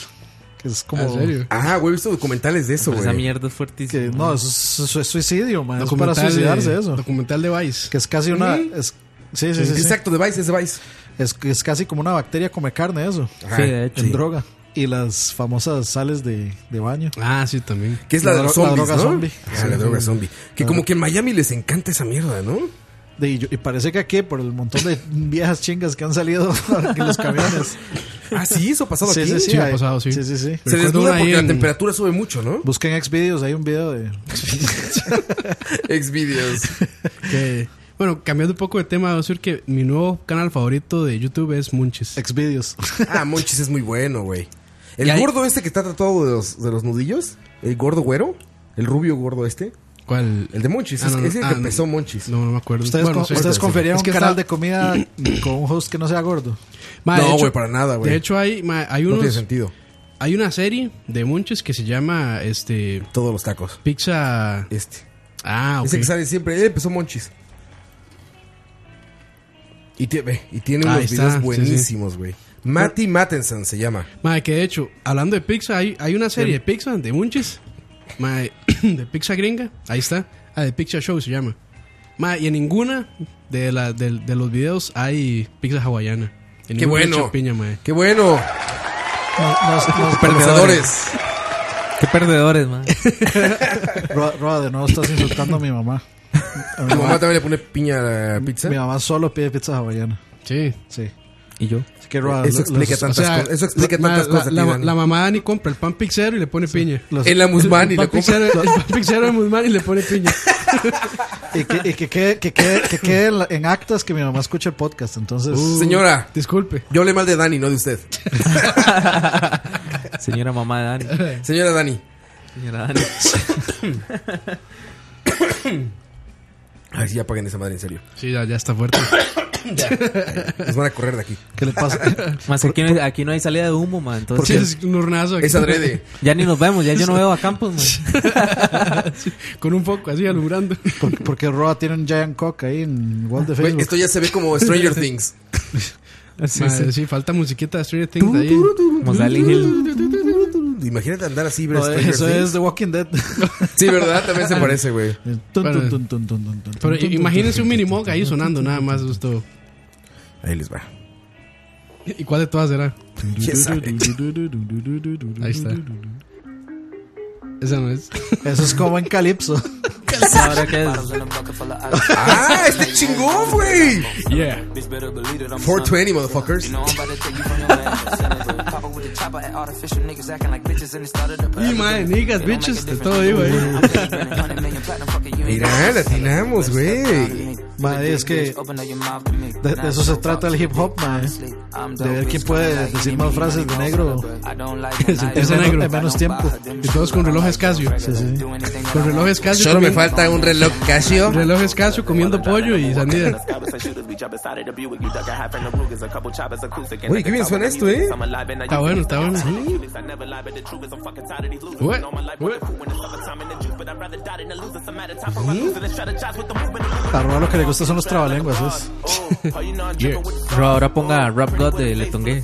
[SPEAKER 5] Que es como.
[SPEAKER 4] ¿En serio?
[SPEAKER 1] Ajá, güey, he visto documentales de eso,
[SPEAKER 6] Pero Esa
[SPEAKER 1] güey.
[SPEAKER 6] mierda es fuertísima.
[SPEAKER 5] que- no, eso es, eso es suicidio, man. Es para
[SPEAKER 4] Documental
[SPEAKER 5] suicidarse
[SPEAKER 4] de-
[SPEAKER 5] eso.
[SPEAKER 4] Documental de Vice.
[SPEAKER 5] Que es casi una. Es, sí, sí, sí, sí.
[SPEAKER 1] Exacto, de Vice, es de Vice.
[SPEAKER 5] Es, es casi como una bacteria come carne, eso.
[SPEAKER 1] Ajá.
[SPEAKER 6] Sí, de hecho.
[SPEAKER 5] En droga. Y las famosas sales de, de baño.
[SPEAKER 4] Ah, sí, también.
[SPEAKER 1] Que es la,
[SPEAKER 5] La
[SPEAKER 1] de los
[SPEAKER 5] dro- la
[SPEAKER 1] zombies,
[SPEAKER 5] droga
[SPEAKER 1] ¿no?
[SPEAKER 5] zombie. Ah.
[SPEAKER 1] Ah, la droga zombie. Que como que en Miami les encanta esa mierda, ¿no?
[SPEAKER 5] De- y, yo- y parece que aquí, por el montón de viejas chingas que han salido en los camiones.
[SPEAKER 1] Ah, sí, eso ha pasado aquí.
[SPEAKER 4] Sí, ha pasado, sí.
[SPEAKER 5] Sí, sí, sí.
[SPEAKER 1] Se
[SPEAKER 4] Recuerdo
[SPEAKER 1] desnuda
[SPEAKER 4] una
[SPEAKER 1] porque
[SPEAKER 4] ahí
[SPEAKER 1] la
[SPEAKER 4] en-
[SPEAKER 1] temperatura sube mucho, ¿no?
[SPEAKER 5] Busquen Xvideos, hay un video de.
[SPEAKER 1] Exvideos.
[SPEAKER 4] Que, bueno, cambiando un poco de tema, voy a decir que mi nuevo canal favorito de YouTube es Munches.
[SPEAKER 5] Xvideos.
[SPEAKER 1] Ah, Monchis es muy bueno, güey. El
[SPEAKER 4] Y ahí-
[SPEAKER 1] gordo este que está tatuado de los, de los nudillos, el gordo güero, el rubio gordo este,
[SPEAKER 4] ¿Cuál?
[SPEAKER 1] el de Monchis,
[SPEAKER 4] Ah,
[SPEAKER 1] es,
[SPEAKER 4] no, no,
[SPEAKER 1] es el
[SPEAKER 4] ah,
[SPEAKER 1] que
[SPEAKER 4] no.
[SPEAKER 1] empezó Monchis.
[SPEAKER 4] No, no me acuerdo.
[SPEAKER 5] Ustedes,
[SPEAKER 4] Bueno,
[SPEAKER 5] con-
[SPEAKER 4] sí.
[SPEAKER 5] ustedes
[SPEAKER 1] sí.
[SPEAKER 5] conferían
[SPEAKER 4] Es que
[SPEAKER 5] un canal
[SPEAKER 4] está-
[SPEAKER 5] de comida con un host que no sea gordo.
[SPEAKER 4] Ma, de
[SPEAKER 1] No,
[SPEAKER 4] hecho-
[SPEAKER 1] güey, para nada, güey.
[SPEAKER 4] De hecho, hay, ma, hay,
[SPEAKER 1] No tiene
[SPEAKER 4] unos,
[SPEAKER 1] sentido.
[SPEAKER 4] hay una serie de Munches que se llama este
[SPEAKER 1] Todos los tacos.
[SPEAKER 4] Pizza.
[SPEAKER 1] Este.
[SPEAKER 4] Ah, ok.
[SPEAKER 1] Ese que sale siempre, eh, pues él empezó Monchis. Y, tie- ve, y tiene unos
[SPEAKER 4] Ahí está,
[SPEAKER 1] videos
[SPEAKER 4] sí, sí.
[SPEAKER 1] buenísimos, güey. Matty Mattenson se llama.
[SPEAKER 4] Madre, que de hecho, hablando de pizza, hay, hay una serie de pizza de Munches. Madre, de pizza gringa. Ahí está. Ah, de Pizza Show se llama. Madre, y en ninguna de, la, de, de los videos hay pizza hawaiana. En
[SPEAKER 1] ¡Qué
[SPEAKER 4] ninguna
[SPEAKER 1] bueno!
[SPEAKER 4] champiña, madre.
[SPEAKER 1] ¡Qué bueno!
[SPEAKER 5] No, no- no-
[SPEAKER 1] Perdedores.
[SPEAKER 6] Qué perdedores, man.
[SPEAKER 5] Roa, Roa, de nuevo estás insultando a mi mamá. A
[SPEAKER 1] ¿Tu mamá también le pone piña a la pizza?
[SPEAKER 5] Mi mamá solo pide pizza hawaiana.
[SPEAKER 4] Sí.
[SPEAKER 5] Sí.
[SPEAKER 6] ¿Y yo?
[SPEAKER 5] Así que Roa,
[SPEAKER 1] Eso
[SPEAKER 5] los-
[SPEAKER 1] explica
[SPEAKER 5] los-
[SPEAKER 1] tantas
[SPEAKER 5] o sea,
[SPEAKER 1] cosas. Eso explica
[SPEAKER 4] Ma,
[SPEAKER 1] tantas
[SPEAKER 4] la,
[SPEAKER 1] cosas.
[SPEAKER 4] la-
[SPEAKER 1] Iván.
[SPEAKER 4] la mamá Dani compra el pan pizzero y le pone piña.
[SPEAKER 5] los-
[SPEAKER 1] En la Musmán y
[SPEAKER 4] el, pan
[SPEAKER 1] le compra.
[SPEAKER 4] pizzero, el pan pizzero de Musmán y le pone piña.
[SPEAKER 5] Y que, y que quede, que quede- que quede en la- en actas que mi mamá escucha el podcast. Entonces,
[SPEAKER 1] Señora,
[SPEAKER 4] Disculpe.
[SPEAKER 1] Uh, yo hablé mal de Dani, no de usted.
[SPEAKER 6] Señora mamá de Dani.
[SPEAKER 1] Señora Dani.
[SPEAKER 6] Señora Dani.
[SPEAKER 1] Ay, sí, apaguen esa madre, en serio.
[SPEAKER 4] Sí, ya, ya está fuerte.
[SPEAKER 1] Nos van a correr de aquí.
[SPEAKER 5] ¿qué le pasa?
[SPEAKER 6] Más aquí, no hay, aquí no hay salida de humo, man.
[SPEAKER 4] Sí,
[SPEAKER 6] Entonces,
[SPEAKER 4] es un hornazo aquí.
[SPEAKER 1] Es adrede.
[SPEAKER 6] ya ni nos vemos, ya yo no veo a Campos, man.
[SPEAKER 4] Con un foco así alumbrando.
[SPEAKER 5] Por- porque Roa tiene un Giant Cock ahí en Wall de
[SPEAKER 1] Güey,
[SPEAKER 5] Facebook.
[SPEAKER 1] esto ya se ve como Stranger Things.
[SPEAKER 4] Ma, sí, falta musiquita de Stranger Things ahí.
[SPEAKER 6] Como Silent Hill.
[SPEAKER 1] Imagínate andar así, ver
[SPEAKER 5] No,
[SPEAKER 1] Stranger
[SPEAKER 5] eso
[SPEAKER 1] Things.
[SPEAKER 5] es The Walking Dead.
[SPEAKER 1] Sí, ¿verdad? También se parece, güey.
[SPEAKER 5] Tun,
[SPEAKER 4] Bueno,
[SPEAKER 5] tun, tun, tun, tun, tun, tun,
[SPEAKER 4] Pero
[SPEAKER 5] tun, tun,
[SPEAKER 4] imagínense
[SPEAKER 5] tun,
[SPEAKER 4] un
[SPEAKER 5] tun,
[SPEAKER 4] mini
[SPEAKER 5] tun,
[SPEAKER 4] mog ahí sonando, nada más eso es todo.
[SPEAKER 1] Ahí les va.
[SPEAKER 4] ¿Y cuál de todas será?
[SPEAKER 1] ¿Quién sabe?
[SPEAKER 4] Ahí está. Esa no es.
[SPEAKER 5] tun. Eso es como en Calypso.
[SPEAKER 6] Ahora que es.
[SPEAKER 1] ¡Ah! ¡Este chingón, güey!
[SPEAKER 4] Yeah.
[SPEAKER 1] 420, motherfuckers.
[SPEAKER 4] Y madre, niggas, bitches, de todo digo ahí.
[SPEAKER 1] Mira, latinamos, güey.
[SPEAKER 5] Madre, es que de, de eso se trata el hip hop, madre. De ver quién puede decir más frases de negro en,
[SPEAKER 4] Ese negro.
[SPEAKER 5] en menos tiempo.
[SPEAKER 4] Y todos con relojes Casio.
[SPEAKER 5] Sí, sí.
[SPEAKER 4] Con relojes Casio.
[SPEAKER 1] Solo me
[SPEAKER 4] comiendo-
[SPEAKER 1] falta un reloj Casio.
[SPEAKER 4] Relojes Casio comiendo pollo y sandía.
[SPEAKER 1] Oye, qué bien suena esto, ¿eh?
[SPEAKER 4] Está bueno, está bueno. Ué, ué.
[SPEAKER 5] A Roa lo que le gusta son los trabalenguas. ¿ves?
[SPEAKER 6] Ro, ahora ponga Rap God de Letongue.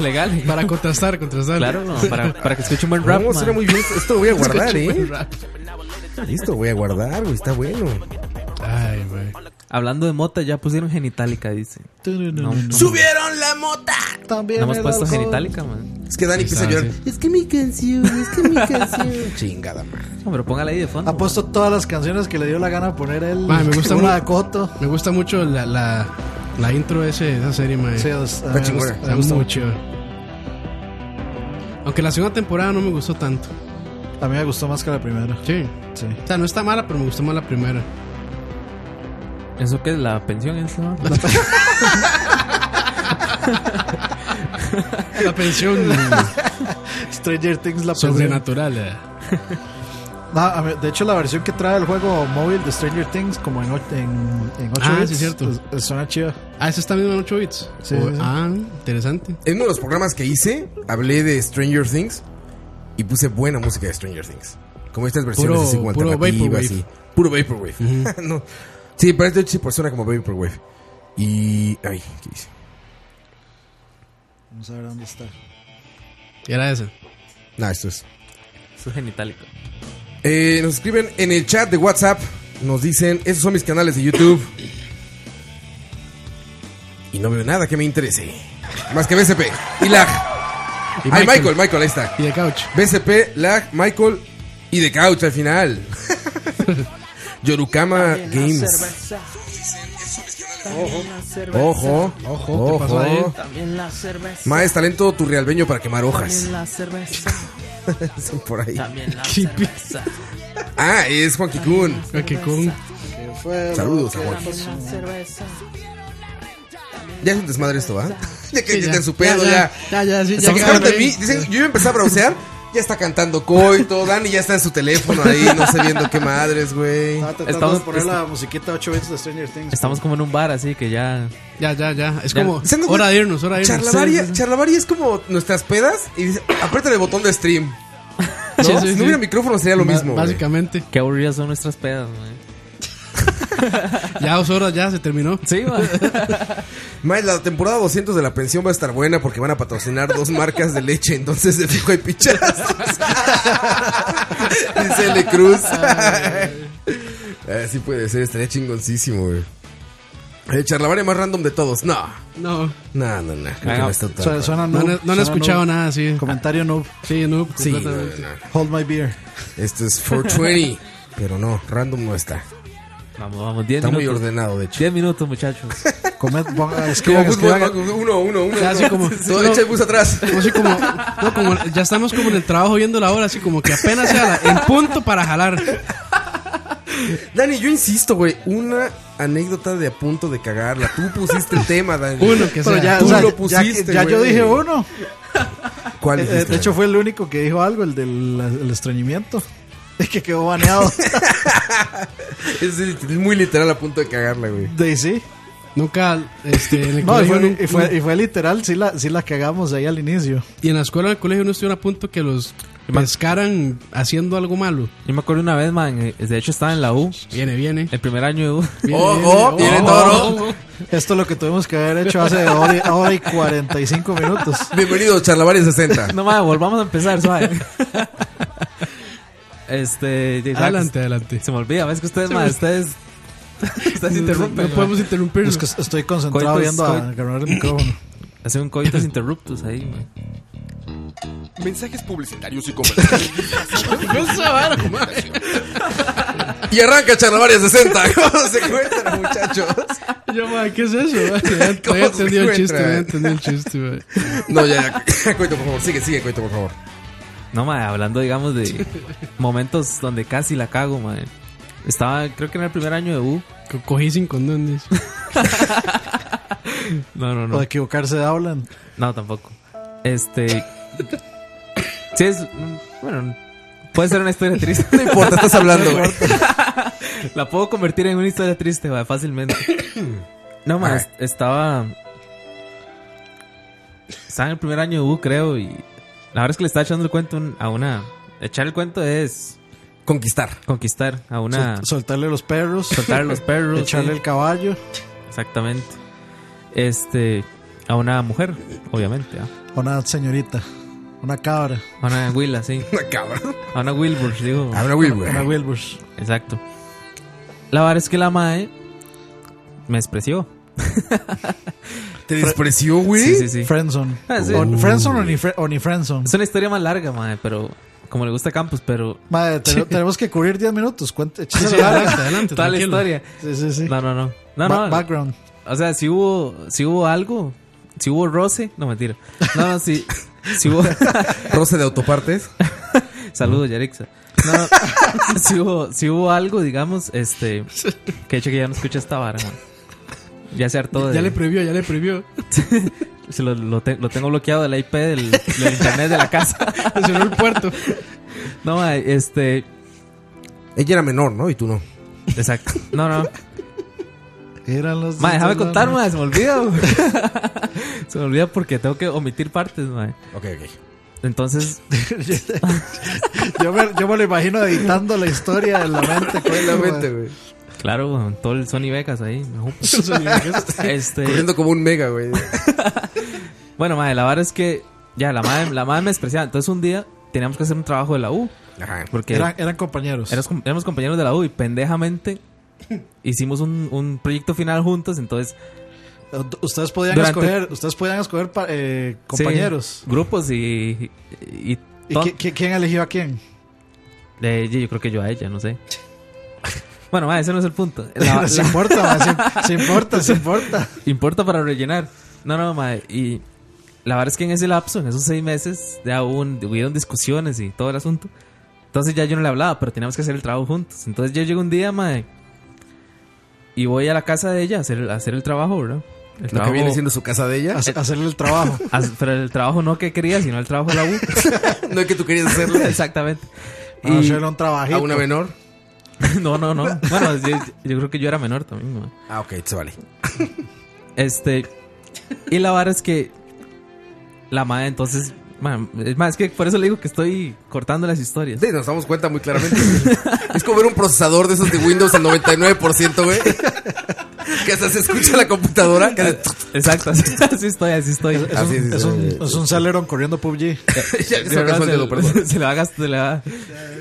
[SPEAKER 6] Legal.
[SPEAKER 4] Para contrastar, contrastar.
[SPEAKER 6] Claro, no, para, para que escuche un buen rap.
[SPEAKER 1] Vamos,
[SPEAKER 6] man.
[SPEAKER 1] suena muy bien. Esto lo voy a guardar, ¿eh?
[SPEAKER 4] Rap.
[SPEAKER 1] Listo, voy a guardar, güey. Está bueno.
[SPEAKER 4] Ay, güey.
[SPEAKER 6] Hablando de mota, ya pusieron genitálica, dice. No, no,
[SPEAKER 1] ¡Subieron la mota!
[SPEAKER 5] También
[SPEAKER 6] no hemos
[SPEAKER 5] el
[SPEAKER 6] puesto
[SPEAKER 5] alcohol.
[SPEAKER 6] genitálica, man.
[SPEAKER 1] Es que Dani empieza a llorar.
[SPEAKER 3] Es que mi canción, es que mi canción.
[SPEAKER 1] Chingada, madre.
[SPEAKER 6] No, pero póngala ahí de fondo.
[SPEAKER 5] Ha puesto todas las canciones que le dio la gana poner él.
[SPEAKER 4] Madre, me gusta
[SPEAKER 5] una
[SPEAKER 4] mu-
[SPEAKER 5] de Coto.
[SPEAKER 4] Me gusta mucho la, la, la intro de, ese, de esa serie, mae.
[SPEAKER 5] Sí,
[SPEAKER 4] Está
[SPEAKER 5] es- eh, a mí me gusta-
[SPEAKER 1] chingona.
[SPEAKER 5] a mí me gusta
[SPEAKER 4] muy
[SPEAKER 5] mucho.
[SPEAKER 4] chido. Aunque la segunda temporada no me gustó tanto.
[SPEAKER 5] A mí me gustó más que la primera.
[SPEAKER 4] Sí.
[SPEAKER 5] Sí.
[SPEAKER 4] O sea, no está mala, pero me gustó más la primera.
[SPEAKER 6] ¿Eso qué es? ¿La pensión es? no?
[SPEAKER 4] La pensión
[SPEAKER 5] Stranger Things la pensión.
[SPEAKER 4] sobrenatural. eh.
[SPEAKER 5] No, a mí- de hecho, la versión que trae el juego móvil de Stranger Things, como en, och- en, en 8
[SPEAKER 4] Ah,
[SPEAKER 5] bits,
[SPEAKER 4] sí, cierto.
[SPEAKER 5] es- es- suena chida.
[SPEAKER 4] Ah, esa está mismo en 8 bits.
[SPEAKER 5] Sí,
[SPEAKER 4] O-
[SPEAKER 5] sí, sí.
[SPEAKER 4] Ah, interesante.
[SPEAKER 1] En uno de los programas que hice, hablé de Stranger Things y puse buena música de Stranger Things. Como estas versiones
[SPEAKER 4] Puro-
[SPEAKER 1] así como
[SPEAKER 4] puro
[SPEAKER 1] alternativas.
[SPEAKER 4] vaporwave.
[SPEAKER 1] y- Puro Vaporwave. No. Sí, pero esto sí pues, suena como Vaporwave. Y. Ay, ¿qué hice?
[SPEAKER 5] Vamos a ver dónde está.
[SPEAKER 4] Y era esa.
[SPEAKER 1] Nah, esto es.
[SPEAKER 6] Eso es genitálica.
[SPEAKER 1] Eh, nos escriben en el chat de WhatsApp. Nos dicen, esos son mis canales de YouTube. Y no veo nada que me interese. Más que BCP y lag.
[SPEAKER 4] Y
[SPEAKER 1] Ay, Michael, Michael, ahí está.
[SPEAKER 4] Y de Couch.
[SPEAKER 1] BCP, lag, Michael y The Couch al final. Yorukama Games. Ojo, ojo,
[SPEAKER 4] ¿qué pasó ahí?
[SPEAKER 1] ojo. Más talento tu realbeño para quemar hojas.
[SPEAKER 3] La cerveza,
[SPEAKER 1] Dicen por ahí.
[SPEAKER 3] también la
[SPEAKER 4] Qué pi-
[SPEAKER 3] cerveza.
[SPEAKER 1] Ah, es Juan Kikun.
[SPEAKER 4] Ok, con-
[SPEAKER 1] Saludos a Juan.
[SPEAKER 3] La cerveza.
[SPEAKER 1] Ya es un desmadre esto, ¿va? Ya que
[SPEAKER 4] Sí,
[SPEAKER 1] ya, en su pedo, ya.
[SPEAKER 4] Ya, ya, sí, ya
[SPEAKER 1] Están
[SPEAKER 4] que-
[SPEAKER 1] buscando de mí. Dicen, yo iba a empezar a browsear. Ya está cantando coito. Dani ya está en su teléfono ahí, no sé viendo qué madres, güey.
[SPEAKER 5] Estaba tratando
[SPEAKER 6] Estamos-
[SPEAKER 5] de poner la musiquita 8 bits de Stranger Things.
[SPEAKER 6] Estamos como en un bar, así que ya.
[SPEAKER 4] Ya, ya, ya. Es
[SPEAKER 6] Ya.
[SPEAKER 4] como.
[SPEAKER 1] Dicen,
[SPEAKER 4] Hora de irnos, hora de irnos.
[SPEAKER 1] Charlavaria,
[SPEAKER 4] Sí, sí, sí.
[SPEAKER 1] Charlavaria es como nuestras pedas y dice, apriétale el botón de stream. ¿No?
[SPEAKER 4] Sí, sí,
[SPEAKER 1] si
[SPEAKER 4] sí.
[SPEAKER 1] no hubiera micrófono sería lo
[SPEAKER 4] Ba-
[SPEAKER 1] mismo. güey.
[SPEAKER 4] Básicamente.
[SPEAKER 6] Qué aburridas son nuestras pedas, man.
[SPEAKER 4] Ya dos horas ya se terminó.
[SPEAKER 6] Sí, man.
[SPEAKER 1] Mae, la temporada 200 de la pensión va a estar buena porque van a patrocinar dos marcas de leche, entonces de fijo hay pichazos. Dice L. Eh, Cruz. Así puede ser, estaría chingoncísimo, güey. Eh, El charlavaria más random de todos. No.
[SPEAKER 4] No.
[SPEAKER 1] No, no, no. Creo
[SPEAKER 5] Venga,
[SPEAKER 1] que no está tan
[SPEAKER 5] suena-
[SPEAKER 1] raro.
[SPEAKER 5] suena
[SPEAKER 4] No,
[SPEAKER 5] noob,
[SPEAKER 4] no, no han
[SPEAKER 5] suena
[SPEAKER 4] escuchado
[SPEAKER 5] noob.
[SPEAKER 4] nada así.
[SPEAKER 5] Comentario noob.
[SPEAKER 4] Sí, noob.
[SPEAKER 1] Sí, no, no,
[SPEAKER 4] completamente.
[SPEAKER 1] no.
[SPEAKER 5] Hold my beer.
[SPEAKER 1] Esto Este es 420. pero no, random no está.
[SPEAKER 6] Vamos, vamos, 10
[SPEAKER 1] Está muy
[SPEAKER 6] minutos.
[SPEAKER 1] ordenado, de hecho.
[SPEAKER 6] 10 minutos, muchachos.
[SPEAKER 5] Comed, ponga-
[SPEAKER 1] Como
[SPEAKER 5] escriban,
[SPEAKER 1] fútbol,
[SPEAKER 5] escriban.
[SPEAKER 1] ¿no? uno, uno, uno.
[SPEAKER 4] Ya, así como-
[SPEAKER 1] Todo, echa el bus atrás.
[SPEAKER 4] No sé como, no, como ya estamos como en el trabajo viendo la hora, así como que apenas sea la- en punto para jalar.
[SPEAKER 1] Dani, yo insisto, güey. Una anécdota de a punto de cagarla. Tú pusiste el tema, Dani.
[SPEAKER 4] Uno que
[SPEAKER 5] Pero
[SPEAKER 4] sea.
[SPEAKER 5] ya,
[SPEAKER 1] Tú
[SPEAKER 5] o sea,
[SPEAKER 1] lo
[SPEAKER 5] ya-
[SPEAKER 1] pusiste,
[SPEAKER 5] ya, yo
[SPEAKER 1] güey.
[SPEAKER 5] dije uno.
[SPEAKER 1] ¿Cuál
[SPEAKER 5] Eh,
[SPEAKER 1] dijiste,
[SPEAKER 5] de
[SPEAKER 1] Dani?
[SPEAKER 5] hecho, fue el único que dijo algo, el del el estreñimiento. Es que quedó baneado.
[SPEAKER 1] Es, es muy literal a punto de cagarla, güey.
[SPEAKER 5] De sí.
[SPEAKER 4] Nunca, este, en el
[SPEAKER 5] No, y
[SPEAKER 4] colegio.
[SPEAKER 5] fue,
[SPEAKER 4] nun-
[SPEAKER 5] y fue- y fue literal, sí la, sí la cagamos ahí al inicio.
[SPEAKER 4] y en la escuela, en el colegio, no estuvieron a punto que los pescaran haciendo algo malo.
[SPEAKER 6] Yo me acuerdo una vez, man, eh, de hecho estaba en la U,
[SPEAKER 4] Viene, viene.
[SPEAKER 6] el primer año de U.
[SPEAKER 4] viene,
[SPEAKER 1] Oh,
[SPEAKER 4] viene,
[SPEAKER 1] oh, viene toro.
[SPEAKER 5] Esto es lo que tuvimos que haber hecho hace hora y, hora y 45 minutos.
[SPEAKER 1] Bienvenido, Charlavaria 60.
[SPEAKER 6] No mames, volvamos a empezar, suave. este, de-
[SPEAKER 4] Adelante, adelante.
[SPEAKER 6] Se me olvida, ves que ustedes, man, ustedes. ustedes interrumpen.
[SPEAKER 4] No
[SPEAKER 6] man.
[SPEAKER 4] podemos interrumpirlo.
[SPEAKER 5] Es que estoy concentrado
[SPEAKER 6] Coitus,
[SPEAKER 5] viendo a
[SPEAKER 6] coit-
[SPEAKER 5] agarrar el micrófono.
[SPEAKER 6] Hacer un coitus interruptus ahí, man.
[SPEAKER 8] Mensajes publicitarios y comerciales.
[SPEAKER 1] Y arranca Charlavaria 60. ¿Cómo se encuentran, muchachos?
[SPEAKER 4] Yo, ma, ¿qué es eso? ma? Ya,
[SPEAKER 1] ¿Cómo
[SPEAKER 4] ya entendí
[SPEAKER 1] se
[SPEAKER 4] el chiste,
[SPEAKER 1] encuentra?
[SPEAKER 4] ya entendí el chiste, ma.
[SPEAKER 1] No, ya, ya. Cuento, por favor. Sigue, sigue, cuento, por favor.
[SPEAKER 6] No, ma, hablando, digamos, de momentos donde casi la cago, ma. Estaba, creo que en el primer año de U.
[SPEAKER 4] Co- Cogí sin condones.
[SPEAKER 6] No, no,
[SPEAKER 5] O
[SPEAKER 6] no.
[SPEAKER 5] equivocarse de hablan.
[SPEAKER 6] No, tampoco. Este. Sí, es. Bueno, puede ser una historia triste.
[SPEAKER 1] No importa, estás hablando, güey.
[SPEAKER 6] La puedo convertir en una historia triste, va, fácilmente. No más, estaba. Estaba en el primer año de U, creo, y la verdad es que le estaba echando el cuento un- a una. Echar el cuento es
[SPEAKER 1] Conquistar.
[SPEAKER 6] conquistar a una.
[SPEAKER 5] Sol- soltarle los perros.
[SPEAKER 6] soltar a los perros.
[SPEAKER 5] Echarle
[SPEAKER 6] sí,
[SPEAKER 5] el caballo.
[SPEAKER 6] Exactamente. Este. A una mujer, obviamente. ¿ah?
[SPEAKER 5] A una señorita. Una cabra.
[SPEAKER 6] A una Willa, sí.
[SPEAKER 1] Una cabrón.
[SPEAKER 6] A una Wilbur, digo.
[SPEAKER 1] Habla Wilbur.
[SPEAKER 5] Una Wilburs.
[SPEAKER 6] Exacto. La verdad es que la madre me despreció.
[SPEAKER 1] ¿Te despreció, güey?
[SPEAKER 6] Sí, sí, sí.
[SPEAKER 5] Friendzone.
[SPEAKER 6] Ah, sí.
[SPEAKER 5] O- Friendzone o ni, fre- o ni friendzone.
[SPEAKER 6] Es una historia más larga, madre, pero como le gusta a Campos, pero
[SPEAKER 5] Madre, te- tenemos que cubrir 10 minutos. Cuente,
[SPEAKER 4] Sí, sí, adelante, adelante.
[SPEAKER 6] toda la
[SPEAKER 4] tranquilo.
[SPEAKER 6] historia.
[SPEAKER 5] Sí, sí, sí.
[SPEAKER 6] No, no, no. No,
[SPEAKER 5] Ba-
[SPEAKER 6] no.
[SPEAKER 5] Background.
[SPEAKER 6] O sea, si hubo, si hubo algo, si hubo roce, no mentira. No, no, si, si hubo.
[SPEAKER 1] Roce de autopartes.
[SPEAKER 6] Saludos, Yarixa. No, no. si hubo, si hubo algo, digamos, este, que de hecho que ya no escucha esta vara, man. Ya se hartó de.
[SPEAKER 4] Ya le previó, ya le previó.
[SPEAKER 6] se lo, lo te- lo tengo bloqueado del IP del, del internet de la casa.
[SPEAKER 4] Se cerró el puerto.
[SPEAKER 6] No, ma, este.
[SPEAKER 1] Ella era menor, ¿no? Y tú no.
[SPEAKER 6] Exacto. No, no.
[SPEAKER 5] Eran los.
[SPEAKER 6] Ma, déjame
[SPEAKER 5] los-
[SPEAKER 6] contar, ma, se me olvida. güey. se me olvida porque tengo que omitir partes, ma.
[SPEAKER 1] Ok, ok.
[SPEAKER 6] Entonces,
[SPEAKER 5] Yo me, yo me lo imagino editando la historia en la mente. pues, cuento,
[SPEAKER 1] Claramente,
[SPEAKER 5] ma.
[SPEAKER 1] güey.
[SPEAKER 6] claro, güey, todo el Sony Vegas ahí. ¿no? este,
[SPEAKER 1] Corriendo como un mega, güey.
[SPEAKER 6] bueno, ma, la verdad es que ya la madre, la madre me despreciaba. Entonces, un día teníamos que hacer un trabajo de la U.
[SPEAKER 1] Ajá.
[SPEAKER 6] Porque
[SPEAKER 5] Eran, eran compañeros.
[SPEAKER 6] Eras com- éramos compañeros de la U y pendejamente hicimos un, un proyecto final juntos. Entonces,
[SPEAKER 5] Ustedes podían
[SPEAKER 6] Durante-
[SPEAKER 5] escoger, ustedes podían escoger pa- eh, compañeros.
[SPEAKER 6] sí, grupos y. y, y
[SPEAKER 5] ¿Y
[SPEAKER 6] ton-
[SPEAKER 5] qui- qui- quién eligió a quién?
[SPEAKER 6] Eh, yo creo que yo a ella, no sé. Bueno, ma, ese no es el punto. La-
[SPEAKER 5] No, se importa, ma, se, se importa, se importa.
[SPEAKER 6] importa para rellenar. No, no, ma, y la verdad es que en ese lapso, en esos seis meses, ya hubo un- hubieron discusiones y todo el asunto. Entonces ya yo no le hablaba, pero teníamos que hacer el trabajo juntos. Entonces yo llego un día, ma, y voy a la casa de ella a hacer, a hacer el trabajo, ¿verdad? El
[SPEAKER 1] Lo que
[SPEAKER 6] trabajo-
[SPEAKER 1] viene siendo su casa de ella.
[SPEAKER 5] Hace- Hacerle el trabajo.
[SPEAKER 6] a- pero el trabajo no que quería, sino el trabajo de la U.
[SPEAKER 1] No es que tú querías hacerlo.
[SPEAKER 6] Exactamente.
[SPEAKER 5] No,
[SPEAKER 6] Y-
[SPEAKER 5] yo era un trabajito.
[SPEAKER 1] A una menor.
[SPEAKER 6] no, no, no. Bueno, yo, yo creo que yo era menor también, ma.
[SPEAKER 1] Ah, ok, se vale.
[SPEAKER 6] Este. Y la vara es que. La madre, entonces. man, es más, es que por eso le digo que estoy cortando las historias.
[SPEAKER 1] Sí, nos damos cuenta muy claramente. güey. es como ver un procesador de esos de Windows al 99%, güey. que hasta se escucha la computadora. que hace-
[SPEAKER 6] Exacto, así, así estoy, así estoy.
[SPEAKER 5] Es, un, es, un, es un celerón corriendo PUBG.
[SPEAKER 1] Ya se me alcanzó el dedo, perdón.
[SPEAKER 6] Se le va a gastar, se le va,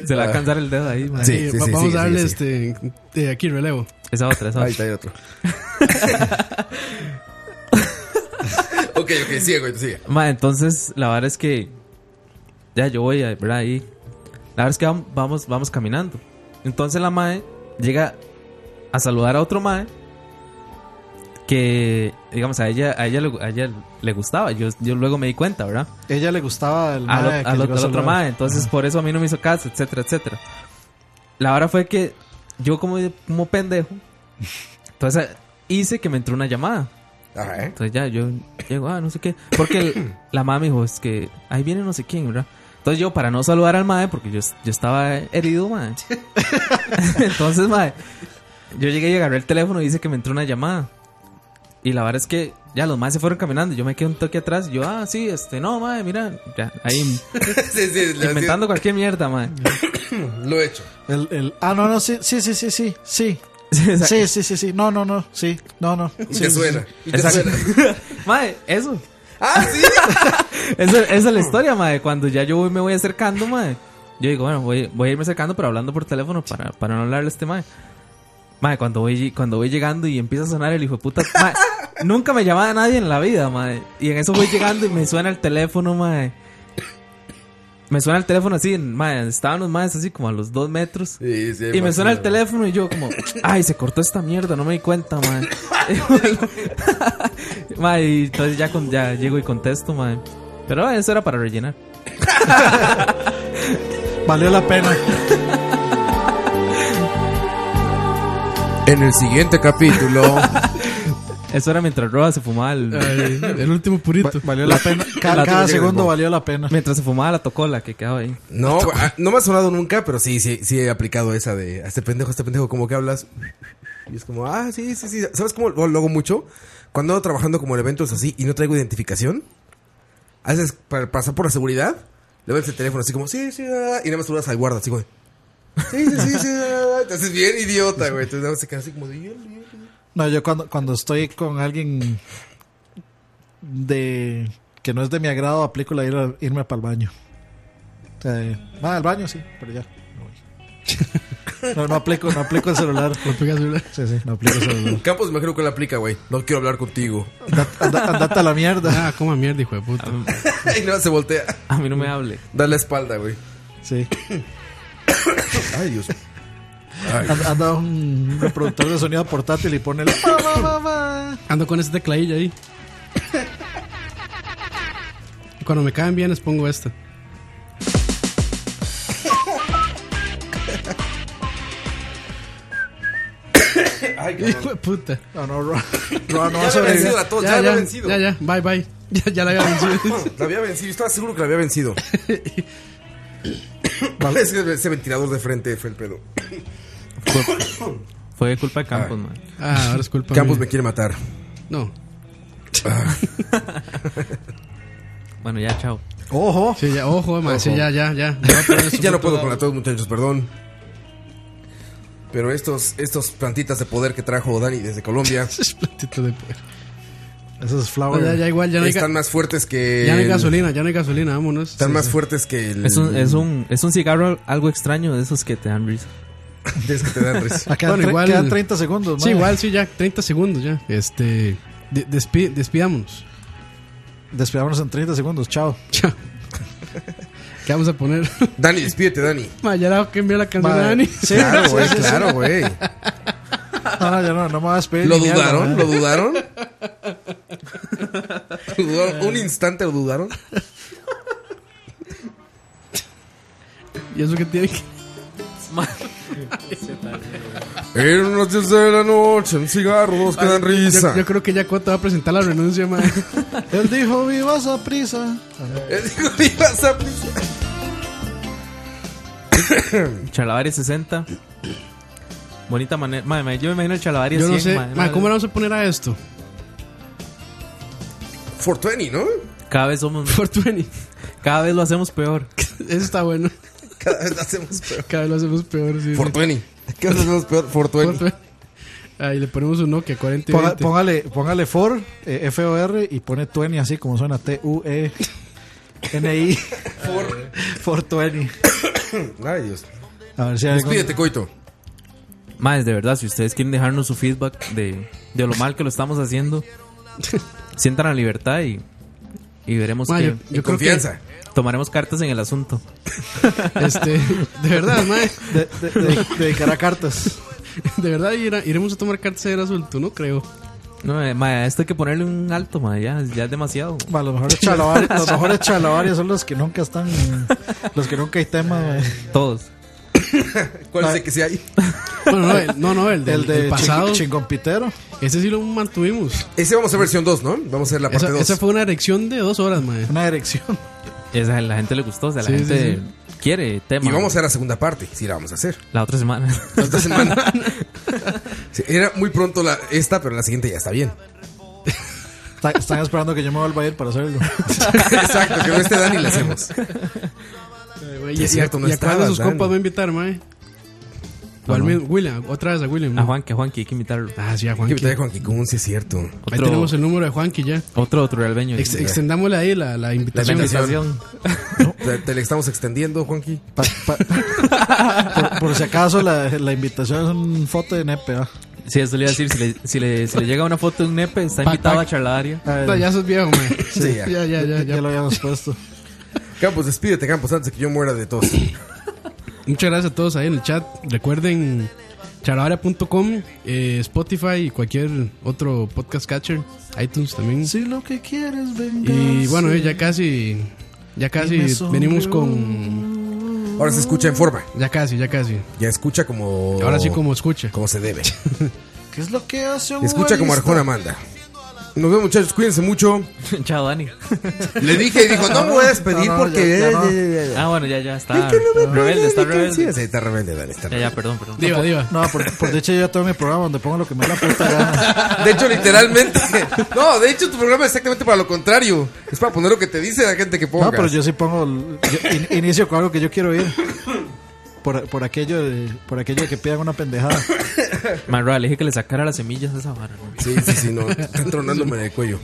[SPEAKER 6] se le
[SPEAKER 1] Ah.
[SPEAKER 6] va a cansar el dedo ahí. mae.
[SPEAKER 1] Sí, sí,
[SPEAKER 4] Va-
[SPEAKER 1] sí,
[SPEAKER 4] vamos
[SPEAKER 1] sigue,
[SPEAKER 4] a darle
[SPEAKER 1] sigue,
[SPEAKER 4] este eh, aquí relevo.
[SPEAKER 6] Esa otra, esa otra.
[SPEAKER 1] Ahí está, hay otro. ok, ok, sigue, güey, sigue.
[SPEAKER 6] Ma, entonces la verdad es que ya yo voy a- ¿verdad? ahí. La verdad es que vam- vamos, vamos caminando. Entonces la mae llega a saludar a otro mae que digamos a ella a ella le, a ella le gustaba. Yo, yo luego me di cuenta, ¿verdad?
[SPEAKER 5] Ella le gustaba el
[SPEAKER 6] Al,
[SPEAKER 5] mae
[SPEAKER 6] ot-
[SPEAKER 5] que
[SPEAKER 6] al otro-
[SPEAKER 5] llegó a
[SPEAKER 6] al otro
[SPEAKER 5] saludar.
[SPEAKER 6] mae, entonces por eso a mí no me hizo caso, etcétera, etcétera. La verdad fue que yo como como pendejo entonces eh, hice que me entró una llamada. Entonces ya yo llego, ah, no sé qué. Porque el- la mamá me dijo, es que ahí viene no sé quién, ¿verdad? Entonces yo, para no saludar al mae, porque yo, yo estaba herido, mae. Entonces, mae, yo llegué y agarré el teléfono y dice que me entró una llamada. Y la verdad es que ya los maes se fueron caminando. Yo me quedé un toque atrás. Y yo, ah, sí, este, no, mae, mira. Ya, ahí
[SPEAKER 1] Sí, sí, la-
[SPEAKER 6] inventando cualquier mierda, mae.
[SPEAKER 1] Lo he hecho.
[SPEAKER 5] El, el, ah, no, no, sí, sí, sí, sí, sí. Sí,
[SPEAKER 6] exacto.
[SPEAKER 5] sí, sí, sí, sí. No, no, no, sí. No, no.
[SPEAKER 1] Y
[SPEAKER 5] sí,
[SPEAKER 1] te
[SPEAKER 5] sí,
[SPEAKER 1] suena.
[SPEAKER 5] sí.
[SPEAKER 1] Y te
[SPEAKER 6] Exacto.
[SPEAKER 1] suena.
[SPEAKER 6] Mae, eso. Esa, esa es la historia, madre. Cuando ya yo voy- me voy acercando, madre. Yo digo, bueno, voy, voy a irme acercando, pero hablando por teléfono para, para no hablarle a este madre. Madre, cuando voy, lleg- cuando voy llegando y empieza a sonar el hijo de puta. mae, nunca me llamaba nadie en la vida, madre. Y en eso voy llegando y me suena el teléfono, madre. Me suena el teléfono así, madre. Estaban los madres así como a los dos metros.
[SPEAKER 1] Sí, sí,
[SPEAKER 6] y me suena el
[SPEAKER 1] imagino.
[SPEAKER 6] teléfono y yo como, ay, se cortó esta mierda, no me di cuenta, madre. Mae, y entonces ya, con, ya llego y contesto, mae. Pero ah, eso era para rellenar.
[SPEAKER 5] Valió la pena.
[SPEAKER 1] En el siguiente capítulo.
[SPEAKER 6] Eso era mientras Roa se fumaba el,
[SPEAKER 4] Ay, el último purito.
[SPEAKER 5] Valió la pena. Ca- Cada, segundo valió la pena.
[SPEAKER 6] Mientras se fumaba la tocola que quedaba ahí.
[SPEAKER 1] No, ah, no me ha sonado nunca, pero sí, sí, sí he aplicado esa de a este pendejo, a este pendejo, como que hablas. Y es como, ah, sí, sí, sí. ¿Sabes cómo lo lo hago mucho? Cuando ando trabajando como en eventos así y no traigo identificación, haces para pasar por la seguridad, le ves el teléfono así como, sí, sí, ah, y nada más saludas al guarda, así como, sí, sí, sí, sí, ah, te haces bien idiota, güey. Entonces nada más se queda así como, de, "Yo, yo".
[SPEAKER 5] No, yo cuando, cuando estoy con alguien de que no es de mi agrado, aplico la ir a- irme para el baño. O sea, de, "Ma, al baño, sí, pero ya. me voy". No, no aplico, no aplico el celular.
[SPEAKER 4] No pega celular.
[SPEAKER 5] Sí, sí, no aplico el celular.
[SPEAKER 1] Campos, me imagino que la aplica, güey. No quiero hablar contigo.
[SPEAKER 5] Anda- andate a la mierda.
[SPEAKER 4] Ah, coma mierda, hijo de puta.
[SPEAKER 6] Ah,
[SPEAKER 1] y nada más se voltea.
[SPEAKER 6] A mí no me hable.
[SPEAKER 1] Da la espalda, güey.
[SPEAKER 5] Sí.
[SPEAKER 1] Ay, Dios.
[SPEAKER 5] And- Anda un reproductor de sonido portátil y pone el.
[SPEAKER 4] Ando con esta tecladilla ahí. Cuando me caen bien les pongo esta.
[SPEAKER 1] Ay, cabrón.
[SPEAKER 4] Hijo de puta.
[SPEAKER 5] No, no, Ro- Ro no va
[SPEAKER 1] Ya
[SPEAKER 5] a
[SPEAKER 1] había vencido
[SPEAKER 5] sobrevivir.
[SPEAKER 1] la tos, ya,
[SPEAKER 4] ya,
[SPEAKER 1] había
[SPEAKER 4] ya,
[SPEAKER 1] vencido.
[SPEAKER 4] ya, ya, bye, bye. Ya, ya la había vencido.
[SPEAKER 1] La había vencido, yo estaba seguro que la había vencido. Es que ese ventilador de frente fue el pedo.
[SPEAKER 6] Fue culpa de Campos, mae.
[SPEAKER 4] Ah, ahora es culpa
[SPEAKER 1] Campos me
[SPEAKER 4] mía.
[SPEAKER 1] quiere matar.
[SPEAKER 4] No,
[SPEAKER 6] Bueno, ya, chao.
[SPEAKER 5] Ojo.
[SPEAKER 4] sí, ya, ojo, man, sí, ya, ya, ya. Ya, voy a poner esto
[SPEAKER 1] ya no
[SPEAKER 4] por
[SPEAKER 1] puedo
[SPEAKER 4] todo
[SPEAKER 1] con la
[SPEAKER 4] lado.
[SPEAKER 1] tos, muchachos, perdón. Pero estos, estos plantitas de poder que trajo Dani desde Colombia
[SPEAKER 4] Es platito de poder.
[SPEAKER 5] Eso es
[SPEAKER 4] No,
[SPEAKER 5] flower.
[SPEAKER 4] ya, ya, igual, ya no hay, ga-
[SPEAKER 1] están más fuertes que.
[SPEAKER 4] ya no hay
[SPEAKER 1] el-
[SPEAKER 4] gasolina, ya no hay gasolina, vámonos.
[SPEAKER 1] Están
[SPEAKER 4] Sí,
[SPEAKER 1] más
[SPEAKER 4] sí.
[SPEAKER 1] fuertes que el.
[SPEAKER 6] Es un, es un, es un cigarro algo extraño de esos que te dan risa.
[SPEAKER 1] es que te dan risa.
[SPEAKER 5] Ah, quedan,
[SPEAKER 4] Bueno,
[SPEAKER 5] tre-
[SPEAKER 4] igual-
[SPEAKER 5] quedan 30 segundos.
[SPEAKER 4] Sí,
[SPEAKER 5] mae.
[SPEAKER 4] igual, sí, ya, 30 segundos ya. Este, de- despi- despidámonos.
[SPEAKER 5] Despedámonos en 30 segundos. Chao.
[SPEAKER 4] Chao. ¿Qué vamos a poner?
[SPEAKER 1] Dani, despídete, Dani.
[SPEAKER 4] Ma, ya la que envió la canción
[SPEAKER 5] Mae.
[SPEAKER 4] a Dani.
[SPEAKER 5] Sí,
[SPEAKER 1] Claro,
[SPEAKER 5] sí,
[SPEAKER 1] güey,
[SPEAKER 5] sí, sí.
[SPEAKER 1] claro, güey.
[SPEAKER 5] No,
[SPEAKER 4] Ah,
[SPEAKER 5] no, yo no, no me voy a despedir.
[SPEAKER 1] ¿Lo
[SPEAKER 5] ni mierda,
[SPEAKER 1] dudaron?
[SPEAKER 5] mae.
[SPEAKER 1] ¿Lo dudaron?
[SPEAKER 4] ¿eh?
[SPEAKER 1] ¿Lo dudaron? ¿Un instante lo dudaron?
[SPEAKER 4] ¿Y eso que tiene que.?
[SPEAKER 1] En unos 10 de la noche, un cigarro, dos
[SPEAKER 4] Ah,
[SPEAKER 1] que dan risa.
[SPEAKER 4] Yo, yo creo que ya cuánto va a presentar la renuncia, ma.
[SPEAKER 5] Él dijo, vivas a prisa.
[SPEAKER 1] Digo, vivas a prisa.
[SPEAKER 6] Chalabaria 60. Bonita manera. Mae, mae, yo me imagino el Chalabaria
[SPEAKER 4] Yo
[SPEAKER 6] 100,
[SPEAKER 4] no sé.
[SPEAKER 6] mae,
[SPEAKER 4] Ma,
[SPEAKER 6] mae.
[SPEAKER 4] ¿cómo le vamos a poner a esto?
[SPEAKER 1] 420, ¿no?
[SPEAKER 6] Cada vez Pues somos.
[SPEAKER 4] Por 20.
[SPEAKER 6] Cada vez lo hacemos peor.
[SPEAKER 4] Eso está bueno.
[SPEAKER 1] Cada vez lo hacemos peor.
[SPEAKER 4] Cada vez lo hacemos peor, sí. sí.
[SPEAKER 1] 420. Cada vez lo hacemos peor. 420.
[SPEAKER 4] Por Ahí le ponemos un Nokia 40
[SPEAKER 5] Ponga- póngale, póngale for, eh, F-O-R, y pone 20 así como suena, T-U-E-N-I. for. for 20.
[SPEAKER 1] Ay, Dios.
[SPEAKER 5] A ver si hay algún-
[SPEAKER 1] Despídete, coito.
[SPEAKER 6] Más, de verdad, si ustedes quieren dejarnos su feedback de, de lo mal que lo estamos haciendo, sientan la libertad y, y veremos
[SPEAKER 4] Ma,
[SPEAKER 6] qué-
[SPEAKER 4] yo- yo creo Confianza.
[SPEAKER 6] tomaremos cartas en el asunto.
[SPEAKER 4] Este, de verdad, mae.
[SPEAKER 5] De, de- dedicará cartas.
[SPEAKER 4] De verdad, ira- iremos a tomar cartas en el asunto, no creo.
[SPEAKER 6] No, eh, ma, esto hay que ponerle un alto, ma, ya, ya es demasiado.
[SPEAKER 5] Ma, los mejores chalabaria- los mejores chalabarios son los que nunca están. Los que nunca hay tema, güey.
[SPEAKER 4] Eh,
[SPEAKER 6] Todos.
[SPEAKER 1] ¿Cuál es el que sí hay?
[SPEAKER 4] Bueno, no, el, no, no, el, del,
[SPEAKER 5] El de
[SPEAKER 4] del pasado.
[SPEAKER 5] chin- chingompitero.
[SPEAKER 4] Ese sí lo mantuvimos.
[SPEAKER 1] Ese vamos a ver versión 2, ¿no? Vamos a hacer la parte
[SPEAKER 4] Esa,
[SPEAKER 1] 2.
[SPEAKER 4] esa fue una erección de dos horas, mae.
[SPEAKER 5] Una erección.
[SPEAKER 6] Esa, a la gente le gustó, o sea, la
[SPEAKER 4] Sí, sí,
[SPEAKER 6] gente quiere
[SPEAKER 1] Y
[SPEAKER 6] tema.
[SPEAKER 1] vamos a hacer la segunda parte. Sí, la vamos a hacer.
[SPEAKER 6] La otra semana.
[SPEAKER 1] La otra semana. Sí, era muy pronto la, esta, pero la siguiente ya está bien.
[SPEAKER 5] Está- están esperando que yo me vuelva a ir para hacerlo.
[SPEAKER 1] Exacto, que no esté Dani, la hacemos.
[SPEAKER 5] Eh,
[SPEAKER 4] Güey,
[SPEAKER 1] Que
[SPEAKER 4] y-
[SPEAKER 1] es cierto,
[SPEAKER 4] y,
[SPEAKER 1] no
[SPEAKER 4] y a cuál de
[SPEAKER 1] estabas,
[SPEAKER 4] sus
[SPEAKER 1] Dani.
[SPEAKER 4] compas va a invitar, mae? O al
[SPEAKER 6] no.
[SPEAKER 4] menos- William, otra vez a William.
[SPEAKER 6] A
[SPEAKER 4] ¿no?
[SPEAKER 6] Juanqui, a Juanqui, hay que invitarlo.
[SPEAKER 4] Ah, sí, a
[SPEAKER 1] Que
[SPEAKER 4] Juanqui.
[SPEAKER 1] me traiga Juan Kikun, sí es cierto.
[SPEAKER 4] Ahí
[SPEAKER 6] Otro-
[SPEAKER 4] tenemos el número de Juanqui ya.
[SPEAKER 6] Otro, otro realbeño.
[SPEAKER 4] Ex- extendámosle ahí la, la
[SPEAKER 1] La
[SPEAKER 4] invitación.
[SPEAKER 1] invitación. Te, te la estamos extendiendo, Juanqui.
[SPEAKER 5] Pa- pa- por, por si acaso, la, la invitación es un foto de nepe, ¿va?
[SPEAKER 6] Sí, eso le iba a decir. Si le, si le, si le llega una foto de un nepe, está
[SPEAKER 4] Pa-
[SPEAKER 6] invitado
[SPEAKER 4] pa-
[SPEAKER 6] a charladaria.
[SPEAKER 5] A ver,
[SPEAKER 4] Ah, No, ya sos viejo, mae.
[SPEAKER 1] Sí, ya.
[SPEAKER 4] Ya, ya, ya,
[SPEAKER 5] ya,
[SPEAKER 4] ya.
[SPEAKER 5] lo habíamos puesto.
[SPEAKER 1] Campos, despídete, Campos, antes de que yo muera de tos.
[SPEAKER 4] Muchas gracias a todos ahí en el chat. Recuerden charavaria.com, eh, Spotify y cualquier otro podcast catcher, iTunes también.
[SPEAKER 5] Si lo que quieres, venga.
[SPEAKER 4] Y bueno, eh, ya casi, ya casi venimos con,
[SPEAKER 1] Ahora se escucha en forma.
[SPEAKER 4] ya casi, ya casi.
[SPEAKER 1] Ya escucha como.
[SPEAKER 4] Ahora sí como escucha.
[SPEAKER 1] Como se debe.
[SPEAKER 5] ¿Qué es lo que hace un
[SPEAKER 1] Escucha como Arjona manda. Nos vemos, muchachos. Cuídense mucho.
[SPEAKER 6] Chao, Dani.
[SPEAKER 1] Le dije y dijo: No me voy a despedir
[SPEAKER 5] No, no,
[SPEAKER 1] porque.
[SPEAKER 5] ya- ya no.
[SPEAKER 6] Ah, bueno, ya, ya, está. rebelde, está
[SPEAKER 1] Sí,
[SPEAKER 6] rebelde.
[SPEAKER 1] sí, está rebelde, Dani. Está
[SPEAKER 6] Ya, ya, perdón, perdón.
[SPEAKER 4] Diva, diva.
[SPEAKER 5] No, por, por de hecho yo ya tengo mi programa donde pongo lo que me da la puta gana.
[SPEAKER 1] De hecho, literalmente. No, de hecho, tu programa es exactamente para lo contrario. Es para poner lo que te dice la gente que ponga.
[SPEAKER 5] No, pero yo sí pongo el- yo in- inicio con algo que yo quiero ir. Por, por aquello de, por aquello de que pidan una pendejada.
[SPEAKER 6] Marra, le dije que le sacara las semillas a esa vara. ¿no?
[SPEAKER 1] Sí, sí, sí, no. Están tronándome en el cuello.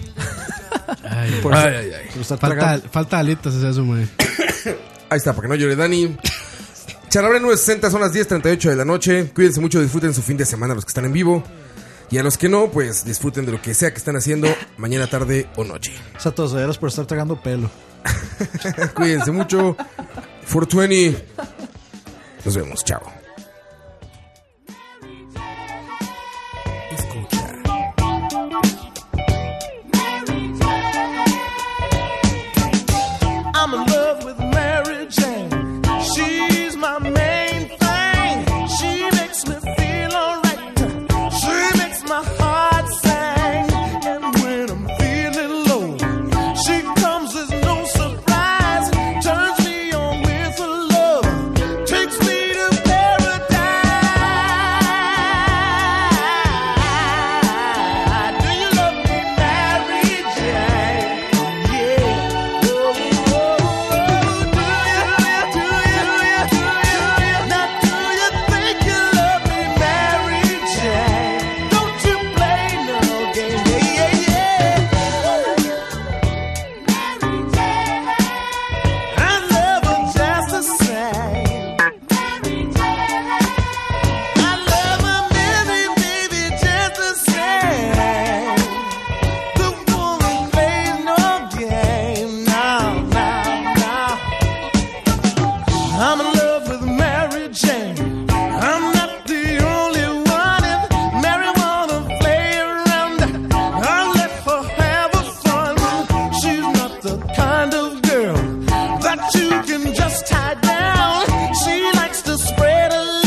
[SPEAKER 4] Ay,
[SPEAKER 5] Por,
[SPEAKER 1] Ay, ay, ay.
[SPEAKER 5] por estar
[SPEAKER 4] falta,
[SPEAKER 5] tragando.
[SPEAKER 4] falta alitas es eso, mae.
[SPEAKER 1] Ahí está, para que no llore Dani. Charabra 960, son las 10.38 de la noche. Cuídense mucho, disfruten su fin de semana los que están en vivo. Y a los que no, pues disfruten de lo que sea que están haciendo mañana, tarde o noche.
[SPEAKER 5] Esa tosaderas por estar tragando pelo.
[SPEAKER 1] Cuídense mucho. 420. Nos vemos, chao.
[SPEAKER 8] I'm in love with Mary Jane. She's my main thing. She makes me feel alright. She makes my heart sing. And when I'm feeling low, she comes as no surprise. Turns me on with her love. Takes me to Mary
[SPEAKER 10] Oh,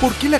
[SPEAKER 1] ¿Por qué la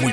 [SPEAKER 1] Muy